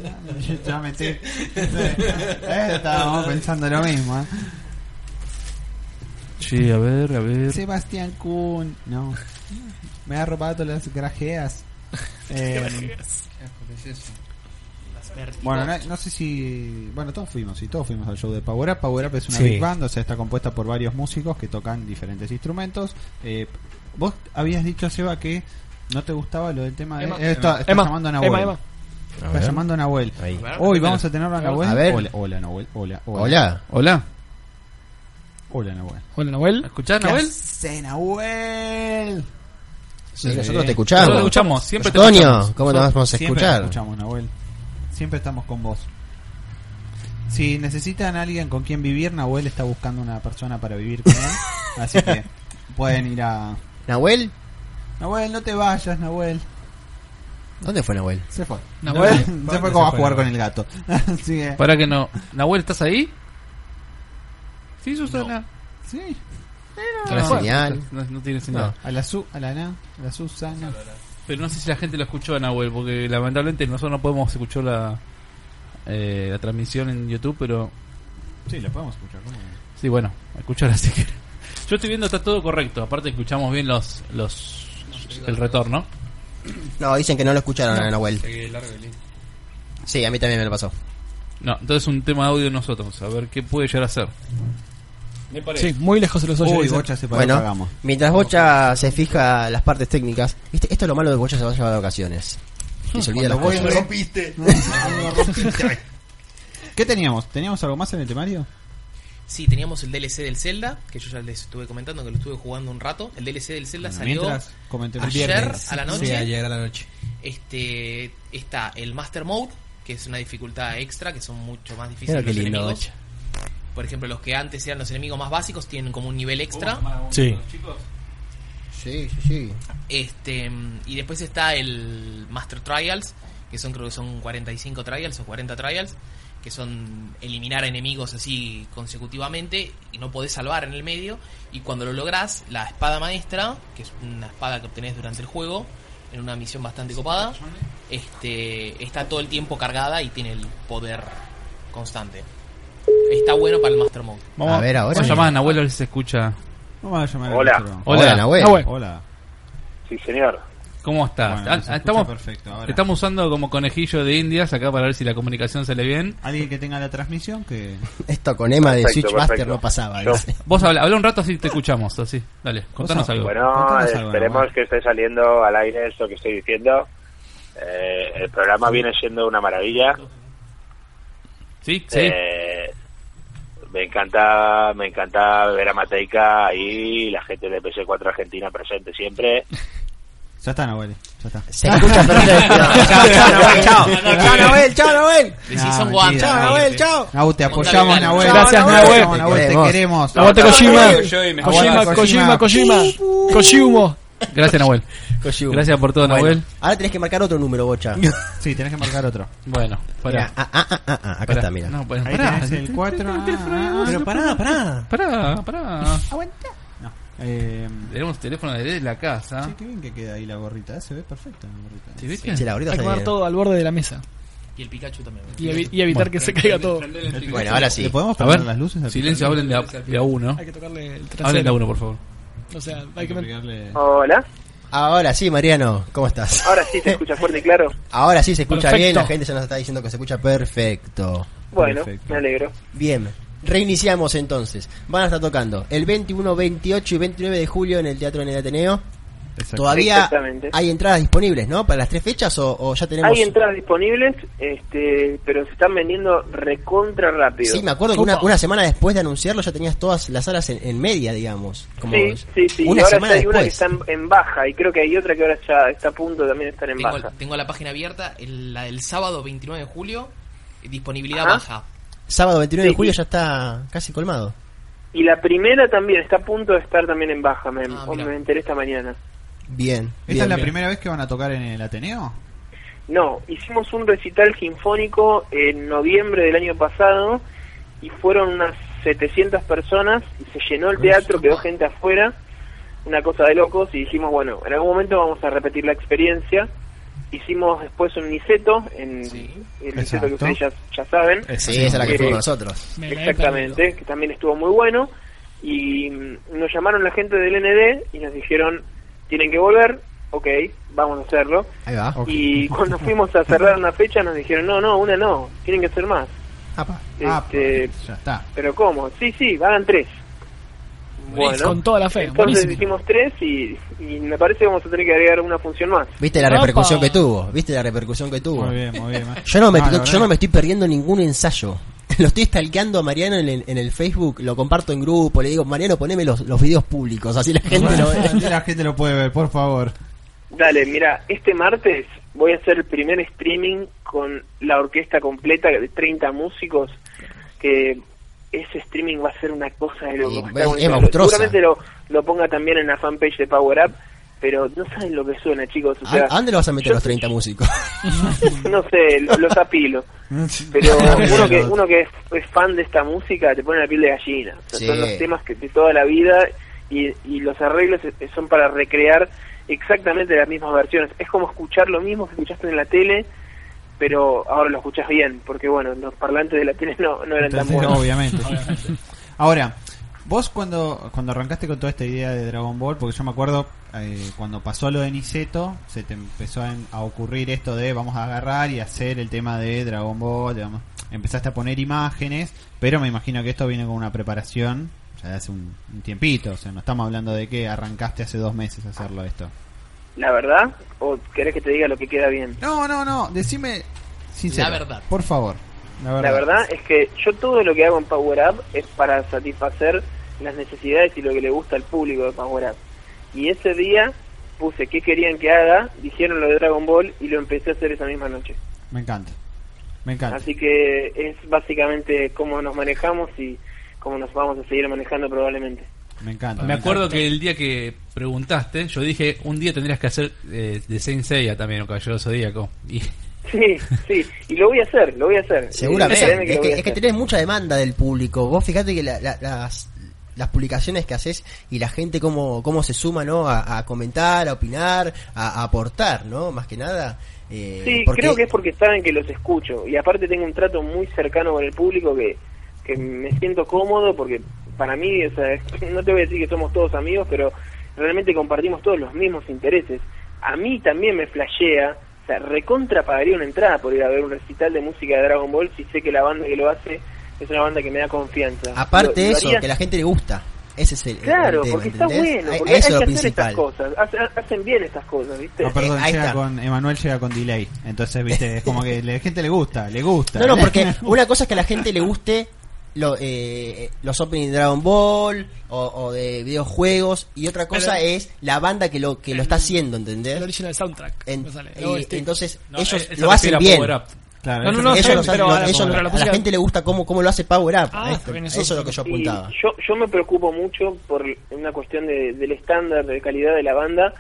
Speaker 4: Ya mete. Eh, Estábamos pensando lo mismo. ¿eh?
Speaker 6: Sí, a ver, a ver.
Speaker 4: Sebastián Kuhn. No. Me ha robado las grajeas. Eh, Bueno, no, no sé si. Bueno, todos fuimos, sí, todos fuimos al show de Power Up. Power Up es una
Speaker 9: Sí.
Speaker 4: big band, o sea, está compuesta por varios músicos que tocan diferentes instrumentos. Eh, vos habías dicho, Seba, que no te gustaba lo del tema de.
Speaker 3: Emma.
Speaker 4: Eh, está, está
Speaker 8: Emma,
Speaker 4: llamando a Nahuel.
Speaker 8: Emma, Emma.
Speaker 1: A
Speaker 4: Está
Speaker 1: ver.
Speaker 4: llamando a Nahuel.
Speaker 1: Ahí.
Speaker 4: Hoy vamos a tenerlo a Nahuel.
Speaker 1: A ver.
Speaker 4: Hola, hola, Nahuel. Hola, hola.
Speaker 1: Hola.
Speaker 4: Hola. Hola, Nahuel.
Speaker 8: Hola, Nahuel.
Speaker 6: ¿Escuchás, Nahuel?
Speaker 4: hace, Nahuel?
Speaker 1: Sí, nosotros te
Speaker 6: Nosotros lo
Speaker 1: escuchamos.
Speaker 6: escuchamos, siempre te
Speaker 1: Antonio,
Speaker 6: escuchamos.
Speaker 1: ¿cómo te vamos a
Speaker 4: Siempre
Speaker 1: escuchar?
Speaker 4: te escuchamos, Nahuel. Siempre estamos con vos. Si necesitan a alguien con quien vivir, Nahuel está buscando una persona para vivir con él. así que pueden ir a.
Speaker 1: ¿Nahuel?
Speaker 4: Nahuel, no te vayas, Nahuel.
Speaker 1: ¿Dónde fue Nahuel?
Speaker 4: Se fue.
Speaker 8: Nahuel.
Speaker 4: se fue como a jugar con el gato. Así que.
Speaker 6: Para que no. Nahuel, ¿estás ahí? Sí, Susana.
Speaker 4: Sí.
Speaker 1: ¿Tiene
Speaker 6: No,
Speaker 1: señal?
Speaker 6: No, no tiene señal.
Speaker 4: A la Su, a la Na, a la Susana.
Speaker 6: Pero no sé si la gente lo escuchó a Nahuel, porque lamentablemente nosotros no podemos escuchar la, eh, la transmisión en YouTube, pero
Speaker 4: Sí, la podemos escuchar. ¿cómo no?
Speaker 6: sí, bueno, escuchar así que. Yo estoy viendo, está todo correcto. Aparte, escuchamos bien los. los el retorno.
Speaker 1: No, dicen que no lo escucharon a Nahuel.
Speaker 2: Seguí largo y lindo.
Speaker 1: Sí, a mí también me lo pasó.
Speaker 6: No, entonces un tema de audio nosotros, a ver qué puede llegar a ser.
Speaker 2: Me parece.
Speaker 8: Sí, muy lejos de los ojos.
Speaker 4: Uy, Bocha se paró,
Speaker 1: Bueno,
Speaker 4: cagamos.
Speaker 1: mientras Bocha se fija las partes técnicas, ¿viste? esto es lo malo de que Bocha se va a llevar de ocasiones. Y se olvida las
Speaker 4: Cuando voy,
Speaker 1: cosas.
Speaker 4: ¿Qué teníamos? ¿Teníamos algo más en el temario?
Speaker 3: Sí, teníamos el DLC del Zelda, que yo ya les estuve comentando que lo estuve jugando un rato. El DLC del Zelda
Speaker 4: Bueno,
Speaker 3: salió
Speaker 4: mientras comentemos
Speaker 3: ayer
Speaker 4: viernes.
Speaker 3: a la
Speaker 2: Sí,
Speaker 3: noche.
Speaker 2: ayer a la noche.
Speaker 3: este está el Master Mode, que es una dificultad extra, que son mucho más
Speaker 1: Mira
Speaker 3: difíciles
Speaker 1: qué
Speaker 3: los
Speaker 1: lindo,
Speaker 3: enemigos.
Speaker 1: Bocha.
Speaker 3: Por ejemplo, los que antes eran los enemigos más básicos tienen como un nivel extra.
Speaker 9: Sí.
Speaker 1: Sí, sí, sí.
Speaker 3: Este, mm, y después está el Master Trials, que son creo que son 45 trials o 40 trials, que son eliminar enemigos así consecutivamente y no podés salvar en el medio. Y cuando lo lográs, la espada maestra, que es una espada que obtenés durante el juego, en una misión bastante copada, este, está todo el tiempo cargada y tiene el poder constante. Está bueno para el Master Mode.
Speaker 1: A ver ahora.
Speaker 6: Vamos a llamar a Nahuel a ver si se escucha.
Speaker 4: Vamos a llamar a
Speaker 10: Hola.
Speaker 4: nuestro-
Speaker 1: Hola,
Speaker 6: Hola.
Speaker 1: Nahuel.
Speaker 8: Nahuel.
Speaker 4: Hola.
Speaker 10: Sí, señor.
Speaker 6: ¿Cómo estás?
Speaker 4: Bueno,
Speaker 6: Ah,
Speaker 4: se escucha
Speaker 6: estamos,
Speaker 4: perfecto ahora.
Speaker 6: estamos usando como conejillo de indias acá para ver si la comunicación sale bien.
Speaker 4: Alguien que tenga la transmisión que
Speaker 1: Esto con Emma de
Speaker 10: Perfecto,
Speaker 1: Switch Master
Speaker 10: perfecto.
Speaker 1: no pasaba.
Speaker 10: Yo-
Speaker 1: dice.
Speaker 6: Vos habla, habla un rato así te escuchamos, así. Dale, contanos
Speaker 4: Cosa-
Speaker 6: algo.
Speaker 10: Bueno,
Speaker 4: Contanos algo,
Speaker 10: esperemos
Speaker 4: Nahuel.
Speaker 10: que esté saliendo al aire esto que estoy diciendo. Eh, el programa viene siendo una maravilla.
Speaker 6: Sí, sí.
Speaker 10: Eh, me encanta, me encanta ver a Mateica ahí, la gente de PS4 Argentina presente siempre.
Speaker 4: ya está, Nahuel. Ya está.
Speaker 1: Se escucha perfecto. chao, chao, Nahuel, chao. Chao, Nahuel, chao, Nahuel.
Speaker 3: Decís
Speaker 4: No,
Speaker 3: son
Speaker 4: mentira,
Speaker 3: guantes,
Speaker 4: no,
Speaker 1: Chao, Nahuel,
Speaker 3: obviamente.
Speaker 1: chao.
Speaker 4: Nahu,
Speaker 3: Montale,
Speaker 4: te apoyamos,
Speaker 3: dale.
Speaker 4: Nahuel.
Speaker 1: Gracias,
Speaker 4: Te
Speaker 1: Nahuel.
Speaker 4: apoyamos, Nahuel, te
Speaker 1: Te
Speaker 4: queremos.
Speaker 8: Aguante Kojima.
Speaker 2: Yo y me
Speaker 8: Kojima,
Speaker 4: Aguante,
Speaker 8: Kojima, Kojima. Kojimo.
Speaker 6: Gracias, Nahuel. Gracias por todo,
Speaker 1: Bueno,
Speaker 6: Nahuel.
Speaker 1: Ahora tenés que marcar otro número, Bocha.
Speaker 4: Sí, tenés que marcar otro.
Speaker 6: Bueno,
Speaker 1: Mira,
Speaker 6: pará.
Speaker 1: ah, ah, ah, ah, ah, acá
Speaker 6: pará.
Speaker 1: está, mira.
Speaker 6: No, bueno,
Speaker 4: Ahí
Speaker 6: pará.
Speaker 4: tenés el Ah, 4.
Speaker 9: Pero pará, pará.
Speaker 6: Pará, pará.
Speaker 4: Aguanta. No. ¿Ah? Eh,
Speaker 6: Tenemos teléfono de la casa.
Speaker 4: che, qué bien que queda ahí la gorrita. eh, Se ve perfecta la gorrita.
Speaker 6: ¿Sí, viste?
Speaker 1: Sí, la ahorita
Speaker 8: Hay que
Speaker 1: sale
Speaker 8: poner
Speaker 1: bien.
Speaker 8: todo al borde de la mesa.
Speaker 3: Y el Pikachu también.
Speaker 8: Y, evi- y evitar que se caiga todo.
Speaker 1: Bueno, ahora
Speaker 4: ¿Le
Speaker 1: sí.
Speaker 4: podemos
Speaker 6: A
Speaker 4: poner las luces?
Speaker 6: ver,
Speaker 4: al
Speaker 6: silencio, hablen de a, de a uno.
Speaker 8: Hay que tocarle el
Speaker 6: Hablen de a
Speaker 8: trasero.
Speaker 6: uno, por favor.
Speaker 4: Ah,
Speaker 8: O sea, hay
Speaker 4: Hay
Speaker 8: que...
Speaker 4: que
Speaker 8: men-
Speaker 4: pegarle-
Speaker 10: Hola,
Speaker 1: Ahora sí, Mariano, ¿cómo estás?
Speaker 10: ahora sí se escucha fuerte y claro.
Speaker 1: Ahora sí se escucha
Speaker 8: Perfecto.
Speaker 1: bien, la gente ya nos está diciendo que se escucha perfecto.
Speaker 10: Bueno,
Speaker 4: Perfecto.
Speaker 10: me alegro.
Speaker 1: Bien, reiniciamos entonces. Van a estar tocando el 21, 28 y 29 de julio en el Teatro en el Ateneo. Todavía
Speaker 7: Exactamente.
Speaker 1: hay entradas disponibles, ¿no? Para las tres fechas o, o ya tenemos...
Speaker 7: Hay entradas disponibles, este, pero se están vendiendo recontra rápido.
Speaker 1: Sí, me acuerdo que una, una semana después de anunciarlo ya tenías todas las salas en, en media, digamos. Como
Speaker 7: Sí, sí, sí.
Speaker 1: Una
Speaker 7: y ahora
Speaker 1: semana
Speaker 7: ya hay una que
Speaker 1: después.
Speaker 7: está en, en baja y creo que hay otra que ahora ya está a punto de también estar en
Speaker 3: Tengo,
Speaker 7: baja.
Speaker 3: tengo la página abierta, el- la del sábado 29 de julio, disponibilidad
Speaker 7: Ajá.
Speaker 3: baja.
Speaker 1: Sábado 29
Speaker 7: Sí,
Speaker 1: de julio
Speaker 7: sí.
Speaker 1: ya está casi colmado.
Speaker 7: Y la primera también está a punto de estar también en baja,
Speaker 10: Em,
Speaker 7: me,
Speaker 3: Ah,
Speaker 7: o
Speaker 3: mira.
Speaker 7: me enteré esta mañana.
Speaker 1: Bien.
Speaker 4: ¿Esta
Speaker 1: bien,
Speaker 4: es la
Speaker 1: bien.
Speaker 4: primera vez que van a tocar en el Ateneo?
Speaker 7: No, hicimos un recital sinfónico en noviembre del año pasado y fueron unas 700 personas y se llenó el teatro, quedó gente afuera, una cosa de locos y dijimos, bueno, en algún momento vamos a repetir la experiencia. Hicimos después un Niceto, en
Speaker 3: Sí.
Speaker 7: el Niceto
Speaker 4: Exacto.
Speaker 7: que ustedes ya, ya saben.
Speaker 1: Sí, esa es la que
Speaker 7: Eh,
Speaker 1: fuimos nosotros.
Speaker 8: Me la he
Speaker 7: Exactamente, que también estuvo muy bueno. Y mm, nos llamaron la gente del ND y nos dijeron, tienen que volver, ok, vamos a hacerlo.
Speaker 1: Ahí va.
Speaker 4: Ok.
Speaker 7: Y cuando fuimos a cerrar una fecha nos dijeron, no, no, una no, tienen que hacer más.
Speaker 4: Apa.
Speaker 7: Este-
Speaker 4: Apa. Ya está.
Speaker 7: Pero ¿cómo? Sí, sí, hagan tres.
Speaker 8: perdido. Con
Speaker 7: Bueno,
Speaker 8: toda la fe.
Speaker 7: entonces
Speaker 8: buenísimo.
Speaker 7: hicimos tres y, y me parece que vamos a tener que agregar una función más.
Speaker 1: Viste la
Speaker 8: Opa.
Speaker 1: repercusión que tuvo, viste la repercusión que tuvo.
Speaker 4: Muy bien, muy bien.
Speaker 1: Yo no me,
Speaker 4: Ah, la
Speaker 1: yo no
Speaker 4: verdad.
Speaker 1: me estoy perdiendo ningún ensayo. Lo estoy stalkeando a Mariano en, el- en el Facebook, lo comparto en grupo, le digo, Mariano, poneme los, los videos públicos, así la gente lo ve.
Speaker 4: la gente lo puede ver, por favor.
Speaker 7: Dale, mira, este martes voy a hacer el primer streaming con la orquesta completa de 30 músicos que ese streaming va a ser una cosa de
Speaker 1: Y
Speaker 7: loco. va a
Speaker 1: es-
Speaker 7: estar
Speaker 1: es
Speaker 7: buenísimo.
Speaker 1: monstruosa.
Speaker 7: Seguramente lo, lo ponga también en la fanpage de Power Up, pero no saben lo que suena, chicos. O
Speaker 1: ¿A,
Speaker 7: sea,
Speaker 1: a dónde lo vas a meter
Speaker 7: yo-
Speaker 1: los 30 músicos?
Speaker 7: no sé, lo- los apilo. Pero uno que, uno que es, es fan de esta música te pone la piel de gallina. O sea,
Speaker 1: Sí.
Speaker 7: Son los temas que de toda la vida y, y los arreglos e- son para recrear exactamente las mismas versiones. Es como escuchar lo mismo que escuchaste en la tele, pero ahora lo escuchas bien, porque bueno, los parlantes de la tele no, no eran
Speaker 4: Entonces,
Speaker 7: tan buenos.
Speaker 4: obviamente. Ahora, vos cuando, cuando arrancaste con toda esta idea de Dragon Ball, porque yo me acuerdo eh, cuando pasó lo de Niceto, se te empezó a, a ocurrir esto de vamos a agarrar y hacer el tema de Dragon Ball, digamos. empezaste a poner imágenes, pero me imagino que esto viene con una preparación ya de hace un, un tiempito, o sea, no estamos hablando de que arrancaste hace dos meses a hacerlo esto.
Speaker 7: La verdad, o querés que te diga lo que queda bien.
Speaker 4: No, no, no, decime sincero,
Speaker 3: La verdad.
Speaker 4: por favor.
Speaker 7: La verdad es que yo todo lo que hago en Power Up es para satisfacer las necesidades y lo que le gusta al público de Power Up. Y ese día puse qué querían que haga, dijeron lo de Dragon Ball y lo empecé a hacer esa misma noche.
Speaker 4: Me encanta. Me encanta.
Speaker 7: Así que es básicamente cómo nos manejamos y cómo nos vamos a seguir manejando probablemente.
Speaker 4: Me encanta.
Speaker 6: Me
Speaker 4: me
Speaker 6: acuerdo que el día que preguntaste, yo dije, un día tendrías que hacer eh, de Saint Seiya también, o Caballero Zodíaco. Y
Speaker 7: Sí, sí, y lo voy a hacer, lo voy a hacer. Eh, créeme
Speaker 1: Seguramente. Es
Speaker 7: lo voy
Speaker 1: que,
Speaker 7: a
Speaker 1: es que
Speaker 7: hacer.
Speaker 1: tenés mucha demanda del público. Vos fijate que la- la- las, las publicaciones que haces y la gente cómo, cómo se suma, ¿no? A, a comentar, a opinar, a, a aportar, ¿no? Más que nada. eh,
Speaker 7: Sí,
Speaker 1: porque-
Speaker 7: creo que es porque saben que los escucho. Y aparte tengo un trato muy cercano con el público que, que me siento cómodo porque para mí, o sea, no te voy a decir que somos todos amigos, pero realmente compartimos todos los mismos intereses. A mí también me flashea, o sea, recontra pagaría una entrada por ir a ver un recital de música de Dragon Ball si sé que la banda que lo hace es una banda que me da confianza.
Speaker 1: Aparte
Speaker 7: Lo-
Speaker 1: de
Speaker 7: lo
Speaker 1: eso,
Speaker 7: haría
Speaker 1: que la gente le gusta. Ese es el, el
Speaker 7: Claro,
Speaker 1: tema,
Speaker 7: porque está
Speaker 1: ¿entendés?
Speaker 7: bueno,
Speaker 1: A-
Speaker 7: porque
Speaker 1: a
Speaker 7: hay
Speaker 1: eso
Speaker 7: que
Speaker 1: es lo
Speaker 7: hacer estas
Speaker 1: principal.
Speaker 7: cosas, hace- hacen bien estas cosas, ¿viste?
Speaker 4: No, perdón,
Speaker 1: Eh, ahí
Speaker 4: llega
Speaker 1: está.
Speaker 4: con Emanuel llega con delay. Entonces, viste, es como que la gente le gusta, le gusta.
Speaker 1: No, no, porque una cosa es que a la gente le guste lo, eh, los openings de Dragon Ball o, o de videojuegos y otra cosa
Speaker 8: Pero-
Speaker 1: es la banda que lo que lo está haciendo, ¿entendés?
Speaker 8: El original soundtrack.
Speaker 1: En-
Speaker 8: me sale, este-
Speaker 1: y-
Speaker 8: el OST.
Speaker 1: entonces
Speaker 6: No,
Speaker 1: ellos
Speaker 6: eh, se
Speaker 1: lo hacen
Speaker 6: refiere a
Speaker 1: bien.
Speaker 6: Power Up.
Speaker 4: Claro,
Speaker 8: No,
Speaker 4: eso-
Speaker 8: no, no,
Speaker 1: Ellos
Speaker 8: sí,
Speaker 1: lo hacen-
Speaker 8: pero
Speaker 1: lo-
Speaker 8: ahora
Speaker 1: ellos
Speaker 8: como
Speaker 1: lo-
Speaker 8: la
Speaker 1: a la
Speaker 8: pusieron.
Speaker 1: gente le gusta cómo, cómo lo hace Power Up.
Speaker 8: Ah,
Speaker 1: a esto-
Speaker 8: está bien,
Speaker 1: a
Speaker 8: eso-
Speaker 1: eso es lo que yo
Speaker 7: Y
Speaker 1: apuntaba.
Speaker 7: yo, yo me preocupo mucho por una cuestión de- del estándar de calidad de la banda,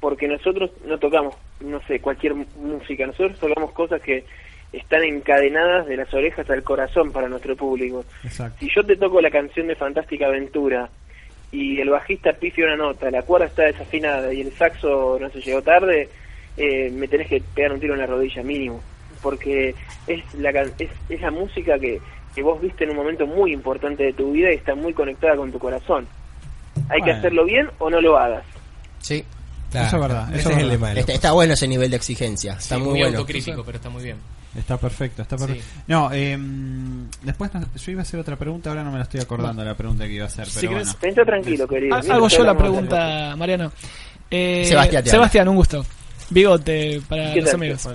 Speaker 7: porque nosotros no tocamos, no sé, cualquier m- música, nosotros tocamos cosas que están encadenadas de las orejas al corazón para nuestro público.
Speaker 4: Exacto.
Speaker 7: Si yo te toco la canción de Fantástica Aventura y el bajista pifia una nota, la cuerda está desafinada y el saxo no se llegó tarde, eh, me tenés que pegar un tiro en la rodilla mínimo, porque es la can- es, es la música que, que vos viste en un momento muy importante de tu vida y está muy conectada con tu corazón. Hay que
Speaker 4: Bueno.
Speaker 7: hacerlo bien o no lo hagas.
Speaker 1: Sí.
Speaker 4: Eso es verdad, eso
Speaker 11: Ese es
Speaker 4: es
Speaker 11: el
Speaker 4: verdad.
Speaker 11: de malo.
Speaker 1: Está, Este, está bueno ese nivel de exigencia. Está
Speaker 3: Sí,
Speaker 1: muy, bueno.
Speaker 3: autocrítico, pero está muy bien.
Speaker 4: Está perfecto, está perfecto.
Speaker 3: Sí.
Speaker 4: No, em, después no- yo iba a hacer otra pregunta, ahora no me la estoy acordando la pregunta que iba a hacer,
Speaker 8: Si
Speaker 4: pero
Speaker 8: querés-
Speaker 4: bueno.
Speaker 7: Pensá tranquilo, querido.
Speaker 8: Ha- Hago yo la pregunta, Mariano. Eh,
Speaker 1: Sebastián te habla.
Speaker 8: Sebastián, un gusto. Bigote para
Speaker 10: ¿Qué
Speaker 8: los
Speaker 10: tal?
Speaker 8: amigos.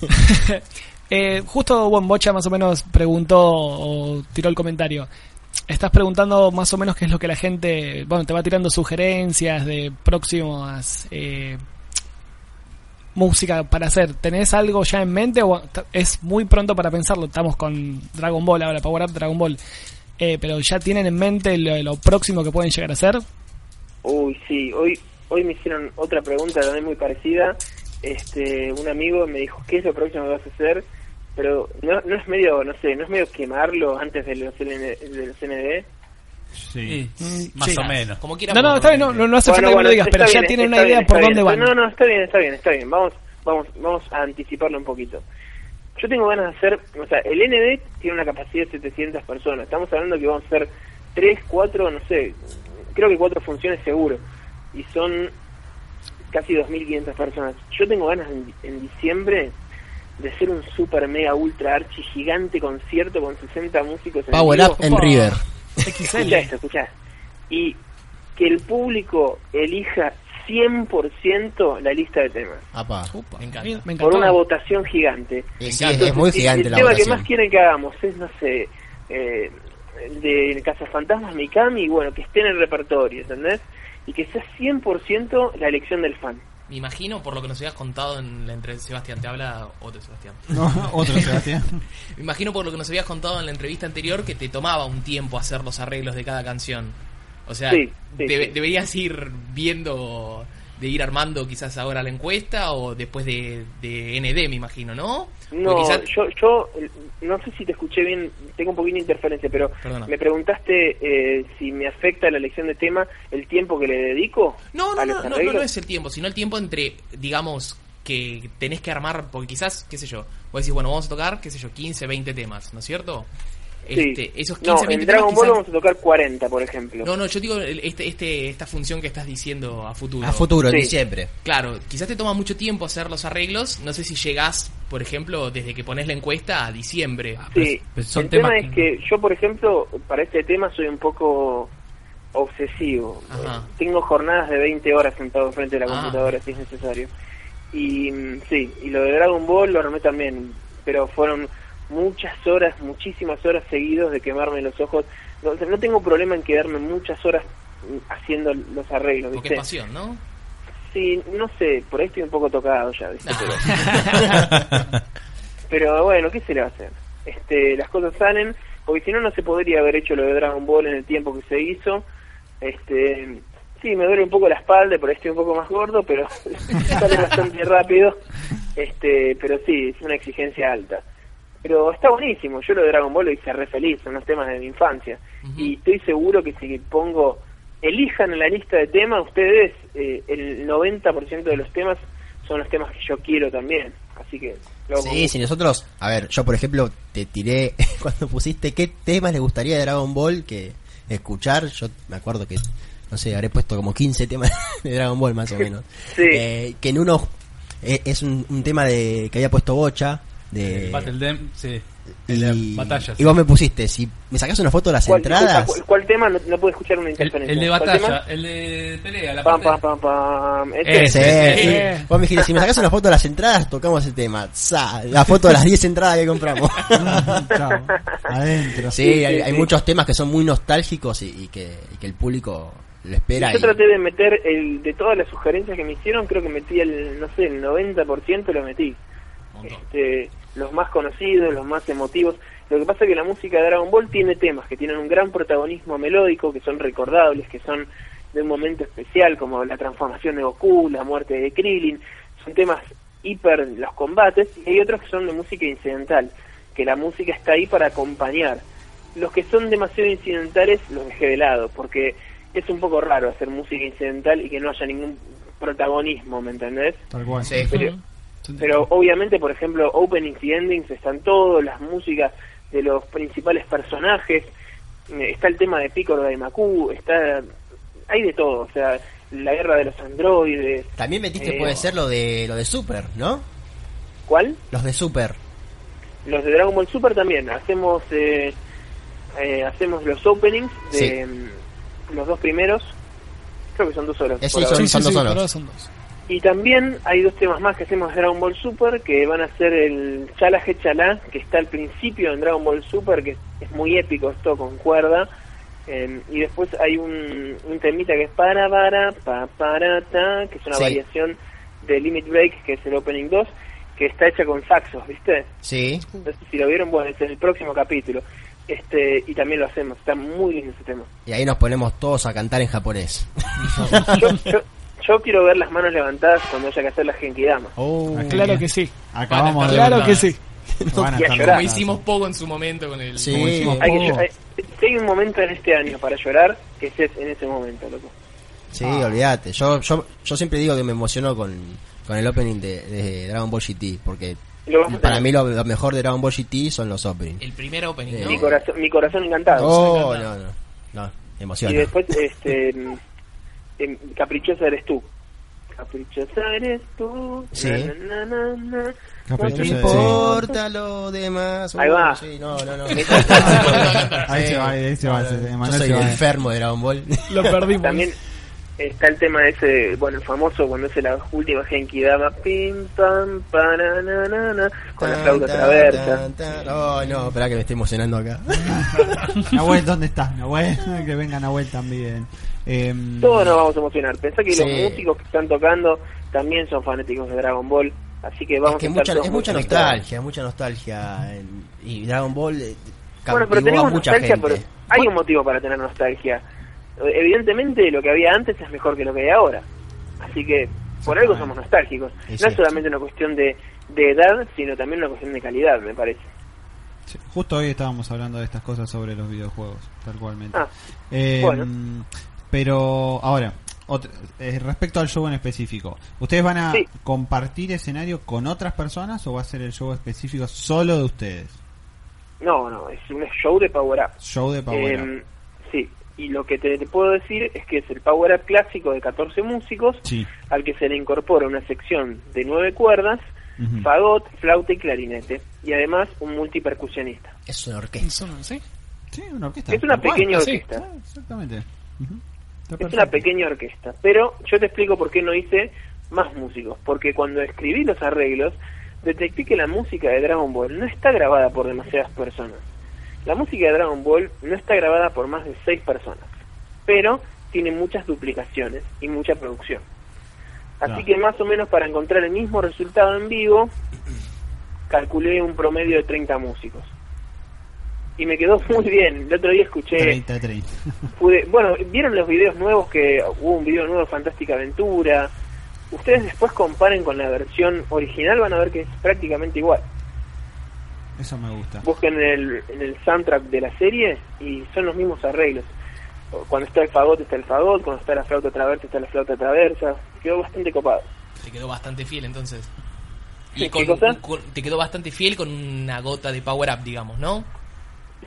Speaker 8: Eh, justo Juan Bocha más o menos preguntó o tiró el comentario. Estás preguntando más o menos qué es lo que la gente, bueno, te va tirando sugerencias de próximas eh, música para hacer. ¿Tenés algo ya en mente o ta- es muy pronto para pensarlo? Estamos con Dragon Ball ahora, Power Up Dragon Ball. Eh, pero ya tienen en mente lo, lo próximo que pueden llegar a hacer.
Speaker 10: Uy, sí, hoy, hoy me hicieron otra pregunta también muy parecida. Este, un amigo me dijo, ¿qué es lo próximo que vas a hacer? Pero no, no es medio, no sé, no es medio quemarlo antes de los, LN de los ND.
Speaker 4: Sí.
Speaker 6: mm,
Speaker 7: Más o menos.
Speaker 3: Como quiera.
Speaker 8: No, no, está bien, no, no- no hace falta que me lo digas,
Speaker 10: está
Speaker 8: pero ya
Speaker 10: bien,
Speaker 8: tienen
Speaker 10: está
Speaker 8: una idea
Speaker 10: bien,
Speaker 8: por
Speaker 10: está
Speaker 8: dónde
Speaker 10: bien.
Speaker 8: van.
Speaker 10: No, no, está bien, está bien, está bien. Vamos, vamos, vamos a anticiparlo un poquito. Yo tengo ganas de hacer, o sea, el ND tiene una capacidad de 700 personas. Estamos hablando que vamos a hacer 3, 4, no sé, creo que 4 funciones seguro. Y son casi 2.500 personas. Yo tengo ganas en, en diciembre de hacer un super mega ultra archi gigante concierto con 60 músicos en
Speaker 1: Power
Speaker 10: vivo.
Speaker 1: Up en River.
Speaker 10: Escuchá esto, escuchá. Y que el público elija 100% la lista de temas.
Speaker 1: Apa.
Speaker 3: Me
Speaker 8: Bien,
Speaker 3: encanta.
Speaker 8: me
Speaker 10: Por
Speaker 8: encantó.
Speaker 10: una votación gigante.
Speaker 1: Y sí, es muy
Speaker 10: Entonces, si
Speaker 1: gigante
Speaker 10: el
Speaker 1: la
Speaker 10: tema que
Speaker 1: votación.
Speaker 10: más quieren que hagamos es, no sé, eh, el de Cazafantasmas Mikami, bueno, que esté en el repertorio, ¿entendés? Y que sea 100% la elección del fan.
Speaker 3: Me imagino por lo que nos habías contado en la entre Sebastián te habla otro Sebastián.
Speaker 4: No, otro Sebastián.
Speaker 3: Me imagino por lo que nos habías contado en la entrevista anterior que te tomaba un tiempo hacer los arreglos de cada canción. O sea,
Speaker 10: Sí, sí,
Speaker 3: debe-
Speaker 10: sí.
Speaker 3: deberías ir viendo, de ir armando quizás ahora la encuesta o después de, de ND, me imagino, ¿no?
Speaker 10: No,
Speaker 3: Porque Pues quizás-
Speaker 10: yo, yo eh, no sé si te escuché bien, tengo un poquito de interferencia, pero
Speaker 3: Perdona.
Speaker 10: me preguntaste eh, si me afecta la elección de tema el tiempo que le dedico.
Speaker 3: No, no,
Speaker 10: a
Speaker 3: no,
Speaker 10: los
Speaker 3: no, no,
Speaker 10: arreglos.
Speaker 3: no es el tiempo, sino el tiempo entre, digamos, que tenés que armar, porque quizás, qué sé yo, vos decís, bueno, vamos a tocar, qué sé yo, 15, 20 temas, ¿no es cierto?
Speaker 10: Sí.
Speaker 3: Este, esos 15,
Speaker 10: no,
Speaker 3: 20
Speaker 10: en
Speaker 3: temas
Speaker 10: Dragon Ball
Speaker 3: quizás-
Speaker 10: vamos a tocar 40, por ejemplo.
Speaker 3: No, no, yo digo el- este, este, esta función que estás diciendo a futuro.
Speaker 1: A futuro, en
Speaker 10: Sí.
Speaker 1: diciembre.
Speaker 3: Claro, quizás te toma mucho tiempo hacer los arreglos. No sé si llegás, por ejemplo, desde que pones la encuesta a diciembre.
Speaker 10: Ah, Sí,
Speaker 6: Pero son
Speaker 10: el tema
Speaker 6: temas
Speaker 10: es que yo, por ejemplo, para este tema soy un poco obsesivo.
Speaker 3: Ajá.
Speaker 10: Tengo jornadas de 20 horas sentado frente a la
Speaker 3: Ah.
Speaker 10: computadora si es necesario. Y mm, sí, y lo de Dragon Ball lo armé también, pero fueron muchas horas, muchísimas horas seguidos de quemarme los ojos. No, o sea, no tengo problema en quedarme muchas horas mm, haciendo los arreglos,
Speaker 3: Porque es
Speaker 10: ¿viste?
Speaker 3: pasión, ¿no?
Speaker 10: Sí, no sé, por ahí estoy un poco tocado ya, ¿viste?
Speaker 3: Nah.
Speaker 10: Pero bueno, ¿qué se le va a hacer? Este, las cosas salen, porque si no, no se podría haber hecho lo de Dragon Ball en el tiempo que se hizo. Este, sí, me duele un poco la espalda, por ahí estoy un poco más gordo, pero sale bastante rápido. Este, pero sí, es una exigencia alta. Pero está buenísimo, yo lo de Dragon Ball lo hice re feliz, son los temas de mi infancia.
Speaker 3: Ujú.
Speaker 10: Y estoy seguro que si pongo, elijan en la lista de temas, ustedes, eh, el 90% de los temas son los temas que yo quiero también. Así que lo hago con
Speaker 1: Sí,
Speaker 10: gusto.
Speaker 1: si nosotros, a ver, yo por ejemplo te tiré cuando pusiste qué temas le gustaría de Dragon Ball que escuchar, yo me acuerdo que, no sé, habré puesto como 15 temas de Dragon Ball más o menos.
Speaker 10: Sí.
Speaker 1: Eh, que en uno eh, es un, un tema de que había puesto Bocha de
Speaker 6: El Battle Dem, sí.
Speaker 1: y,
Speaker 6: batallas.
Speaker 1: y vos me pusiste, si me sacas una foto de las
Speaker 10: ¿Cuál,
Speaker 1: entradas,
Speaker 10: disculpa, ¿cuál, cuál tema? No, no pude escuchar una
Speaker 6: El,
Speaker 10: interferencia.
Speaker 6: el de
Speaker 10: ¿Cuál
Speaker 6: batalla,
Speaker 10: tema?
Speaker 6: el de pelea, la
Speaker 10: Pam,
Speaker 6: parte-
Speaker 10: pam, pam, pam. Este.
Speaker 6: Ese.
Speaker 1: Sí,
Speaker 6: Eh.
Speaker 1: sí. Vos me dijiste, si me sacas una foto de las entradas, tocamos el tema. Sa, la foto de las 10 entradas que compramos.
Speaker 4: Chao. Adentro.
Speaker 1: Sí,
Speaker 10: Sí,
Speaker 1: hay,
Speaker 10: sí,
Speaker 1: hay
Speaker 10: sí.
Speaker 1: muchos temas que son muy nostálgicos y, y que, y que el público lo espera.
Speaker 10: Yo
Speaker 1: y-
Speaker 10: traté de meter, el, de todas las sugerencias que me hicieron, creo que metí el, no sé, el 90% lo metí. Este, los más conocidos, los más emotivos. Lo que pasa es que la música de Dragon Ball tiene temas que tienen un gran protagonismo melódico, que son recordables, que son de un momento especial, como la transformación de Goku, la muerte de Krillin. Son temas hiper los combates, y hay otros que son de música incidental, que la música está ahí para acompañar. Los que son demasiado incidentales los dejé de lado, porque es un poco raro hacer música incidental y que no haya ningún protagonismo, ¿me entendés?
Speaker 4: Tal cual.
Speaker 1: Sí.
Speaker 10: Pero, pero obviamente, por ejemplo, openings y endings están todos, las músicas de los principales personajes, eh, está el tema de Picoro Daimaku, está hay de todo, o sea, la guerra de los androides,
Speaker 1: También metiste,
Speaker 10: Eh,
Speaker 1: puede ser, lo de lo de Super, ¿no?
Speaker 10: ¿cuál?
Speaker 1: Los de Super.
Speaker 10: Los de Dragon Ball Super también, hacemos eh, eh, hacemos los openings de
Speaker 1: Sí.
Speaker 10: mm, los dos primeros,
Speaker 7: Creo que son dos horas.
Speaker 1: Eh, sí,
Speaker 7: por ahora.
Speaker 1: Son-
Speaker 8: sí,
Speaker 1: son
Speaker 8: sí,
Speaker 1: dos
Speaker 8: sí, por
Speaker 1: solos.
Speaker 8: ahora son dos.
Speaker 7: Y también hay dos temas más que hacemos de Dragon Ball Super, que van a ser el Chala He Chala, que está al principio en Dragon Ball Super, que es muy épico esto con cuerda. Eh, y después hay un, un temita que es para para pa para ta, que es una
Speaker 1: Sí.
Speaker 7: variación de Limit Break, que es el opening 2, que está hecha con saxos, ¿viste?
Speaker 1: Sí.
Speaker 7: Entonces, si lo vieron, bueno, es el próximo capítulo. Este, y también lo hacemos, está muy lindo ese tema.
Speaker 1: Y ahí nos ponemos todos a cantar en japonés.
Speaker 7: Yo, yo, yo quiero ver las manos levantadas cuando haya que hacer la Genkidama.
Speaker 8: Claro que sí.
Speaker 4: Acabamos
Speaker 1: Ah,
Speaker 4: de
Speaker 8: Claro
Speaker 4: verdad.
Speaker 8: que sí.
Speaker 4: Van a
Speaker 7: Y a
Speaker 4: estar
Speaker 7: llorar.
Speaker 3: Como
Speaker 4: locas.
Speaker 3: hicimos poco en su momento con el.
Speaker 1: Sí.
Speaker 4: Como hicimos
Speaker 7: Hay, que,
Speaker 4: poco.
Speaker 7: hay- si hay un momento en este año para llorar, que es en ese momento, loco.
Speaker 1: Sí, olvídate. Yo, yo, yo siempre digo que me emocionó con, con el opening de, de Dragon Ball GT, porque
Speaker 7: Lo vamos a
Speaker 1: para mí
Speaker 7: tener.
Speaker 1: lo, lo mejor de Dragon Ball GT son los openings.
Speaker 3: El primer opening,
Speaker 1: Eh,
Speaker 3: ¿no?
Speaker 7: mi, corazón, mi corazón encantado.
Speaker 1: Oh, no, no. No,
Speaker 7: y
Speaker 1: emociona.
Speaker 7: después, este, mm, em, caprichosa eres tú. Caprichosa eres tú.
Speaker 1: Sí.
Speaker 7: Na, na, na, na, na.
Speaker 1: No
Speaker 4: Caprichosa eres tú.
Speaker 1: importa lo demás.
Speaker 7: Ahí va.
Speaker 1: Sí, no, no, no.
Speaker 4: Ahí se va, ahí se va. se-
Speaker 1: Yo
Speaker 4: Emanuel
Speaker 1: soy
Speaker 4: se va.
Speaker 1: enfermo de Dragon Ball.
Speaker 8: Lo perdimos.
Speaker 7: También está el tema ese, bueno, el famoso cuando hace la última Genkidama. Pim, pam, para, na, na, na, con la flauta traversa.
Speaker 1: Oh, no, espera que me estoy emocionando acá.
Speaker 4: Nahuel, ¿dónde estás, Nahuel? Que venga Nahuel también. Em,
Speaker 7: Todos nos vamos a emocionar. Pensá que
Speaker 1: Sí.
Speaker 7: los músicos que están tocando también son fanáticos de Dragon Ball. Así que vamos
Speaker 1: es que
Speaker 7: a estar
Speaker 1: mucha,
Speaker 7: todos
Speaker 1: es
Speaker 7: muy
Speaker 1: mucha
Speaker 7: conectados.
Speaker 1: nostalgia, mucha nostalgia. en- Y Dragon Ball eh,
Speaker 7: Bueno,
Speaker 1: cautivó
Speaker 7: pero tenemos
Speaker 1: a mucha
Speaker 7: nostalgia,
Speaker 1: gente.
Speaker 7: pero hay un motivo para tener nostalgia. Evidentemente, lo que había antes es mejor que lo que hay ahora. Así que por algo somos nostálgicos.
Speaker 1: Y
Speaker 7: No
Speaker 1: sí.
Speaker 7: es solamente una cuestión de, de edad, sino también una cuestión de calidad, me parece.
Speaker 4: Sí, Justo hoy estábamos hablando de estas cosas sobre los videojuegos, tal cualmente.
Speaker 7: Ah,
Speaker 4: Eh,
Speaker 7: bueno.
Speaker 4: Pero ahora, otra- eh, respecto al show en específico, ¿ustedes van a
Speaker 7: Sí.
Speaker 4: compartir escenario con otras personas o va a ser el show específico solo de ustedes?
Speaker 7: No, no, es un show de Power Up.
Speaker 4: Show de Power Up.
Speaker 7: Em, sí, y lo que te, te puedo decir es que es el Power Up clásico de 14 músicos,
Speaker 4: Sí.
Speaker 7: al que se le incorpora una sección de nueve cuerdas,
Speaker 4: Ujú.
Speaker 7: fagot, flauta y clarinete, y además un multipercusionista.
Speaker 4: Ah,
Speaker 1: Es una orquesta.
Speaker 8: Son- ¿sí?
Speaker 4: Sí, una orquesta.
Speaker 7: Es una
Speaker 4: tal cual.
Speaker 7: pequeña
Speaker 8: así.
Speaker 7: orquesta.
Speaker 4: Ah, Exactamente. Ujú. Está
Speaker 7: Es una
Speaker 4: perfecto.
Speaker 7: pequeña orquesta, pero yo te explico por qué no hice más músicos. Porque cuando escribí los arreglos, detecté que la música de Dragon Ball no está grabada por demasiadas personas. La música de Dragon Ball no está grabada por más de seis personas, pero tiene muchas duplicaciones y mucha producción. Así
Speaker 4: Claro.
Speaker 7: que más o menos para encontrar el mismo resultado en vivo, calculé un promedio de 30 músicos. Y me quedó muy bien. El otro día escuché
Speaker 4: 30, 30.
Speaker 7: pude- bueno, vieron los videos nuevos que hubo un video nuevo de Fantástica Aventura. Ustedes después comparen con la versión original, van a ver que es prácticamente igual.
Speaker 4: Eso me gusta.
Speaker 7: Busquen en el, en el soundtrack de la serie y son los mismos arreglos. Cuando está el fagot está el fagot, cuando está la flauta traversa está la flauta traversa. Quedó bastante copado.
Speaker 3: Te quedó bastante fiel entonces.
Speaker 7: Sí,
Speaker 3: Y
Speaker 7: ¿qué
Speaker 3: con,
Speaker 7: cosa?
Speaker 3: con- te quedó bastante fiel con una gota de power up, digamos, ¿no?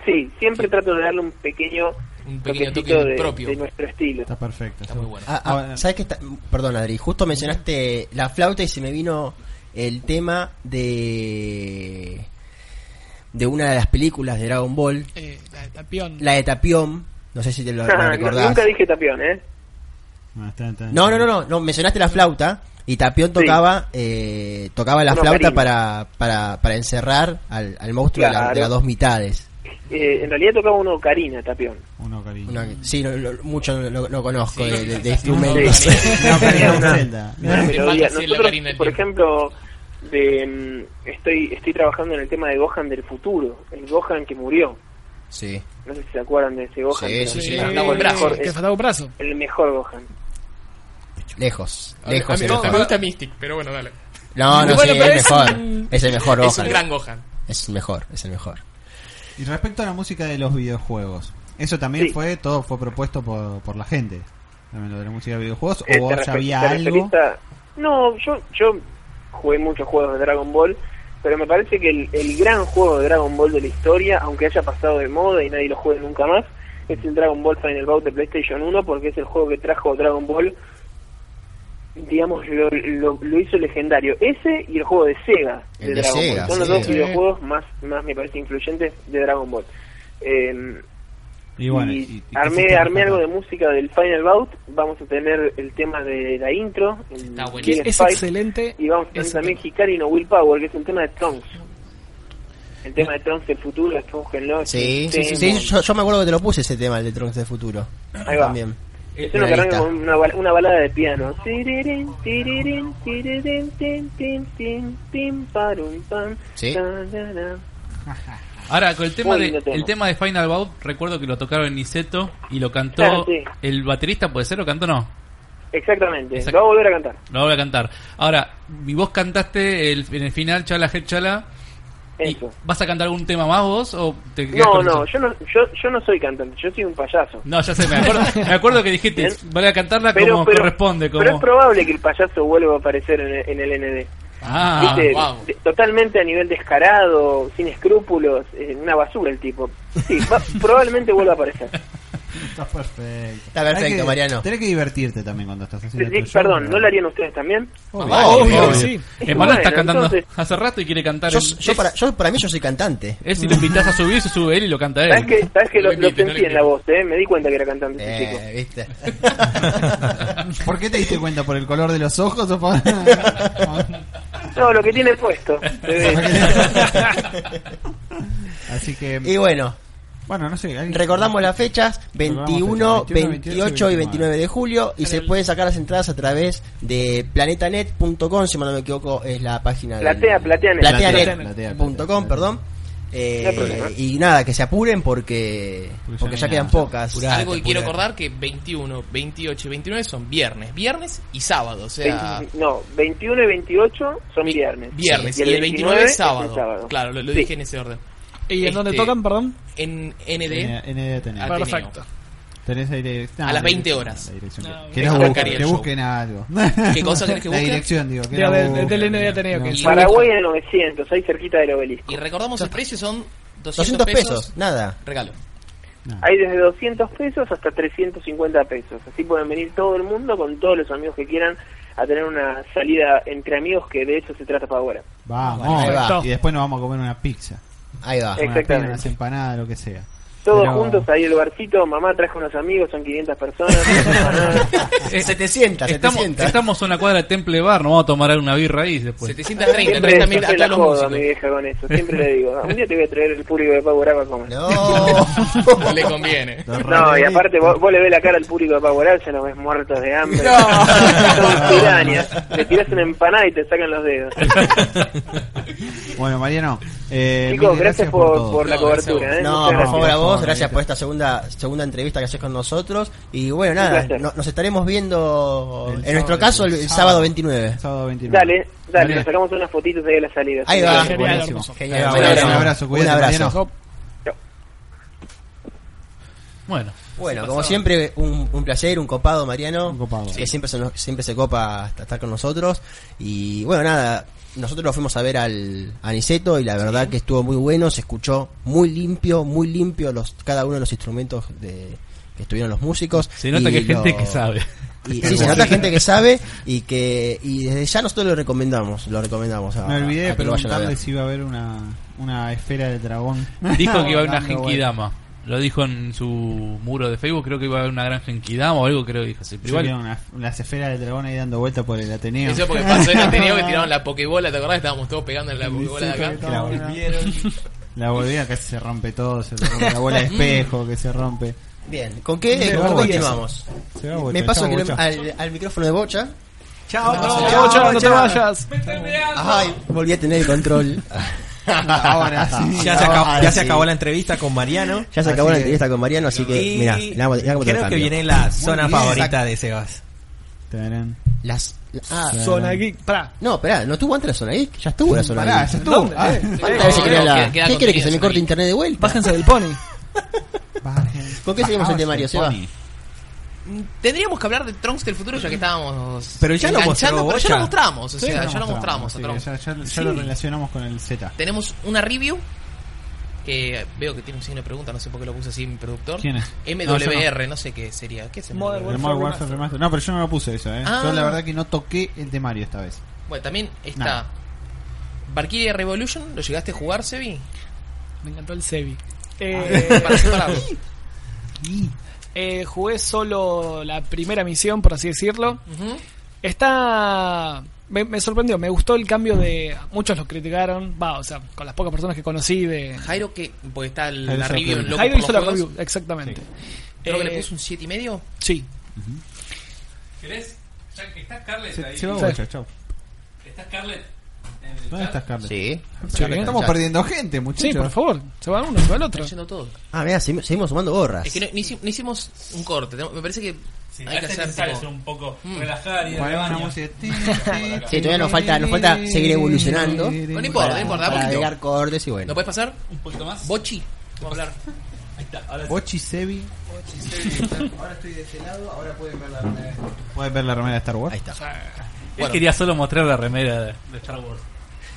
Speaker 7: Sí, siempre trato de darle un pequeño,
Speaker 3: Un pequeño
Speaker 7: toquecito
Speaker 3: toque
Speaker 7: de,
Speaker 3: propio.
Speaker 7: de nuestro estilo.
Speaker 4: Está perfecto.
Speaker 3: Está muy bueno.
Speaker 1: Ah, ah,
Speaker 4: Ahora-
Speaker 1: ¿Sabes qué está? Perdón, Adri. Justo mencionaste la flauta y se me vino el tema de. de una de las películas de Dragon Ball,
Speaker 8: Eh, la de Tapión.
Speaker 1: la de Tapión. No sé si te lo, lo
Speaker 7: No,
Speaker 1: recordás.
Speaker 7: nunca dije tapión, ¿eh?
Speaker 4: Ah, está- está-
Speaker 1: No, no, no, no, no, mencionaste la flauta y Tapión tocaba eh, tocaba la
Speaker 7: Un
Speaker 1: flauta
Speaker 7: ocarina.
Speaker 1: para, para, para encerrar al, al monstruo de la- de,
Speaker 7: Claro.
Speaker 1: las dos mitades.
Speaker 7: Eh, en realidad tocaba una ocarina, tapión.
Speaker 4: Uno, cariño.
Speaker 1: Una- sí, no, lo- mucho no, lo- no conozco
Speaker 3: Sí.
Speaker 1: de, de- de
Speaker 4: Una
Speaker 1: instrumentos.
Speaker 4: Una ocarina de
Speaker 7: Una-
Speaker 4: Zelda.
Speaker 7: Una
Speaker 10: Ah,
Speaker 3: Te
Speaker 7: melodía.
Speaker 3: falta hacer la
Speaker 7: Nosotros,
Speaker 3: Karina
Speaker 7: por
Speaker 3: Tim.
Speaker 7: ejemplo, de, mm, estoy estoy trabajando en el tema de Gohan del futuro, el Gohan que murió.
Speaker 1: Sí.
Speaker 7: No sé si se acuerdan de ese Gohan.
Speaker 1: Sí,
Speaker 7: que
Speaker 1: sí,
Speaker 7: era
Speaker 1: sí.
Speaker 7: el
Speaker 8: Eh,
Speaker 3: Faltaba un brazo.
Speaker 7: mejor,
Speaker 8: que
Speaker 7: el-
Speaker 8: faltaba un brazo.
Speaker 7: el mejor Gohan.
Speaker 1: Lejos,
Speaker 3: A- a
Speaker 1: lejos
Speaker 3: mí
Speaker 1: el
Speaker 3: no, me
Speaker 1: mejor.
Speaker 3: gusta Mystic, pero bueno, dale.
Speaker 1: No, no, sí,
Speaker 8: Bueno,
Speaker 1: es
Speaker 8: pero
Speaker 1: el
Speaker 8: es
Speaker 1: mejor.
Speaker 8: un-
Speaker 1: Es el mejor
Speaker 3: Es un
Speaker 1: Gohan.
Speaker 3: gran Gohan.
Speaker 1: Es el mejor, es el mejor.
Speaker 4: Y respecto a la música de los videojuegos, eso también
Speaker 7: Sí.
Speaker 4: fue, todo fue propuesto por, por la gente. También lo de la música de videojuegos,
Speaker 7: Eh,
Speaker 4: o
Speaker 7: ¿te
Speaker 4: ya
Speaker 7: refer-
Speaker 4: había
Speaker 7: te
Speaker 4: algo.
Speaker 7: referís a- No, yo, yo jugué muchos juegos de Dragon Ball, pero me parece que el, el gran juego de Dragon Ball de la historia, aunque haya pasado de moda y nadie lo juegue nunca más, es el Dragon Ball Final Bout de PlayStation 1 porque es el juego que trajo Dragon Ball, digamos, lo, lo- lo hizo legendario. Ese y el juego de Sega de,
Speaker 1: El de
Speaker 7: Dragon
Speaker 1: Sega,
Speaker 7: Ball. Son los
Speaker 1: sí.
Speaker 7: dos videojuegos más, más, me parece, influyentes de Dragon Ball. Eh,
Speaker 4: Y bueno,
Speaker 10: Y
Speaker 4: y- y- y-
Speaker 10: armé,
Speaker 4: y-
Speaker 10: armé algo de música del Final Bout. Vamos a tener el tema de la intro. el
Speaker 3: Está buenísimo.
Speaker 8: Que
Speaker 10: Big
Speaker 8: es
Speaker 10: Fight,
Speaker 8: excelente.
Speaker 10: Y vamos a tener
Speaker 8: Ese
Speaker 10: también Hikari no Willpower, que es un tema de Trunks. El tema de Trunks del futuro, es que búsquenlo, es
Speaker 1: Sí,
Speaker 10: un
Speaker 1: sí, sí,
Speaker 10: tema.
Speaker 1: sí, yo, yo me acuerdo que te lo puse ese tema, el de Trunks de Futuro.
Speaker 10: Ahí va.
Speaker 1: También.
Speaker 10: Es uno
Speaker 1: Ahí
Speaker 10: que arranca
Speaker 1: está.
Speaker 10: con una, bal- una balada de piano. Tirirín, tirirín, tirirín, tin, tin, tin, tin, parum, pam,
Speaker 1: Sí.
Speaker 10: ta, ta, ta.
Speaker 6: Ahora, con el tema,
Speaker 10: Muy
Speaker 6: de,
Speaker 10: lindo tema.
Speaker 6: el tema de Final Bout, recuerdo que lo tocaron en Niceto y lo cantó.
Speaker 10: Claro, sí.
Speaker 6: ¿El baterista puede ser? ¿Lo cantó o no?
Speaker 10: Exactamente,
Speaker 6: Exact-
Speaker 10: lo voy a volver a cantar.
Speaker 6: Lo voy a cantar. Ahora, mi vos cantaste el, en el final, Chala, Head Chala. y-
Speaker 10: Eso.
Speaker 6: ¿Vas a cantar algún tema más vos? O te quedás
Speaker 10: No,
Speaker 6: con
Speaker 10: no,
Speaker 6: eso?
Speaker 10: yo no, yo, yo no soy cantante, yo soy un payaso.
Speaker 6: No, ya sé, me acuerdo, me acuerdo que dijiste,
Speaker 10: Bien.
Speaker 6: voy a cantarla como corresponde. Como...
Speaker 10: pero es probable que el payaso vuelva a aparecer en, en el ND.
Speaker 6: ah,
Speaker 10: Viste,
Speaker 3: wow.
Speaker 10: de- Totalmente a nivel descarado, sin escrúpulos, eh, una basura el tipo. Sí, va- probablemente vuelva a aparecer.
Speaker 4: Está perfecto.
Speaker 1: Está perfecto,
Speaker 4: Tenés que-
Speaker 1: Mariano.
Speaker 4: Tenés que divertirte también cuando estás haciendo
Speaker 10: Sí,
Speaker 4: tu show,
Speaker 10: perdón,
Speaker 4: pero-
Speaker 10: ¿no lo harían ustedes también?
Speaker 8: Ah, Obvio,
Speaker 6: obvio.
Speaker 8: sí.
Speaker 6: Es malo, está
Speaker 10: Bueno,
Speaker 6: cantando
Speaker 10: entonces-
Speaker 6: hace rato y quiere cantar.
Speaker 1: Yo,
Speaker 6: él.
Speaker 1: yo
Speaker 6: es,
Speaker 1: para, yo para mí yo soy cantante.
Speaker 6: es si lo invitás a subir, se sube él y lo canta
Speaker 10: ¿Sabes
Speaker 6: él.
Speaker 10: que, sabes que
Speaker 3: No
Speaker 10: lo,
Speaker 3: le
Speaker 10: lo
Speaker 3: invite, no
Speaker 10: sentí
Speaker 3: le
Speaker 10: en la voz? ¿eh? Me di cuenta que era cantante ese chico.
Speaker 1: Eh, viste.
Speaker 4: ¿Por qué te diste cuenta? ¿Por el color de los ojos o por.?
Speaker 10: No, lo que tiene puesto. se ve.
Speaker 4: Así que.
Speaker 1: y bueno,
Speaker 4: bueno, no sé. ¿alguien-
Speaker 1: Eh, recordamos las fechas, 21,
Speaker 4: Recordamos fechas,
Speaker 1: 28 y 29 de julio, y se pueden sacar las entradas a través de planetanet.com, si mal no me equivoco, es la página de...
Speaker 10: Platea, plateanet.
Speaker 4: Platea,
Speaker 1: Plateanet.com,
Speaker 4: platea.
Speaker 1: perdón. Eh,
Speaker 10: No hay problema.
Speaker 1: y nada, que se apuren porque
Speaker 4: Porque ya
Speaker 1: porque
Speaker 4: no
Speaker 1: ya
Speaker 4: hay
Speaker 1: quedan
Speaker 4: nada.
Speaker 1: pocas.
Speaker 3: Algo que quiero acordar que 21, 28 y 29 son viernes. Viernes y sábado, o sea...
Speaker 10: Veinti- no, 21 y 28 son
Speaker 3: vi-
Speaker 10: viernes.
Speaker 3: Viernes.
Speaker 10: Sí.
Speaker 3: Y el 29 es
Speaker 10: un
Speaker 3: sábado. Claro, lo, lo
Speaker 10: Sí.
Speaker 3: dije en ese orden.
Speaker 8: ¿Y en dónde
Speaker 3: Este-
Speaker 8: tocan, perdón?
Speaker 3: En ND...
Speaker 4: N- E ND tenés.
Speaker 3: Ateneo.
Speaker 8: Perfecto.
Speaker 4: Tenés ahí de- nah,
Speaker 3: A
Speaker 4: la
Speaker 3: las 20
Speaker 4: dirección,
Speaker 3: horas.
Speaker 4: la dirección que-
Speaker 8: No,
Speaker 4: que
Speaker 3: eso
Speaker 4: no
Speaker 3: arrancaría
Speaker 4: busquen,
Speaker 3: el
Speaker 4: que
Speaker 3: show.
Speaker 4: busquen algo.
Speaker 3: ¿Qué cosa querés que
Speaker 4: La
Speaker 3: busquen?
Speaker 4: dirección, digo. que
Speaker 8: De-
Speaker 4: no
Speaker 8: de-
Speaker 4: busquen.
Speaker 8: del ND Ateneo, que
Speaker 4: No,
Speaker 8: es-
Speaker 10: Paraguay en el 900, ahí cerquita del obelisco.
Speaker 3: Y recordamos el precio, son 200,
Speaker 1: 200 pesos, nada.
Speaker 3: Regalo.
Speaker 10: Hay desde 200 pesos hasta 350 pesos. Así pueden venir todo el mundo con todos los amigos que quieran a tener una salida entre amigos, que de eso se trata para ahora.
Speaker 4: Vamos.
Speaker 1: Ahí va.
Speaker 4: Y después nos vamos a comer una pizza.
Speaker 1: Ahí va.
Speaker 4: Una
Speaker 10: Eh.
Speaker 4: pizza,
Speaker 10: Exactamente.
Speaker 4: unas empanadas, lo que sea.
Speaker 10: Todos
Speaker 4: Pero-
Speaker 10: juntos ahí el barcito, mamá trajo unos amigos, son 500 personas.
Speaker 6: Eh,
Speaker 1: 700,
Speaker 6: Estamos,
Speaker 1: 700.
Speaker 6: estamos en la cuadra de Temple Bar, nos vamos a tomar una birra ahí
Speaker 2: Pues,
Speaker 6: después.
Speaker 3: 730,
Speaker 10: siempre
Speaker 3: 30 mil
Speaker 10: siempre
Speaker 3: a
Speaker 10: la
Speaker 3: todos los
Speaker 10: jodo a
Speaker 3: músicos.
Speaker 10: mi vieja con eso, siempre le digo, "Ah, un día te voy a traer el público de Power Up a comer. No,
Speaker 1: No.
Speaker 3: No le conviene.
Speaker 10: y aparte vos, vos le ves la cara al público de Power Up, ya los ves muertos de hambre.
Speaker 1: No.
Speaker 10: Son pirañas, le tirás una empanada y te sacan los dedos.
Speaker 4: Bueno, Mariano. Eh,
Speaker 10: Chicos,
Speaker 4: mil
Speaker 10: gracias por,
Speaker 4: todo.
Speaker 10: por la
Speaker 3: No,
Speaker 10: cobertura. ¿eh?
Speaker 1: No,
Speaker 10: Muchas
Speaker 1: por
Speaker 10: gracias.
Speaker 1: favor a vos,
Speaker 4: No,
Speaker 1: gracias
Speaker 4: no,
Speaker 1: por esta segunda segunda entrevista que haces con nosotros y bueno, nada,
Speaker 10: placer.
Speaker 1: no- nos estaremos viendo
Speaker 4: El
Speaker 1: en nuestro
Speaker 4: sábado,
Speaker 1: caso el,
Speaker 4: el
Speaker 1: sábado
Speaker 4: sábado.
Speaker 1: 29.
Speaker 4: Sábado 29.
Speaker 10: Dale, dale,
Speaker 4: Dale. Ah,
Speaker 10: nos sacamos unas fotitos ahí a la salida.
Speaker 1: Ahí va.
Speaker 8: Genial,
Speaker 4: buenísimo. Eh,
Speaker 8: hermoso.
Speaker 1: Genial.
Speaker 4: Un abrazo, un abrazo,
Speaker 1: un
Speaker 4: cuídate,
Speaker 1: abrazo.
Speaker 4: Mariano.
Speaker 6: Bueno,
Speaker 1: Bueno, como siempre un, un placer, un copado Mariano,
Speaker 4: Un copado.
Speaker 1: que siempre se nos- siempre se copa hasta estar con nosotros y bueno, nada, nosotros lo fuimos a ver al Aniceto y la verdad que estuvo muy bueno, se escuchó muy limpio, muy limpio los cada uno de los instrumentos de que estuvieron los músicos.
Speaker 6: se nota
Speaker 1: y
Speaker 6: que hay gente
Speaker 1: lo-
Speaker 6: que sabe.
Speaker 1: Y, sí, se nota gente que sabe y que y desde ya nosotros lo recomendamos, lo recomendamos. A,
Speaker 4: Me
Speaker 1: a
Speaker 4: olvidé de
Speaker 1: que lo vayan a ver.
Speaker 4: preguntarle si iba a haber una, una esfera de dragón.
Speaker 6: Dijo que iba a haber una
Speaker 4: Dando
Speaker 6: genkidama. Lo dijo en su muro de Facebook, creo que iba a haber una gran genkidama o algo, creo que dijo así. Pero
Speaker 4: Yo
Speaker 6: igual,
Speaker 4: quiero una- las esferas de dragón ahí dando vuelta por el Ateneo.
Speaker 3: Eso porque pasó en Ateneo que tiraron la pokebola, ¿te acordás? Estábamos todos pegando en la pokebola de acá.
Speaker 4: Que la volvieron. La volvieron, casi se rompe todo. Se rompe la bola de espejo que se rompe.
Speaker 1: Bien, ¿con qué
Speaker 4: Me
Speaker 1: con
Speaker 4: va
Speaker 1: qué
Speaker 4: Bocha.
Speaker 1: continuamos?
Speaker 4: Se va a bocha,
Speaker 1: Me paso
Speaker 4: chao,
Speaker 1: que lo-
Speaker 4: bocha.
Speaker 1: al, al micrófono de Bocha.
Speaker 4: Chao,
Speaker 8: Chao, chao, no te vayas.
Speaker 1: Ay, volví a tener el control.
Speaker 4: Ahora
Speaker 1: Ah,
Speaker 4: sí.
Speaker 9: Ya se, acabó,
Speaker 1: Ahora
Speaker 9: ya se
Speaker 1: sí.
Speaker 9: acabó la entrevista con Mariano.
Speaker 1: Ya se
Speaker 4: Así
Speaker 1: acabó la
Speaker 4: que-
Speaker 1: entrevista con Mariano, así que
Speaker 9: Y
Speaker 1: mira, mirá cómo- mirá cómo te lo
Speaker 9: creo que
Speaker 1: cambio.
Speaker 9: viene la zona
Speaker 4: bien.
Speaker 9: favorita de Sebas.
Speaker 4: Tarán.
Speaker 1: las la- ah,
Speaker 8: Zona Geek. Pará.
Speaker 1: no, esperá, no tuvo antes la zona geek, ya estuvo la zona
Speaker 4: Pará, ya
Speaker 1: geek.
Speaker 4: estuvo.
Speaker 8: ¿Dónde?
Speaker 4: Ah,
Speaker 1: Falta ver si
Speaker 3: No,
Speaker 1: crea
Speaker 3: no,
Speaker 1: la-
Speaker 3: queda- queda
Speaker 1: ¿Qué quiere que se me
Speaker 3: contenido,
Speaker 1: corte
Speaker 3: zona
Speaker 1: internet de vuelta?
Speaker 8: Bájense del pony.
Speaker 4: bajen.
Speaker 1: ¿Con qué seguimos el temario, Seba?
Speaker 4: Pony.
Speaker 3: Tendríamos que hablar de Trunks del futuro ya que estábamos.
Speaker 9: Pero ya lo
Speaker 3: enganchando,
Speaker 9: mostró
Speaker 3: pero ya lo
Speaker 9: Bocha.
Speaker 3: mostramos, o
Speaker 4: Sí,
Speaker 3: sea, ya lo mostramos a
Speaker 4: sí,
Speaker 3: Trunks.
Speaker 4: Ya, ya- ya lo relacionamos con el Z.
Speaker 3: Tenemos una review que veo que tiene un signo de pregunta, no sé por qué lo puse así mi productor.
Speaker 4: ¿Quién es?
Speaker 3: MWR, no, sé qué sería. ¿Qué es MWR?
Speaker 8: Modern
Speaker 4: El Modern Warfare Remastered. No, pero yo no lo puse eso, eh.
Speaker 3: Ah.
Speaker 4: Yo la verdad que no toqué el temario esta vez.
Speaker 3: Bueno, también está
Speaker 4: Nada.
Speaker 3: Valkyrie Revolution, ¿lo llegaste a jugar, Sebi? Ah,
Speaker 8: Me encantó el Sebi.
Speaker 3: Para
Speaker 8: Eh,
Speaker 3: separarlo.
Speaker 8: Eh, jugué solo la primera misión, por así decirlo.
Speaker 3: Ujú.
Speaker 8: Está. Me, me sorprendió, me gustó el cambio de. Muchos lo criticaron, va, o sea, con las pocas personas que conocí de.
Speaker 3: Jairo que porque está el-
Speaker 4: Jairo
Speaker 3: la
Speaker 4: hizo la
Speaker 3: review en
Speaker 4: review.
Speaker 3: loco
Speaker 8: Jairo
Speaker 3: por
Speaker 8: hizo la
Speaker 3: los juegos.
Speaker 8: review, exactamente.
Speaker 3: Creo que le
Speaker 8: Eh,
Speaker 3: puso un 7 y medio.
Speaker 8: Sí,
Speaker 6: ¿Querés? Ya que está Scarlett
Speaker 4: Se,
Speaker 6: ahí.
Speaker 4: se va
Speaker 8: Sí.
Speaker 4: bocha, chau.
Speaker 6: ¿Está Scarlett? en el
Speaker 4: ¿Dónde
Speaker 6: chat?
Speaker 4: estás, Carlos?
Speaker 1: Sí.
Speaker 8: Sí,
Speaker 1: Acá
Speaker 4: Estamos
Speaker 1: está el chat.
Speaker 4: perdiendo gente,
Speaker 8: sí,
Speaker 4: muchachos.
Speaker 8: por favor, se va uno, se va el otro.
Speaker 3: Está yendo todo.
Speaker 1: Ah, mira, seguimos, seguimos sumando gorras.
Speaker 3: Es que no, no hici- no hicimos un corte. tengo- Me parece que
Speaker 6: Sí, este
Speaker 3: hay que hacer
Speaker 6: ser
Speaker 3: tipo,
Speaker 6: un poco
Speaker 3: Mm.
Speaker 6: relajar y
Speaker 4: Ponemos una
Speaker 6: rebaño.
Speaker 4: música.
Speaker 1: Sí, todavía nos falta- nos falta seguir evolucionando.
Speaker 3: No importa, no importa,
Speaker 1: Para
Speaker 3: poquito.
Speaker 1: agregar cortes y bueno.
Speaker 3: ¿Lo puedes pasar?
Speaker 6: Un poquito más.
Speaker 3: Bochi. Vamos a hablar.
Speaker 6: Ahí está, ahora sí.
Speaker 4: Bochi Sebi. Ahora estoy de este lado, ahora pueden ver la remera. Pueden ver la remera de Star Wars.
Speaker 1: Ahí está.
Speaker 6: Él quería solo mostrar la remera de, de Star Wars.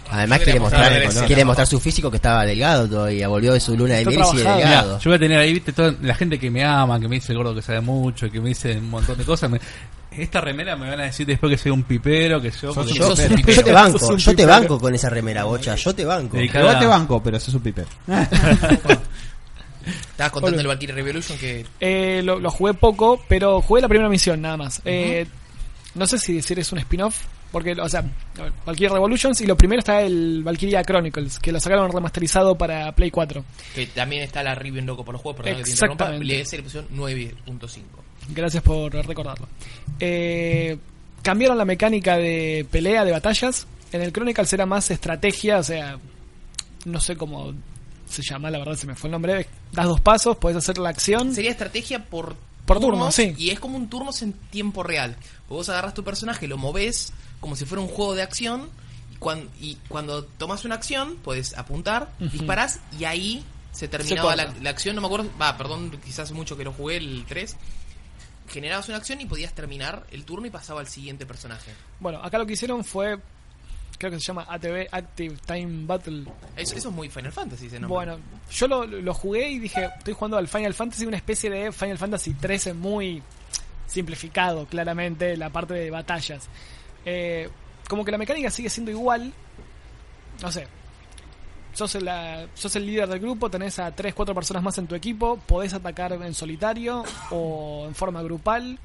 Speaker 1: Además
Speaker 3: Yo
Speaker 1: quiere
Speaker 3: quería
Speaker 1: mostrar,
Speaker 3: mostrar la
Speaker 1: quiere mostrar su físico que estaba delgado todavía. Volvió de su luna de
Speaker 8: Está
Speaker 1: miel y sigue
Speaker 8: trabajado.
Speaker 6: Mirá,
Speaker 1: delgado.
Speaker 6: yo voy a tener ahí, viste, toda la gente que me ama, que me dice el gordo que sabe mucho, que me dice un montón de cosas. me- esta remera me van a decir después que soy un pipero, que yo... porque
Speaker 4: un
Speaker 6: yo-
Speaker 4: sos
Speaker 1: Yo,
Speaker 4: un
Speaker 1: yo te
Speaker 4: Sos
Speaker 1: banco,
Speaker 4: un
Speaker 1: yo te
Speaker 4: pipero.
Speaker 1: banco con esa remera, bocha. Yo te banco.
Speaker 6: Dedicado-
Speaker 4: Igual te banco, pero sos un piper.
Speaker 3: Estabas contando el Valkyrie Revolution que
Speaker 8: Eh, lo, lo jugué poco, pero jugué la primera misión nada más. Eh, No sé si decir es un spin-off, porque, o sea, a ver, Valkyrie Revolutions y lo primero está el Valkyria Chronicles, que lo sacaron remasterizado para Play 4.
Speaker 3: Que también está la review en loco por los juegos, perdón que te
Speaker 8: Exactamente.
Speaker 3: interrumpa. Le ese le pusieron 9.5.
Speaker 8: Gracias por recordarlo. Eh, cambiaron la mecánica de pelea, de batallas. En el Chronicles era más estrategia, o sea, no sé cómo se llama, la verdad se me fue el nombre. Das dos pasos, podés hacer la acción.
Speaker 3: Sería estrategia por,
Speaker 8: Por turno,
Speaker 3: turnos,
Speaker 8: sí.
Speaker 3: Y es como un turno en tiempo real. Vos agarras tu personaje, lo moves como si fuera un juego de acción. Y cuando, y cuando tomas una acción, puedes apuntar, disparás y ahí se terminaba
Speaker 8: corta.
Speaker 3: la, la acción. No me acuerdo, va, perdón, quizás mucho que lo jugué el 3. Generabas una acción y podías terminar el turno y pasaba al siguiente personaje.
Speaker 8: Bueno, acá lo que hicieron fue, creo que se llama ATV Active Time Battle.
Speaker 3: Eso, eso es muy Final Fantasy, ese nombre.
Speaker 8: Bueno, yo lo, lo jugué y dije, estoy jugando al Final Fantasy, una especie de Final Fantasy 13 muy simplificado, claramente, la parte de batallas. Eh, como que la mecánica sigue siendo igual, no sé. Sos el, ah, sos el líder del grupo, tenés a 3, 4 personas más en tu equipo, podés atacar en solitario o en forma grupal.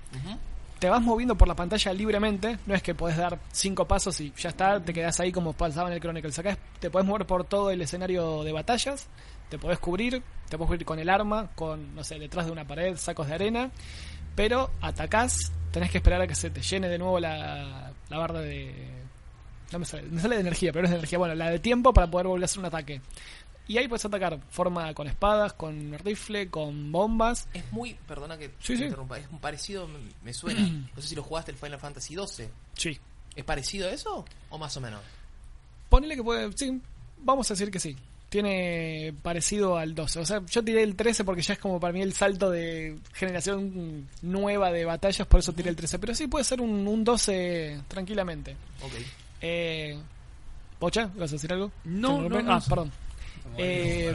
Speaker 8: Te vas moviendo por la pantalla libremente, no es que podés dar 5 pasos y ya está, te quedás ahí como pasaba en el Chronicles. Acá es- te podés mover por todo el escenario de batallas, te podés cubrir, te podés cubrir con el arma, con, no sé, detrás de una pared, sacos de arena, pero atacás, tenés que esperar a que se te llene de nuevo la, la barra de, no me sale, me sale de energía, pero no es de energía. Bueno, la de tiempo para poder volver a hacer un ataque. Y ahí puedes atacar forma con espadas, con rifle, con bombas.
Speaker 3: Es muy, perdona que
Speaker 8: Sí,
Speaker 3: te
Speaker 8: sí.
Speaker 3: interrumpa, es un parecido, me, me suena. No sé si lo jugaste el Final Fantasy XII.
Speaker 8: Sí.
Speaker 3: ¿Es parecido a eso o más o menos?
Speaker 8: Ponele que puede. Sí, vamos a decir que sí. Tiene parecido al 12. O sea, yo tiré el 13 porque ya es como para mí el salto de generación nueva de batallas, por eso tiré el 13. Pero sí puede ser un, un 12 tranquilamente.
Speaker 3: Ok.
Speaker 8: Eh. ¿Pocha? ¿Vas a decir algo?
Speaker 6: No,
Speaker 8: ¿Te interrumpí?
Speaker 6: no, no.
Speaker 8: Ah, perdón. Eh,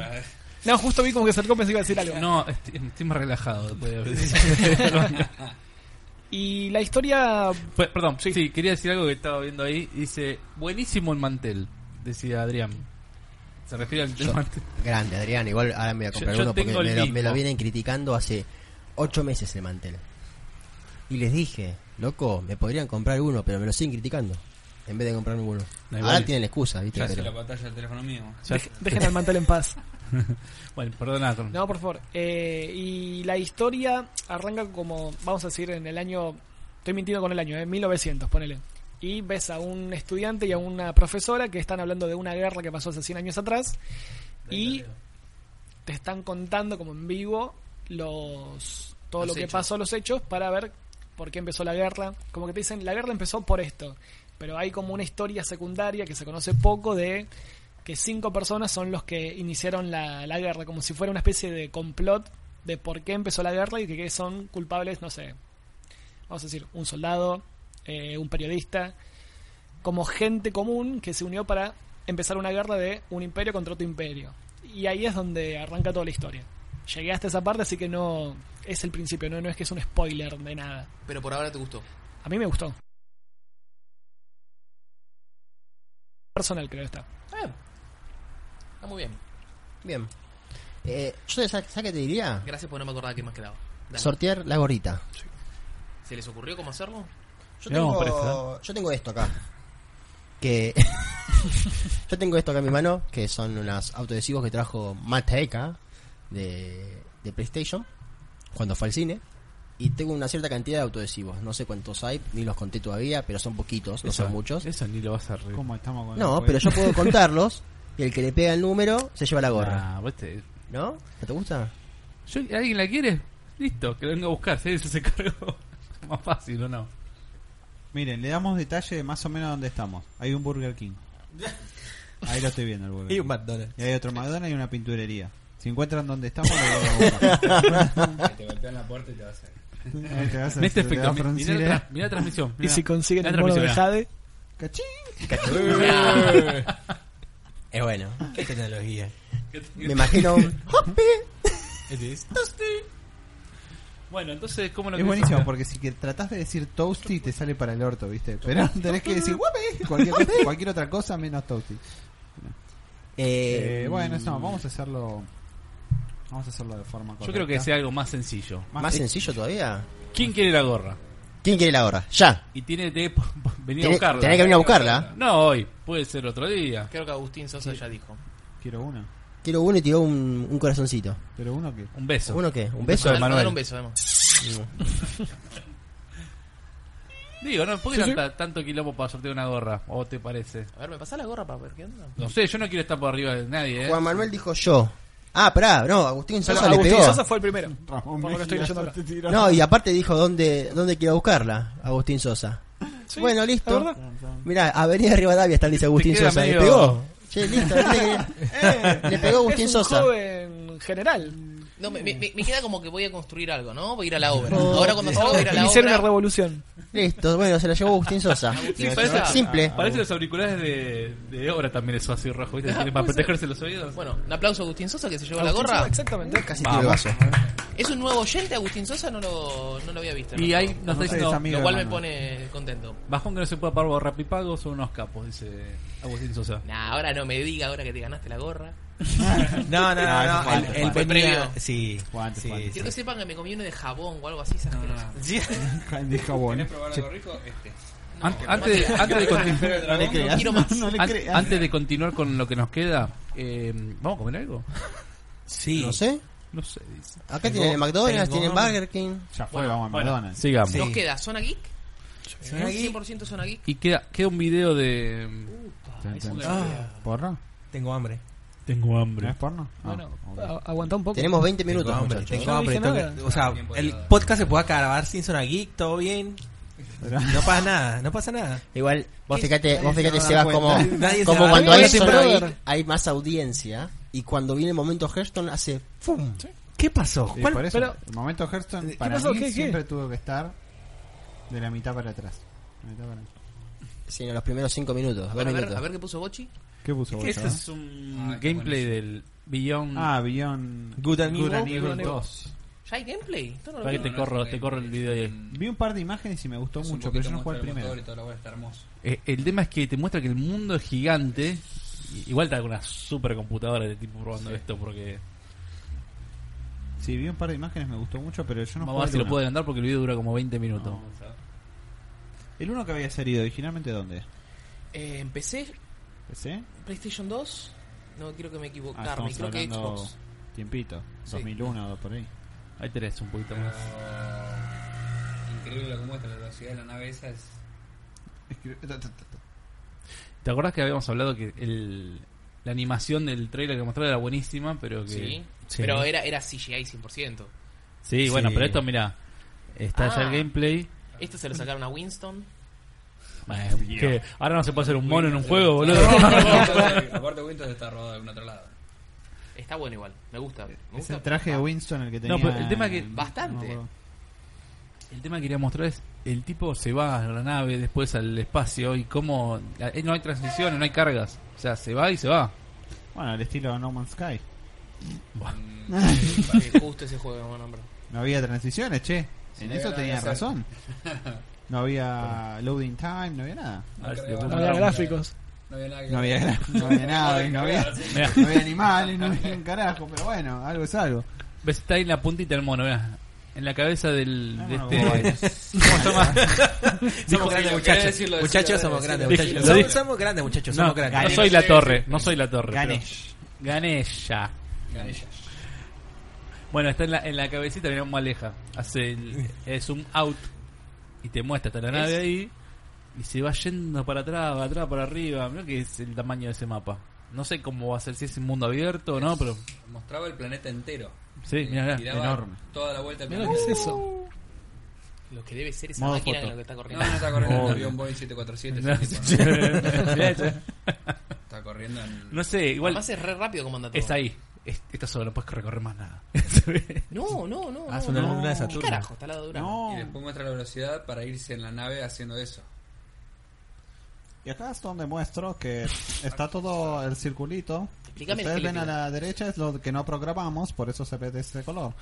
Speaker 8: no, justo vi como que se acercó, pensé que iba a decir algo.
Speaker 6: No, estoy, estoy más relajado después de haber
Speaker 8: Y la historia.
Speaker 6: Fue- Perdón, sí. quería decir algo que estaba viendo ahí. Dice, buenísimo el mantel, decía Adrián. Se refiere al al mantel.
Speaker 1: Grande, Adrián. Igual ahora me voy a comprar
Speaker 6: Yo- yo
Speaker 1: uno porque
Speaker 6: tengo el
Speaker 1: me lo, me
Speaker 6: mismo.
Speaker 1: lo vienen criticando hace ocho meses el mantel. Y les dije, loco, me podrían comprar uno, pero me lo siguen criticando. En vez de comprarme uno. Ahora
Speaker 6: Da igual.
Speaker 1: tienen la excusa, ¿viste?
Speaker 2: Ya hace
Speaker 1: Pero-
Speaker 2: la pantalla del teléfono mío.
Speaker 8: Deje- Dejen al mantel en paz.
Speaker 6: Bueno, perdona. con-
Speaker 8: No, por favor. Eh, y la historia arranca como, vamos a decir, en el año. Estoy mintiendo con el año, eh, 1900, ponele. Y ves a un estudiante y a una profesora que están hablando de una guerra que pasó hace 100 años atrás. Y te están contando como en vivo los todo
Speaker 3: Los
Speaker 8: lo que
Speaker 3: hechos.
Speaker 8: pasó, los hechos, para ver por qué empezó la guerra. Como que te dicen, la guerra empezó por esto. Pero hay como una historia secundaria que se conoce poco de que cinco personas son los que iniciaron la, la guerra, como si fuera una especie de complot de por qué empezó la guerra y que, que son culpables, no sé, vamos a decir, un soldado, eh, un periodista, como gente común que se unió para empezar una guerra de un imperio contra otro imperio. Y ahí es donde arranca toda la historia. Llegué hasta esa parte, así que no es el principio, no, no es que es un spoiler de nada.
Speaker 3: Pero por ahora te gustó.
Speaker 8: A mí me gustó. Personal creo está.
Speaker 3: Ah, está muy bien.
Speaker 1: Bien. Eh, yo te- ¿sabes qué te diría?
Speaker 3: Gracias por no me acordaba qué más quedaba. Dale.
Speaker 1: Sortear la gorrita.
Speaker 3: ¿Se les ocurrió cómo hacerlo?
Speaker 1: Yo
Speaker 6: Mirá cómo
Speaker 1: tengo, yo tengo esto acá. Que. yo tengo esto acá en mi mano, que son unos autoadhesivos que trajo Mateca de, de PlayStation cuando fue al cine. Y tengo una cierta cantidad de autoadhesivos. No sé cuántos hay, ni los conté todavía, pero son poquitos, no son muchos.
Speaker 6: Eso ni lo vas a re.
Speaker 4: ¿Cómo estamos con
Speaker 1: No,
Speaker 4: el
Speaker 1: pero
Speaker 4: juego?
Speaker 1: yo puedo contarlos. Y el que le pega el número se lleva la gorra.
Speaker 6: Ah, vos te-
Speaker 1: ¿No? ¿No te gusta?
Speaker 6: Yo- ¿Alguien la quiere? Listo, que lo venga a buscar, si eso se cargó. Más fácil, ¿o no?
Speaker 4: Miren, le damos detalle de más o menos dónde estamos. Hay un Burger King. Ahí lo estoy viendo el Burger
Speaker 9: Y un
Speaker 4: King.
Speaker 9: McDonald's.
Speaker 4: Y hay otro McDonald's y una pinturería. Si encuentran dónde estamos, lo vamos a buscar.
Speaker 2: Te golpean la puerta y te vas a
Speaker 4: Ahí te vas a-
Speaker 6: En este
Speaker 4: te vas
Speaker 6: aspecto,
Speaker 4: a
Speaker 6: mi- mirá,
Speaker 4: fruncir,
Speaker 6: la tra-
Speaker 4: eh.
Speaker 6: mirá la transmisión.
Speaker 8: Y
Speaker 6: mirá.
Speaker 8: si consiguen
Speaker 6: Mirá
Speaker 8: el
Speaker 6: la
Speaker 8: mono de
Speaker 6: transmisión,
Speaker 8: Jade,
Speaker 4: Cachín.
Speaker 1: Es bueno.
Speaker 9: Qué tecnología.
Speaker 1: Me imagino un-
Speaker 6: mirá. Este Bueno, entonces, ¿cómo lo
Speaker 4: Es
Speaker 6: querés
Speaker 4: buenísimo
Speaker 6: hacer?
Speaker 4: porque si que tratás de decir toasty te sale para el orto, ¿viste? Pero tenés que decir guape, cualquier, cualquier otra cosa menos toasty.
Speaker 1: Eh,
Speaker 4: Eh,
Speaker 9: mm.
Speaker 4: bueno, no, vamos a hacerlo vamos a hacerlo de forma correcta.
Speaker 6: Yo creo que sea algo más sencillo.
Speaker 1: ¿Más sencillo todavía?
Speaker 6: ¿Quién quiere la gorra?
Speaker 1: ¿Quién quiere la gorra? Ya.
Speaker 6: Y tiene que po- po- venir a
Speaker 1: Tenés,
Speaker 6: buscarla.
Speaker 1: tenés que venir a buscarla.
Speaker 6: No hoy, puede ser otro día.
Speaker 3: Creo que Agustín Sosa ya dijo.
Speaker 4: Quiero uno.
Speaker 1: Quiero uno y tiró un, un corazoncito.
Speaker 4: Pero uno que
Speaker 6: Un beso.
Speaker 1: ¿Uno qué? ¿Un beso?
Speaker 3: Mandale-
Speaker 6: Manuel.
Speaker 3: mandale un beso, además.
Speaker 6: Digo, ¿no? ¿por qué tanta- tanto quilombo para sortear una gorra? ¿O te parece?
Speaker 3: A ver, ¿me pasa la gorra para ver qué onda?
Speaker 6: No sé, yo no quiero estar por arriba de nadie, ¿eh?
Speaker 1: Juan Manuel dijo yo. Ah, pará, no, Agustín Sosa le
Speaker 8: Agustín
Speaker 1: pegó.
Speaker 8: Sosa fue el primero.
Speaker 4: Ramón
Speaker 8: Por lo que estoy leyendo ahora.
Speaker 1: No, y aparte dijo dónde, dónde quiero buscarla, Agustín Sosa. bueno, listo.
Speaker 8: la
Speaker 1: Mirá, Avenida Rivadavia está, dice Agustín
Speaker 6: queda
Speaker 1: Sosa.
Speaker 6: medio-
Speaker 1: Le pegó. Che, listo. le, le pegó Agustín
Speaker 8: Eh, es un
Speaker 1: Sosa.
Speaker 8: joven general.
Speaker 3: No, me, me- me queda como que voy a construir algo, ¿no? Voy a ir a la obra. Ahora cuando salgo voy a ir a la
Speaker 8: Iniciar una
Speaker 3: obra.
Speaker 8: revolución.
Speaker 1: Listo, bueno, se la llevó Agustín Sosa.
Speaker 3: Sí, parece-
Speaker 1: Simple.
Speaker 6: Parece los auriculares de, de obra también, eso así rojo, ¿viste? Tienen para protegerse los oídos.
Speaker 3: Bueno, un aplauso a Agustín Sosa que se llevó la
Speaker 8: Agustín
Speaker 3: gorra.
Speaker 8: Sosa, Exactamente.
Speaker 1: Casi tiro el vaso.
Speaker 3: Es un nuevo oyente, Agustín Sosa, no lo, no lo había visto.
Speaker 6: y
Speaker 3: ¿no?
Speaker 6: ahí nos está
Speaker 4: Ustedes
Speaker 6: diciendo,
Speaker 4: amigos,
Speaker 3: Lo cual me
Speaker 4: hermano.
Speaker 3: pone contento.
Speaker 6: bajón que no se puede pagar por rapipago son unos capos, dice Agustín Sosa.
Speaker 3: Nah, ahora no me diga, ahora que te ganaste la gorra.
Speaker 9: No, no,
Speaker 4: No,
Speaker 9: no,
Speaker 4: eso
Speaker 9: no.
Speaker 4: fue
Speaker 9: él-
Speaker 4: antes,
Speaker 9: él
Speaker 3: fue
Speaker 9: venía-
Speaker 3: previo.
Speaker 9: Sí.
Speaker 4: Fue antes,
Speaker 9: sí,
Speaker 4: fue antes.
Speaker 9: sí.
Speaker 3: Quiero que sepan que me comí uno de jabón o algo así. esas asquerosas.
Speaker 4: de jabón.
Speaker 2: ¿Quieres probar algo rico? Este.
Speaker 6: Ant- antes, antes de
Speaker 2: Pero
Speaker 6: continuar.
Speaker 2: el dragón
Speaker 3: No quiero más.
Speaker 6: an- antes de continuar con lo que nos queda, eh, ¿vamos a comer algo?
Speaker 9: Sí.
Speaker 1: No sé.
Speaker 6: No sé, dice.
Speaker 1: Acá tienen el McDonald's, tienen Burger King.
Speaker 4: Ya fue, vamos a McDonald's.
Speaker 6: Sigamos.
Speaker 3: Nos queda Zona Geek.
Speaker 9: Zona Geek.
Speaker 3: 100% Zona Geek.
Speaker 6: Y queda, queda un video de...
Speaker 4: Ten, ten.
Speaker 9: Ah,
Speaker 4: ¿Porno?
Speaker 9: tengo hambre.
Speaker 6: Tengo
Speaker 4: ¿No
Speaker 6: hambre.
Speaker 4: es porno? Ah,
Speaker 8: Bueno,
Speaker 4: ok.
Speaker 8: a- aguantá un poco.
Speaker 1: Tenemos 20
Speaker 9: Tengo
Speaker 1: minutos,
Speaker 9: hambre.
Speaker 1: muchachos.
Speaker 9: Tengo
Speaker 8: Yo no
Speaker 9: hambre.
Speaker 8: dije
Speaker 9: tengo que-
Speaker 8: nada.
Speaker 9: o sea, el podcast se puede acabar sin zona geek, todo bien.
Speaker 4: Pero- eh,
Speaker 9: No pasa nada, no pasa nada.
Speaker 1: Igual, vos fíjate, vos
Speaker 4: Nadie
Speaker 1: fíjate,
Speaker 4: se va
Speaker 1: Sebas,
Speaker 4: a dar
Speaker 1: como,
Speaker 4: cuenta.
Speaker 9: Nadie se
Speaker 1: como
Speaker 9: va a dar
Speaker 1: cuando
Speaker 8: cuenta.
Speaker 1: hay
Speaker 8: Sin
Speaker 1: Zona
Speaker 8: brother.
Speaker 1: Geek, hay más audiencia y cuando viene el momento Hearthstone hace ¡fum!
Speaker 9: ¿Qué pasó?
Speaker 4: Sí,
Speaker 9: ¿Cuál-
Speaker 4: por eso,
Speaker 8: pero-
Speaker 4: el momento Hearthstone
Speaker 8: ¿Qué
Speaker 4: para
Speaker 8: pasó?
Speaker 4: mí
Speaker 8: ¿Qué, qué?
Speaker 4: siempre tuvo que estar de la mitad para atrás. La mitad para-
Speaker 1: Sino los primeros 5 minutos,
Speaker 3: A
Speaker 1: dos
Speaker 3: ver, a ver,
Speaker 1: minutos.
Speaker 3: a ver qué puso Bochi.
Speaker 4: ¿Qué puso vos?
Speaker 6: Este
Speaker 4: ah?
Speaker 6: es un gameplay del Beyond...
Speaker 4: Ah, Beyond
Speaker 9: Good and Evil.
Speaker 4: Evil 2.
Speaker 3: ¿Ya hay gameplay? Esto no lo
Speaker 6: para que
Speaker 3: vi.
Speaker 6: te corro, te corro el video ahí.
Speaker 4: Vi un par de imágenes y me gustó mucho, pero yo no jugué el primero.
Speaker 6: Eh, el tema es que te muestra que el mundo es gigante. I- Igual está con una supercomputadora de tipo probando esto porque
Speaker 4: Sí, vi un par de imágenes, me gustó mucho, pero yo no
Speaker 6: vamos a ver si
Speaker 4: jugué
Speaker 6: lo
Speaker 4: el
Speaker 6: puedo
Speaker 4: uno.
Speaker 6: adelantar porque el video dura como 20 minutos.
Speaker 4: El uno que había salido originalmente, ¿dónde?
Speaker 3: Eh, empecé
Speaker 4: ¿PC?
Speaker 3: PlayStation 2. No quiero que me
Speaker 4: Ah,
Speaker 3: equivocarme.
Speaker 4: estamos
Speaker 3: Creo que
Speaker 4: hablando
Speaker 3: Xbox.
Speaker 4: tiempito.
Speaker 3: Sí.
Speaker 4: 2001 o por ahí.
Speaker 6: Ahí tenés un poquito más.
Speaker 2: Ah, Increíble cómo está la velocidad de la nave esa. Es...
Speaker 6: ¿Te acordás que habíamos hablado que el, la animación del trailer que mostraba era buenísima, pero que
Speaker 3: Sí.
Speaker 9: Sí.
Speaker 3: Pero era, era CGI 100%.
Speaker 6: Sí, bueno,
Speaker 9: Sí.
Speaker 6: pero esto mira, está
Speaker 3: Ah.
Speaker 6: ya el gameplay.
Speaker 3: Este se lo sacaron a Winston.
Speaker 6: Bueno, que ahora no se puede hacer un mono en un juego, boludo.
Speaker 2: Aparte, Windows está rodado de algún otro lado.
Speaker 3: Está bueno igual. Me gusta. Me
Speaker 4: Es
Speaker 3: gusta. Ah,
Speaker 4: el traje de Winston el que tenía.
Speaker 6: No, pero el tema que-
Speaker 3: Bastante.
Speaker 4: no me acuerdo.
Speaker 6: El tema que quería mostrar es el tipo se va a la nave después al espacio y cómo la- eh, no hay transiciones, no hay cargas, o sea, se va y se va.
Speaker 4: Bueno, el estilo No Man's Sky.
Speaker 3: Me gusta ese juego, buen hombre.
Speaker 4: No había transiciones, che. En eso
Speaker 2: no,
Speaker 4: tenías
Speaker 2: no sé.
Speaker 4: razón. No había loading time, no había nada.
Speaker 6: A ver si le
Speaker 2: creo.
Speaker 6: puedo
Speaker 8: Había
Speaker 6: mostrar un-
Speaker 8: gráficos.
Speaker 2: No había nada que
Speaker 4: No había, no había nada, no había,
Speaker 6: Mirá.
Speaker 4: no había animales, no había un carajo, pero bueno, algo es algo.
Speaker 6: ¿Ves? Está ahí la puntita del mono, mirá. En la cabeza del. de
Speaker 4: bueno,
Speaker 6: este... ¿Cómo se
Speaker 9: Somos grandes
Speaker 2: decirlo,
Speaker 6: llama?
Speaker 9: muchachos.
Speaker 2: querés decirlo,
Speaker 9: muchachos,
Speaker 2: decirlo,
Speaker 9: somos
Speaker 2: decirlo.
Speaker 9: grandes
Speaker 6: Dije-
Speaker 9: muchachos.
Speaker 6: lo
Speaker 9: Somos,
Speaker 6: dije.
Speaker 9: somos grandes muchachos,
Speaker 6: No,
Speaker 9: somos
Speaker 6: no
Speaker 9: grandes.
Speaker 6: soy la torre, no soy la torre. pero-
Speaker 4: Ganesh.
Speaker 6: Ganesha. Bueno, está en la, en la cabecita, mirá cómo aleja. Hace el, el zoom out y te muestra hasta la nave ahí. Y se va yendo para atrás, para atrás, para arriba. Mirá que es el tamaño de ese mapa. No sé cómo va a ser, si es un mundo abierto o no, pero.
Speaker 2: Mostraba el planeta entero.
Speaker 6: Sí, mirá,
Speaker 2: Y
Speaker 6: mirá.
Speaker 2: daba
Speaker 4: enorme.
Speaker 2: Toda la vuelta al
Speaker 8: Mirá,
Speaker 2: planeta.
Speaker 8: ¿qué es eso?
Speaker 3: Lo que debe ser esa
Speaker 4: Modo
Speaker 3: máquina
Speaker 4: foto.
Speaker 3: en lo que está
Speaker 2: No,
Speaker 3: corriendo.
Speaker 2: no está corriendo en
Speaker 6: Obvio.
Speaker 2: el avión Boeing 747. ese tipo, ¿no?
Speaker 6: Mirá eso.
Speaker 2: Está corriendo en...
Speaker 6: No sé, igual
Speaker 3: Además es re rápido como anda todo.
Speaker 6: es ahí. Es- Está solo, no puedes recorrer más nada. Se ve.
Speaker 3: No, no, no.
Speaker 9: Ah, es
Speaker 3: no,
Speaker 9: una
Speaker 3: no.
Speaker 9: luna de
Speaker 3: ¿Qué
Speaker 9: Saturno.
Speaker 3: carajo? Está al lado de Urano.
Speaker 4: No.
Speaker 2: Y después muestra la velocidad para irse en la nave haciendo eso.
Speaker 4: Y acá es donde muestro que está todo el circulito.
Speaker 3: Explícame el
Speaker 4: Ustedes ven
Speaker 3: circulito.
Speaker 4: a la derecha, es lo que no programamos, por eso se ve de este color.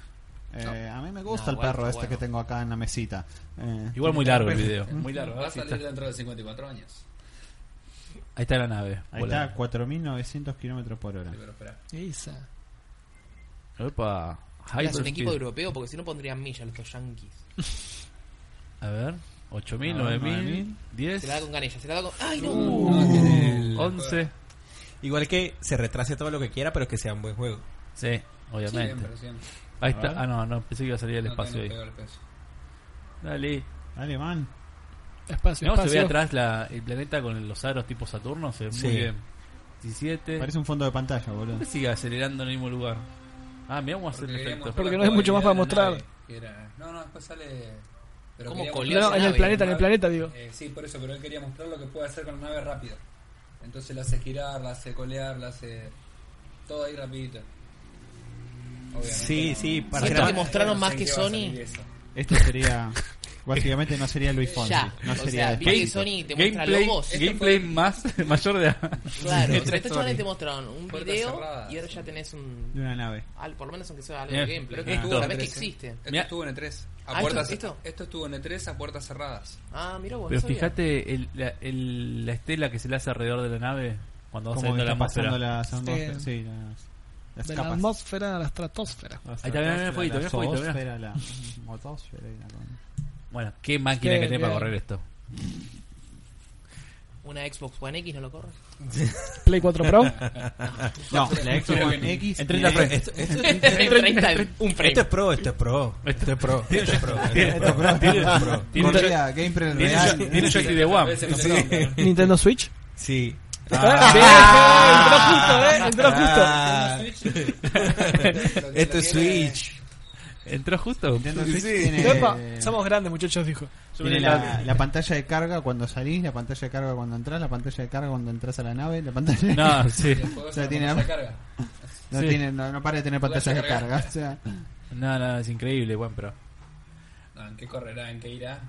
Speaker 4: Eh, a mí me gusta
Speaker 3: No,
Speaker 4: el
Speaker 3: bueno,
Speaker 4: perro este
Speaker 3: bueno.
Speaker 4: que tengo acá en la mesita. Eh,
Speaker 6: Igual muy largo el video. Muy largo. ¿eh?
Speaker 2: Va a
Speaker 6: Ahí
Speaker 2: salir dentro de 54 años.
Speaker 6: está la nave.
Speaker 4: ahí
Speaker 6: volando.
Speaker 4: está, 4.900 kilómetros por hora.
Speaker 2: Sí, pero espera.
Speaker 8: Esa.
Speaker 6: Opa.
Speaker 3: Es un
Speaker 6: Hyperspeed.
Speaker 3: equipo europeo porque si no pondrían millas los yankees.
Speaker 6: A ver, 8000,
Speaker 2: Ah,
Speaker 4: A ver,
Speaker 6: 9000,
Speaker 4: 9000,
Speaker 6: 10,
Speaker 3: Se la da con Ganesha, se la da con. ¡Ay, no!
Speaker 6: Uh,
Speaker 2: No, Ah, tiene el-
Speaker 6: 11.
Speaker 9: Igual que se retrase todo lo que quiera, pero que sea un buen juego.
Speaker 6: Sí, obviamente.
Speaker 2: Siempre, siempre.
Speaker 6: Ahí está. Ah, no, no, pensé que iba a salir el
Speaker 2: No,
Speaker 6: espacio
Speaker 2: tiene
Speaker 6: ahí.
Speaker 2: pegado el espacio.
Speaker 6: Dale.
Speaker 4: Alemán.
Speaker 8: Espacio,
Speaker 6: No, se ve
Speaker 8: espacio.
Speaker 6: atrás la, el planeta con los aros tipo Saturno. Se ve
Speaker 9: Sí.
Speaker 6: muy bien. 17.
Speaker 4: Parece un fondo de pantalla, boludo.
Speaker 6: ¿Por qué sigue acelerando en el mismo lugar? Ah, mirá cómo hace
Speaker 2: Porque
Speaker 6: el
Speaker 2: queríamos
Speaker 6: efecto.
Speaker 2: mostrar
Speaker 8: Porque
Speaker 2: la
Speaker 8: no hay mucho más para
Speaker 2: jugabilidad de la
Speaker 8: mostrar.
Speaker 2: nave, que era- No, no, después sale... Pero
Speaker 3: ¿Cómo
Speaker 2: quería
Speaker 3: colió?
Speaker 8: No, no, en el
Speaker 3: Nave,
Speaker 8: planeta, en el
Speaker 2: nave.
Speaker 8: planeta, digo.
Speaker 2: Eh, sí, por eso, pero él quería mostrar lo que puede hacer con la nave rápido. Entonces la hace girar, la hace colear, la hace. todo ahí rapidito. Obviamente
Speaker 9: Sí, sí, para
Speaker 3: Siento
Speaker 9: grabar-
Speaker 3: que mostraron
Speaker 2: no
Speaker 3: más
Speaker 2: sé
Speaker 3: que
Speaker 2: en qué va a
Speaker 3: Sony.
Speaker 2: salir eso.
Speaker 4: Esto Este sería. Básicamente no sería Luis Fonsi.
Speaker 3: Ya.
Speaker 4: No
Speaker 3: o
Speaker 4: sería.
Speaker 3: sea, viste que Sony te muestra
Speaker 6: gameplay
Speaker 3: logos.
Speaker 6: gameplay más, mayor de.
Speaker 3: Claro, o sea,
Speaker 6: de tres
Speaker 3: estos chavales
Speaker 6: Sony.
Speaker 3: te mostraron un
Speaker 2: Puertas
Speaker 3: video
Speaker 2: cerradas.
Speaker 3: y ahora ya tenés
Speaker 4: de
Speaker 3: un.
Speaker 4: una nave.
Speaker 3: al- por lo menos aunque sea algo
Speaker 6: Bien,
Speaker 3: de gameplay.
Speaker 2: Pero esto
Speaker 6: Ah.
Speaker 2: estuvo en
Speaker 3: Sabés
Speaker 2: E3,
Speaker 3: que
Speaker 2: ¿eh?
Speaker 3: existe.
Speaker 2: Esto
Speaker 6: Mirá.
Speaker 2: estuvo en E3.
Speaker 3: Ah,
Speaker 2: A
Speaker 3: ¿esto-
Speaker 2: puertas,
Speaker 3: esto?
Speaker 2: esto? estuvo en E3 a puertas cerradas.
Speaker 3: Ah, mira vos.
Speaker 6: Pero
Speaker 3: no sabía.
Speaker 6: fíjate el- la, el- la estela que se le hace alrededor de la nave cuando va
Speaker 4: Como que
Speaker 6: saliendo la
Speaker 4: está pasando
Speaker 6: atmósfera.
Speaker 4: las atmósferas.
Speaker 8: Sí.
Speaker 4: Sí, las, las
Speaker 8: De la
Speaker 4: capas.
Speaker 8: atmósfera a la estratosfera.
Speaker 6: Ahí está, mirá, mirá, fueguito, mirá, fueguito, mirá.
Speaker 4: zoosfera, la motosfera y la con-
Speaker 6: Bueno, qué máquina
Speaker 8: Qué
Speaker 6: que tiene para
Speaker 8: bien.
Speaker 6: correr esto.
Speaker 3: Una Xbox One X no lo corre.
Speaker 8: Play 4 Pro.
Speaker 4: No, la Xbox One X.
Speaker 6: En
Speaker 4: tiene-
Speaker 6: 30 frames.
Speaker 9: Esto, esto-
Speaker 3: En 30 un
Speaker 9: esto
Speaker 3: frame.
Speaker 9: es pro, esto es pro. Esto es pro. Esto es pro.
Speaker 4: Esto es pro, esto es pro.
Speaker 6: Tiene-
Speaker 4: Corría gameplay
Speaker 6: Tiene
Speaker 4: real.
Speaker 6: joy- tiene joystick de One.
Speaker 2: veces no se compra.
Speaker 8: Nintendo Switch.
Speaker 9: Sí.
Speaker 8: Ah, entró justo, eh, entró justo.
Speaker 9: Ah. Esto es Switch.
Speaker 6: Entró justo.
Speaker 4: Nintendo Switch tiene-
Speaker 8: Epa, somos grandes, muchachos, dijo.
Speaker 4: Tiene la, la pantalla de carga cuando salís, la pantalla de carga cuando entras, la pantalla de carga cuando entras a la nave, la pantalla
Speaker 6: No, sí.
Speaker 2: El juego
Speaker 4: O sea,
Speaker 2: se
Speaker 4: tiene-
Speaker 2: la carga.
Speaker 4: no,
Speaker 6: sí.
Speaker 4: tiene, no, no para de tener pantallas de
Speaker 2: Pantalla de
Speaker 4: carga. O sea,
Speaker 6: No, no, es increíble, One Pro.
Speaker 2: No, ¿En qué correrá? ¿En qué irá?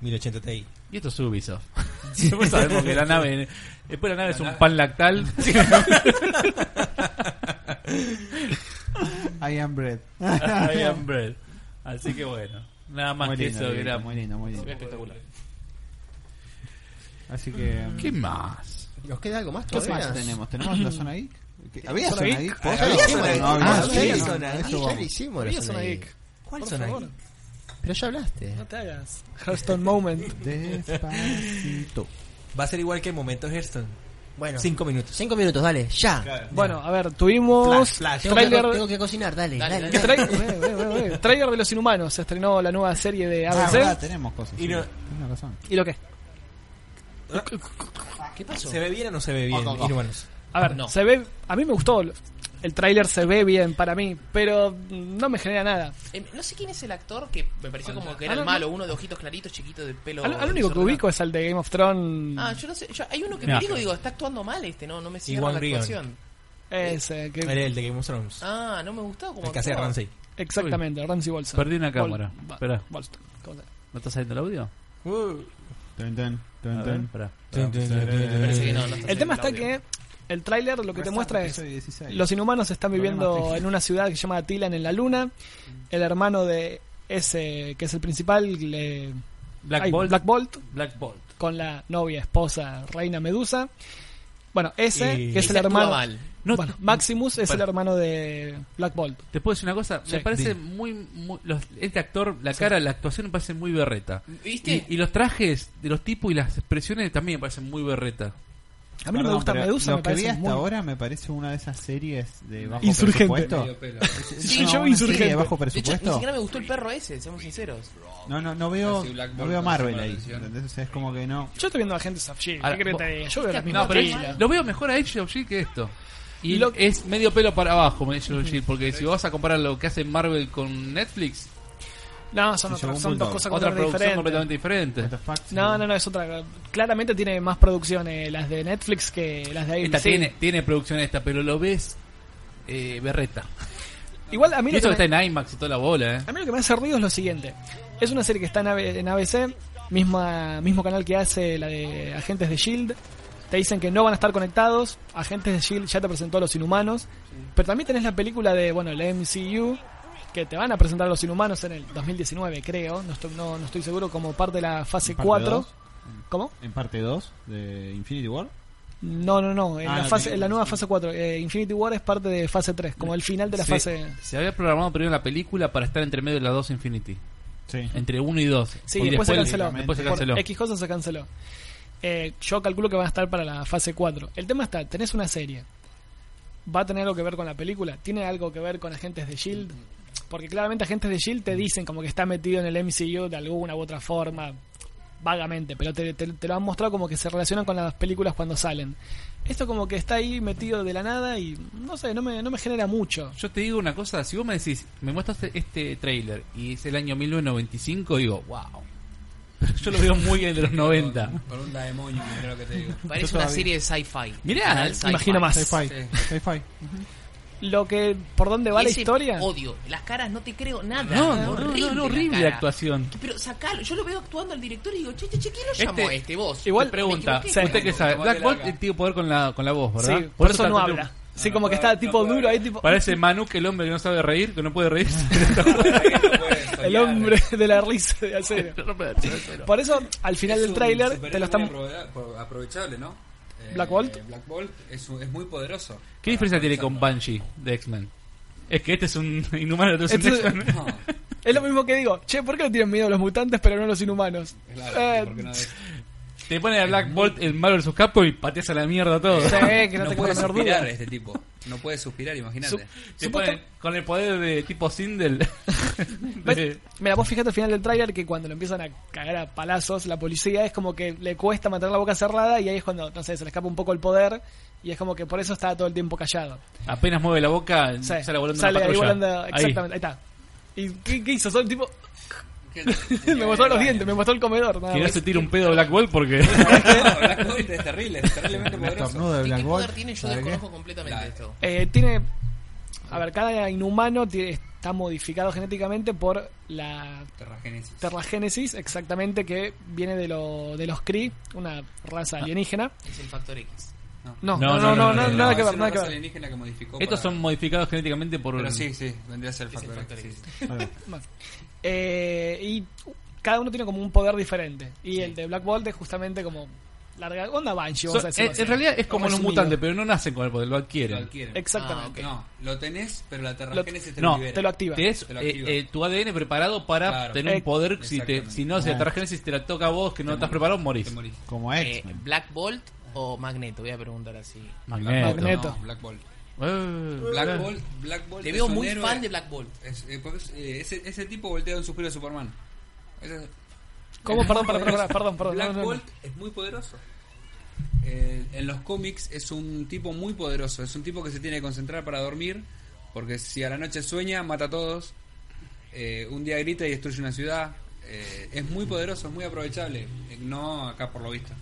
Speaker 9: 1080 Ti.
Speaker 6: Y esto es Ubisoft. Después sabemos que la nave. Después la nave es un pan lactal.
Speaker 4: I am bread.
Speaker 6: I am bread. Así que bueno. Nada más
Speaker 4: Muy
Speaker 6: que
Speaker 4: lindo,
Speaker 6: eso.
Speaker 4: Dieguito,
Speaker 6: era-
Speaker 4: muy lindo, muy
Speaker 3: Se ve
Speaker 4: lindo.
Speaker 3: espectacular.
Speaker 4: Así que.
Speaker 6: ¿Qué más?
Speaker 1: ¿Nos queda algo más
Speaker 4: ¿Qué
Speaker 1: todavía?
Speaker 4: más tenemos? ¿Tenemos la zona geek? ¿Qué- ¿Había
Speaker 8: ¿Zona
Speaker 4: zona
Speaker 8: geek?
Speaker 4: geek? ¿Vos
Speaker 9: Ah,
Speaker 4: sabés?
Speaker 9: zona
Speaker 4: No,
Speaker 9: geek.
Speaker 4: había
Speaker 9: Ah,
Speaker 4: zona
Speaker 9: sí,
Speaker 4: geek,
Speaker 1: zona
Speaker 4: no,
Speaker 1: geek,
Speaker 4: esto
Speaker 1: ya lo
Speaker 4: vamos.
Speaker 1: hicimos. la
Speaker 8: Había
Speaker 1: zona
Speaker 8: zona
Speaker 1: geek.
Speaker 8: geek.
Speaker 9: ¿Cuál
Speaker 8: Por
Speaker 9: son
Speaker 8: favor.
Speaker 9: ahí?
Speaker 1: Pero ya hablaste.
Speaker 8: No te hagas. Hearthstone Moment.
Speaker 4: Despacito.
Speaker 9: Va a ser igual que el momento Hearthstone.
Speaker 1: Bueno, cinco.
Speaker 9: Cinco minutos. Ah,
Speaker 1: minutos, dale, ya.
Speaker 8: Bueno, a ver, tuvimos.
Speaker 9: Flash,
Speaker 1: Tengo, que,
Speaker 8: Trailer,
Speaker 1: tengo que cocinar, dale,
Speaker 3: Dale,
Speaker 1: dale.
Speaker 3: dale.
Speaker 1: dale.
Speaker 8: ¿Qué tra- eh, eh, eh, eh. Trailer de los inhumanos. Se estrenó la nueva serie de
Speaker 4: Ah,
Speaker 8: ABC.
Speaker 4: verdad, tenemos cosas.
Speaker 9: Y
Speaker 4: sí.
Speaker 9: no-
Speaker 4: Tenés razón.
Speaker 8: ¿Y lo qué?
Speaker 3: ¿Qué pasó?
Speaker 9: ¿Se ve bien o Ah, no se ve bien?
Speaker 4: Ojo, ojo.
Speaker 9: Inhumanos.
Speaker 8: A ver,
Speaker 3: No.
Speaker 8: se ve. A mí me gustó. El tráiler se ve bien para mí, pero no me genera nada.
Speaker 3: Eh, no sé quién es el actor que me pareció como que era
Speaker 8: Ah,
Speaker 3: el
Speaker 8: no, no.
Speaker 3: malo, uno de ojitos claritos, chiquito, de pelo.
Speaker 8: Al, al único que
Speaker 3: desordenado.
Speaker 8: ubico es al de Game of Thrones.
Speaker 3: Ah, yo no sé. yo- hay uno que
Speaker 6: Mirá.
Speaker 3: me digo, digo, está actuando mal este, no, no me
Speaker 9: Y
Speaker 3: cierra
Speaker 9: Juan
Speaker 3: la
Speaker 9: Grigan.
Speaker 3: actuación.
Speaker 8: Ese, que-
Speaker 9: Era el de Game of Thrones.
Speaker 3: Ah, no me gustó como
Speaker 9: el que hace
Speaker 3: actuaba.
Speaker 9: Ramsey.
Speaker 8: exactamente, Ramsey Bolson.
Speaker 6: Perdí una
Speaker 8: Bol-
Speaker 6: cámara.
Speaker 8: Ba-
Speaker 6: Espera.
Speaker 8: Bolton, ¿cómo se llama?
Speaker 6: ¿No está saliendo el audio?
Speaker 8: Uh,
Speaker 4: Tun, tun,
Speaker 6: A
Speaker 4: tun,
Speaker 6: ver,
Speaker 4: tun.
Speaker 6: espera.
Speaker 3: Me parece que no, no
Speaker 8: El tema está
Speaker 3: saliendo
Speaker 8: que el tráiler lo que te
Speaker 4: Restart,
Speaker 8: muestra es
Speaker 4: episodio 16.
Speaker 8: los inhumanos están viviendo
Speaker 4: Problemas
Speaker 8: en una ciudad que se llama Tilan en la luna. El hermano de ese que es el principal le
Speaker 6: Black
Speaker 8: Ay,
Speaker 6: Bolt.
Speaker 8: Black Bolt
Speaker 6: Black Bolt.
Speaker 8: con la novia, esposa, reina Medusa. Bueno, ese,
Speaker 7: Y-
Speaker 8: que es el
Speaker 3: Ese actúa
Speaker 8: hermano.
Speaker 3: mal.
Speaker 6: No,
Speaker 8: bueno, Maximus es
Speaker 6: para.
Speaker 8: el hermano de Black Bolt.
Speaker 6: Te puedo decir una cosa, me
Speaker 8: Sí,
Speaker 6: parece muy, muy- los- este actor, la cara, la actuación me parece muy berreta.
Speaker 3: ¿Viste?
Speaker 6: Y, y los trajes de los tipos y las expresiones también me parecen muy berreta.
Speaker 8: A mí no me
Speaker 4: Perdón,
Speaker 8: gusta
Speaker 4: pero
Speaker 8: Medusa,
Speaker 4: Lo
Speaker 8: me
Speaker 4: que vi
Speaker 8: parece
Speaker 4: hasta
Speaker 8: muy.
Speaker 4: ahora me parece una de esas series de bajo
Speaker 8: Insurgente.
Speaker 4: presupuesto.
Speaker 2: Medio pelo.
Speaker 8: Sí,
Speaker 4: No,
Speaker 8: yo
Speaker 4: una
Speaker 8: insurgente.
Speaker 4: serie de bajo
Speaker 3: De hecho, ni
Speaker 4: presupuesto.
Speaker 3: siquiera me gustó el perro ese, seamos sinceros.
Speaker 4: No, no, no veo,
Speaker 2: Pero si Black
Speaker 4: no
Speaker 2: Bolt
Speaker 4: veo
Speaker 2: no
Speaker 4: Marvel
Speaker 2: llama la
Speaker 4: ahí.
Speaker 2: atención.
Speaker 4: ¿entendés? O sea, es como que no.
Speaker 8: Yo estoy viendo a gente of Shield,
Speaker 6: Ahora,
Speaker 8: ¿qué crees que te
Speaker 6: vos-
Speaker 8: diga? Yo veo la misma
Speaker 6: No, pero
Speaker 8: pila.
Speaker 6: lo veo mejor a Age of Shield que esto. Y
Speaker 8: Lo-
Speaker 6: es medio pelo para abajo, Age of Shield, porque si vas a comparar lo que hace Marvel con Netflix,
Speaker 8: No, son,
Speaker 4: Se
Speaker 8: otras-
Speaker 4: llevó un
Speaker 8: son dos
Speaker 4: bulldog.
Speaker 8: cosas
Speaker 6: otra producción
Speaker 8: completamente diferentes.
Speaker 6: completamente diferente.
Speaker 4: What the fuck,
Speaker 8: No, no, no, es otra. Claramente tiene más producciones las de Netflix que las de
Speaker 6: Esta
Speaker 8: ABC.
Speaker 6: tiene, tiene producción esta, pero lo ves eh, berreta.
Speaker 8: Igual a mí,
Speaker 6: Y
Speaker 8: lo
Speaker 6: eso
Speaker 8: que
Speaker 6: que está
Speaker 8: me,
Speaker 6: en IMAX y toda la bola, eh.
Speaker 8: a mí lo que me hace ruido es lo siguiente. Es una serie que está en AB en ABC, misma, mismo canal que hace la de Agentes de Shield. E Te dicen que no van a estar conectados. Agentes de Shield E ya te presentó a los inhumanos. Pero también tenés la película de, bueno, el MCU, que te van a presentar a los inhumanos en el 2019, creo. No estoy, no, no estoy seguro, como parte de la fase
Speaker 4: Parte
Speaker 8: 4.
Speaker 4: dos.
Speaker 8: ¿Cómo?
Speaker 4: En parte 2 de Infinity War.
Speaker 8: No, no, no. En,
Speaker 4: Ah,
Speaker 8: la,
Speaker 4: no,
Speaker 8: fase,
Speaker 4: tiene-
Speaker 8: en la nueva fase 4. eh, Infinity War es parte de fase 3, como el final de la
Speaker 6: Se-
Speaker 8: fase.
Speaker 6: Se había programado primero la película para estar entre medio de las dos Infinity.
Speaker 4: Sí.
Speaker 6: Entre 1 y 2.
Speaker 8: Sí, después, se canceló.
Speaker 6: Después se
Speaker 8: Por
Speaker 6: canceló.
Speaker 8: X cosas se canceló. Eh, yo calculo que van a estar para la fase 4. El tema está: tenés una serie. ¿Va a tener algo que ver con la película? ¿Tiene algo que ver con Agentes de Shield? E Porque claramente Agentes de Shield E te dicen como que está metido en el MCU de alguna u otra forma, vagamente, pero te, te- te lo han mostrado como que se relacionan con las películas cuando salen. Esto como que está ahí metido de la nada y no sé, no me, no me genera mucho.
Speaker 6: Yo te digo una cosa, si vos me decís, me muestras este trailer y es el año 1995, digo, wow. Pero yo lo veo muy el de los 90.
Speaker 2: Con un demonio, mira lo que te digo.
Speaker 3: Parece una
Speaker 4: Yo todavía-
Speaker 3: serie de sci-fi.
Speaker 6: Mirá,
Speaker 3: Canal sci-fi.
Speaker 8: Imagino más.
Speaker 4: Sci-fi.
Speaker 2: Sí.
Speaker 4: Sci-fi.
Speaker 8: Lo que por dónde va
Speaker 3: Y
Speaker 8: la
Speaker 3: ese
Speaker 8: historia.
Speaker 3: Odio. Las caras no te creo nada.
Speaker 6: No, no, no, no, no, horrible
Speaker 3: la
Speaker 6: la
Speaker 3: cara.
Speaker 6: actuación.
Speaker 3: Pero sacalo. Yo lo veo actuando al director y digo, che, che, che, ¿quién lo
Speaker 6: Este-
Speaker 3: llamó este, vos?
Speaker 8: Igual-
Speaker 6: Te pregunta,
Speaker 3: Me equivoqué.
Speaker 6: ¿usted qué sabe?
Speaker 2: Tomate
Speaker 6: Black
Speaker 2: la
Speaker 6: Bolt
Speaker 2: vaca.
Speaker 6: tiene poder con la, con la voz, ¿verdad?
Speaker 8: Sí, por eso no
Speaker 6: está-
Speaker 8: habla. Sí,
Speaker 2: no
Speaker 8: como que
Speaker 2: puede-
Speaker 8: está tipo
Speaker 2: no puede
Speaker 8: duro ahí,
Speaker 2: hablar.
Speaker 8: tipo.
Speaker 6: Parece Manuk, el hombre que no sabe reír, que no puede reír.
Speaker 8: El hombre
Speaker 2: eh.
Speaker 8: de la risa de acero. Por eso, al final del tráiler, te lo están...
Speaker 2: Aprovechable, ¿no? Eh,
Speaker 8: ¿Black Bolt?
Speaker 2: Black Bolt es, un- es muy poderoso.
Speaker 6: ¿Qué
Speaker 2: Para
Speaker 6: diferencia tiene con
Speaker 2: aprovecharlo.
Speaker 6: Banshee de X-Men? Es que este es un inhumano, otro es un
Speaker 8: Este es-
Speaker 6: X-Men.
Speaker 2: No,
Speaker 8: Es lo mismo que digo, che, ¿por qué no tienen miedo a los mutantes pero no a los inhumanos?
Speaker 2: claro,
Speaker 8: Eh,
Speaker 2: porque no es-
Speaker 6: Te ponen a Black Bolt el malo vs Capcom y pateas a la mierda todo.
Speaker 8: sí, que no,
Speaker 2: no
Speaker 8: te
Speaker 2: puede
Speaker 8: queda la menor
Speaker 2: suspirar
Speaker 8: duda.
Speaker 2: este tipo. No puede suspirar,
Speaker 8: Su-
Speaker 2: imagínate.
Speaker 6: Te
Speaker 8: supuesta-
Speaker 6: ponen con el poder de tipo Sindel.
Speaker 8: ¿Ves? Mira, vos fijate al final del tráiler que cuando lo empiezan a cagar a palazos, la policía es como que le cuesta mantener la boca cerrada y ahí es cuando, no sé, se le escapa un poco el poder y es como que por eso está todo el tiempo callado.
Speaker 6: Apenas mueve la boca,
Speaker 8: Sí,
Speaker 6: Mm, sale volando
Speaker 8: sale
Speaker 6: una
Speaker 8: ahí
Speaker 6: patrulla.
Speaker 8: volando,
Speaker 6: Ahí.
Speaker 8: exactamente, ahí, está. ¿Y qué, qué hizo? Son tipo... me mostró los dientes, me mostró el comedor. nada
Speaker 6: Que no
Speaker 8: más.
Speaker 6: se tira un pedo Black Bolt porque...
Speaker 2: No, Black Bolt es terrible, es terriblemente
Speaker 4: El
Speaker 2: poderoso.
Speaker 4: estornudo de
Speaker 3: ¿Qué,
Speaker 4: Black
Speaker 3: qué poder
Speaker 4: Bolt.
Speaker 3: tiene? Yo
Speaker 4: ¿Sabe qué?
Speaker 3: desconozco completamente
Speaker 2: Claro.
Speaker 3: esto.
Speaker 8: Eh, tiene. A ver, cada inhumano tiene- está modificado genéticamente por la
Speaker 2: Terragénesis.
Speaker 8: terragénesis, exactamente, que viene de, lo, de los Kree, una raza alienígena.
Speaker 3: Es el factor X.
Speaker 8: No,
Speaker 6: Ah. No,
Speaker 8: no, no, no,
Speaker 6: no, no, no,
Speaker 8: nada
Speaker 2: es
Speaker 8: que ver,
Speaker 2: una
Speaker 8: nada que
Speaker 2: raza
Speaker 8: ver.
Speaker 2: alienígena que modificó
Speaker 6: Estos
Speaker 2: para-
Speaker 6: son modificados genéticamente por...
Speaker 2: Pero sí, sí, vendría a ser el
Speaker 3: Es el
Speaker 2: factor
Speaker 3: factor
Speaker 2: X,
Speaker 3: X.
Speaker 2: sí.
Speaker 4: Vale.
Speaker 8: Bueno, eh, y cada uno tiene como un poder diferente. Y el de Black Bolt es justamente como larga onda Banshee,
Speaker 6: So- eh,
Speaker 8: vamos a decirlo
Speaker 6: en,
Speaker 8: así.
Speaker 6: en realidad es como los
Speaker 8: resumido.
Speaker 6: mutantes, pero no nacen con el poder, lo
Speaker 2: Lo
Speaker 6: adquieren.
Speaker 2: adquieren.
Speaker 6: Ah,
Speaker 8: Exactamente.
Speaker 2: No, lo tenés, pero la terragénesis te
Speaker 6: no,
Speaker 2: lo libera.
Speaker 8: Te lo activa.
Speaker 6: Te es
Speaker 2: Te lo
Speaker 6: eh,
Speaker 2: activa.
Speaker 6: eh, tu ADN preparado para
Speaker 2: Claro.
Speaker 6: tener un
Speaker 8: Eh,
Speaker 6: poder. Si, te,
Speaker 2: exactamente.
Speaker 6: si no, si la
Speaker 4: Ah.
Speaker 6: tarjeta te la toca a vos, que no
Speaker 2: Te
Speaker 6: estás
Speaker 2: morís.
Speaker 6: preparado,
Speaker 2: Te
Speaker 6: morís.
Speaker 2: morís.
Speaker 4: Como
Speaker 3: Eh,
Speaker 4: X-Men.
Speaker 3: ¿Black Bolt o Magneto? Voy a preguntar así.
Speaker 6: Magneto.
Speaker 8: Magneto.
Speaker 2: No, Black Bolt.
Speaker 6: Eh,
Speaker 2: Black
Speaker 8: Ah.
Speaker 6: eh.
Speaker 2: Bolt, Black Bolt
Speaker 3: Te
Speaker 2: es
Speaker 3: veo
Speaker 2: un
Speaker 3: muy
Speaker 2: héroe.
Speaker 3: fan de Black Bolt.
Speaker 2: Es- eh, porque es- eh, ese, ese tipo voltea un suspiro a Superman. Ese-
Speaker 8: ¿Cómo?
Speaker 2: es muy
Speaker 8: Perdón, perdón,
Speaker 2: poderoso.
Speaker 8: perdón, perdón, perdón,
Speaker 2: Black
Speaker 8: no, no, no.
Speaker 2: Bolt es muy poderoso. Eh, en los cómics es un tipo muy poderoso. Es un tipo que se tiene que concentrar para dormir. Porque si a la noche sueña, mata a todos. Eh, un día grita y destruye una ciudad. Eh, es muy poderoso, es muy aprovechable. Eh, no acá por lo visto.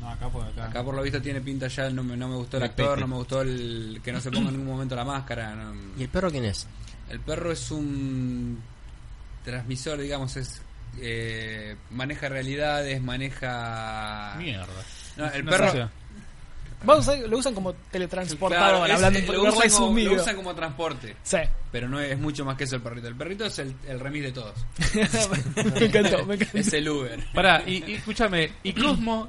Speaker 4: No, acá por acá.
Speaker 2: Acá por lo visto tiene pinta ya. No me, no me gustó el
Speaker 4: La
Speaker 2: actor,
Speaker 4: peste.
Speaker 2: no me gustó el que no se ponga en ningún momento la máscara. no-
Speaker 1: ¿Y el perro quién es?
Speaker 2: el perro es un transmisor, digamos, es eh, maneja realidades, maneja.
Speaker 6: Mierda.
Speaker 2: No, el
Speaker 6: No
Speaker 2: perro.
Speaker 6: sé.
Speaker 8: Vamos a- lo usan como teletransportador,
Speaker 2: Claro, es- eh,
Speaker 8: hablando un
Speaker 2: lo,
Speaker 8: poco
Speaker 2: usan como,
Speaker 8: resumido.
Speaker 2: lo usan como transporte.
Speaker 8: Sí,
Speaker 2: Pero no es, es mucho más que eso el perrito. El perrito es el, el remis de todos.
Speaker 8: me encantó, me encantó.
Speaker 2: Es el Uber.
Speaker 6: Pará, y, y escúchame, y Cosmo.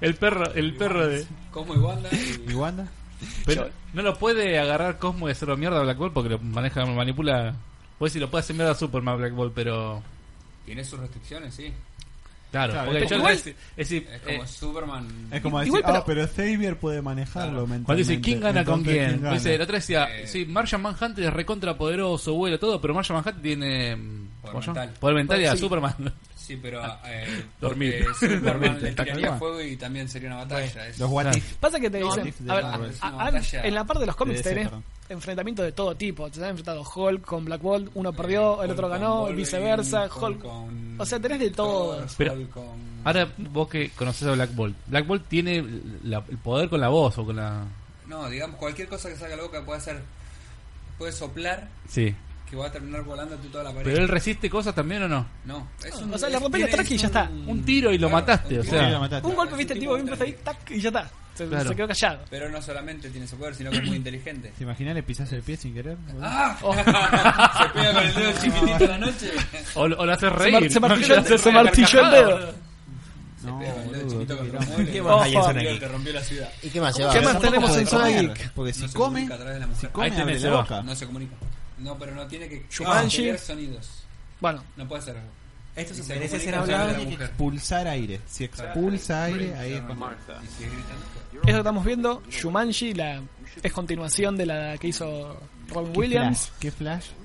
Speaker 6: el perro, el perro de.
Speaker 2: Como y Wanda. y-
Speaker 4: ¿Y Wanda?
Speaker 6: Pero no lo puede agarrar Cosmo y hacerlo mierda a Black Ball porque lo maneja, manipula. Pues si lo puede hacer mierda a Superman Black Ball, pero.
Speaker 2: Tiene sus restricciones, sí.
Speaker 6: Claro,
Speaker 4: Claro,
Speaker 6: porque
Speaker 4: pero
Speaker 6: yo-
Speaker 8: igual-
Speaker 6: es, decir,
Speaker 2: Es como
Speaker 6: eh,
Speaker 2: Superman.
Speaker 4: Es como decir,
Speaker 8: Igual,
Speaker 4: ah, pero Xavier puede manejarlo mentalmente.
Speaker 6: cuando dice quién gana con
Speaker 4: Entonces,
Speaker 6: quién,
Speaker 4: gana?
Speaker 6: dice, el otro decía,
Speaker 2: Eh.
Speaker 6: sí, Martian Manhunter es recontra poderoso, vuelo, todo, pero Martian Manhunter tiene mm,
Speaker 2: Poder
Speaker 6: ¿cómo se llama?
Speaker 2: mental.
Speaker 6: poder mental y a
Speaker 8: Sí.
Speaker 6: Superman.
Speaker 2: Sí, pero eh,
Speaker 6: Dormir.
Speaker 2: porque Superman le
Speaker 4: Está
Speaker 2: tiraría
Speaker 4: claro.
Speaker 2: fuego y también sería una batalla. Es-
Speaker 4: Los what
Speaker 6: Claro.
Speaker 4: if.
Speaker 8: Pasa que te
Speaker 4: No,
Speaker 8: dicen,
Speaker 4: Tiff de
Speaker 8: a ver,
Speaker 4: Marvel.
Speaker 8: a-
Speaker 2: Es una
Speaker 8: a-
Speaker 2: batalla
Speaker 8: en la parte de los cómics
Speaker 4: de DC,
Speaker 8: tenés
Speaker 4: perdón.
Speaker 8: enfrentamientos de todo tipo. Te han enfrentado Hulk con Black Bolt, uno perdió, el
Speaker 2: Hulk
Speaker 8: otro
Speaker 2: con
Speaker 8: ganó, y
Speaker 2: Wolverine,
Speaker 8: viceversa.
Speaker 2: Hulk
Speaker 8: Hulk.
Speaker 2: con
Speaker 8: O sea, tenés de todo.
Speaker 2: Thor,
Speaker 6: Pero-
Speaker 2: Hulk con-
Speaker 6: Ahora vos que conoces a Black Bolt, Black Bolt tiene la- el poder con la voz o con la...
Speaker 2: No, digamos, cualquier cosa que salga la boca puede hacer. Puede soplar
Speaker 6: Sí.
Speaker 2: que va a terminar volando tú toda la pared.
Speaker 6: Pero él resiste cosas también o no?
Speaker 2: No, es
Speaker 8: O sea, le rompés la
Speaker 2: tiene-
Speaker 8: traque y
Speaker 2: es
Speaker 8: ya está.
Speaker 6: Un tiro y lo mataste, o
Speaker 2: un
Speaker 4: Sí,
Speaker 6: sea.
Speaker 2: tiro.
Speaker 4: lo mataste.
Speaker 8: Un golpe,
Speaker 2: ese
Speaker 8: viste, el tipo
Speaker 2: tipo
Speaker 8: bien puesto ahí, tac, y ya está. Se,
Speaker 6: Claro.
Speaker 8: se quedó callado.
Speaker 2: Pero no solamente tiene ese poder, sino que es muy inteligente.
Speaker 4: ¿Te imaginas le pisas el pie sin querer? boludo?
Speaker 2: ¡Ah!
Speaker 8: Oh.
Speaker 2: Se pega con el dedo chiquitito en la noche.
Speaker 6: O, lo- o lo hace
Speaker 8: Se,
Speaker 6: reír.
Speaker 8: mar- se martilló,
Speaker 6: Imagínate,
Speaker 8: se
Speaker 6: ríe a
Speaker 8: martilló el
Speaker 6: carcajadas,
Speaker 8: dedo.
Speaker 2: Se
Speaker 4: No,
Speaker 2: pega con el dedo
Speaker 4: boludo,
Speaker 2: chiquito que
Speaker 4: qué
Speaker 2: remueve.
Speaker 4: tirado.
Speaker 9: ¿Qué
Speaker 8: Oh,
Speaker 9: más hay en
Speaker 2: Ojo,
Speaker 9: Zona Geek?
Speaker 2: Te rompió la ciudad.
Speaker 1: ¿Y qué más se
Speaker 8: ¿Qué
Speaker 1: va?
Speaker 8: más tenemos en Zona
Speaker 4: Claro,
Speaker 8: Geek?
Speaker 4: Porque si
Speaker 2: No se
Speaker 4: come,
Speaker 2: comunica a través de la mujer.
Speaker 4: come,
Speaker 6: Ahí
Speaker 4: abre
Speaker 6: tenés,
Speaker 4: la
Speaker 6: se
Speaker 4: boca.
Speaker 2: No se comunica. No, pero no tiene que
Speaker 8: Shumanji.
Speaker 2: tener sonidos.
Speaker 8: Bueno,
Speaker 2: No puede ser.
Speaker 9: Esto se
Speaker 2: Se
Speaker 9: merece ser
Speaker 2: comunica a través
Speaker 9: hablado.
Speaker 2: de la mujer.
Speaker 4: Expulsar aire. Si expulsa aire, ahí es cuando...
Speaker 2: Y sigue gritando.
Speaker 8: eso que estamos viendo, Shumanji, la es continuación de la que hizo Robin Williams.
Speaker 4: ¿Qué flash? ¿Qué flash?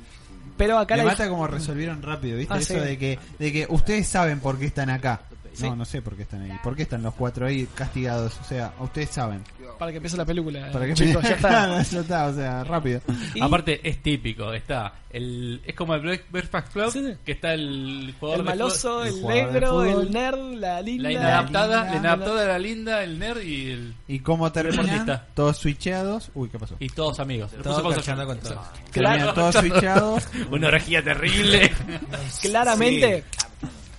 Speaker 8: Pero acá
Speaker 4: Me
Speaker 8: la
Speaker 4: mata como resolvieron rápido, ¿viste?
Speaker 8: Ah,
Speaker 4: Eso
Speaker 8: sí.
Speaker 4: de, que, de que ustedes saben por qué están acá. No, no sé por qué están ahí. ¿Por qué están los cuatro ahí castigados? O sea, ustedes saben.
Speaker 8: para que empiece la película.
Speaker 4: ¿Para qué
Speaker 8: chicos, ya está.
Speaker 4: Claro, ya está, o sea, rápido.
Speaker 8: Y-
Speaker 6: Aparte, es típico, está. El, es como el Black Breakfast Club,
Speaker 8: Sí, sí.
Speaker 6: que está el jugador
Speaker 8: El
Speaker 6: de
Speaker 8: maloso,
Speaker 4: el
Speaker 8: el
Speaker 4: jugador de
Speaker 8: negro,
Speaker 4: fútbol.
Speaker 8: el nerd, la
Speaker 6: fútbol,
Speaker 8: linda.
Speaker 6: la inadaptada,
Speaker 4: linda,
Speaker 6: la inadaptada, la linda, el nerd y, el-
Speaker 4: ¿Y cómo terminan?
Speaker 6: Deportista.
Speaker 4: Todos switcheados. Uy, ¿qué pasó?
Speaker 6: y todos amigos. Le
Speaker 9: Todo
Speaker 6: puse pausa
Speaker 9: cachando
Speaker 6: yo.
Speaker 9: con todo.
Speaker 4: Terminan todos switchados.
Speaker 6: Una orgía terrible.
Speaker 8: Claramente,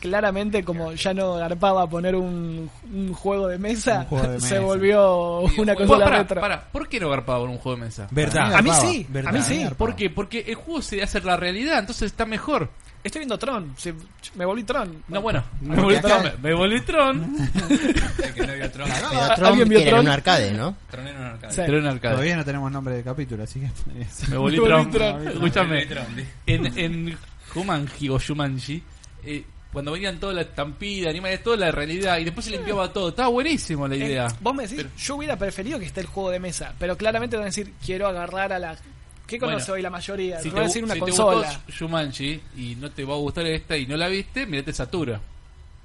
Speaker 8: claramente como ya no garpaba poner un, un juego de mesa,
Speaker 4: Un juego de
Speaker 8: se
Speaker 4: mesa.
Speaker 8: volvió una
Speaker 6: Pues,
Speaker 8: consola
Speaker 6: pará,
Speaker 8: retro.
Speaker 6: pará, ¿por qué no garpaba en un juego de mesa?
Speaker 9: Verdad.
Speaker 8: A mí sí,
Speaker 9: Verdad.
Speaker 8: a mí sí.
Speaker 6: ¿Por qué? Porque el juego se hace la realidad, entonces está mejor.
Speaker 8: Estoy viendo Tron, se- me volví Tron.
Speaker 6: No, bueno, me volví
Speaker 4: acá-
Speaker 6: Tron. Me volví Tron.
Speaker 2: El que no vio Tron.
Speaker 1: Pero Trump
Speaker 8: ¿Alguien vio
Speaker 1: era
Speaker 8: Trump?
Speaker 1: un arcade, ¿no?
Speaker 2: Tron era un arcade.
Speaker 8: Sí.
Speaker 6: Tron arcade.
Speaker 4: Todavía no tenemos nombre de capítulo, así que podría ser.
Speaker 6: Me volví
Speaker 8: Me volví
Speaker 6: Tron.
Speaker 8: Tron.
Speaker 6: Escúchame.
Speaker 2: Me volví Tron, dije.
Speaker 6: En, en Jumanji o Shumanji, eh, cuando venían toda la estampida, animales, toda la realidad, y después se limpiaba todo. Estaba buenísimo la
Speaker 8: Eh,
Speaker 6: idea.
Speaker 8: vos me decís, yo hubiera preferido que esté el juego de mesa, pero claramente van a decir, quiero agarrar a la... ¿Qué conoce
Speaker 6: Bueno,
Speaker 8: hoy la mayoría?
Speaker 6: Si
Speaker 8: van a
Speaker 6: gu-
Speaker 8: decir una
Speaker 6: si
Speaker 8: consola.
Speaker 6: gustó Shumanji y no te va a gustar esta y no la viste, mirate Satura.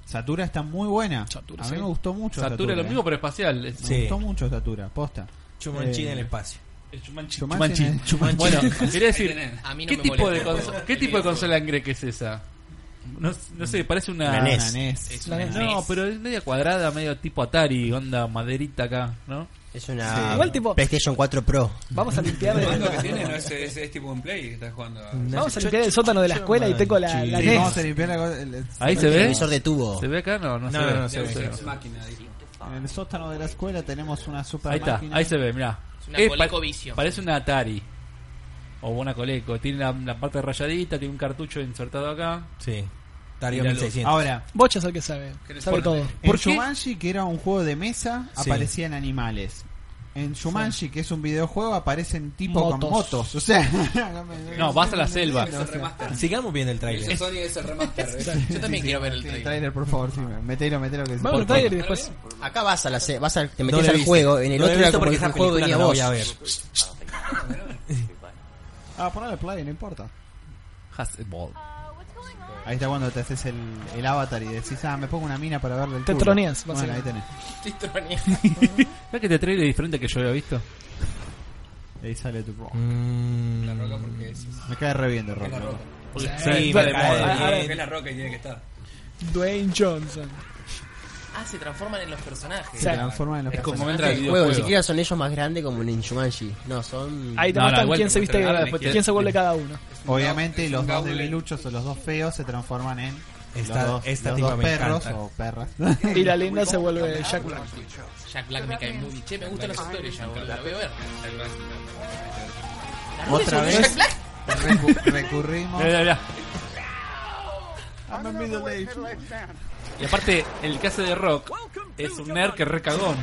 Speaker 4: Satura está muy buena.
Speaker 8: Satura,
Speaker 4: a mí
Speaker 8: sí.
Speaker 4: me gustó mucho.
Speaker 6: Satura, es lo
Speaker 4: ¿eh?
Speaker 6: mismo, pero espacial. Es-
Speaker 4: Me
Speaker 9: Sí.
Speaker 4: gustó mucho Satura, posta.
Speaker 9: Chumanchi
Speaker 4: Eh,
Speaker 9: en el espacio.
Speaker 6: es Shumanji.
Speaker 4: Shumanji.
Speaker 6: Shumanji.
Speaker 4: Shumanji.
Speaker 6: Bueno, quería decir,
Speaker 2: Ahí tenés.
Speaker 3: A mí no
Speaker 6: ¿qué
Speaker 3: me
Speaker 6: tipo de,
Speaker 3: molesta el
Speaker 6: conso-
Speaker 3: juego.
Speaker 6: ¿qué
Speaker 3: El
Speaker 6: tipo de
Speaker 3: videojuego.
Speaker 6: consola en que es esa? No, no sé, parece una...
Speaker 1: La NES.
Speaker 4: Una NES.
Speaker 3: Es
Speaker 8: La
Speaker 3: una
Speaker 8: NES.
Speaker 6: No,
Speaker 3: NES.
Speaker 6: pero es media cuadrada, medio tipo Atari, onda maderita acá, ¿no?
Speaker 1: Es una
Speaker 4: Sí.
Speaker 8: Igual, tipo-
Speaker 1: PlayStation 4 Pro.
Speaker 8: Vamos a limpiar
Speaker 2: El mando que
Speaker 8: el,
Speaker 2: tiene no es, es, es tipo un play que estás jugando.
Speaker 8: vamos a limpiar el sótano de la escuela y tengo la, la
Speaker 4: Sí,
Speaker 8: NES.
Speaker 4: E vamos a limpiar la cosa- el, el-
Speaker 6: E Ahí se
Speaker 1: El
Speaker 6: ve.
Speaker 1: televisor de tubo.
Speaker 6: ¿Se ve acá? No, no, se
Speaker 9: no,
Speaker 6: ve.
Speaker 9: no se
Speaker 2: Debe
Speaker 6: se
Speaker 2: ser
Speaker 6: ve.
Speaker 2: máquina, dijo.
Speaker 4: En el sótano de la escuela tenemos una super
Speaker 6: Ahí está,
Speaker 4: máquina.
Speaker 6: ahí se ve, mirá. Eh,
Speaker 3: Es una ColecoVision.
Speaker 6: parece una Atari. O una Coleco. Tiene la, la parte rayadita, tiene un cartucho insertado acá.
Speaker 9: Sí. Darío
Speaker 6: Míralo.
Speaker 9: 1600.
Speaker 4: Ahora,
Speaker 8: Bocha es el que sabe,
Speaker 2: ¿Querés
Speaker 8: sabe
Speaker 2: poner?
Speaker 8: todo.
Speaker 6: ¿Por
Speaker 4: en
Speaker 6: qué?
Speaker 4: Shumanji, que era un juego de mesa,
Speaker 9: Sí.
Speaker 4: aparecían animales. En Shumanji, que es un videojuego, aparecen tipos con
Speaker 8: Motos.
Speaker 4: motos. O sea,
Speaker 6: No, vas a la selva.
Speaker 2: Es el remaster.
Speaker 9: Sigamos viendo el
Speaker 2: Ese
Speaker 9: trailer.
Speaker 2: Sony es el remaster. ¿ves?
Speaker 3: Yo también quiero ver el
Speaker 4: Sí, el
Speaker 3: trailer.
Speaker 4: trailer, por favor, sí, metelo, metelo. Que
Speaker 8: Vamos
Speaker 4: por-
Speaker 8: al trailer y después...
Speaker 1: Acá vas a la se- vas a, te
Speaker 9: lo
Speaker 1: metes al
Speaker 9: viste.
Speaker 1: juego, en el
Speaker 9: No lo he
Speaker 1: otro era
Speaker 9: visto
Speaker 1: como
Speaker 9: porque
Speaker 1: que
Speaker 9: esa
Speaker 1: el juego
Speaker 9: película
Speaker 1: venía
Speaker 9: no la
Speaker 1: vos.
Speaker 9: voy a ver.
Speaker 4: Ah, ponle play, no importa.
Speaker 6: Hasselball.
Speaker 4: Ahí está cuando te haces el, el avatar y decís, ah, me pongo una mina para verle el
Speaker 8: Te
Speaker 4: culo.
Speaker 8: troneas,
Speaker 4: Bueno, ahí tenés.
Speaker 6: ¿Sabes que te trailer diferente que yo había visto?
Speaker 4: Ahí sale tu...
Speaker 9: Mm,
Speaker 2: La roca porque es,
Speaker 4: Me cae re bien de
Speaker 2: es la
Speaker 4: ropa.
Speaker 2: roca.
Speaker 6: Eh,
Speaker 9: Sí,
Speaker 8: Bueno,
Speaker 9: me
Speaker 8: vale,
Speaker 9: cae
Speaker 8: vale.
Speaker 9: bien.
Speaker 2: Es la roca y tiene que estar.
Speaker 8: Dwayne Johnson.
Speaker 3: Ah, se transforman en los personajes.
Speaker 4: Se transforma en los
Speaker 6: Es como
Speaker 4: personajes.
Speaker 6: entra el
Speaker 1: Juego, ni
Speaker 6: videojuego.
Speaker 1: siquiera son ellos más grandes como en Shumanji. No, son...
Speaker 8: Ahí te
Speaker 6: No, no,
Speaker 8: muestran
Speaker 6: igual
Speaker 8: quién
Speaker 6: te
Speaker 8: se viste,
Speaker 2: muestran- ahora después te-
Speaker 8: quién se vuelve cada uno.
Speaker 4: Obviamente
Speaker 2: es un
Speaker 4: los dos de
Speaker 2: gaule.
Speaker 4: Beluchos o los dos feos se transforman en
Speaker 9: Esta,
Speaker 4: los dos,
Speaker 9: esta
Speaker 4: los
Speaker 9: tipa
Speaker 4: dos
Speaker 9: me
Speaker 4: perros
Speaker 9: encanta.
Speaker 4: o perras.
Speaker 8: Y la linda se vuelve Jack Black.
Speaker 3: Jack Black me cae muy bien. Che, me gustan los actores ya, boludo. La voy a ver. ¿La rubia
Speaker 4: Otra
Speaker 3: se volvió
Speaker 4: vez.
Speaker 3: Jack Black?
Speaker 4: Recu- recurrimos.
Speaker 6: Mirá, mirá, mirá.
Speaker 4: I'm a middle age.
Speaker 6: Y aparte, el que hace de Rock es un nerd que recagón.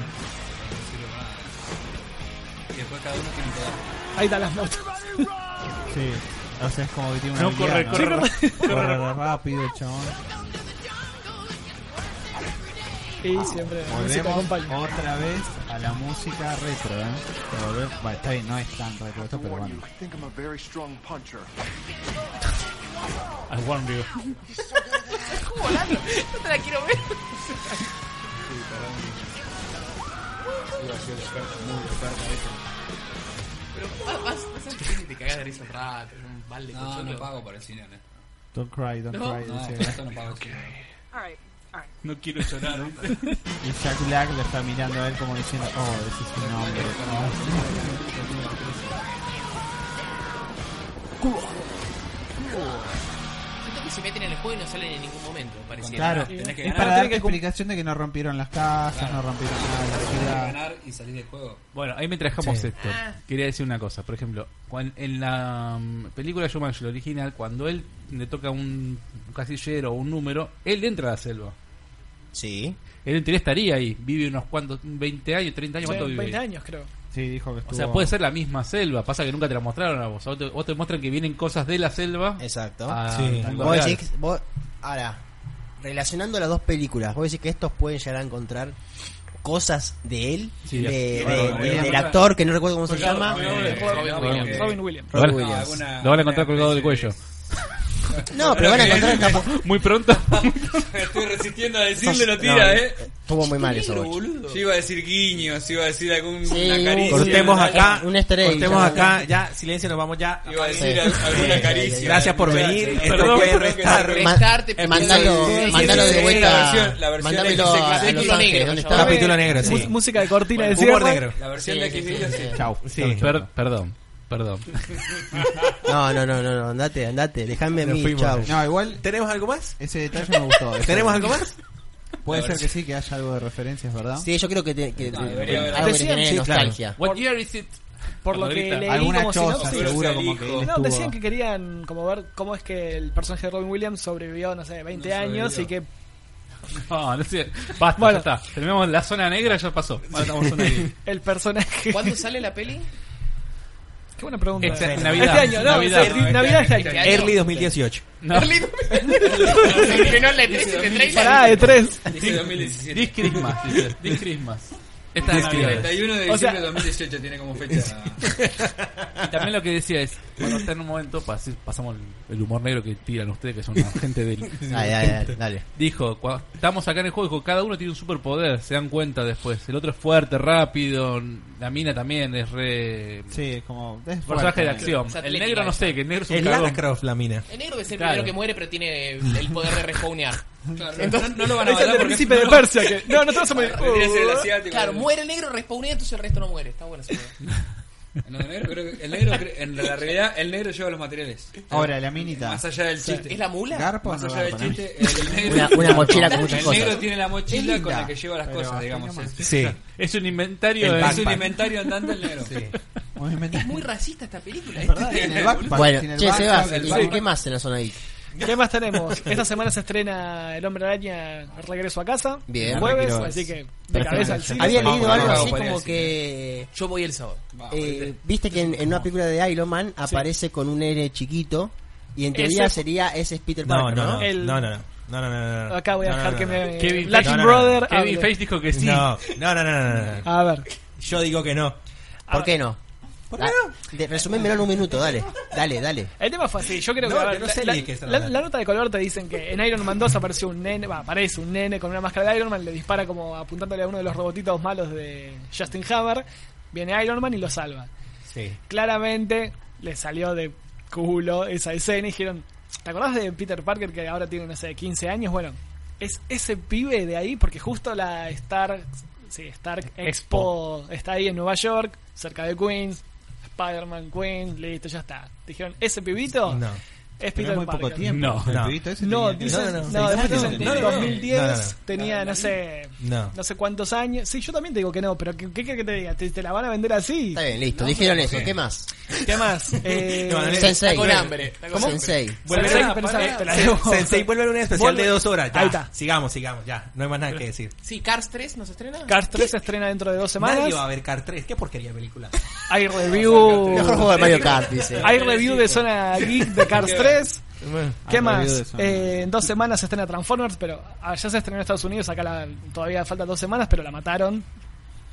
Speaker 2: Y después cada uno tiene un poder.
Speaker 8: Ahí están las motos.
Speaker 4: Sí. O sea, es como que tiene una
Speaker 6: No, corre,
Speaker 4: habilidad,
Speaker 6: corre,
Speaker 4: ¿no?
Speaker 6: corre.
Speaker 4: Corre rápido, chabón.
Speaker 8: Y siempre la música acompaña.
Speaker 4: Volvemos otra vez a la música retro, ¿eh? Pero volve- Bueno, está bien, no es tan retro esto, pero bueno.
Speaker 6: Al One Rio.
Speaker 3: No te la quiero ver. Pero vas, vas, vas al cine y te cagas de risa un rato, en un balde
Speaker 2: No, no
Speaker 3: cocholo.
Speaker 2: pago por el cine. No,
Speaker 4: Don't cry, don't
Speaker 3: No,
Speaker 4: cry.
Speaker 2: no,
Speaker 4: dice.
Speaker 2: esto no pago el cine.
Speaker 6: No quiero llorar.
Speaker 4: Y Jack Black lo está mirando a él como diciendo, oh, ese es un hombre.
Speaker 3: Siento que se meten en el juego y no salen en ningún momento, pareciera.
Speaker 4: Claro,
Speaker 2: Tenés que
Speaker 4: es
Speaker 2: ganar.
Speaker 4: para
Speaker 8: Tiene
Speaker 4: dar
Speaker 8: que cum-
Speaker 4: explicación de que no rompieron las casas, no rompieron nada en la ciudad.
Speaker 2: Ganar y salir del juego.
Speaker 6: Bueno, ahí mientras dejamos
Speaker 4: Sí.
Speaker 6: esto,
Speaker 8: Ah.
Speaker 6: quería decir una cosa. Por ejemplo, cuan- en la mm, película Jumanji, la original, cuando él le toca un casillero o un número, él entra a la selva.
Speaker 1: Sí.
Speaker 6: Él en teoría estaría ahí. Vive unos cuantos, 20 años, 30 años,
Speaker 8: Sí,
Speaker 6: ¿cuánto vive?
Speaker 8: 20 años creo.
Speaker 4: Sí, dijo que
Speaker 6: O
Speaker 4: estuvo...
Speaker 6: sea, puede ser la misma selva. Pasa que nunca te la mostraron a vos. A Vos te, vos te muestran que vienen cosas de la selva.
Speaker 1: Exacto.
Speaker 6: a-
Speaker 4: Sí.
Speaker 6: al mundo
Speaker 1: Vos
Speaker 6: Ah, real.
Speaker 1: decís, vos, ahora, relacionando las dos películas, vos decís que estos pueden llegar a encontrar cosas de él,
Speaker 6: Sí,
Speaker 1: de- de-
Speaker 2: bueno,
Speaker 1: de-
Speaker 2: bueno.
Speaker 1: del actor que no recuerdo cómo se llama.
Speaker 2: Williams.
Speaker 8: Robin Williams.
Speaker 6: Lo van, a-
Speaker 1: Robin Williams.
Speaker 6: lo van a encontrar colgado del cuello.
Speaker 1: No, pero van a encontrar capaz.
Speaker 6: Muy pronto.
Speaker 2: Estoy resistiendo a decirle, lo tira,
Speaker 1: No,
Speaker 2: eh.
Speaker 1: Estuvo muy mal eso. Bocho.
Speaker 2: Yo iba a decir guiños, iba a decir algún,
Speaker 1: Sí,
Speaker 2: una caricia.
Speaker 9: Cortemos
Speaker 2: una-
Speaker 9: acá.
Speaker 1: Un easter egg,
Speaker 9: Cortemos
Speaker 1: ya.
Speaker 9: acá. Ya, silencio, nos vamos ya.
Speaker 2: Iba a decir
Speaker 1: Sí.
Speaker 2: al- alguna
Speaker 1: Sí,
Speaker 2: caricia.
Speaker 1: sí, sí.
Speaker 9: Gracias por
Speaker 2: Muchachos,
Speaker 9: venir.
Speaker 2: sí,
Speaker 9: Esto
Speaker 2: perdón,
Speaker 9: puede
Speaker 2: perdón,
Speaker 9: restar.
Speaker 2: que-
Speaker 1: Ma-
Speaker 3: Restarte,
Speaker 1: eh,
Speaker 3: episodio
Speaker 1: mandalo,
Speaker 3: dieciséis.
Speaker 1: mandalo de
Speaker 2: La
Speaker 1: vuelta.
Speaker 2: versión- la versión
Speaker 1: mandamelo
Speaker 2: de
Speaker 1: a, a Los
Speaker 3: Capítulo
Speaker 1: Ángeles.
Speaker 3: negro,
Speaker 1: ¿Dónde
Speaker 3: ya.
Speaker 1: está?
Speaker 9: Capítulo negro, sí.
Speaker 8: Música de cortina de
Speaker 9: Humor
Speaker 8: cierre.
Speaker 9: negro.
Speaker 2: La versión
Speaker 1: Sí,
Speaker 2: de
Speaker 1: sí,
Speaker 2: X
Speaker 1: sí,
Speaker 2: videos
Speaker 1: sí.
Speaker 4: Chau.
Speaker 9: Sí.
Speaker 6: Per- perdón, perdón.
Speaker 1: No, no, no, no, no, andate, andate, dejame a
Speaker 9: Nos
Speaker 1: mí,
Speaker 9: fuimos.
Speaker 1: chau.
Speaker 4: No, igual
Speaker 9: ¿Tenemos algo más?
Speaker 4: ese detalle me gustó. Ese-
Speaker 9: ¿Tenemos algo más?
Speaker 4: Puede ser que sí, que haya algo de referencias, ¿verdad?
Speaker 1: Sí, yo creo que, te, que
Speaker 2: No, debería haber.
Speaker 1: algo que te
Speaker 8: Decían,
Speaker 1: genere
Speaker 9: sí, claro.
Speaker 1: nostalgia.
Speaker 6: What year is it?
Speaker 8: Por lo
Speaker 6: Cuando
Speaker 8: que
Speaker 6: grita.
Speaker 8: leí
Speaker 4: Alguna
Speaker 8: como
Speaker 4: choza,
Speaker 8: sinopsis.
Speaker 4: seguro,
Speaker 2: Sí.
Speaker 4: como que él
Speaker 8: No,
Speaker 4: estuvo-
Speaker 8: decían que querían como ver cómo es que el personaje de Robin Williams sobrevivió, no sé, 20
Speaker 2: No
Speaker 8: años y
Speaker 2: sobrevivió.
Speaker 8: que
Speaker 6: No, no sé. Basta,
Speaker 8: Bueno.
Speaker 6: ya está. Terminamos la zona negra, ya pasó. Ahora estamos en zona gris.
Speaker 8: el personaje...
Speaker 3: ¿Cuándo sale la peli?
Speaker 8: Qué buena pregunta.
Speaker 6: Este,
Speaker 8: Este
Speaker 6: Navidad.
Speaker 8: año, no,
Speaker 6: Navidad.
Speaker 8: es decir, Navidad es
Speaker 3: Este
Speaker 8: año.
Speaker 3: año.
Speaker 9: Early 2018.
Speaker 6: No.
Speaker 3: Que no le hiciste trailer.
Speaker 8: Pará, de tres.
Speaker 2: Dice 2017.
Speaker 6: This Christmas, dice. This Christmas. Esta es
Speaker 2: El
Speaker 6: Navidad.
Speaker 2: 31 de
Speaker 8: O sea-
Speaker 2: diciembre de 2018 tiene como fecha.
Speaker 6: Y también lo que decía es, cuando está en un momento, pas- pasamos el el humor negro que tiran ustedes, que son la gente del...
Speaker 1: Dale, dale, dale, dale.
Speaker 6: Dijo, cua- estamos acá en el juego, dijo, cada uno tiene un superpoder, se dan cuenta después. El otro es fuerte, rápido, la mina también es re...
Speaker 4: Sí, es como... es
Speaker 6: Personaje
Speaker 4: fuerte,
Speaker 6: de acción.
Speaker 3: Es
Speaker 6: El
Speaker 3: atlética
Speaker 6: negro no
Speaker 3: esa.
Speaker 6: sé, que el negro es un
Speaker 9: Es
Speaker 6: cagón.
Speaker 9: Lara Croft la mina.
Speaker 3: El negro es el
Speaker 6: Claro.
Speaker 3: primero que muere, pero tiene el poder de respawnear.
Speaker 2: Entonces, no, no lo van a
Speaker 8: Es el
Speaker 2: matar
Speaker 8: del
Speaker 2: porque
Speaker 8: príncipe de
Speaker 2: no lo-
Speaker 8: Persia que... No, Uh. no te vas a morir.
Speaker 2: Vendría a ser el asiático.
Speaker 3: Claro,
Speaker 2: el-
Speaker 3: muere el negro, respawnea, entonces el resto no muere. Está bueno. esa idea.
Speaker 2: No, el negro, creo que- el negro cre- en la realidad, el negro lleva los materiales.
Speaker 4: Ahora, la minita.
Speaker 2: Más allá del chiste.
Speaker 3: ¿Es la mula?
Speaker 4: ¿Garpa o
Speaker 2: Más
Speaker 4: no
Speaker 2: allá del
Speaker 4: garpa, no?
Speaker 2: chiste, el negro,
Speaker 1: Una, una mochila con muchas
Speaker 2: el negro
Speaker 1: cosas.
Speaker 2: tiene la mochila
Speaker 4: Es
Speaker 2: con la
Speaker 4: linda.
Speaker 2: que lleva las
Speaker 4: Pero
Speaker 2: cosas,
Speaker 4: hasta
Speaker 2: digamos.
Speaker 4: ahí nomás.
Speaker 2: Es,
Speaker 9: Sí.
Speaker 6: Es un inventario...
Speaker 9: El
Speaker 6: de-
Speaker 2: es un inventario andante el negro.
Speaker 4: Muy bien.
Speaker 3: Es muy racista esta película.
Speaker 4: Es
Speaker 3: ¿eh?
Speaker 4: verdad, tiene el backpack, tiene
Speaker 1: Bueno,
Speaker 4: el
Speaker 1: che,
Speaker 4: backpack,
Speaker 1: Sebas,
Speaker 4: el
Speaker 1: ¿y
Speaker 4: backpack.
Speaker 1: qué más en la zona ahí?
Speaker 8: ¿Qué más tenemos? Esta semana se estrena El Hombre Araña Regreso a Casa.
Speaker 1: Bien.
Speaker 8: el Jueves,
Speaker 4: Tranquilo.
Speaker 8: así que de
Speaker 4: Perfecto.
Speaker 8: cabeza al cine.
Speaker 1: Había
Speaker 4: vamos,
Speaker 1: leído
Speaker 4: vamos,
Speaker 1: algo
Speaker 2: vamos,
Speaker 1: así
Speaker 2: podría
Speaker 1: como
Speaker 2: decir.
Speaker 1: que...
Speaker 3: Yo voy el sábado.
Speaker 2: Vamos,
Speaker 1: eh, Viste que en, en una película de Iron Man aparece con un N chiquito y en teoría
Speaker 8: Ese-
Speaker 1: sería ese es Peter
Speaker 9: No,
Speaker 1: Parker,
Speaker 9: no, no.
Speaker 1: ¿no?
Speaker 8: El-
Speaker 9: No, no, no. No, no, no, no.
Speaker 8: Acá voy a
Speaker 9: No, no,
Speaker 8: dejar
Speaker 9: no,
Speaker 8: que
Speaker 9: no.
Speaker 8: me...
Speaker 6: Kevin
Speaker 8: Latin
Speaker 9: Feige. No, no, no.
Speaker 8: Brother
Speaker 6: Kevin
Speaker 8: hable.
Speaker 6: Feige dijo que Eh, sí.
Speaker 9: No, no, no, no, no, no, no.
Speaker 8: A ver.
Speaker 9: Yo digo que no.
Speaker 1: ¿Por qué no? Da- de- resúmemelo en un minuto, dale, dale, dale.
Speaker 8: El tema fue así, yo creo
Speaker 9: No,
Speaker 8: que... a ver,
Speaker 9: yo no sé
Speaker 8: la,
Speaker 9: ni de qué está
Speaker 8: la-
Speaker 9: hablando.
Speaker 8: la nota de color te dicen que en Iron Man 2 apareció un nene, va, aparece un nene con una máscara de Iron Man, le dispara como apuntándole a uno de los robotitos malos de Justin Hammer, viene Iron Man y lo salva.
Speaker 9: Sí.
Speaker 8: Claramente le salió de culo esa escena y dijeron, ¿te acordás de Peter Parker que ahora tiene, no sé, 15 años? Bueno, es ese pibe de ahí porque justo la Stark, sí, Stark Expo está ahí en Nueva York, cerca de Queens, Spider-Man Queens, listo, ya está. Dijeron, ese pibito
Speaker 9: No.
Speaker 8: Es
Speaker 4: Pero
Speaker 8: Peter
Speaker 4: es muy poco
Speaker 8: Parker.
Speaker 4: tiempo.
Speaker 6: No.
Speaker 4: El
Speaker 6: no.
Speaker 4: pibito ese
Speaker 8: No,
Speaker 4: tenía-
Speaker 8: dicen, no,
Speaker 9: no, no.
Speaker 8: después
Speaker 9: No,
Speaker 8: dicen,
Speaker 9: no, no, no.
Speaker 8: 2010
Speaker 4: No, no, no.
Speaker 8: tenía no sé
Speaker 9: No.
Speaker 8: no sé cuántos años. Sí, yo también te digo que no, pero ¿qué qué querés que te diga? Te, te la van a vender así.
Speaker 1: Está bien, listo. Dijeron eso. ¿Qué más?
Speaker 8: ¿Qué más? Eh,
Speaker 1: Sensei.
Speaker 3: con hambre, está con hambre.
Speaker 1: Sensei.
Speaker 9: Vuelve
Speaker 8: Sensei,
Speaker 9: a-
Speaker 8: pensá,
Speaker 9: eh,
Speaker 8: te la
Speaker 9: Sen-
Speaker 8: debo.
Speaker 9: Sensei vuelve a un especial
Speaker 8: Vuelve.
Speaker 9: de dos horas. Ya.
Speaker 8: Ahí está.
Speaker 9: Sigamos, sigamos, ya. No hay más nada que decir.
Speaker 3: Sí, Cars 3 no se estrena.
Speaker 8: Cars 3 se estrena dentro de dos semanas.
Speaker 9: Nadie va a ver Car 3. Qué porquería de película.
Speaker 8: Hay review.
Speaker 1: Mejor juego de Mario Kart, dice.
Speaker 8: Hay review de Zona Geek de Cars 3. ¿Qué
Speaker 4: Ah, review de
Speaker 8: más?
Speaker 4: Sony.
Speaker 8: Eh, en dos semanas se estrena Transformers, pero allá se estrenó en Estados Unidos, acá la- todavía faltan dos semanas, pero la mataron.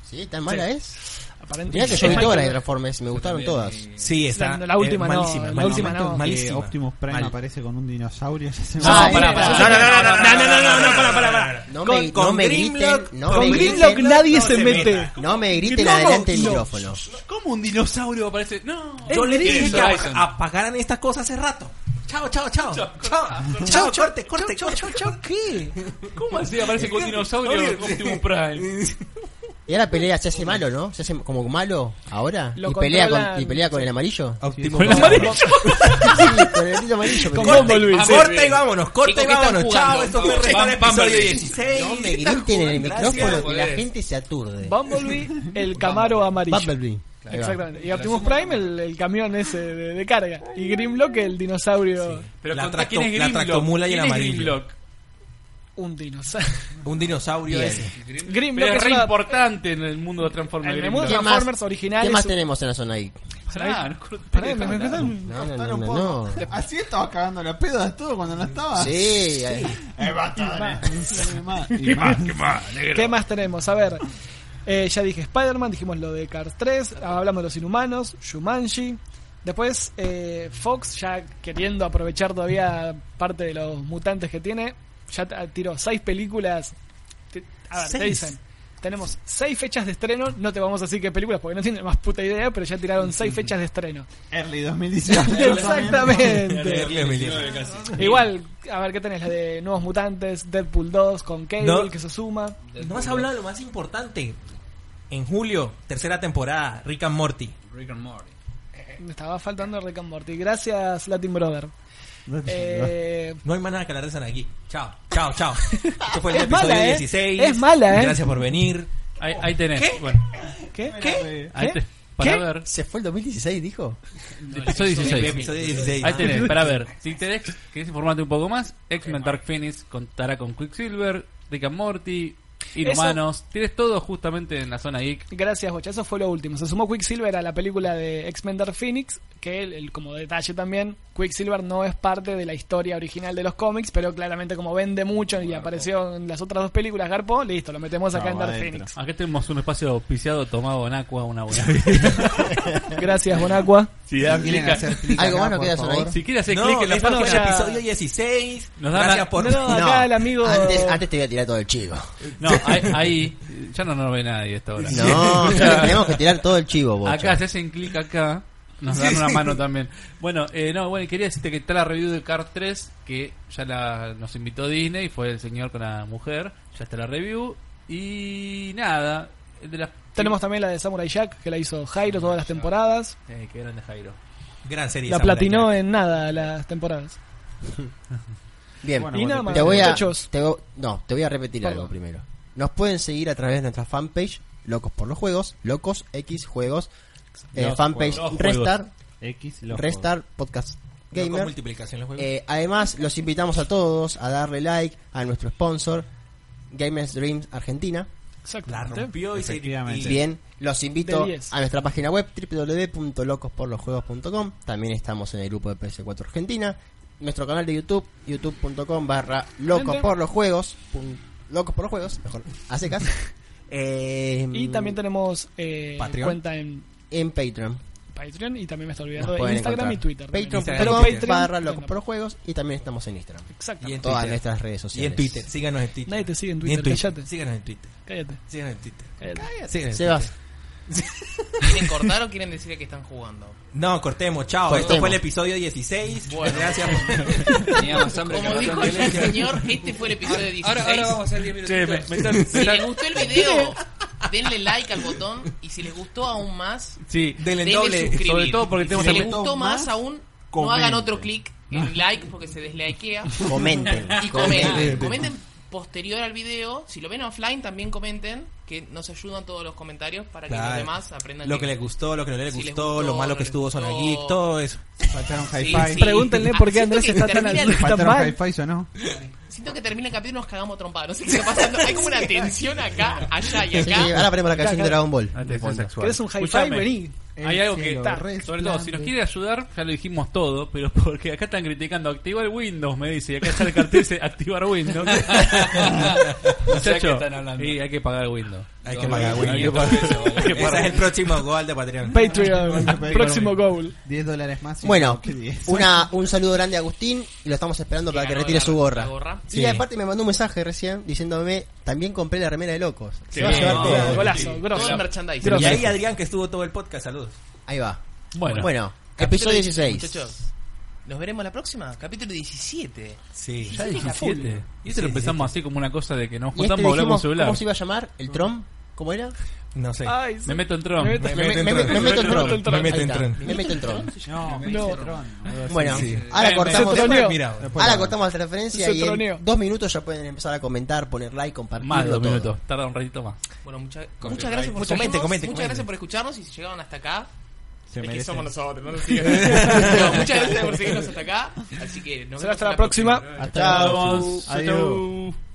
Speaker 1: Sí, tan mala
Speaker 8: Sí.
Speaker 1: es.
Speaker 8: Aparentemente.
Speaker 1: Mirá que yo vi todas las
Speaker 8: Es
Speaker 1: de
Speaker 8: Michael-
Speaker 1: Transformers, me gustaron todas.
Speaker 9: Sí, está.
Speaker 8: La- la última no,
Speaker 9: malísima,
Speaker 8: la
Speaker 9: mal-
Speaker 8: última no.
Speaker 4: Que
Speaker 9: Malísima.
Speaker 4: Eh, Optimus Prime
Speaker 9: Mal.
Speaker 4: aparece con un dinosaurio. ya se me-
Speaker 1: No, pará,
Speaker 8: pará.
Speaker 9: No, no, no, no, no, no, no, no, no, para, para, para.
Speaker 1: No
Speaker 9: Con-
Speaker 1: me, no
Speaker 9: con
Speaker 1: me griten,
Speaker 9: Grimlock-
Speaker 1: no
Speaker 9: con
Speaker 1: me
Speaker 8: Grimlock
Speaker 1: griten,
Speaker 8: nadie
Speaker 9: no
Speaker 8: se,
Speaker 9: se
Speaker 8: mete.
Speaker 9: meta.
Speaker 1: no me griten
Speaker 8: No,
Speaker 1: adelante el
Speaker 8: no.
Speaker 1: micrófono.
Speaker 6: ¿Cómo un dinosaurio aparece? No.
Speaker 9: Yo le dije
Speaker 6: Eso,
Speaker 9: que
Speaker 6: Dyson.
Speaker 9: ap- apagaran estas cosas hace rato. Chao, chao, chao. Chao, chao, corte, corte, chao, chao, chao, ¿qué?
Speaker 6: ¿Cómo así aparece con un dinosaurio Optimus Prime?
Speaker 1: Y ahora pelea, se hace malo, ¿no? Se hace como malo ahora.
Speaker 8: Lo
Speaker 1: y, pelea con,
Speaker 8: controlan.
Speaker 1: y pelea con el amarillo.
Speaker 9: Optimus
Speaker 6: Con el
Speaker 9: Prime.
Speaker 6: amarillo.
Speaker 1: sí, con el amarillo, amarillo.
Speaker 8: Con
Speaker 1: pelea.
Speaker 8: Bombo Luis.
Speaker 3: sí.
Speaker 9: Corta y vámonos, corta y
Speaker 3: ¿Y con qué están
Speaker 9: vámonos. Chao,
Speaker 3: jugando?
Speaker 9: esto fue
Speaker 3: Vamos,
Speaker 9: Respawn
Speaker 2: vamos,
Speaker 9: Episodio
Speaker 2: vamos.
Speaker 9: 16.
Speaker 1: No me griten en el
Speaker 9: Gracias,
Speaker 1: micrófono que la
Speaker 2: joder.
Speaker 1: gente se aturde.
Speaker 8: Bumblebee, el Camaro amarillo.
Speaker 1: Bumblebee. Ahí va.
Speaker 8: Exactamente. Y Optimus Prime, el, el camión ese de, de carga. Y Grimlock, el dinosaurio.
Speaker 6: Pero
Speaker 9: La
Speaker 6: contra quién
Speaker 9: tracto-
Speaker 6: es
Speaker 9: la
Speaker 6: Grimlock?
Speaker 9: tractomula y el
Speaker 6: ¿Quién es
Speaker 9: amarillo.
Speaker 6: Grimlock?
Speaker 8: Un dinosaurio.
Speaker 9: Un dinosaurio
Speaker 1: Bien.
Speaker 9: ese.
Speaker 6: Pero
Speaker 8: Grimlock
Speaker 6: es
Speaker 8: es
Speaker 6: re
Speaker 8: una.
Speaker 6: importante en el mundo de Transformers.
Speaker 8: En el
Speaker 6: Grimlock. Ah,
Speaker 8: mundo
Speaker 1: ¿Qué
Speaker 8: Transformers
Speaker 1: más-
Speaker 8: original
Speaker 1: ¿Qué
Speaker 8: es
Speaker 1: más
Speaker 8: un-
Speaker 1: tenemos en la zona ahí?
Speaker 6: Pará, no corté.
Speaker 8: Pará, me- me faltan-
Speaker 1: No, no,
Speaker 4: Cortaron
Speaker 1: no,
Speaker 4: poco.
Speaker 1: no, no.
Speaker 4: Así estaba cagando la pedo de todo cuando no estaba.
Speaker 1: Sí, ahí.
Speaker 4: Eh, basta, eh, más, y más.
Speaker 8: ¿Qué más tenemos? A ver. eh, ya dije Spider-Man, dijimos lo de Cars 3, hablamos de los inhumanos, Shumanji. Después eh, Fox, ya queriendo aprovechar todavía parte de los mutantes que tiene, ya t- tiró seis películas. Te- A ver, te
Speaker 9: Seis.
Speaker 8: dicen, tenemos seis fechas de estreno, no te vamos a decir qué películas porque no tienen más puta idea, pero ya tiraron seis fechas de estreno.
Speaker 4: Early 2019.
Speaker 8: Exactamente.
Speaker 9: Early 2019
Speaker 8: Igual, a ver, ¿qué tenés? La de Nuevos Mutantes, Deadpool 2 con Cable
Speaker 9: No.
Speaker 8: que se suma.
Speaker 9: No has hablado de lo más importante. En julio, tercera temporada, Rick and Morty.
Speaker 2: Rick and Morty.
Speaker 8: Me estaba faltando Rick and Morty. Gracias, Latin Brother.
Speaker 4: No te-
Speaker 8: Eh,
Speaker 9: No hay más nada que hablar de San aquí. Chao, chao, chao. Esto fue el
Speaker 8: Es
Speaker 9: episodio
Speaker 8: mala, ¿eh?
Speaker 9: 16.
Speaker 8: Es mala, ¿eh?
Speaker 9: Gracias por venir.
Speaker 6: Ahí, ahí tenés.
Speaker 9: ¿Qué?
Speaker 6: Bueno,
Speaker 8: ¿Qué?
Speaker 4: ¿Qué?
Speaker 6: ahí
Speaker 8: ¿Qué?
Speaker 6: te- para
Speaker 8: ¿Qué?
Speaker 6: ver.
Speaker 1: ¿Se fue el 2016, dijo?
Speaker 6: Episodio 16.
Speaker 9: Episodio 16.
Speaker 6: Ahí tenés, para ver. Si te querés informarte un poco más, X-Men Dark Phoenix contará con Quicksilver, Rick and Morty, Inhumanos. Tienes todo justamente en la zona geek.
Speaker 8: Gracias, Bocha. Eso fue lo último. Se sumó Quicksilver a la película de X-Men Dark Phoenix, que el- el- como detalle también, Quicksilver no es parte de la historia original de los cómics, pero claramente como vende mucho y apareció en las otras dos películas, Garpo, listo, lo metemos acá
Speaker 4: No,
Speaker 8: en Dark
Speaker 4: adentro.
Speaker 8: Phoenix.
Speaker 6: Acá tenemos un espacio auspiciado tomado en agua, una buena
Speaker 8: Gracias, Bonacqua.
Speaker 6: Si da
Speaker 4: Vienen a
Speaker 6: clic-
Speaker 4: hacer clic
Speaker 1: Algo
Speaker 4: acá,
Speaker 1: más no
Speaker 4: por
Speaker 1: queda Zona
Speaker 4: favor.
Speaker 1: Geek.
Speaker 6: Si quieres hacer
Speaker 9: No,
Speaker 6: clic en la
Speaker 9: este fue el
Speaker 8: página-
Speaker 9: episodio 16.
Speaker 6: Nos da
Speaker 9: Gracias
Speaker 6: la-
Speaker 9: por...
Speaker 8: No, acá el amigo...
Speaker 1: Antes, antes te voy a tirar todo el chivo.
Speaker 6: No, ahí, ahí- ya no nos ve nadie a esta hora.
Speaker 1: No, ya tenemos que tirar todo el chivo, bocha.
Speaker 6: Acá se hacen clic acá, nos dan una mano también. Bueno, eh, no, bueno, quería decirte que está la review de Cars 3, que ya la, nos invitó Disney, fue el señor con la mujer, ya está la review. Y nada, el de las...
Speaker 8: Tenemos también la de Samurai Jack, que la hizo Jairo todas las temporadas.
Speaker 6: Eh, qué grande Jairo.
Speaker 9: Gran serie.
Speaker 8: La
Speaker 9: Samurai
Speaker 8: platinó
Speaker 9: Jack.
Speaker 8: en nada las temporadas.
Speaker 1: Bien,
Speaker 4: Bueno,
Speaker 8: Y nada más,
Speaker 1: te voy a...
Speaker 8: muchachos.
Speaker 1: te vo- no, te voy a repetir
Speaker 8: Perdón.
Speaker 1: algo primero. Nos pueden seguir a través de nuestra fanpage, Locos por los Juegos, Locos X Juegos, eh,
Speaker 4: Los
Speaker 1: fanpage
Speaker 4: juegos. Los
Speaker 1: Restart,
Speaker 4: X los
Speaker 1: Restart Podcast
Speaker 9: No con
Speaker 1: Gamer.
Speaker 9: multiplicación los juegos.
Speaker 1: Eh, además, los invitamos a todos a darle like a nuestro sponsor, Gamers Dreams Argentina.
Speaker 9: la
Speaker 8: Exactamente.
Speaker 9: rompió y se...
Speaker 4: Efectivamente.
Speaker 9: y-
Speaker 1: Bien, los invito
Speaker 8: Del 10.
Speaker 1: a nuestra página web www.locosporlosjuegos.com. También estamos en el grupo de PS4 Argentina. Nuestro canal de YouTube, youtube.com barra locos
Speaker 8: Gente.
Speaker 1: por los juegos. pun- Locos por los juegos, mejor, a secas. Eh,
Speaker 8: Y también tenemos eh,
Speaker 9: Patreon.
Speaker 8: cuenta en
Speaker 1: en Patreon.
Speaker 8: Patreon y también me está
Speaker 1: Nos
Speaker 8: olvidando de
Speaker 1: pueden
Speaker 8: Instagram
Speaker 1: encontrar.
Speaker 8: y Twitter.
Speaker 1: Patreon.com
Speaker 9: Instagram y Twitter.
Speaker 1: barra locos por
Speaker 8: Pro.
Speaker 1: los juegos. Y también estamos en Instagram.
Speaker 9: Y en
Speaker 8: Exactamente.
Speaker 1: Todas
Speaker 9: Twitter.
Speaker 1: nuestras redes
Speaker 9: Y
Speaker 1: sociales.
Speaker 9: en Twitter. Síganos en Twitter.
Speaker 8: Nadie te sigue en
Speaker 9: Y
Speaker 8: Twitter, cállate.
Speaker 9: Síganos en Twitter.
Speaker 8: Cállate.
Speaker 9: Síganos en Twitter.
Speaker 6: Eh,
Speaker 8: cállate.
Speaker 9: Síganos en
Speaker 1: Sebas,
Speaker 3: ¿Quieren cortar o quieren decir que están jugando?
Speaker 9: Twitter. No, cortemos. Chao.
Speaker 1: Cortemos.
Speaker 9: Esto fue el episodio 16. Gracias.
Speaker 2: Tenía más hambre que
Speaker 3: Como
Speaker 2: Los
Speaker 3: dijo el
Speaker 2: Ángeles.
Speaker 3: señor, este fue el episodio 16.
Speaker 2: Ahora, ahora vamos a hacer 10 minutos.
Speaker 3: Si les gustó el video, denle like al botón y si les gustó aún más,
Speaker 6: Sí,
Speaker 9: Denle
Speaker 3: denle
Speaker 9: doble.
Speaker 3: suscribir.
Speaker 6: sobre todo porque
Speaker 3: Y
Speaker 6: tenemos
Speaker 3: si les
Speaker 6: también-
Speaker 3: gustó más aún, no hagan otro clic el like porque se deslikea.
Speaker 1: Comenten.
Speaker 3: Y comenten. Comenten posterior al video. Si lo ven offline, también comenten. Que nos ayudan todos los comentarios para que los
Speaker 7: Claro.
Speaker 3: demás aprendan.
Speaker 7: Lo
Speaker 3: que-
Speaker 7: que les gustó, lo que no les
Speaker 3: Si les
Speaker 7: gustó,
Speaker 3: gustó,
Speaker 7: lo malo
Speaker 3: no
Speaker 7: que
Speaker 3: les
Speaker 7: estuvo Zona
Speaker 3: gustó.
Speaker 7: Geek, todo eso.
Speaker 4: Faltaron
Speaker 3: Sí,
Speaker 4: hi-fi.
Speaker 3: sí.
Speaker 8: Pregúntenle por qué
Speaker 3: Ah, siento
Speaker 8: Andrés
Speaker 3: que
Speaker 8: está tan,
Speaker 3: termina el-
Speaker 8: al- tan
Speaker 4: Faltaron
Speaker 8: mal.
Speaker 4: hi-fi o no.
Speaker 3: Siento que termina el capítulo y nos cagamos trompados. No sé qué está pasando. Hay como una tensión acá, allá y
Speaker 1: Sí,
Speaker 3: acá.
Speaker 1: ahora ponemos la canción de Dragon Ball.
Speaker 9: Ah,
Speaker 6: Atención sexual.
Speaker 8: ¿Querés un hi-fi?
Speaker 6: Escuchame.
Speaker 8: Vení.
Speaker 6: Hay algo que
Speaker 4: cielo
Speaker 6: está,
Speaker 4: resplande.
Speaker 6: sobre todo, si nos quiere ayudar, ya lo dijimos todo, pero porque acá están criticando activar Windows, me dice, y acá está el cartel dice activar Windows.
Speaker 2: qué
Speaker 6: Muchacho,
Speaker 2: están hablando.
Speaker 6: y hay que pagar Windows.
Speaker 7: Hay que pagar, güey.
Speaker 6: Hay que pagar.
Speaker 7: Ese es el próximo gol de Patreon.
Speaker 8: Patreon. Próximo goal.
Speaker 4: 10 dólares más. y-
Speaker 1: Bueno,
Speaker 4: ¿Qué 10?
Speaker 1: una, un saludo grande a Agustín y lo estamos esperando para que
Speaker 3: ganó
Speaker 1: retire
Speaker 3: la-
Speaker 1: su gorra.
Speaker 3: la gorra.
Speaker 1: Sí, Y aparte me mandó un mensaje recién diciéndome, también compré la remera de locos. Se va a
Speaker 6: Sí.
Speaker 1: llevar
Speaker 6: No.
Speaker 1: todo.
Speaker 8: Golazo,
Speaker 3: Todo
Speaker 8: grosso.
Speaker 3: el merchandising.
Speaker 8: Grosso.
Speaker 7: Y ahí Adrián, que estuvo todo el podcast, saludos.
Speaker 1: Ahí va.
Speaker 6: Bueno.
Speaker 1: Bueno,
Speaker 3: Capítulo
Speaker 1: episodio 16.
Speaker 3: Muchachos, nos veremos la próxima. Capítulo 17.
Speaker 7: Sí.
Speaker 6: Ya 17. Y eso
Speaker 7: Sí,
Speaker 6: lo empezamos así como una cosa de que
Speaker 1: Y
Speaker 6: nos
Speaker 1: este
Speaker 6: juntamos, hablamos
Speaker 1: dijimos,
Speaker 6: celular.
Speaker 1: ¿Cómo se iba a llamar? ¿El Trom? ¿Cómo era?
Speaker 7: No sé.
Speaker 8: Ay, sí.
Speaker 6: Me meto en Tron.
Speaker 8: Me meto-
Speaker 1: Me, me- me- me meto en Tron. Me meto en Tron. Me meto en Tron.
Speaker 4: No, me
Speaker 8: No.
Speaker 4: dice Tron. algo así.
Speaker 1: Bueno,
Speaker 7: Sí.
Speaker 1: ahora
Speaker 6: Se
Speaker 1: cortamos.
Speaker 8: troneó.
Speaker 7: Mira,
Speaker 4: Después
Speaker 1: Ahora
Speaker 4: lo-
Speaker 1: cortamos la referencia
Speaker 8: Se
Speaker 1: y
Speaker 8: troneó.
Speaker 1: en dos minutos ya pueden empezar a comentar, poner like, compartir.
Speaker 6: Más de dos minutos, tarda un ratito más.
Speaker 3: Bueno, mucha- muchas gracias por
Speaker 7: Mucho-
Speaker 3: seguirnos,
Speaker 7: comente,
Speaker 3: Muchas
Speaker 7: comente, comente.
Speaker 3: gracias por escucharnos y si llegaron hasta acá.
Speaker 4: Se
Speaker 3: es que
Speaker 4: merece.
Speaker 3: somos nosotros, no nos sigan. No, muchas gracias por seguirnos hasta acá. Así que nos vemos
Speaker 8: Será hasta
Speaker 3: en
Speaker 8: la próxima.
Speaker 1: Hasta luego.
Speaker 4: Adiós.
Speaker 6: Chau, chau.